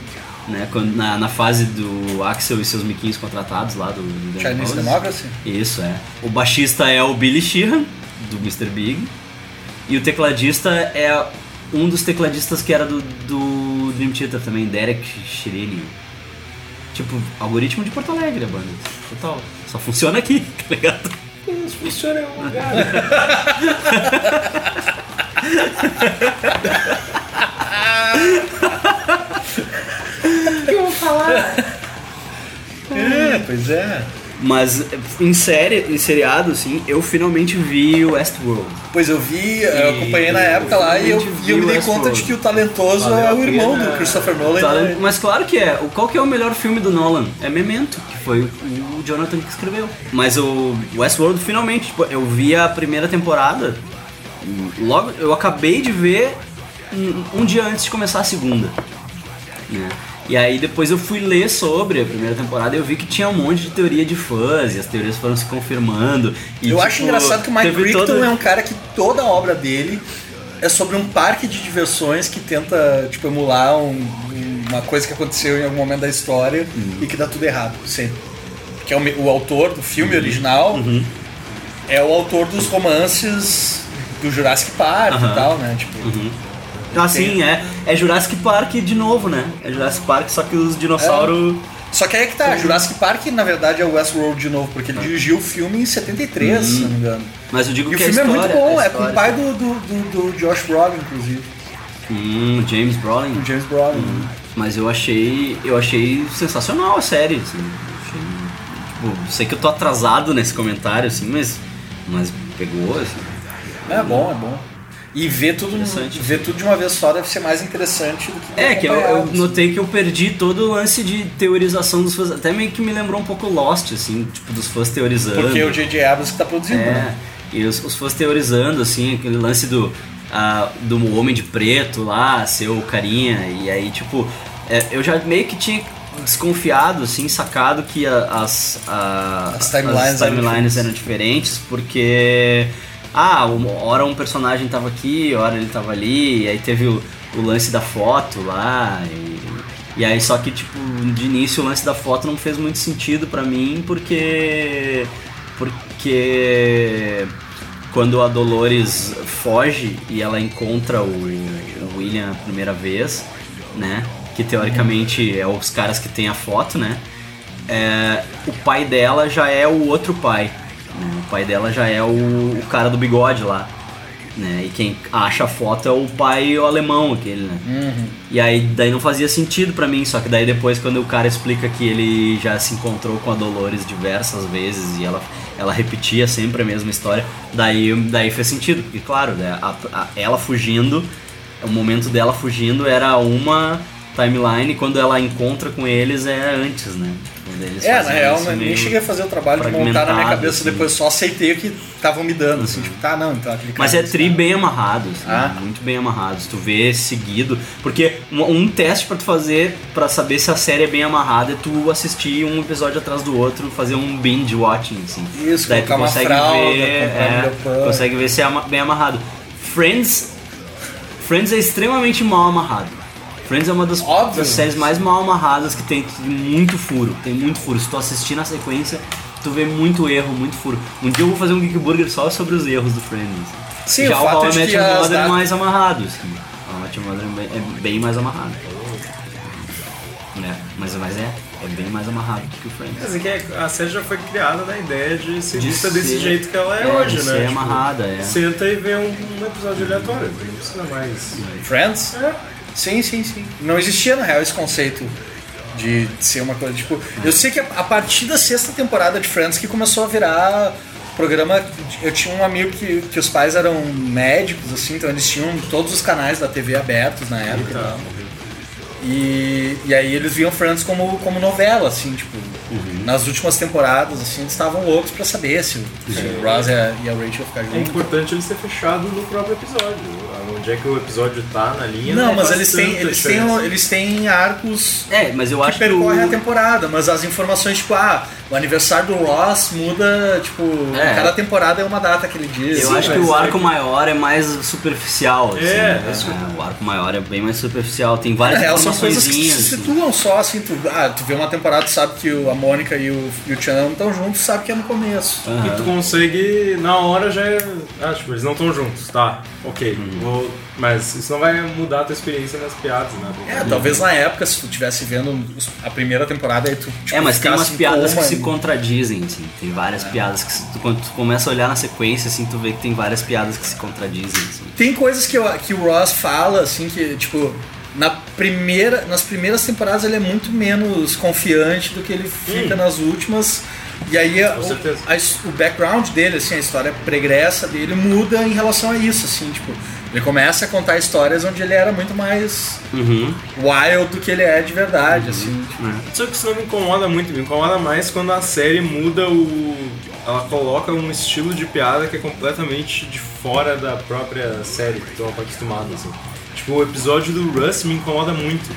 [SPEAKER 2] né? quando- na, na fase do Axel e seus miquinhos contratados lá do, do Guns N'
[SPEAKER 3] Chinese
[SPEAKER 2] Roses.
[SPEAKER 3] Democracy?
[SPEAKER 2] Isso, é. O baixista é o Billy Sheehan, do Mr. Big. E o tecladista é um dos tecladistas que era do, do Dream Theater também, Derek Shirley. Tipo, algoritmo de Porto Alegre, a banda. Total. Só funciona aqui, tá ligado?
[SPEAKER 4] Funciona em algum lugar.
[SPEAKER 3] É, pois é.
[SPEAKER 2] Mas em série, em seriado, assim, eu finalmente vi o Westworld.
[SPEAKER 3] Pois eu vi, eu acompanhei na época lá e eu, e eu me dei conta de que o talentoso é o irmão do Christopher Nolan. né?
[SPEAKER 2] Tá, mas claro que é. O- Qual que é o melhor filme do Nolan? É Memento, que foi o, o Jonathan que escreveu. Mas o Westworld finalmente, tipo, eu vi a primeira temporada. Logo, eu acabei de ver um, um dia antes de começar a segunda. né? E aí depois eu fui ler sobre a primeira temporada e eu vi que tinha um monte de teoria de fãs e as teorias foram se confirmando. E,
[SPEAKER 3] Eu
[SPEAKER 2] tipo,
[SPEAKER 3] acho engraçado que o Mike
[SPEAKER 2] teve
[SPEAKER 3] Crichton
[SPEAKER 2] toda-
[SPEAKER 3] é um cara que toda a obra dele é sobre um parque de diversões que tenta tipo, emular um- uma coisa que aconteceu em algum momento da história
[SPEAKER 2] Uhum.
[SPEAKER 3] e que dá tudo errado, sempre. Que é o, me- o autor do
[SPEAKER 2] Uhum.
[SPEAKER 3] filme original é o autor dos romances do Jurassic Park
[SPEAKER 2] Aham. Uhum.
[SPEAKER 3] e tal, né? Tipo,
[SPEAKER 2] Assim, é, é Jurassic Park de novo, né? É Jurassic Park, só que os dinossauros.
[SPEAKER 3] Só que aí é que
[SPEAKER 2] Uhum.
[SPEAKER 3] tá, Jurassic Park na verdade é o Westworld de novo, porque ele dirigiu o filme em 73, se não me engano.
[SPEAKER 2] Mas eu digo
[SPEAKER 3] E o
[SPEAKER 2] que
[SPEAKER 3] filme
[SPEAKER 2] Uhum. a história,
[SPEAKER 3] é muito bom,
[SPEAKER 2] a
[SPEAKER 3] é com o
[SPEAKER 2] história- tá-
[SPEAKER 3] pai do, do, do- do Josh Brolin, inclusive.
[SPEAKER 2] Hum, James Brolin.
[SPEAKER 3] O James Brolin.
[SPEAKER 2] Mas eu achei. Eu achei sensacional a série, assim. Achei, tipo, sei que eu tô atrasado nesse comentário, assim, mas. Mas pegou, assim.
[SPEAKER 3] É bom, é bom. E ver tudo, ver tudo de uma vez só deve ser mais interessante do que.
[SPEAKER 2] É, que eu, eu
[SPEAKER 3] acompanhar.
[SPEAKER 2] notei que eu perdi todo o lance de teorização dos fãs. Até meio que me lembrou um pouco Lost, assim, tipo, dos fãs teorizando.
[SPEAKER 3] Porque é o J.J. Abrams que tá produzindo,
[SPEAKER 2] É,
[SPEAKER 3] né?
[SPEAKER 2] e os, os fãs teorizando, assim, aquele lance do, ah, do homem de preto lá, ser o carinha, e aí, tipo, é, eu já meio que tinha desconfiado, assim, sacado que a- as, a-
[SPEAKER 3] As timelines eram
[SPEAKER 2] timelines eram diferentes, porque, ah, uma hora um personagem tava aqui, hora ele tava ali, e aí teve o, o lance da foto lá, e... E aí, só que, tipo, de início o lance da foto não fez muito sentido pra mim, porque. Porque. Quando a Dolores foge e ela encontra o, o William a primeira vez, né? Que teoricamente é os caras que tem a foto, né? é, o pai dela já é o outro pai. né? O pai dela já é o, o cara do bigode lá. Né? E quem acha a foto é o pai alemão, aquele, né? E aí daí não fazia sentido pra mim, só que daí depois quando o cara explica que ele já se encontrou com a Dolores diversas vezes e ela, ela repetia sempre a mesma história, daí, daí fez sentido. E claro, né, a- a- ela fugindo, o momento dela fugindo era uma timeline e quando ela encontra com eles é antes, né? Quando eles
[SPEAKER 3] É, na
[SPEAKER 2] fazem
[SPEAKER 3] real,
[SPEAKER 2] isso
[SPEAKER 3] eu nem
[SPEAKER 2] assim, meio-
[SPEAKER 3] cheguei a fazer o trabalho de montar na minha
[SPEAKER 2] fragmentado,
[SPEAKER 3] cabeça
[SPEAKER 2] assim.
[SPEAKER 3] depois, só aceitei o que estavam me dando, assim, tipo, tá, não, então aquele cara.
[SPEAKER 2] Mas é tri bem amarrado, assim,
[SPEAKER 3] Ah.
[SPEAKER 2] muito bem amarrado. Se tu vê seguido, porque um, um teste pra tu fazer pra saber se a série é bem amarrada é tu assistir um episódio atrás do outro, fazer um binge watching, assim.
[SPEAKER 3] Isso,
[SPEAKER 2] Daí tu
[SPEAKER 3] colocar uma
[SPEAKER 2] consegue
[SPEAKER 3] fralda,
[SPEAKER 2] ver,
[SPEAKER 3] comprar um
[SPEAKER 2] é,
[SPEAKER 3] leopardo.
[SPEAKER 2] consegue ver se é ama- bem amarrado. Friends, Friends é extremamente mal amarrado. Friends é uma das,
[SPEAKER 3] Óbvio.
[SPEAKER 2] das séries mais mal amarradas que tem tem muito furo, tem muito furo. Se tu assistir na sequência, tu vê muito erro, muito furo. Um dia eu vou fazer um Geek Burger só sobre os erros do Friends.
[SPEAKER 3] Sim,
[SPEAKER 2] Já
[SPEAKER 3] o fato
[SPEAKER 2] How I
[SPEAKER 3] é de
[SPEAKER 2] Met
[SPEAKER 3] que
[SPEAKER 2] Your
[SPEAKER 3] as
[SPEAKER 2] Mother é
[SPEAKER 3] datas-
[SPEAKER 2] mais amarrado. Assim. How I Met Your Mother é bem- é bem mais amarrado. É, mas, mas é, é bem mais amarrado que o Friends.
[SPEAKER 4] Assim, que a série já foi criada na ideia de ser
[SPEAKER 2] De
[SPEAKER 4] vista desse
[SPEAKER 2] ser-
[SPEAKER 4] jeito que ela é,
[SPEAKER 2] é,
[SPEAKER 4] hoje,
[SPEAKER 2] de
[SPEAKER 4] né?
[SPEAKER 2] ser
[SPEAKER 4] Tipo,
[SPEAKER 2] amarrada, é.
[SPEAKER 4] Senta e vê um, um episódio aleatório, não né, precisa mais.
[SPEAKER 3] Friends? Sim, sim, sim. Não existia, na real, esse conceito de ser uma coisa, tipo... Eu sei que a, a partir da sexta temporada de Friends que começou a virar programa... Eu tinha um amigo que, que os pais eram médicos, assim, então eles tinham todos os canais da TV abertos na época. né? E, e aí eles viam Friends como, como novela, assim, tipo... Nas últimas temporadas, assim, eles estavam loucos pra saber se, o- se o Ross e a, e a Rachel ficar
[SPEAKER 4] É
[SPEAKER 3] juntos.
[SPEAKER 4] importante ele ser fechado no próprio episódio. Onde é que o episódio tá na linha?
[SPEAKER 3] Não, mas
[SPEAKER 4] faz
[SPEAKER 3] eles têm,
[SPEAKER 4] tanta
[SPEAKER 3] eles, têm, um-
[SPEAKER 4] diferença.
[SPEAKER 3] eles têm arcos
[SPEAKER 2] É, mas eu
[SPEAKER 3] que
[SPEAKER 2] acho que o...
[SPEAKER 3] percorre a temporada, mas as informações, tipo, ah, o aniversário do Ross muda, tipo,
[SPEAKER 2] É.
[SPEAKER 3] cada temporada é uma data que ele diz.
[SPEAKER 2] Eu
[SPEAKER 3] Sim,
[SPEAKER 2] acho que
[SPEAKER 3] mas-
[SPEAKER 2] o arco maior é mais superficial. Assim,
[SPEAKER 4] É,
[SPEAKER 2] né? o arco maior é bem mais superficial. Tem né? várias
[SPEAKER 3] É, elas são coisas que
[SPEAKER 2] informaçõezinhas.
[SPEAKER 3] se situam só, assim, tu, ah, tu vê uma temporada, tu sabe que o- a Mônica e o, e o Tchan não estão juntos, sabe que é no começo.
[SPEAKER 4] E tu consegue, na hora já. é- Ah, tipo, eles não estão juntos, tá? Ok. Vou... Mas isso não vai mudar a tua experiência nas piadas, né?
[SPEAKER 3] É, talvez na época, se tu estivesse vendo os- a primeira temporada, aí tu, tipo,
[SPEAKER 2] É, mas tem umas
[SPEAKER 3] ficasse em
[SPEAKER 2] piadas que
[SPEAKER 3] coma né? É.
[SPEAKER 2] se
[SPEAKER 3] e-
[SPEAKER 2] contradizem, assim. Tem várias piadas que se, tu, quando tu começa a olhar na sequência, assim, tu vê que tem várias piadas que se contradizem, assim.
[SPEAKER 3] Tem coisas que, eu- que o Ross fala, assim, que, tipo, na primeira, nas primeiras temporadas ele é muito menos confiante do que ele fica nas últimas. E aí a-
[SPEAKER 4] certeza.
[SPEAKER 3] o, a his- o background dele, assim, a história pregressa dele muda em relação a isso, assim, tipo, ele começa a contar histórias onde ele era muito mais wild do que ele é de
[SPEAKER 4] Uhum.
[SPEAKER 3] verdade, assim. tipo.
[SPEAKER 4] Só que isso não me incomoda muito, me incomoda mais quando a série muda o. Ela coloca um estilo de piada que é completamente de fora da própria série que eu tô acostumado, assim. Tipo, o episódio do Russ me incomoda muito.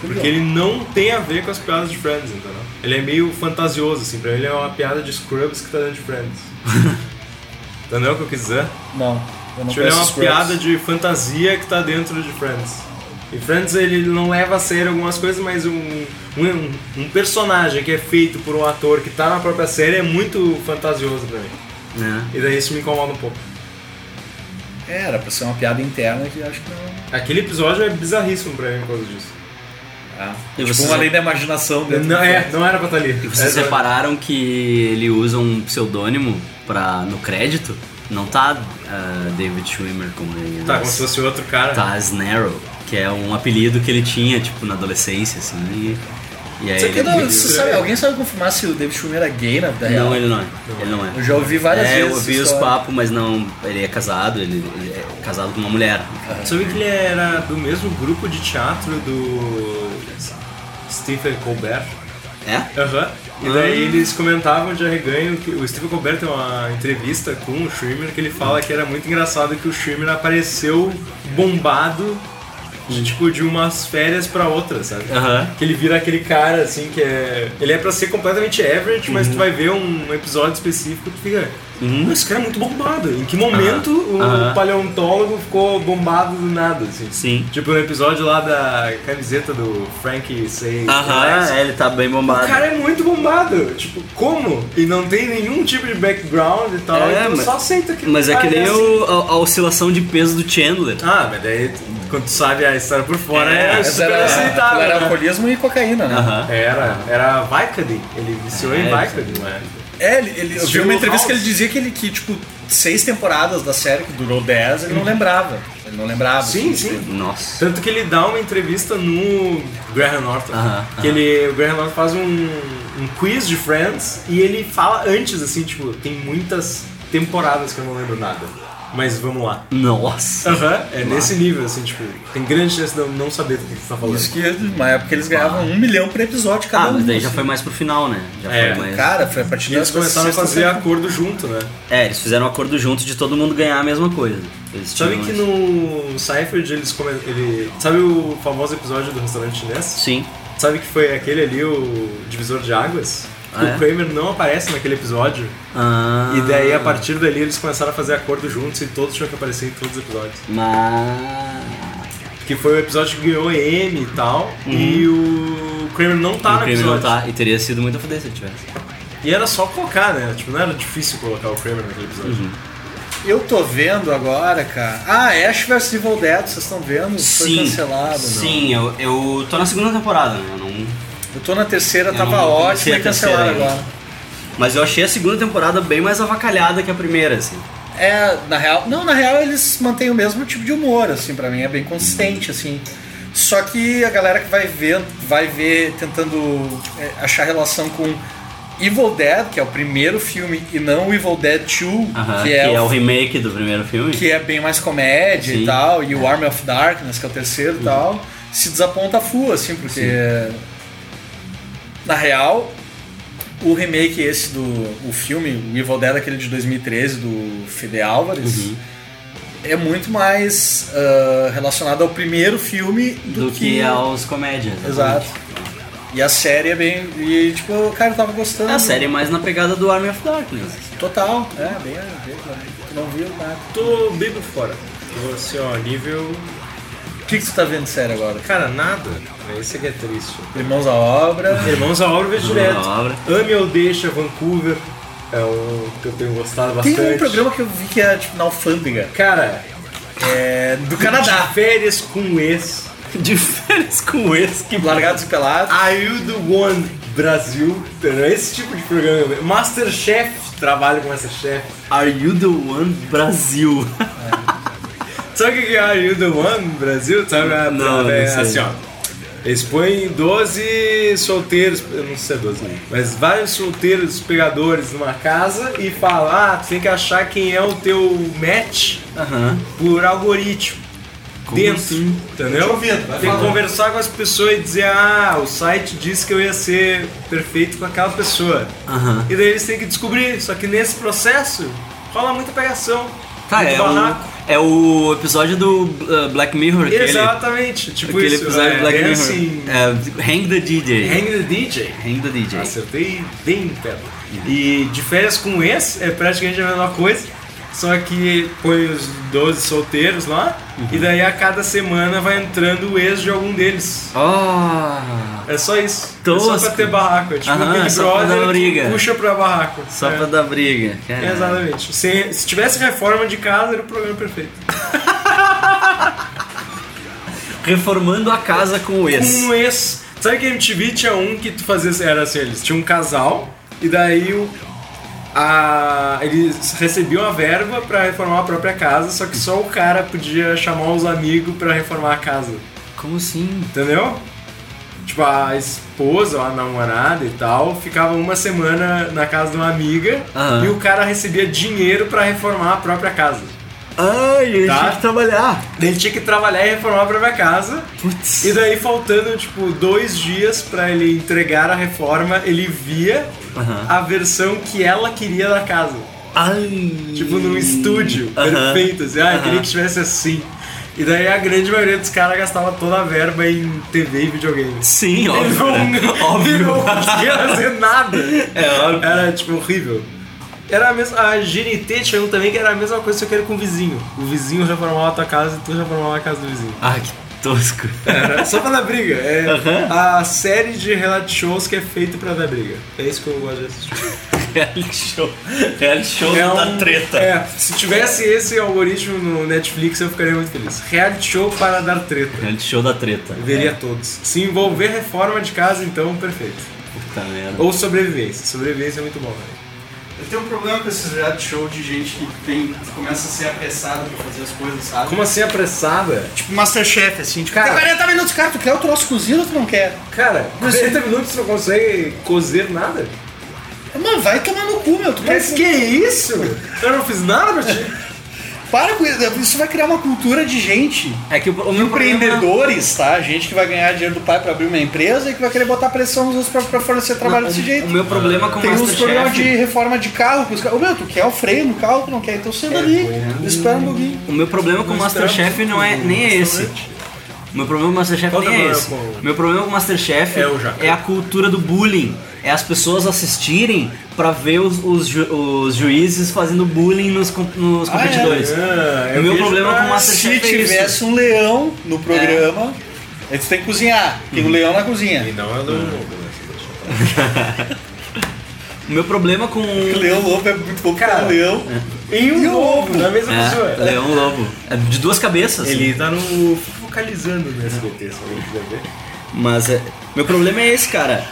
[SPEAKER 4] Porque ele não tem a ver com as piadas de Friends, entendeu? Ele é meio fantasioso, assim, pra mim ele é uma piada de Scrubs que tá dentro de Friends. entendeu o que eu quis dizer?
[SPEAKER 3] Não, eu não
[SPEAKER 4] Tipo, ele é
[SPEAKER 3] conheço
[SPEAKER 4] uma
[SPEAKER 3] Scrubs.
[SPEAKER 4] piada de fantasia que tá dentro de Friends. E Friends ele ele não leva a sério algumas coisas, mas um, um, um personagem que é feito por um ator que tá na própria série é muito fantasioso pra mim.
[SPEAKER 2] Né?
[SPEAKER 4] E daí isso me incomoda um pouco.
[SPEAKER 3] É, era pra ser uma piada interna que eu acho que não...
[SPEAKER 4] Aquele episódio é bizarríssimo pra mim por causa disso.
[SPEAKER 3] Ah,
[SPEAKER 2] E
[SPEAKER 3] tipo,
[SPEAKER 2] vocês-
[SPEAKER 3] uma lei da imaginação dentro
[SPEAKER 4] Não,
[SPEAKER 3] do-
[SPEAKER 4] é, não era pra estar ali.
[SPEAKER 2] E vocês
[SPEAKER 4] Era-
[SPEAKER 2] repararam que ele usa um pseudônimo pra, no crédito? Não tá ah, David Schwimmer como ele. né?
[SPEAKER 4] Tá, como se fosse outro cara.
[SPEAKER 2] Tá Snarrow, que é um apelido que ele tinha, tipo, na adolescência, assim, e E aí
[SPEAKER 3] Isso aqui
[SPEAKER 2] ele-
[SPEAKER 3] não- você sabe, alguém sabe confirmar se o David Schumer era gay né? na vida real?
[SPEAKER 2] Não, ele não é. Ele não é.
[SPEAKER 3] Eu já ouvi várias
[SPEAKER 2] É,
[SPEAKER 3] vezes.
[SPEAKER 2] eu ouvi
[SPEAKER 3] essa
[SPEAKER 2] os
[SPEAKER 3] história.
[SPEAKER 2] papos, mas não. Ele é casado, ele, ele é casado com uma mulher.
[SPEAKER 4] Soube que ele era do mesmo grupo de teatro do Stephen Colbert.
[SPEAKER 2] É?
[SPEAKER 4] Aham. E
[SPEAKER 2] Ah.
[SPEAKER 4] daí eles comentavam de arreganho que o Stephen Colbert tem uma entrevista com o Schwimmer que ele fala que era muito engraçado que o Schwimmer apareceu bombado
[SPEAKER 2] Hum.
[SPEAKER 4] de, tipo, de umas férias pra outra, sabe? Que ele vira aquele cara assim que é. Ele é pra ser completamente average, mas
[SPEAKER 2] Uhum.
[SPEAKER 4] tu vai ver um episódio específico tu fica. "Pô, Esse cara é muito bombado. Em que momento o
[SPEAKER 2] Aham.
[SPEAKER 4] paleontólogo ficou bombado do nada, assim?
[SPEAKER 2] Sim.
[SPEAKER 4] Tipo no episódio lá da camiseta do Frank Say.
[SPEAKER 2] Aham, é, ele tá bem bombado.
[SPEAKER 4] O cara é muito bombado. Tipo, como? E não tem nenhum tipo de background e tal.
[SPEAKER 2] É,
[SPEAKER 4] então
[SPEAKER 2] mas-
[SPEAKER 4] só aceita que.
[SPEAKER 2] Mas é que
[SPEAKER 4] cara
[SPEAKER 2] nem
[SPEAKER 4] assim.
[SPEAKER 2] o- a, a oscilação de peso do Chandler.
[SPEAKER 4] Ah, mas daí tu- quando tu sabe a história por fora é,
[SPEAKER 3] Mas
[SPEAKER 4] super
[SPEAKER 3] era,
[SPEAKER 4] aceitável.
[SPEAKER 3] era
[SPEAKER 4] né?
[SPEAKER 3] alcoolismo e cocaína, né?
[SPEAKER 2] Aham.
[SPEAKER 4] Era, era Vicodin. Ele viciou em Vicodin, não é?
[SPEAKER 3] É, ele, ele- eu vi
[SPEAKER 4] Estilo
[SPEAKER 3] uma entrevista que ele
[SPEAKER 4] House.
[SPEAKER 3] dizia que ele que, tipo, seis temporadas da série, que durou dez, ele não lembrava. Ele não lembrava.
[SPEAKER 4] Sim,
[SPEAKER 3] assim,
[SPEAKER 4] sim.
[SPEAKER 2] Nossa.
[SPEAKER 4] Tanto que ele dá uma entrevista no Graham Norton.
[SPEAKER 2] Aham,
[SPEAKER 4] que ele, o Graham Norton faz um, um quiz de Friends e ele fala antes, assim, tipo, tem muitas temporadas que eu não lembro nada. Mas vamos lá.
[SPEAKER 2] Nossa.
[SPEAKER 4] Aham, é nesse nível, assim, tipo, tem grande chance de eu não saber do que você tá falando.
[SPEAKER 3] Isso que, na época, eles ganhavam um milhão por episódio cada
[SPEAKER 2] Ah,
[SPEAKER 3] um.
[SPEAKER 2] mas daí já
[SPEAKER 3] assim.
[SPEAKER 2] foi mais pro final, né? Já
[SPEAKER 4] É,
[SPEAKER 2] foi mais.
[SPEAKER 3] Cara, foi a partir
[SPEAKER 4] E eles começaram a fazer acordo junto, né?
[SPEAKER 2] É, eles fizeram um acordo junto de todo mundo ganhar a mesma coisa. Eles
[SPEAKER 4] Sabe
[SPEAKER 2] tinham
[SPEAKER 4] que
[SPEAKER 2] esse-
[SPEAKER 4] no Seinfeld eles come... ele Sabe o famoso episódio do restaurante chinês?
[SPEAKER 2] Sim.
[SPEAKER 4] Sabe que foi aquele ali, o divisor de águas?
[SPEAKER 2] Ah, é?
[SPEAKER 4] O Kramer não aparece naquele episódio.
[SPEAKER 2] Ah,
[SPEAKER 4] E daí, a partir dali, eles começaram a fazer acordo juntos e todos tinham que aparecer em todos os episódios.
[SPEAKER 2] Mas.
[SPEAKER 4] Que foi o episódio que ganhou M e tal. E o Kramer não tá
[SPEAKER 2] Uhum. o
[SPEAKER 4] no
[SPEAKER 2] Kramer não
[SPEAKER 4] episódio.
[SPEAKER 2] tá. E teria sido muito a fuder se ele tivesse.
[SPEAKER 4] E era só colocar, né? Tipo, não era difícil colocar o Kramer naquele episódio.
[SPEAKER 2] Uhum.
[SPEAKER 3] Eu tô vendo agora, cara. Ah, Ash vs Evil Dead, vocês estão vendo? Foi cancelado, não.
[SPEAKER 2] Sim, eu, eu tô na segunda temporada, né? Eu não...
[SPEAKER 3] Eu tô na terceira,
[SPEAKER 2] Eu
[SPEAKER 3] tava
[SPEAKER 2] não comecei
[SPEAKER 3] ótima
[SPEAKER 2] a
[SPEAKER 3] e cancelaram
[SPEAKER 2] terceira
[SPEAKER 3] agora.
[SPEAKER 2] ainda. Mas eu achei a segunda temporada bem mais avacalhada que a primeira, assim.
[SPEAKER 3] É, na real. Não, na real eles mantêm o mesmo tipo de humor, assim, pra mim é bem consistente, assim. Só que a galera que vai ver, vai ver tentando é, achar relação com Evil Dead, que é o primeiro filme, e não o Evil Dead 2,
[SPEAKER 2] Aham,
[SPEAKER 3] que, é, o
[SPEAKER 2] o remake do primeiro filme.
[SPEAKER 3] que é bem mais comédia
[SPEAKER 2] Sim.
[SPEAKER 3] e tal, e o Army of Darkness, que é o terceiro e tal, se desaponta full, assim, porque na real o remake esse do o filme, o Evil Dead, aquele de 2013 do Fede Álvares,
[SPEAKER 2] Uhum.
[SPEAKER 3] é muito mais ah, relacionado ao primeiro filme do,
[SPEAKER 2] do que aos comédias. né?
[SPEAKER 3] é Exato. E a série é bem. E tipo, cara, eu tava gostando.
[SPEAKER 2] A série é mais na pegada do Army of Darkness. assim.
[SPEAKER 3] Total. É, bem. bem tu não viu nada.
[SPEAKER 4] Tô bem por fora. Tô assim, ó, nível.
[SPEAKER 3] O que, que tu tá vendo de série agora?
[SPEAKER 4] Cara, nada. Esse aqui é triste.
[SPEAKER 3] Irmãos à obra.
[SPEAKER 4] Irmãos à obra eu vejo
[SPEAKER 2] Irmãos
[SPEAKER 4] direto.
[SPEAKER 2] à Obra.
[SPEAKER 4] Ame ou deixa Vancouver. É um que eu tenho gostado bastante.
[SPEAKER 3] Tem um programa que eu vi que é tipo na alfândega.
[SPEAKER 4] Cara,
[SPEAKER 3] É do Canadá.
[SPEAKER 4] de férias com um ex.
[SPEAKER 2] De férias com esse que
[SPEAKER 3] Largados e pelados.
[SPEAKER 4] Are You The One Brasil. entendeu? Esse tipo de programa. Masterchef. Trabalho com Masterchef.
[SPEAKER 2] Are You The One Brasil.
[SPEAKER 4] Sabe o que que é Are You The One Brasil? Sabe? a-
[SPEAKER 2] Não,
[SPEAKER 4] é,
[SPEAKER 2] não sei.
[SPEAKER 4] Assim, ó. Eles põem 12 solteiros, eu não sei se é 12, né? mas vários solteiros pegadores numa casa e falam, ah, tu tem que achar quem é o teu match ah,
[SPEAKER 2] Aham.
[SPEAKER 4] por algoritmo. dentro,
[SPEAKER 2] assim?
[SPEAKER 4] entendeu? Tem que conversar com as pessoas e dizer, ah, o site disse que eu ia ser perfeito com aquela pessoa.
[SPEAKER 2] Aham.
[SPEAKER 4] E daí eles têm que descobrir, só que nesse processo rola muita pegação.
[SPEAKER 2] Cara,
[SPEAKER 4] muito
[SPEAKER 2] é o,
[SPEAKER 4] barraco.
[SPEAKER 2] é o episódio do uh, Black Mirror. Aquele,
[SPEAKER 4] Exatamente, tipo
[SPEAKER 2] aquele
[SPEAKER 4] isso.
[SPEAKER 2] episódio
[SPEAKER 4] é,
[SPEAKER 2] do Black Mirror.
[SPEAKER 4] dancing,
[SPEAKER 2] É, Hang the DJ.
[SPEAKER 4] Hang the DJ.
[SPEAKER 2] Hang the DJ.
[SPEAKER 4] Acertei bem, Pedro. E de férias com esse é praticamente a mesma coisa, só que põe os 12 solteiros lá,
[SPEAKER 2] Uhum.
[SPEAKER 4] e daí a cada semana vai entrando o ex de algum deles.
[SPEAKER 2] Ah,
[SPEAKER 4] É só isso. É só
[SPEAKER 2] Tosco.
[SPEAKER 4] pra ter barraco. É tipo
[SPEAKER 2] Aham,
[SPEAKER 4] um Big
[SPEAKER 2] só pra dar
[SPEAKER 4] Brother
[SPEAKER 2] briga.
[SPEAKER 4] que puxa pra barraco.
[SPEAKER 2] só
[SPEAKER 4] É,
[SPEAKER 2] pra dar briga. Cara.
[SPEAKER 4] Exatamente. Se, se tivesse reforma de casa, era o programa perfeito.
[SPEAKER 2] Reformando a casa com o ex.
[SPEAKER 4] um ex. Sabe que a MTV tinha um que tu fazia. Era assim, eles tinham um casal, e daí o. A, eles recebiam a verba pra reformar a própria casa, só que só o cara podia chamar os amigos pra reformar a casa.
[SPEAKER 2] Como assim?
[SPEAKER 4] Entendeu? Tipo, a esposa ou a namorada e tal ficava uma semana na casa de uma amiga
[SPEAKER 2] Aham.
[SPEAKER 4] e o cara recebia dinheiro pra reformar a própria casa.
[SPEAKER 2] Ai, ele
[SPEAKER 4] Tá.
[SPEAKER 2] tinha que trabalhar.
[SPEAKER 4] Daí Ele tinha que trabalhar e reformar a própria casa.
[SPEAKER 2] Putz.
[SPEAKER 4] E daí, faltando, tipo, dois dias pra ele entregar a reforma, ele via
[SPEAKER 2] Aham.
[SPEAKER 4] a versão que ela queria da casa.
[SPEAKER 2] Ai.
[SPEAKER 4] Tipo, num estúdio
[SPEAKER 2] Aham.
[SPEAKER 4] perfeito, assim, ah, eu queria que tivesse assim. E daí a grande maioria dos caras gastava toda a verba em TV e videogame.
[SPEAKER 2] Sim,
[SPEAKER 4] Ele
[SPEAKER 2] óbvio. né?
[SPEAKER 4] não,
[SPEAKER 2] Óbvio.
[SPEAKER 4] ele não conseguia fazer nada.
[SPEAKER 2] É, óbvio.
[SPEAKER 4] Era, tipo, horrível. Era a mesma. A GNT tinha um também que era a mesma coisa, só que era com o vizinho. O vizinho reformava a tua casa e tu reformava a casa do vizinho.
[SPEAKER 2] Ah, que tosco.
[SPEAKER 4] Era só pra dar briga. É
[SPEAKER 2] Aham.
[SPEAKER 4] a série de reality shows que é feita pra dar briga. É isso que eu gosto de assistir.
[SPEAKER 2] Reality show. Reality show
[SPEAKER 4] É
[SPEAKER 2] da
[SPEAKER 4] um-
[SPEAKER 2] treta.
[SPEAKER 4] É, se tivesse esse algoritmo no Netflix eu ficaria muito feliz. Reality show para dar treta.
[SPEAKER 2] Reality show da treta.
[SPEAKER 4] Veria todos. Se envolver reforma de casa, então, perfeito.
[SPEAKER 2] Puta merda.
[SPEAKER 4] Ou sobrevivência. Sobrevivência é muito bom, velho.
[SPEAKER 16] Eu tenho um problema com esses reality show de gente que tem, que começa a ser apressada pra fazer as coisas, sabe?
[SPEAKER 4] Como assim apressada?
[SPEAKER 16] Tipo Masterchef, assim, de
[SPEAKER 3] Tem
[SPEAKER 16] cara.
[SPEAKER 3] 40 minutos, cara, tu quer o troço cozido ou tu não quer?
[SPEAKER 4] Tipo, Cara, 40 minutos você não consegue cozer nada?
[SPEAKER 3] Mano, vai tomar no cu, meu. Tu quer
[SPEAKER 4] Mas que isso? Eu não fiz nada pra ti.
[SPEAKER 3] Para com isso, isso vai criar uma cultura de gente.
[SPEAKER 2] É que o, o
[SPEAKER 16] Um
[SPEAKER 2] meu problema-
[SPEAKER 3] Empreendedores, tá? Gente que vai ganhar dinheiro do pai pra abrir uma empresa e que vai querer botar pressão nos outros pra, pra fornecer trabalho desse
[SPEAKER 2] O
[SPEAKER 3] jeito.
[SPEAKER 2] meu problema
[SPEAKER 16] um
[SPEAKER 2] com o
[SPEAKER 3] Tem um uns programas de
[SPEAKER 2] Masterchef.
[SPEAKER 3] reforma de carro. que os caras- Ô meu, tu quer o freio no carro, tu não quer, então
[SPEAKER 16] É,
[SPEAKER 3] senta ali, espera um pouquinho.
[SPEAKER 2] O meu problema com o Masterchef não é nem é esse. O meu problema com o Masterchef
[SPEAKER 4] Qual
[SPEAKER 2] nem é
[SPEAKER 4] que é o
[SPEAKER 2] esse.
[SPEAKER 4] problema
[SPEAKER 2] Meu problema com o Masterchef
[SPEAKER 4] É o jacaré.
[SPEAKER 2] é a cultura do bullying. É as pessoas assistirem pra ver os, os ju- os juízes fazendo bullying nos, com- nos
[SPEAKER 3] é?
[SPEAKER 2] competidores.
[SPEAKER 4] Ah,
[SPEAKER 2] O meu
[SPEAKER 4] vejo
[SPEAKER 2] problema
[SPEAKER 4] pra-
[SPEAKER 2] com o
[SPEAKER 3] Se
[SPEAKER 2] Masterchef é isso. É.
[SPEAKER 3] tivesse um leão no programa, aí tu tem que cozinhar.
[SPEAKER 2] Uhum.
[SPEAKER 3] Tem um leão na cozinha.
[SPEAKER 4] Não, é eu não.
[SPEAKER 2] O meu problema com.
[SPEAKER 3] O leão lobo é muito bom, cara.
[SPEAKER 4] Cara,
[SPEAKER 3] O leão. um
[SPEAKER 4] E o novo, da mesma pessoa.
[SPEAKER 2] É, Leão Lobo. É de duas cabeças. assim.
[SPEAKER 4] Ele tá no. focalizando no SBT, se alguém quiser ver.
[SPEAKER 2] Mas é, meu problema é esse, cara.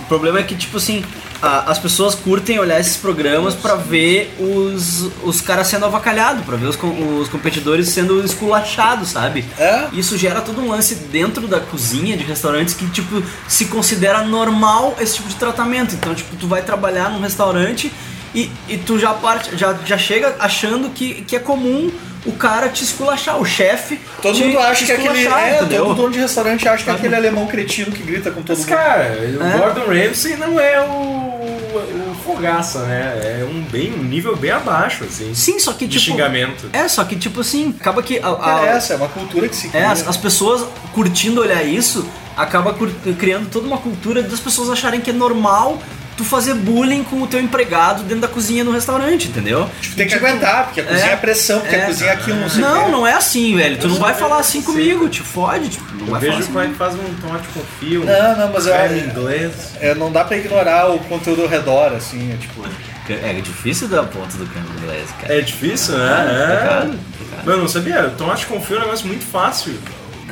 [SPEAKER 2] O problema é que, tipo assim, a- as pessoas curtem olhar esses programas pra ver os, os caras sendo avacalhados, pra ver os, com- os competidores sendo esculachados, sabe?
[SPEAKER 3] É?
[SPEAKER 2] Isso gera todo um lance dentro da cozinha de restaurantes que, tipo, se considera normal esse tipo de tratamento. Então, tipo, tu vai trabalhar num restaurante e, e tu já parte, já, já chega achando que, que é comum o cara te esculachar, o chefe.
[SPEAKER 3] Todo
[SPEAKER 2] te-
[SPEAKER 3] mundo acha
[SPEAKER 2] te
[SPEAKER 3] que é aquele.
[SPEAKER 2] esculachar,
[SPEAKER 3] É,
[SPEAKER 2] entendeu? Ah.
[SPEAKER 3] todo dono de restaurante acha que é aquele alemão cretino que grita com todo
[SPEAKER 4] Mas,
[SPEAKER 3] mundo.
[SPEAKER 4] cara,
[SPEAKER 2] É.
[SPEAKER 4] o Gordon Ramsay não é o, o Fogaça, né? É um, bem, um nível bem abaixo, assim.
[SPEAKER 2] Sim, só que
[SPEAKER 4] De
[SPEAKER 2] tipo.
[SPEAKER 4] xingamento.
[SPEAKER 2] É, só que tipo assim, acaba que. A, a-
[SPEAKER 3] É essa, é uma cultura que se
[SPEAKER 2] é,
[SPEAKER 3] cria.
[SPEAKER 2] as, as pessoas curtindo olhar isso, acaba cur- criando toda uma cultura das pessoas acharem que é normal tu fazer bullying com o teu empregado dentro da cozinha no restaurante, entendeu?
[SPEAKER 4] Tipo,
[SPEAKER 3] Tem que aguentar, porque a cozinha é, pressão, porque
[SPEAKER 2] tipo, é.
[SPEAKER 3] a cozinha é aquilo, não sei o
[SPEAKER 2] Não,
[SPEAKER 3] quê.
[SPEAKER 2] não é assim, velho. Tu não vai falar assim comigo, te fode, tipo, não
[SPEAKER 4] Eu
[SPEAKER 2] vai falar
[SPEAKER 4] vejo
[SPEAKER 2] assim.
[SPEAKER 4] como é que faz um tomate com fio, um
[SPEAKER 3] Não, não, mas eu-
[SPEAKER 4] creme inglês.
[SPEAKER 3] É, não dá pra ignorar o conteúdo ao redor, assim, é tipo.
[SPEAKER 2] É difícil dar a ponta do creme inglês, cara.
[SPEAKER 4] É difícil, né? É. Eu não sabia, tomate com fio é um negócio muito fácil.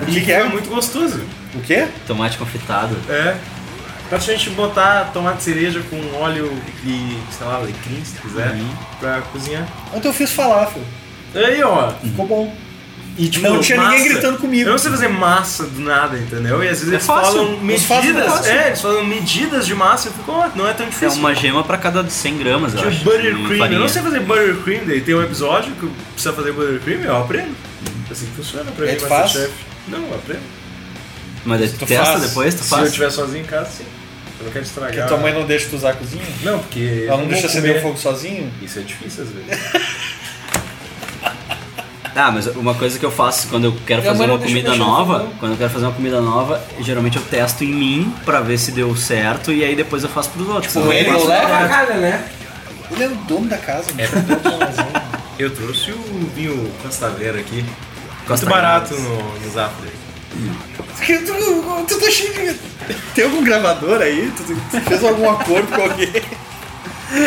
[SPEAKER 3] O que, que
[SPEAKER 4] É
[SPEAKER 2] um
[SPEAKER 3] é?
[SPEAKER 4] muito gostoso.
[SPEAKER 3] O quê?
[SPEAKER 2] Tomate confitado.
[SPEAKER 4] É. Pra gente botar tomate cereja com óleo e, sei lá, alecrim, se quiser,
[SPEAKER 2] Uhum.
[SPEAKER 4] pra cozinhar.
[SPEAKER 3] Ontem eu fiz falafel.
[SPEAKER 4] Aí, ó.
[SPEAKER 3] Ficou bom.
[SPEAKER 4] E, tipo,
[SPEAKER 3] Não tinha ninguém
[SPEAKER 4] massa.
[SPEAKER 3] gritando comigo.
[SPEAKER 4] Eu não sei fazer massa do nada, entendeu? E às vezes eles
[SPEAKER 2] fácil.
[SPEAKER 4] falam
[SPEAKER 3] Eles fazem um
[SPEAKER 4] medidas.
[SPEAKER 3] É fácil.
[SPEAKER 4] É, eles falam medidas de massa. Eu fico, ó, não é tão
[SPEAKER 2] É
[SPEAKER 4] difícil.
[SPEAKER 2] uma gema pra cada 100 gramas, eu
[SPEAKER 4] Tipo,
[SPEAKER 2] acho. de
[SPEAKER 4] buttercream.
[SPEAKER 2] farinha.
[SPEAKER 4] Eu não sei fazer buttercream, daí tem um episódio que eu preciso fazer buttercream, eu aprendo. Assim que funciona pra
[SPEAKER 3] É
[SPEAKER 4] mim,
[SPEAKER 3] tu faz?
[SPEAKER 4] Masterchef. Não, eu aprendo.
[SPEAKER 2] Mas daí tu testa depois, É tu
[SPEAKER 4] Se eu
[SPEAKER 2] faz.
[SPEAKER 4] estiver sozinho em casa, sim. Eu não quero estragar.
[SPEAKER 3] Porque tua mãe não deixa tu usar a cozinha?
[SPEAKER 4] Não, porque.
[SPEAKER 3] Ela não deixa acender
[SPEAKER 4] acender
[SPEAKER 3] o fogo sozinho?
[SPEAKER 4] Isso é difícil às vezes.
[SPEAKER 2] Ah, mas uma coisa que eu faço quando eu quero
[SPEAKER 3] Minha
[SPEAKER 2] fazer
[SPEAKER 3] mãe
[SPEAKER 2] uma
[SPEAKER 3] não deixa eu
[SPEAKER 2] comida
[SPEAKER 3] mexer no
[SPEAKER 2] nova,
[SPEAKER 3] fogão.
[SPEAKER 2] quando eu quero fazer uma comida nova, geralmente eu testo em mim pra ver se deu certo e aí depois eu faço pros outros.
[SPEAKER 3] Tipo, ele não leva?
[SPEAKER 4] Caralho, né?
[SPEAKER 3] Ele é o dono da casa, né? mano.
[SPEAKER 4] Eu trouxe o vinho Castaveira aqui.
[SPEAKER 2] Costa
[SPEAKER 4] Muito barato
[SPEAKER 3] né?
[SPEAKER 4] no, no Zap.
[SPEAKER 3] Porque tu, tu tá cheio de- Tem algum gravador aí? Tu, tu fez algum acordo com alguém?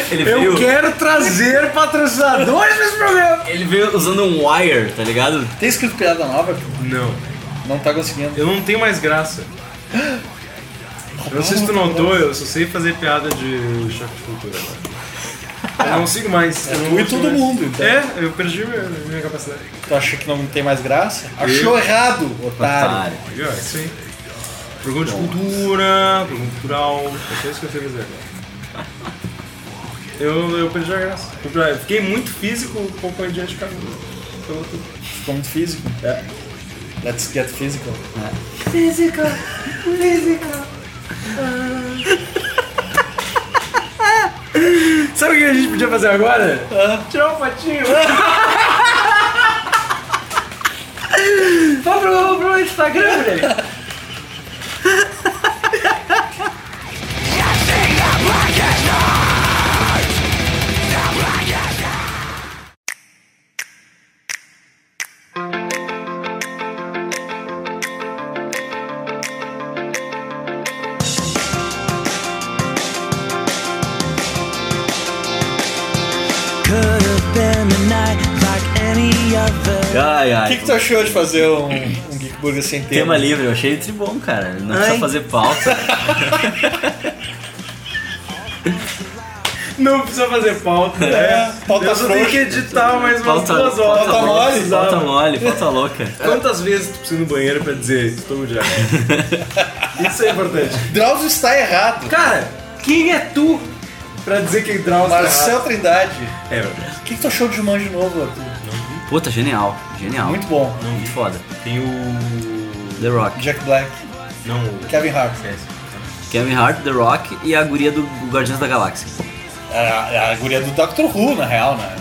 [SPEAKER 2] Ele veio,
[SPEAKER 4] quero trazer patrocinadores nesse programa!
[SPEAKER 2] ele veio usando um wire, tá ligado?
[SPEAKER 3] Tem escrito piada nova?
[SPEAKER 4] Não,
[SPEAKER 3] Não tá conseguindo.
[SPEAKER 4] eu não tenho mais graça. Eu não sei se tu notou, eu só sei fazer piada de choque de cultura agora. Eu não sigo mais. eu
[SPEAKER 3] Tu
[SPEAKER 4] não
[SPEAKER 3] e
[SPEAKER 4] consigo
[SPEAKER 3] todo
[SPEAKER 4] mais.
[SPEAKER 3] mundo. então.
[SPEAKER 4] É, eu perdi minha, minha capacidade.
[SPEAKER 3] Tu acha que não tem mais graça? Achou errado, otário.
[SPEAKER 2] Otário.
[SPEAKER 4] Viu? É isso aí. Programa de cultura, programa cultural, é só isso que eu sei fazer agora. Eu, eu perdi a graça. Eu fiquei muito físico um pouco adiante de caminho. Então,
[SPEAKER 17] Ficou muito físico.
[SPEAKER 3] É.
[SPEAKER 17] Let's get physical.
[SPEAKER 4] Sabe o que a gente podia fazer agora? Tirar um fotinho. Vamos pro, pro Instagram, velho.
[SPEAKER 18] Could have been a night like any other.
[SPEAKER 2] Ai,
[SPEAKER 3] O que,
[SPEAKER 2] ai.
[SPEAKER 3] que tu achou de fazer um, um Geek Burger sem tema?
[SPEAKER 2] Tema livre, eu achei tri bom, cara. Não precisa
[SPEAKER 3] Ai.
[SPEAKER 2] fazer pauta.
[SPEAKER 4] Não precisa fazer pauta. né?
[SPEAKER 3] É, pauta
[SPEAKER 4] Eu só tenho
[SPEAKER 3] frouxa.
[SPEAKER 4] que editar mais umas
[SPEAKER 2] Pauta,
[SPEAKER 4] duas horas.
[SPEAKER 2] pauta mole,
[SPEAKER 3] mole,
[SPEAKER 2] pauta mole, pauta louca.
[SPEAKER 4] Quantas vezes tu precisa ir no banheiro pra dizer estou com diarreia? Isso é importante.
[SPEAKER 3] Drauzio está errado.
[SPEAKER 4] Cara, quem é tu pra dizer que Drauzio tá errado?
[SPEAKER 3] Marcel Trindade.
[SPEAKER 4] É verdade.
[SPEAKER 3] O que, que tu achou de Jumanji novo, Arthur?
[SPEAKER 2] Puta, genial, genial.
[SPEAKER 3] Muito bom.
[SPEAKER 2] Muito foda.
[SPEAKER 4] Tem o...
[SPEAKER 2] The Rock.
[SPEAKER 3] Jack Black.
[SPEAKER 4] Não, o...
[SPEAKER 3] Kevin Hart.
[SPEAKER 2] Kevin Hart, The Rock e a guria do Guardiões da Galáxia.
[SPEAKER 3] É a, é a guria do Doctor Who, na real, né?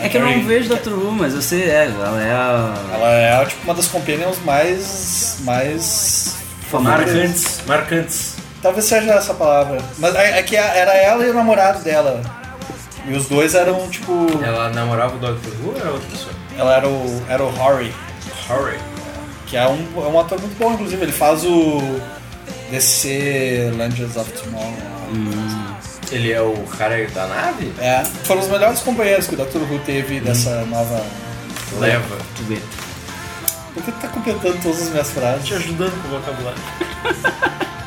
[SPEAKER 2] É que eu não vejo da Who, mas eu sei, é, ela é a.
[SPEAKER 3] Ela é tipo, uma das companions mais. mais.
[SPEAKER 4] Marcantes. Marcantes.
[SPEAKER 3] Talvez seja essa a palavra. Mas é, é que a- era ela e o namorado dela. E os dois eram tipo.
[SPEAKER 4] Ela namorava o Dr. Who ou era é outra pessoa?
[SPEAKER 3] Ela era o. era o Harry,
[SPEAKER 4] Harry.
[SPEAKER 3] que é um, é um ator muito bom, inclusive. Ele faz o. DC Legends of Tomorrow.
[SPEAKER 4] Ele é o cara da nave?
[SPEAKER 3] É. Foram os melhores companheiros que o Dr. Who teve dessa nova.
[SPEAKER 4] Leva.
[SPEAKER 2] Deixa eu ver.
[SPEAKER 3] Por que tu tá completando todas as minhas frases?
[SPEAKER 4] Te ajudando com o vocabulário.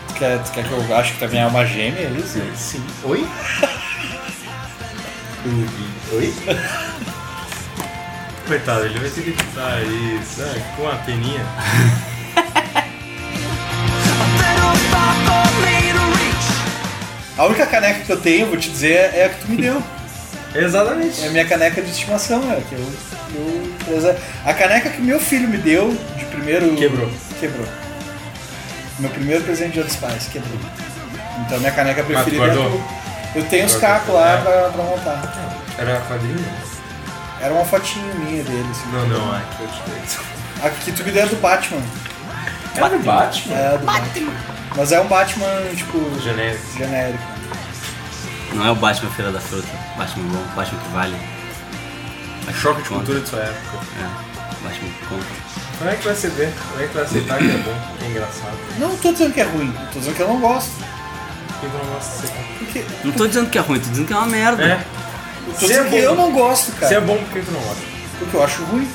[SPEAKER 3] Tu quer, tu quer que eu ache que também é uma gêmea, é isso?
[SPEAKER 4] Sim. Oi? Oi? Coitado, ele vai ter que editar isso, ah, com a peninha.
[SPEAKER 3] A única caneca que eu tenho, vou te dizer, é a que tu me deu.
[SPEAKER 4] Exatamente.
[SPEAKER 3] É a minha caneca de estimação, é que eu, eu prese- A caneca que meu filho me deu de primeiro.
[SPEAKER 4] Quebrou.
[SPEAKER 3] Quebrou. Meu primeiro presente de Dia dos Pais, quebrou. Então minha caneca
[SPEAKER 4] tu
[SPEAKER 3] preferida. é a
[SPEAKER 4] guardou? É.
[SPEAKER 3] tua. Eu tenho os cacos lá pra, pra montar.
[SPEAKER 4] Era a quadrilha?
[SPEAKER 3] Era uma fotinho minha dele, assim.
[SPEAKER 4] Não, não, ah, que eu te dei.
[SPEAKER 3] A que tu me deu é do Batman.
[SPEAKER 4] Era o Batman?
[SPEAKER 3] É, do Batman. Mas é um Batman, tipo,
[SPEAKER 4] Genérico.
[SPEAKER 3] genérico.
[SPEAKER 2] Não é o Batman Feira da Fruta. Batman bom, Batman que vale.
[SPEAKER 4] Choque de cultura de sua época.
[SPEAKER 2] É, Batman que conta.
[SPEAKER 4] Como é que vai ser ver? Como é que vai aceitar que é bom? Que é engraçado.
[SPEAKER 3] Não tô dizendo que é ruim, tô dizendo que eu não gosto.
[SPEAKER 4] Por que que eu não gosto de aceitar?
[SPEAKER 3] Porque. Tô
[SPEAKER 2] Não tô dizendo que é ruim, tô dizendo que é uma merda.
[SPEAKER 4] tá- É. Se é
[SPEAKER 3] dizendo que
[SPEAKER 4] bom.
[SPEAKER 3] eu não gosto, cara.
[SPEAKER 4] Se é bom, por que tu não gosta?
[SPEAKER 3] Porque eu acho ruim.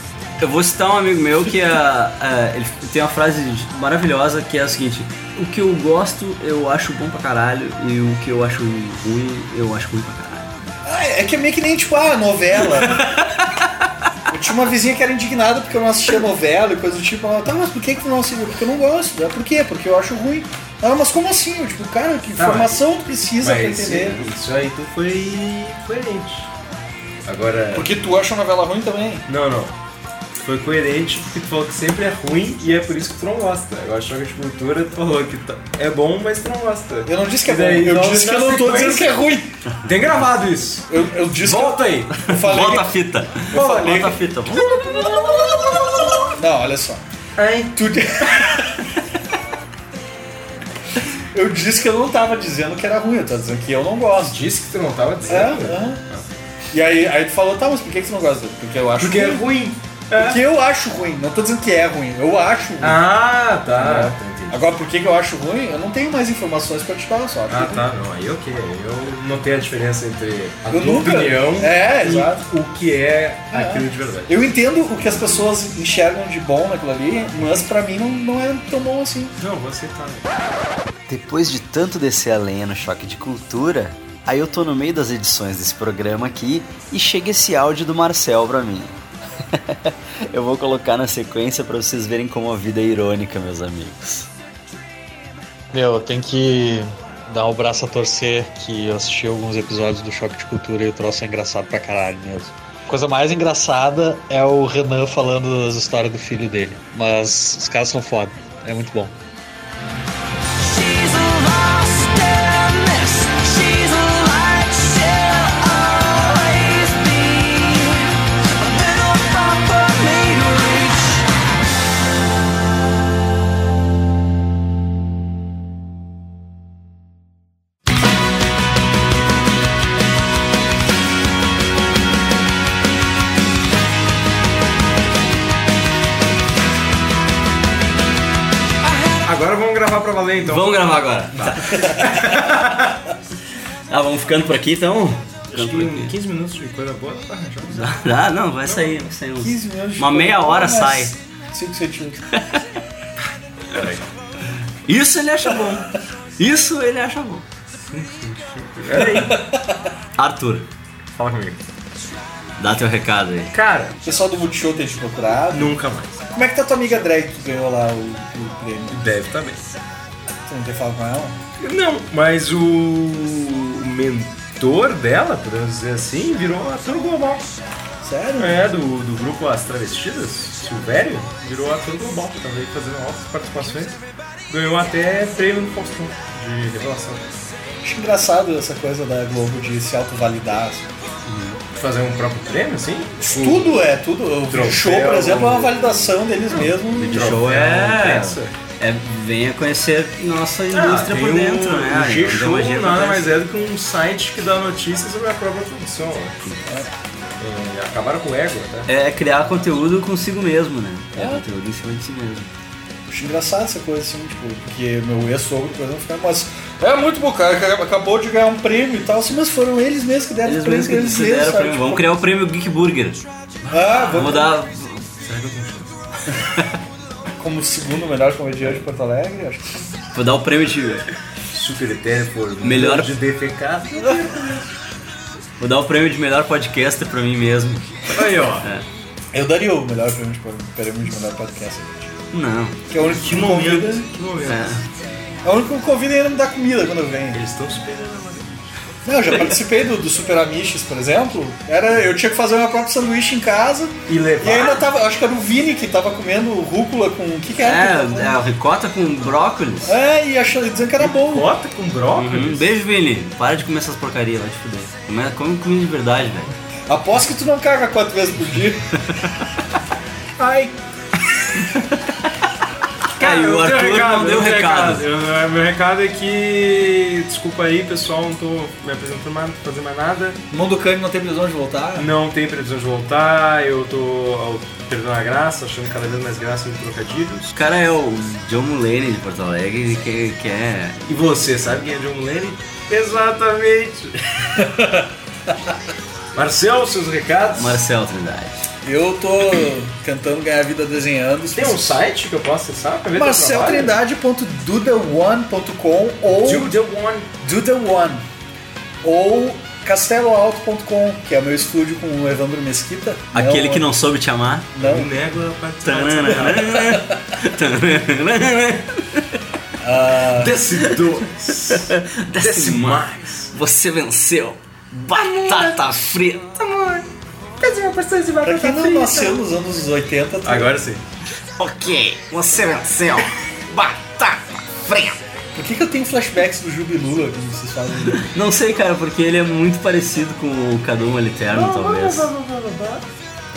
[SPEAKER 2] Eu vou citar um amigo meu que é, é, ele tem uma frase maravilhosa que é a seguinte: O que eu gosto eu acho bom pra caralho e o que eu acho ruim eu acho ruim pra caralho.
[SPEAKER 3] Ah, é que é meio que nem tipo, ah, novela. eu tinha uma vizinha que era indignada porque eu não assistia novela e coisa do tipo. Ela, tá, mas por que, que tu não assistiu? Porque eu não gosto. É por quê? Porque eu acho ruim. Ela, mas como assim? Eu, tipo, cara, que
[SPEAKER 4] Tá,
[SPEAKER 3] informação tu precisa é pra
[SPEAKER 4] Mas
[SPEAKER 3] entender?
[SPEAKER 4] isso aí tu foi coerente. Agora.
[SPEAKER 3] Porque tu acha novela ruim também.
[SPEAKER 4] Não, não. Tu Foi coerente porque tu falou que sempre é ruim e é por isso que tu não gosta. Agora choque de cultura, tu falou que tá- é bom, mas tu não gosta.
[SPEAKER 3] Eu não disse que é
[SPEAKER 4] E daí,
[SPEAKER 3] ruim.
[SPEAKER 4] eu
[SPEAKER 3] Eu
[SPEAKER 4] disse
[SPEAKER 3] disse que eu
[SPEAKER 4] na
[SPEAKER 3] não tô dizendo que
[SPEAKER 4] sequência.
[SPEAKER 3] é ruim.
[SPEAKER 4] Tem gravado isso.
[SPEAKER 3] Eu, eu disse que
[SPEAKER 4] Volta aí.
[SPEAKER 3] eu falei.
[SPEAKER 2] Bota a fita!
[SPEAKER 3] Eu falei
[SPEAKER 2] Bota a fita! Vamos-
[SPEAKER 3] Não, olha só. Tu... eu disse que eu não tava dizendo que era ruim, eu tava dizendo que eu não gosto.
[SPEAKER 4] Disse que tu não tava
[SPEAKER 3] É,
[SPEAKER 4] dizendo.
[SPEAKER 3] é. E aí, aí tu falou, tá, mas por que que você não gosta? Porque eu acho
[SPEAKER 4] Porque é
[SPEAKER 3] ruim.
[SPEAKER 4] ruim. né?
[SPEAKER 3] Porque eu acho ruim, não tô dizendo que é ruim, eu acho ruim.
[SPEAKER 4] Ah, tá.
[SPEAKER 3] Agora, por que que eu acho ruim? Eu não tenho mais informações pra te dar, eu só acho
[SPEAKER 4] Ah,
[SPEAKER 3] ruim.
[SPEAKER 4] tá. Não, aí ok. Eu notei a diferença entre a
[SPEAKER 3] Eu
[SPEAKER 4] tua
[SPEAKER 3] nunca-
[SPEAKER 4] opinião
[SPEAKER 3] É,
[SPEAKER 4] e
[SPEAKER 3] exato.
[SPEAKER 4] o que é aquilo de verdade.
[SPEAKER 3] Eu entendo o que as pessoas enxergam de bom naquilo ali, mas pra mim não, não é tão bom assim.
[SPEAKER 4] Não, vou aceitar.
[SPEAKER 1] Depois de tanto descer a lenha no choque de cultura, aí eu tô no meio das edições desse programa aqui e chega esse áudio do Marcel pra mim. eu vou colocar na sequência pra vocês verem como a vida é irônica, meus amigos.
[SPEAKER 19] Meu, tem que dar o braço a torcer que eu assisti alguns episódios do Choque de Cultura e o troço é engraçado pra caralho mesmo. A coisa mais engraçada é o Renan falando as histórias do filho dele. Mas os caras são foda. É muito bom.
[SPEAKER 4] Agora vamos gravar pra valer, então.
[SPEAKER 2] Vamos gravar agora. Tá. ah, vamos ficando por aqui, então?
[SPEAKER 4] Acho que 15 minutos de coisa boa tá arranjado.
[SPEAKER 2] Ah, não, vai sair. Vai sair uns- uma meia hora sai.
[SPEAKER 3] 5 né? centímetros.
[SPEAKER 2] Isso ele acha bom. Isso ele acha bom.
[SPEAKER 4] É.
[SPEAKER 2] Arthur,
[SPEAKER 4] Fala comigo.
[SPEAKER 2] dá teu recado aí.
[SPEAKER 4] Cara,
[SPEAKER 3] O pessoal do Multishow tem te procurado.
[SPEAKER 4] nunca mais.
[SPEAKER 3] Como é que tá tua amiga drag que ganhou lá o, o prêmio?
[SPEAKER 4] Deve tá bem.
[SPEAKER 3] Tu não quer falar com ela?
[SPEAKER 4] Não, mas o, o mentor dela, podemos dizer assim, virou ator global.
[SPEAKER 3] Sério?
[SPEAKER 4] É, do, do grupo As Travestidas, Silvério, virou ator global, também fazendo altas participações. Ganhou até prêmio no Faustão de revelação.
[SPEAKER 3] Acho engraçado essa coisa da Globo de se autovalidar. assim.
[SPEAKER 4] Fazer um próprio prêmeo, assim?
[SPEAKER 3] Tudo é, tudo. O
[SPEAKER 4] Troféu,
[SPEAKER 3] show, por exemplo, é uma validação deles mesmos.
[SPEAKER 2] show
[SPEAKER 4] é. Ah,
[SPEAKER 2] É, venha conhecer nossa indústria
[SPEAKER 4] tem
[SPEAKER 2] por dentro,
[SPEAKER 4] um,
[SPEAKER 2] né?
[SPEAKER 4] O
[SPEAKER 2] Aí, onde a
[SPEAKER 4] G-Show
[SPEAKER 2] magia
[SPEAKER 4] nada
[SPEAKER 2] acontece.
[SPEAKER 4] mais é do que um site que dá notícias sobre a própria produção. né? E acabaram com o ego, né?
[SPEAKER 2] É criar conteúdo consigo mesmo, né? É conteúdo em cima de si mesmo.
[SPEAKER 3] Acho engraçado essa coisa assim, tipo, porque meu ex-sogro, por exemplo, ficava, mas é muito bom, cara, cara, acabou de ganhar um prêmio e tal, assim, mas foram eles mesmos É que deram
[SPEAKER 2] Eles
[SPEAKER 3] o prêmio,
[SPEAKER 2] mesmos que
[SPEAKER 3] eles
[SPEAKER 2] fizeram
[SPEAKER 3] mesmos, tipo,
[SPEAKER 2] o prêmio. Vamos criar um o prêmio Geek Burger.
[SPEAKER 3] Ah,
[SPEAKER 2] Vamos
[SPEAKER 3] vamos
[SPEAKER 2] dar.
[SPEAKER 3] como segundo melhor comediante de Porto Alegre, acho que
[SPEAKER 2] Vou dar o prêmio de.
[SPEAKER 4] Super Eterno,
[SPEAKER 2] Melhor-
[SPEAKER 4] de defecado.
[SPEAKER 2] Vou dar o prêmio de melhor podcaster pra mim mesmo.
[SPEAKER 4] Aí, ó.
[SPEAKER 3] eu daria o melhor prêmio de, prêmio de melhor podcast. gente.
[SPEAKER 2] Não.
[SPEAKER 3] Que é o único que, me convida.
[SPEAKER 2] É.
[SPEAKER 3] É o único que me convida e ainda me dá comida quando eu venho.
[SPEAKER 4] Eles estão superando
[SPEAKER 3] Não, eu já participei do, do Super Amiches, por exemplo. Era, eu tinha que fazer meu próprio sanduíche em casa.
[SPEAKER 4] E levar.
[SPEAKER 3] E ainda tava, acho que era o Vini que tava comendo rúcula com. O que que era? que
[SPEAKER 2] É,
[SPEAKER 3] ele
[SPEAKER 2] é,
[SPEAKER 3] tava
[SPEAKER 2] o ricota com brócolis.
[SPEAKER 3] comendo? é e achando, dizendo que era bom.
[SPEAKER 4] Bota com brócolis?
[SPEAKER 2] Uhum. Beijo, Vini. Para de comer essas porcarias, vai te fuder. Come, come comida de verdade, velho.
[SPEAKER 3] Aposto que tu não caga quatro vezes por dia.
[SPEAKER 4] Ai,
[SPEAKER 2] Cara, e o
[SPEAKER 4] eu tenho
[SPEAKER 2] Arthur não deu
[SPEAKER 4] eu tenho
[SPEAKER 2] recado.
[SPEAKER 4] Eu- meu recado é que. Desculpa aí, pessoal, não tô me apresentando mais, não tô fazendo mais nada.
[SPEAKER 3] Mão do Cane não tem previsão de voltar.
[SPEAKER 4] Não tem previsão de voltar, eu tô ao- perdendo a graça, achando cada vez mais graça em trocadilhos.
[SPEAKER 2] O cara é o John Mulaney de Porto Alegre que, que é.
[SPEAKER 4] E você, sabe quem é John Mulaney? Exatamente! Marcel, seus recados.
[SPEAKER 2] Marcel Trindade.
[SPEAKER 3] Eu tô tentando ganhar vida desenhando. é
[SPEAKER 4] Tem um site que eu posso acessar pra ver teu trabalho?
[SPEAKER 3] Marceltrindade.dotheone.com
[SPEAKER 4] Do
[SPEAKER 3] ou
[SPEAKER 4] the one.
[SPEAKER 3] Do The One ou casteloalto.com, que é o meu estúdio com o Evandro Mesquita.
[SPEAKER 2] Aquele que não soube te amar.
[SPEAKER 3] Não,
[SPEAKER 4] Nego a participação.
[SPEAKER 2] Tananana. Tananana.
[SPEAKER 4] Decidores. Decimais.
[SPEAKER 2] Você venceu. Batata frita.
[SPEAKER 3] pra quem não
[SPEAKER 4] né?
[SPEAKER 3] nasceu nos anos tá? 80, tu-
[SPEAKER 4] Agora sim.
[SPEAKER 2] Ok, você venceu. Batata frita.
[SPEAKER 3] por que, que eu tenho flashbacks do Jubilula quando vocês falam?
[SPEAKER 2] Não sei, cara, porque ele é muito parecido com o Cadu Moliterno, talvez.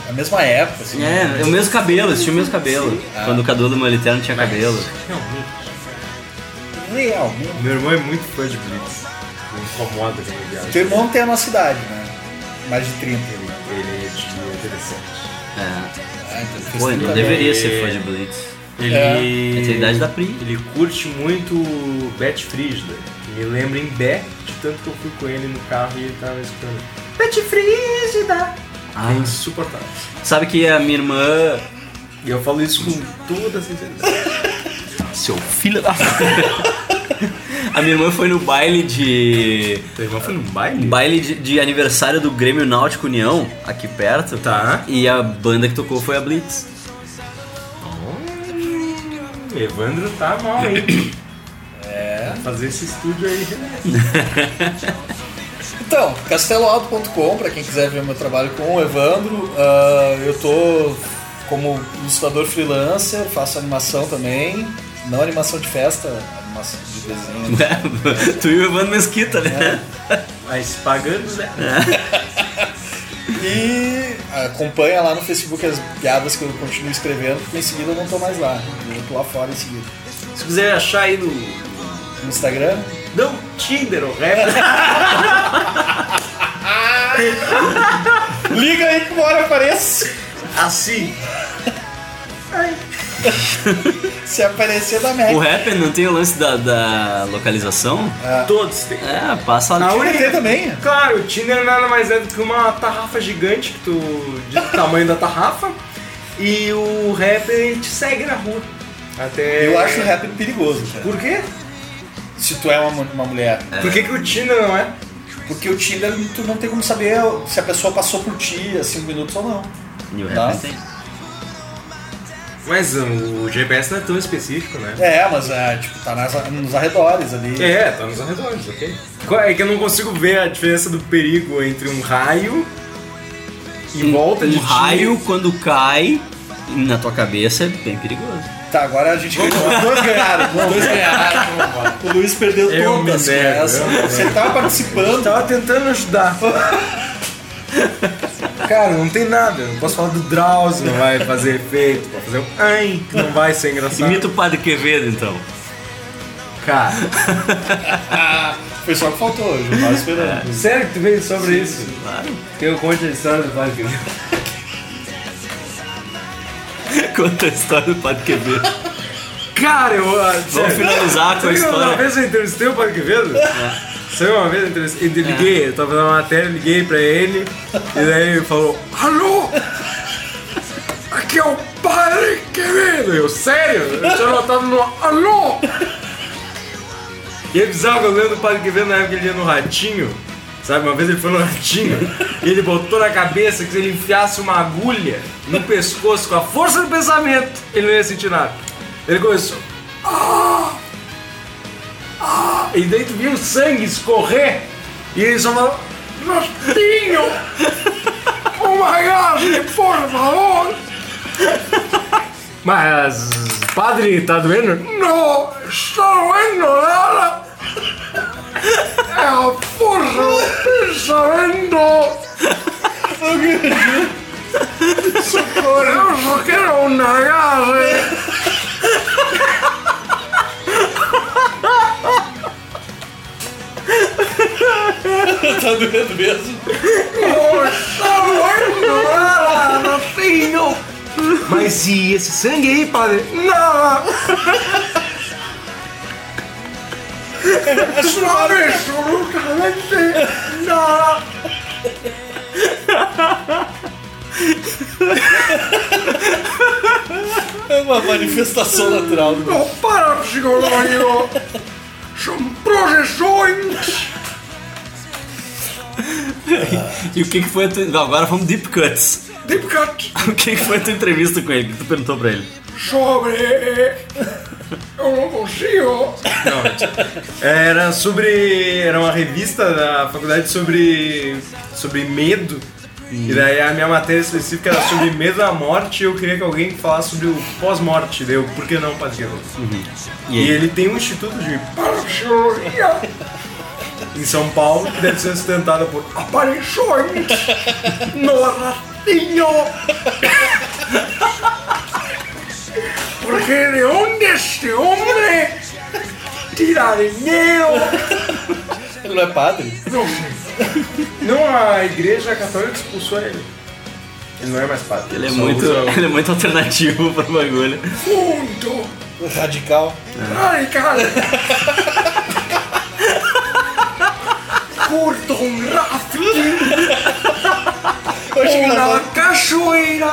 [SPEAKER 3] A mesma época, assim.
[SPEAKER 2] É, é o mesmo cabelo, eles tinham o mesmo cabelo. Quando o Cadu do Moliterno tinha cabelo.
[SPEAKER 3] Real, né?
[SPEAKER 4] Meu irmão é muito fã de Blitz. Me incomoda quando ele viaja.
[SPEAKER 3] Teu irmão tem a nossa idade, né? Mais de 30.
[SPEAKER 4] Ele, ele é de interessante.
[SPEAKER 2] É.
[SPEAKER 3] Ah, então fez
[SPEAKER 2] Pô, ele
[SPEAKER 3] 30
[SPEAKER 2] não
[SPEAKER 3] mesmo.
[SPEAKER 2] deveria ser fã de Blitz.
[SPEAKER 4] Ele.
[SPEAKER 2] É a idade da Pri.
[SPEAKER 4] Ele curte muito Bet Frígida. que Me lembra em Bé, de tanto que eu fui com ele no carro e ele tava escutando. Bet Frígida!
[SPEAKER 2] Ah.
[SPEAKER 4] É insuportável.
[SPEAKER 2] Sabe que a minha irmã.
[SPEAKER 4] E eu falo isso com toda a sinceridade.
[SPEAKER 2] Seu filho da. a minha irmã foi no baile de.
[SPEAKER 4] Teu irmão foi num baile?
[SPEAKER 2] Baile de, de aniversário do Grêmio Náutico União, aqui perto.
[SPEAKER 4] Tá.
[SPEAKER 2] E a banda que tocou foi a Blitz.
[SPEAKER 4] Hum, Evandro tá mal aí. fazer esse estúdio aí. né?
[SPEAKER 3] Então, casteloalto.com, para quem quiser ver meu trabalho com o Evandro, uh, eu tô como ilustrador freelancer, faço animação também, não animação de festa, animação de desenho.
[SPEAKER 2] É, tu e o Evandro Mesquita, né?
[SPEAKER 4] É. Mas pagando, né?
[SPEAKER 3] E acompanha lá no Facebook as piadas que eu continuo escrevendo, porque em seguida eu não tô mais lá, eu tô lá fora em seguida.
[SPEAKER 4] Se quiser achar aí no,
[SPEAKER 3] no Instagram,
[SPEAKER 4] não Tinder, o rap.
[SPEAKER 3] Liga aí que uma hora apareço.
[SPEAKER 4] Assim.
[SPEAKER 3] Se aparecer da merda.
[SPEAKER 2] O rap não tem o lance da, da localização?
[SPEAKER 4] É. Todos têm.
[SPEAKER 2] É, passa
[SPEAKER 3] na UNT também.
[SPEAKER 4] Claro, o Tinder nada mais é do que uma tarrafa gigante que tu diz o tamanho da tarrafa. E o rap ele te segue na rua. Até...
[SPEAKER 3] Eu acho o rap perigoso, cara.
[SPEAKER 4] Por quê?
[SPEAKER 3] se tu é uma, uma mulher.
[SPEAKER 4] É. Por que, que o Tinder não é?
[SPEAKER 3] Porque o Tinder tu não tem como saber se a pessoa passou por ti há 5 minutos ou não.
[SPEAKER 2] E o tá? tem.
[SPEAKER 4] Mas um, o GPS não é tão específico, né?
[SPEAKER 3] É, mas é, tipo, tá nas, nos arredores ali.
[SPEAKER 4] É, tá nos arredores, ok. É que eu não consigo ver a diferença do perigo entre um raio e
[SPEAKER 2] um,
[SPEAKER 4] volta de
[SPEAKER 2] Um raio Tinder. quando cai na tua cabeça é bem perigoso.
[SPEAKER 3] Tá, agora a gente ganhou. Dois ganharam, dois ganharam. O Luiz perdeu
[SPEAKER 4] Eu
[SPEAKER 3] todas. né?
[SPEAKER 4] me nego,
[SPEAKER 3] essa.
[SPEAKER 4] eu me nego.
[SPEAKER 3] Você tava participando.
[SPEAKER 4] Tava tentando ajudar. Cara, não tem nada. Eu Não posso falar do Drauzio, não vai fazer efeito. Pode fazer um ai, que não vai ser engraçado.
[SPEAKER 2] Imita o Padre Quevedo, então.
[SPEAKER 4] Cara,
[SPEAKER 3] Foi só que faltou hoje, eu tava esperando.
[SPEAKER 4] sério que tu veio sobre isso?
[SPEAKER 2] Claro.
[SPEAKER 4] Tem um conte a história do Padre Quevedo.
[SPEAKER 2] Conta a história do Padre Quevedo.
[SPEAKER 4] Cara, eu. ah,
[SPEAKER 2] Vamos
[SPEAKER 4] sério.
[SPEAKER 2] finalizar com a
[SPEAKER 4] Sabe que uma
[SPEAKER 2] história. É.
[SPEAKER 4] vez eu entrevistei o Padre Quevedo? Sabe uma vez eu entrevistei, eu liguei, eu tava fazendo uma matéria, liguei pra ele, e daí ele falou, alô, aqui é o Padre Quevedo. Eu, sério? Eu tinha anotado no alô. E é bizarro que eu lembro do Padre Quevedo na época que ele ia no Ratinho, sabe, uma vez ele foi no Ratinho, e ele botou na cabeça que se ele enfiasse uma agulha no pescoço com a força do pensamento, ele não ia sentir nada. Ele começou... E daí tu via o sangue escorrer e ele só falava, nós tínhamos uma garra, por favor. Mas, padre, tá doendo? Não, está doendo nada. É a força do pensamento. Socorro, eu só quero uma garra. É.
[SPEAKER 3] Tá doendo mesmo.
[SPEAKER 4] Mas e esse sangue aí, padre? Não! é Absolutamente não!
[SPEAKER 3] É uma manifestação natural do
[SPEAKER 4] Não para, psicológico! São projeções!
[SPEAKER 2] E o que, que foi a tua. Não, agora vamos deep cuts.
[SPEAKER 4] Deep cut!
[SPEAKER 2] O que, que foi a tua entrevista com ele? que Tu perguntou pra ele.
[SPEAKER 4] sobre. Eu não consigo! Era sobre. Era uma revista da faculdade sobre. sobre medo. E daí a minha matéria específica era sobre medo da morte e eu queria que alguém falasse sobre o pós-morte. Daí eu, por que não, Padre Guerreiro? E, ele tem um instituto de parapsicologia em São Paulo que deve ser sustentado por aparições no ratinho. Porque de onde este homem tira dinheiro?
[SPEAKER 3] Ele não é padre?
[SPEAKER 4] Não sei. Não, a igreja católica expulsou ele. Ele não é mais padre.
[SPEAKER 2] Ele é,
[SPEAKER 4] Só
[SPEAKER 2] muito,
[SPEAKER 4] usa
[SPEAKER 2] ele é muito alternativo pro bagulho.
[SPEAKER 4] Muito!
[SPEAKER 3] Radical.
[SPEAKER 4] É. Ai, cara! Curto um rafting
[SPEAKER 3] Eu acho que
[SPEAKER 4] na
[SPEAKER 3] na-
[SPEAKER 4] cachoeira!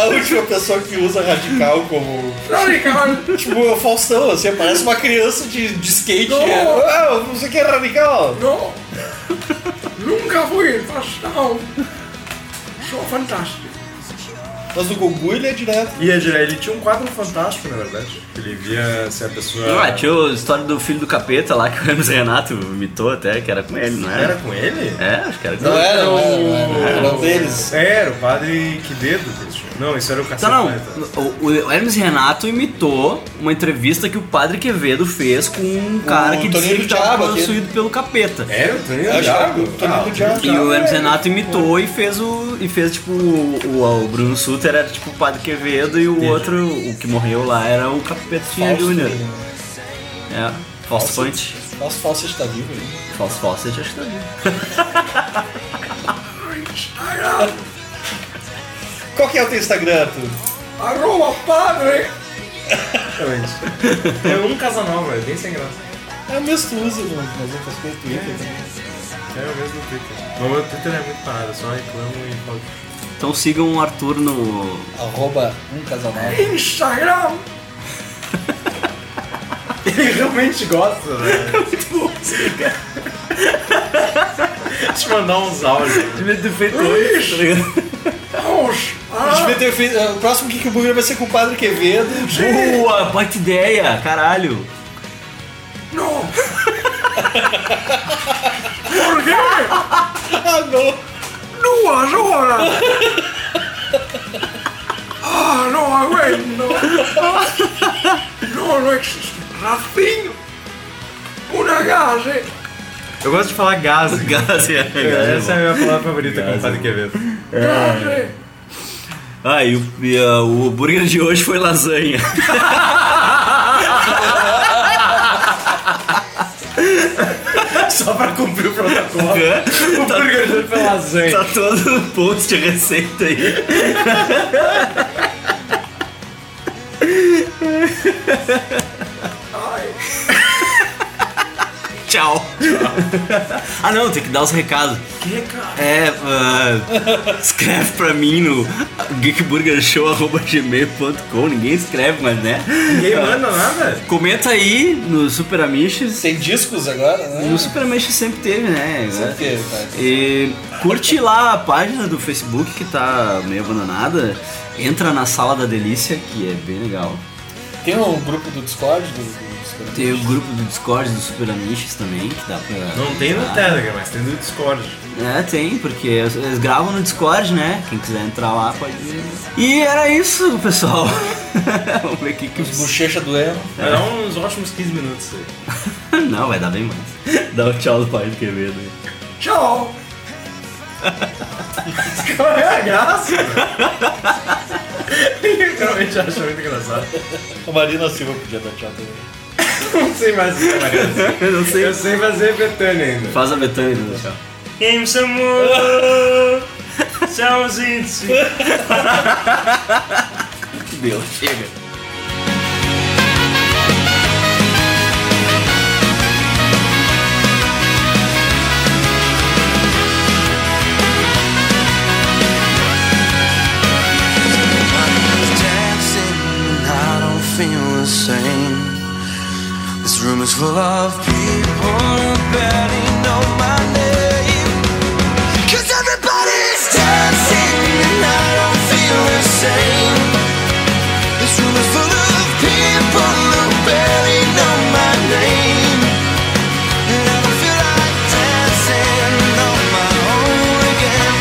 [SPEAKER 3] a última pessoa que usa radical como.
[SPEAKER 4] Ai, cara!
[SPEAKER 3] Tipo, o Faustão, assim, parece uma criança de, de skate.
[SPEAKER 4] Não.
[SPEAKER 3] É, "Ah, você quer radical?
[SPEAKER 4] Não! Nunca fui pastal! Sou fantástico!
[SPEAKER 3] Mas do Goku ele é direto.
[SPEAKER 4] Ia direto. Ele tinha um quadro fantástico, na verdade. Ele via se a pessoa.
[SPEAKER 2] Ah, tinha a história do filho do capeta lá que o Hermes Renato mitou até, que era com ele, não era?
[SPEAKER 4] Era com ele?
[SPEAKER 2] É, acho que era com
[SPEAKER 3] Não
[SPEAKER 2] ele.
[SPEAKER 3] era o. Era um deles.
[SPEAKER 4] Era o padre que dedo, Cristian. Não, isso era o
[SPEAKER 2] Tá,
[SPEAKER 4] cacete.
[SPEAKER 2] não.
[SPEAKER 4] Planeta.
[SPEAKER 2] O, o Hermes Renato imitou uma entrevista que o padre Quevedo fez com um cara que dizia
[SPEAKER 3] Toninho do
[SPEAKER 2] que estava
[SPEAKER 3] Diabo aqui.
[SPEAKER 2] possuído pelo capeta.
[SPEAKER 4] Era o Toninho
[SPEAKER 3] Acho
[SPEAKER 4] do
[SPEAKER 3] que era o
[SPEAKER 4] Diabo?
[SPEAKER 3] Toninho do Diabo.
[SPEAKER 4] tipo,
[SPEAKER 2] E o
[SPEAKER 3] né?
[SPEAKER 2] Hermes é Renato imitou e fez o. e fez tipo o, o- o Bruno Suter era tipo o Padre Quevedo e o outro, o que morreu lá, era o Capetinha Júnior.
[SPEAKER 4] né?
[SPEAKER 2] É, Fausto Ponte.
[SPEAKER 3] Nossa, falsa está tá vivo aí.
[SPEAKER 2] Fausto Fausto, acho que tá vivo.
[SPEAKER 3] Qual que é o teu Instagram, tu?
[SPEAKER 4] Arroba padre! Exatamente. É um casanal, velho. Bem sem graça.
[SPEAKER 3] É o mesmo que tu usa nas nas outras coisas, Twitter né? também.
[SPEAKER 4] É o mesmo Twitter. Mas meu Twitter é muito parado, eu só reclamo e falo.
[SPEAKER 2] Então sigam o Arthur no.
[SPEAKER 3] Arroba um casal nove.
[SPEAKER 4] Instagram! Ele realmente gosta, né? Deixa eu mandar uns áudios.
[SPEAKER 2] Devia ter feito isso, tá ligado?
[SPEAKER 3] A gente vai ter feito- O próximo Geek Burger vai ser com o Padre Quevedo.
[SPEAKER 2] Boa, baita ideia, caralho.
[SPEAKER 3] Ah, não!
[SPEAKER 4] Duas horas! Ah, não aguento! Não, não existe. Rafinho! Uma gase! Eu gosto de falar né? gase.
[SPEAKER 2] Gás, é, gás,
[SPEAKER 4] Essa
[SPEAKER 2] é bom.
[SPEAKER 4] é a minha palavra favorita com o Padre Quevedo.
[SPEAKER 2] Ah, e, o, e, ah, o hambúrguer de hoje foi lasanha.
[SPEAKER 4] Só pra cumprir o protocolo. O burger dele foi lasanha.
[SPEAKER 2] Tá todo o post de receita aí. Tchau. ah não, tem que dar os recados. Que recado? É, ah, escreve pra mim no geekburgershow.gmail.com Ninguém escreve, mas né?
[SPEAKER 4] Ninguém manda nada.
[SPEAKER 2] Comenta aí no Super Amiches.
[SPEAKER 3] Tem discos agora, né?
[SPEAKER 2] No Super Amiches sempre teve, né?
[SPEAKER 3] Sempre teve, cara.
[SPEAKER 2] E curte lá a página do Facebook que tá meio abandonada. Entra na Sala da Delícia, que é bem legal.
[SPEAKER 3] Tem um grupo do Discord do, do Discord.
[SPEAKER 2] Tem o grupo do Discord do Super Amiches também, que dá pra.
[SPEAKER 4] Não tem no
[SPEAKER 2] Ah,
[SPEAKER 4] Telegram, mas tem no Discord.
[SPEAKER 2] É, tem, porque eles gravam no Discord, né? Quem quiser entrar lá pode. E era isso, pessoal. Vamos ver o que que os.
[SPEAKER 3] Bochecha do Emo.
[SPEAKER 4] Vai dar uns ótimos 15 minutos aí.
[SPEAKER 2] Não, vai dar bem mais. Dá o tchau do pai do Quevedo. aí.
[SPEAKER 4] Tchau! Qual é a graça? Eu realmente acho muito engraçado.
[SPEAKER 20] A Marina Silva podia dar tchau também.
[SPEAKER 4] Não sei mais o que é Mariana.
[SPEAKER 2] Eu não sei.
[SPEAKER 4] Eu sei fazer Betânia ainda.
[SPEAKER 2] Faz a Betânia, né? tchau.
[SPEAKER 4] Game Samu! Tchauzinho!
[SPEAKER 2] Deu, chega.
[SPEAKER 1] was dancing and I don't feel the same. This room is full of people who barely know my name. Cause everybody's dancing and I don't feel the same. This room is full of people who barely know my name. And I don't feel like dancing on my own again.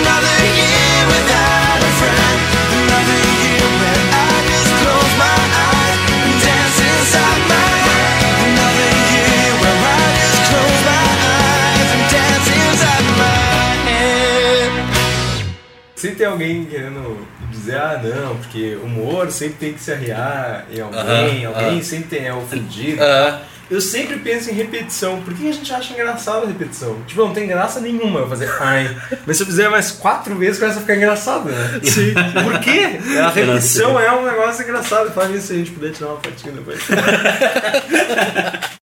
[SPEAKER 1] Another year without a friend. Another year when I just close my eyes and dance inside my head. Another year where I just close my eyes and dance inside my head.
[SPEAKER 4] Se tem alguém querendo dizer, ah não, porque humor sempre tem que se arriar em alguém, alguém sempre tem, é ofendido. Eu sempre penso em repetição. Por que a gente acha engraçado a repetição? Tipo, não tem graça nenhuma eu fazer ai. Mas se eu fizer mais quatro vezes, começa a ficar engraçado, né? Sim. Por quê? A repetição é um negócio engraçado. Fala isso se a gente puder tirar uma fotinha depois.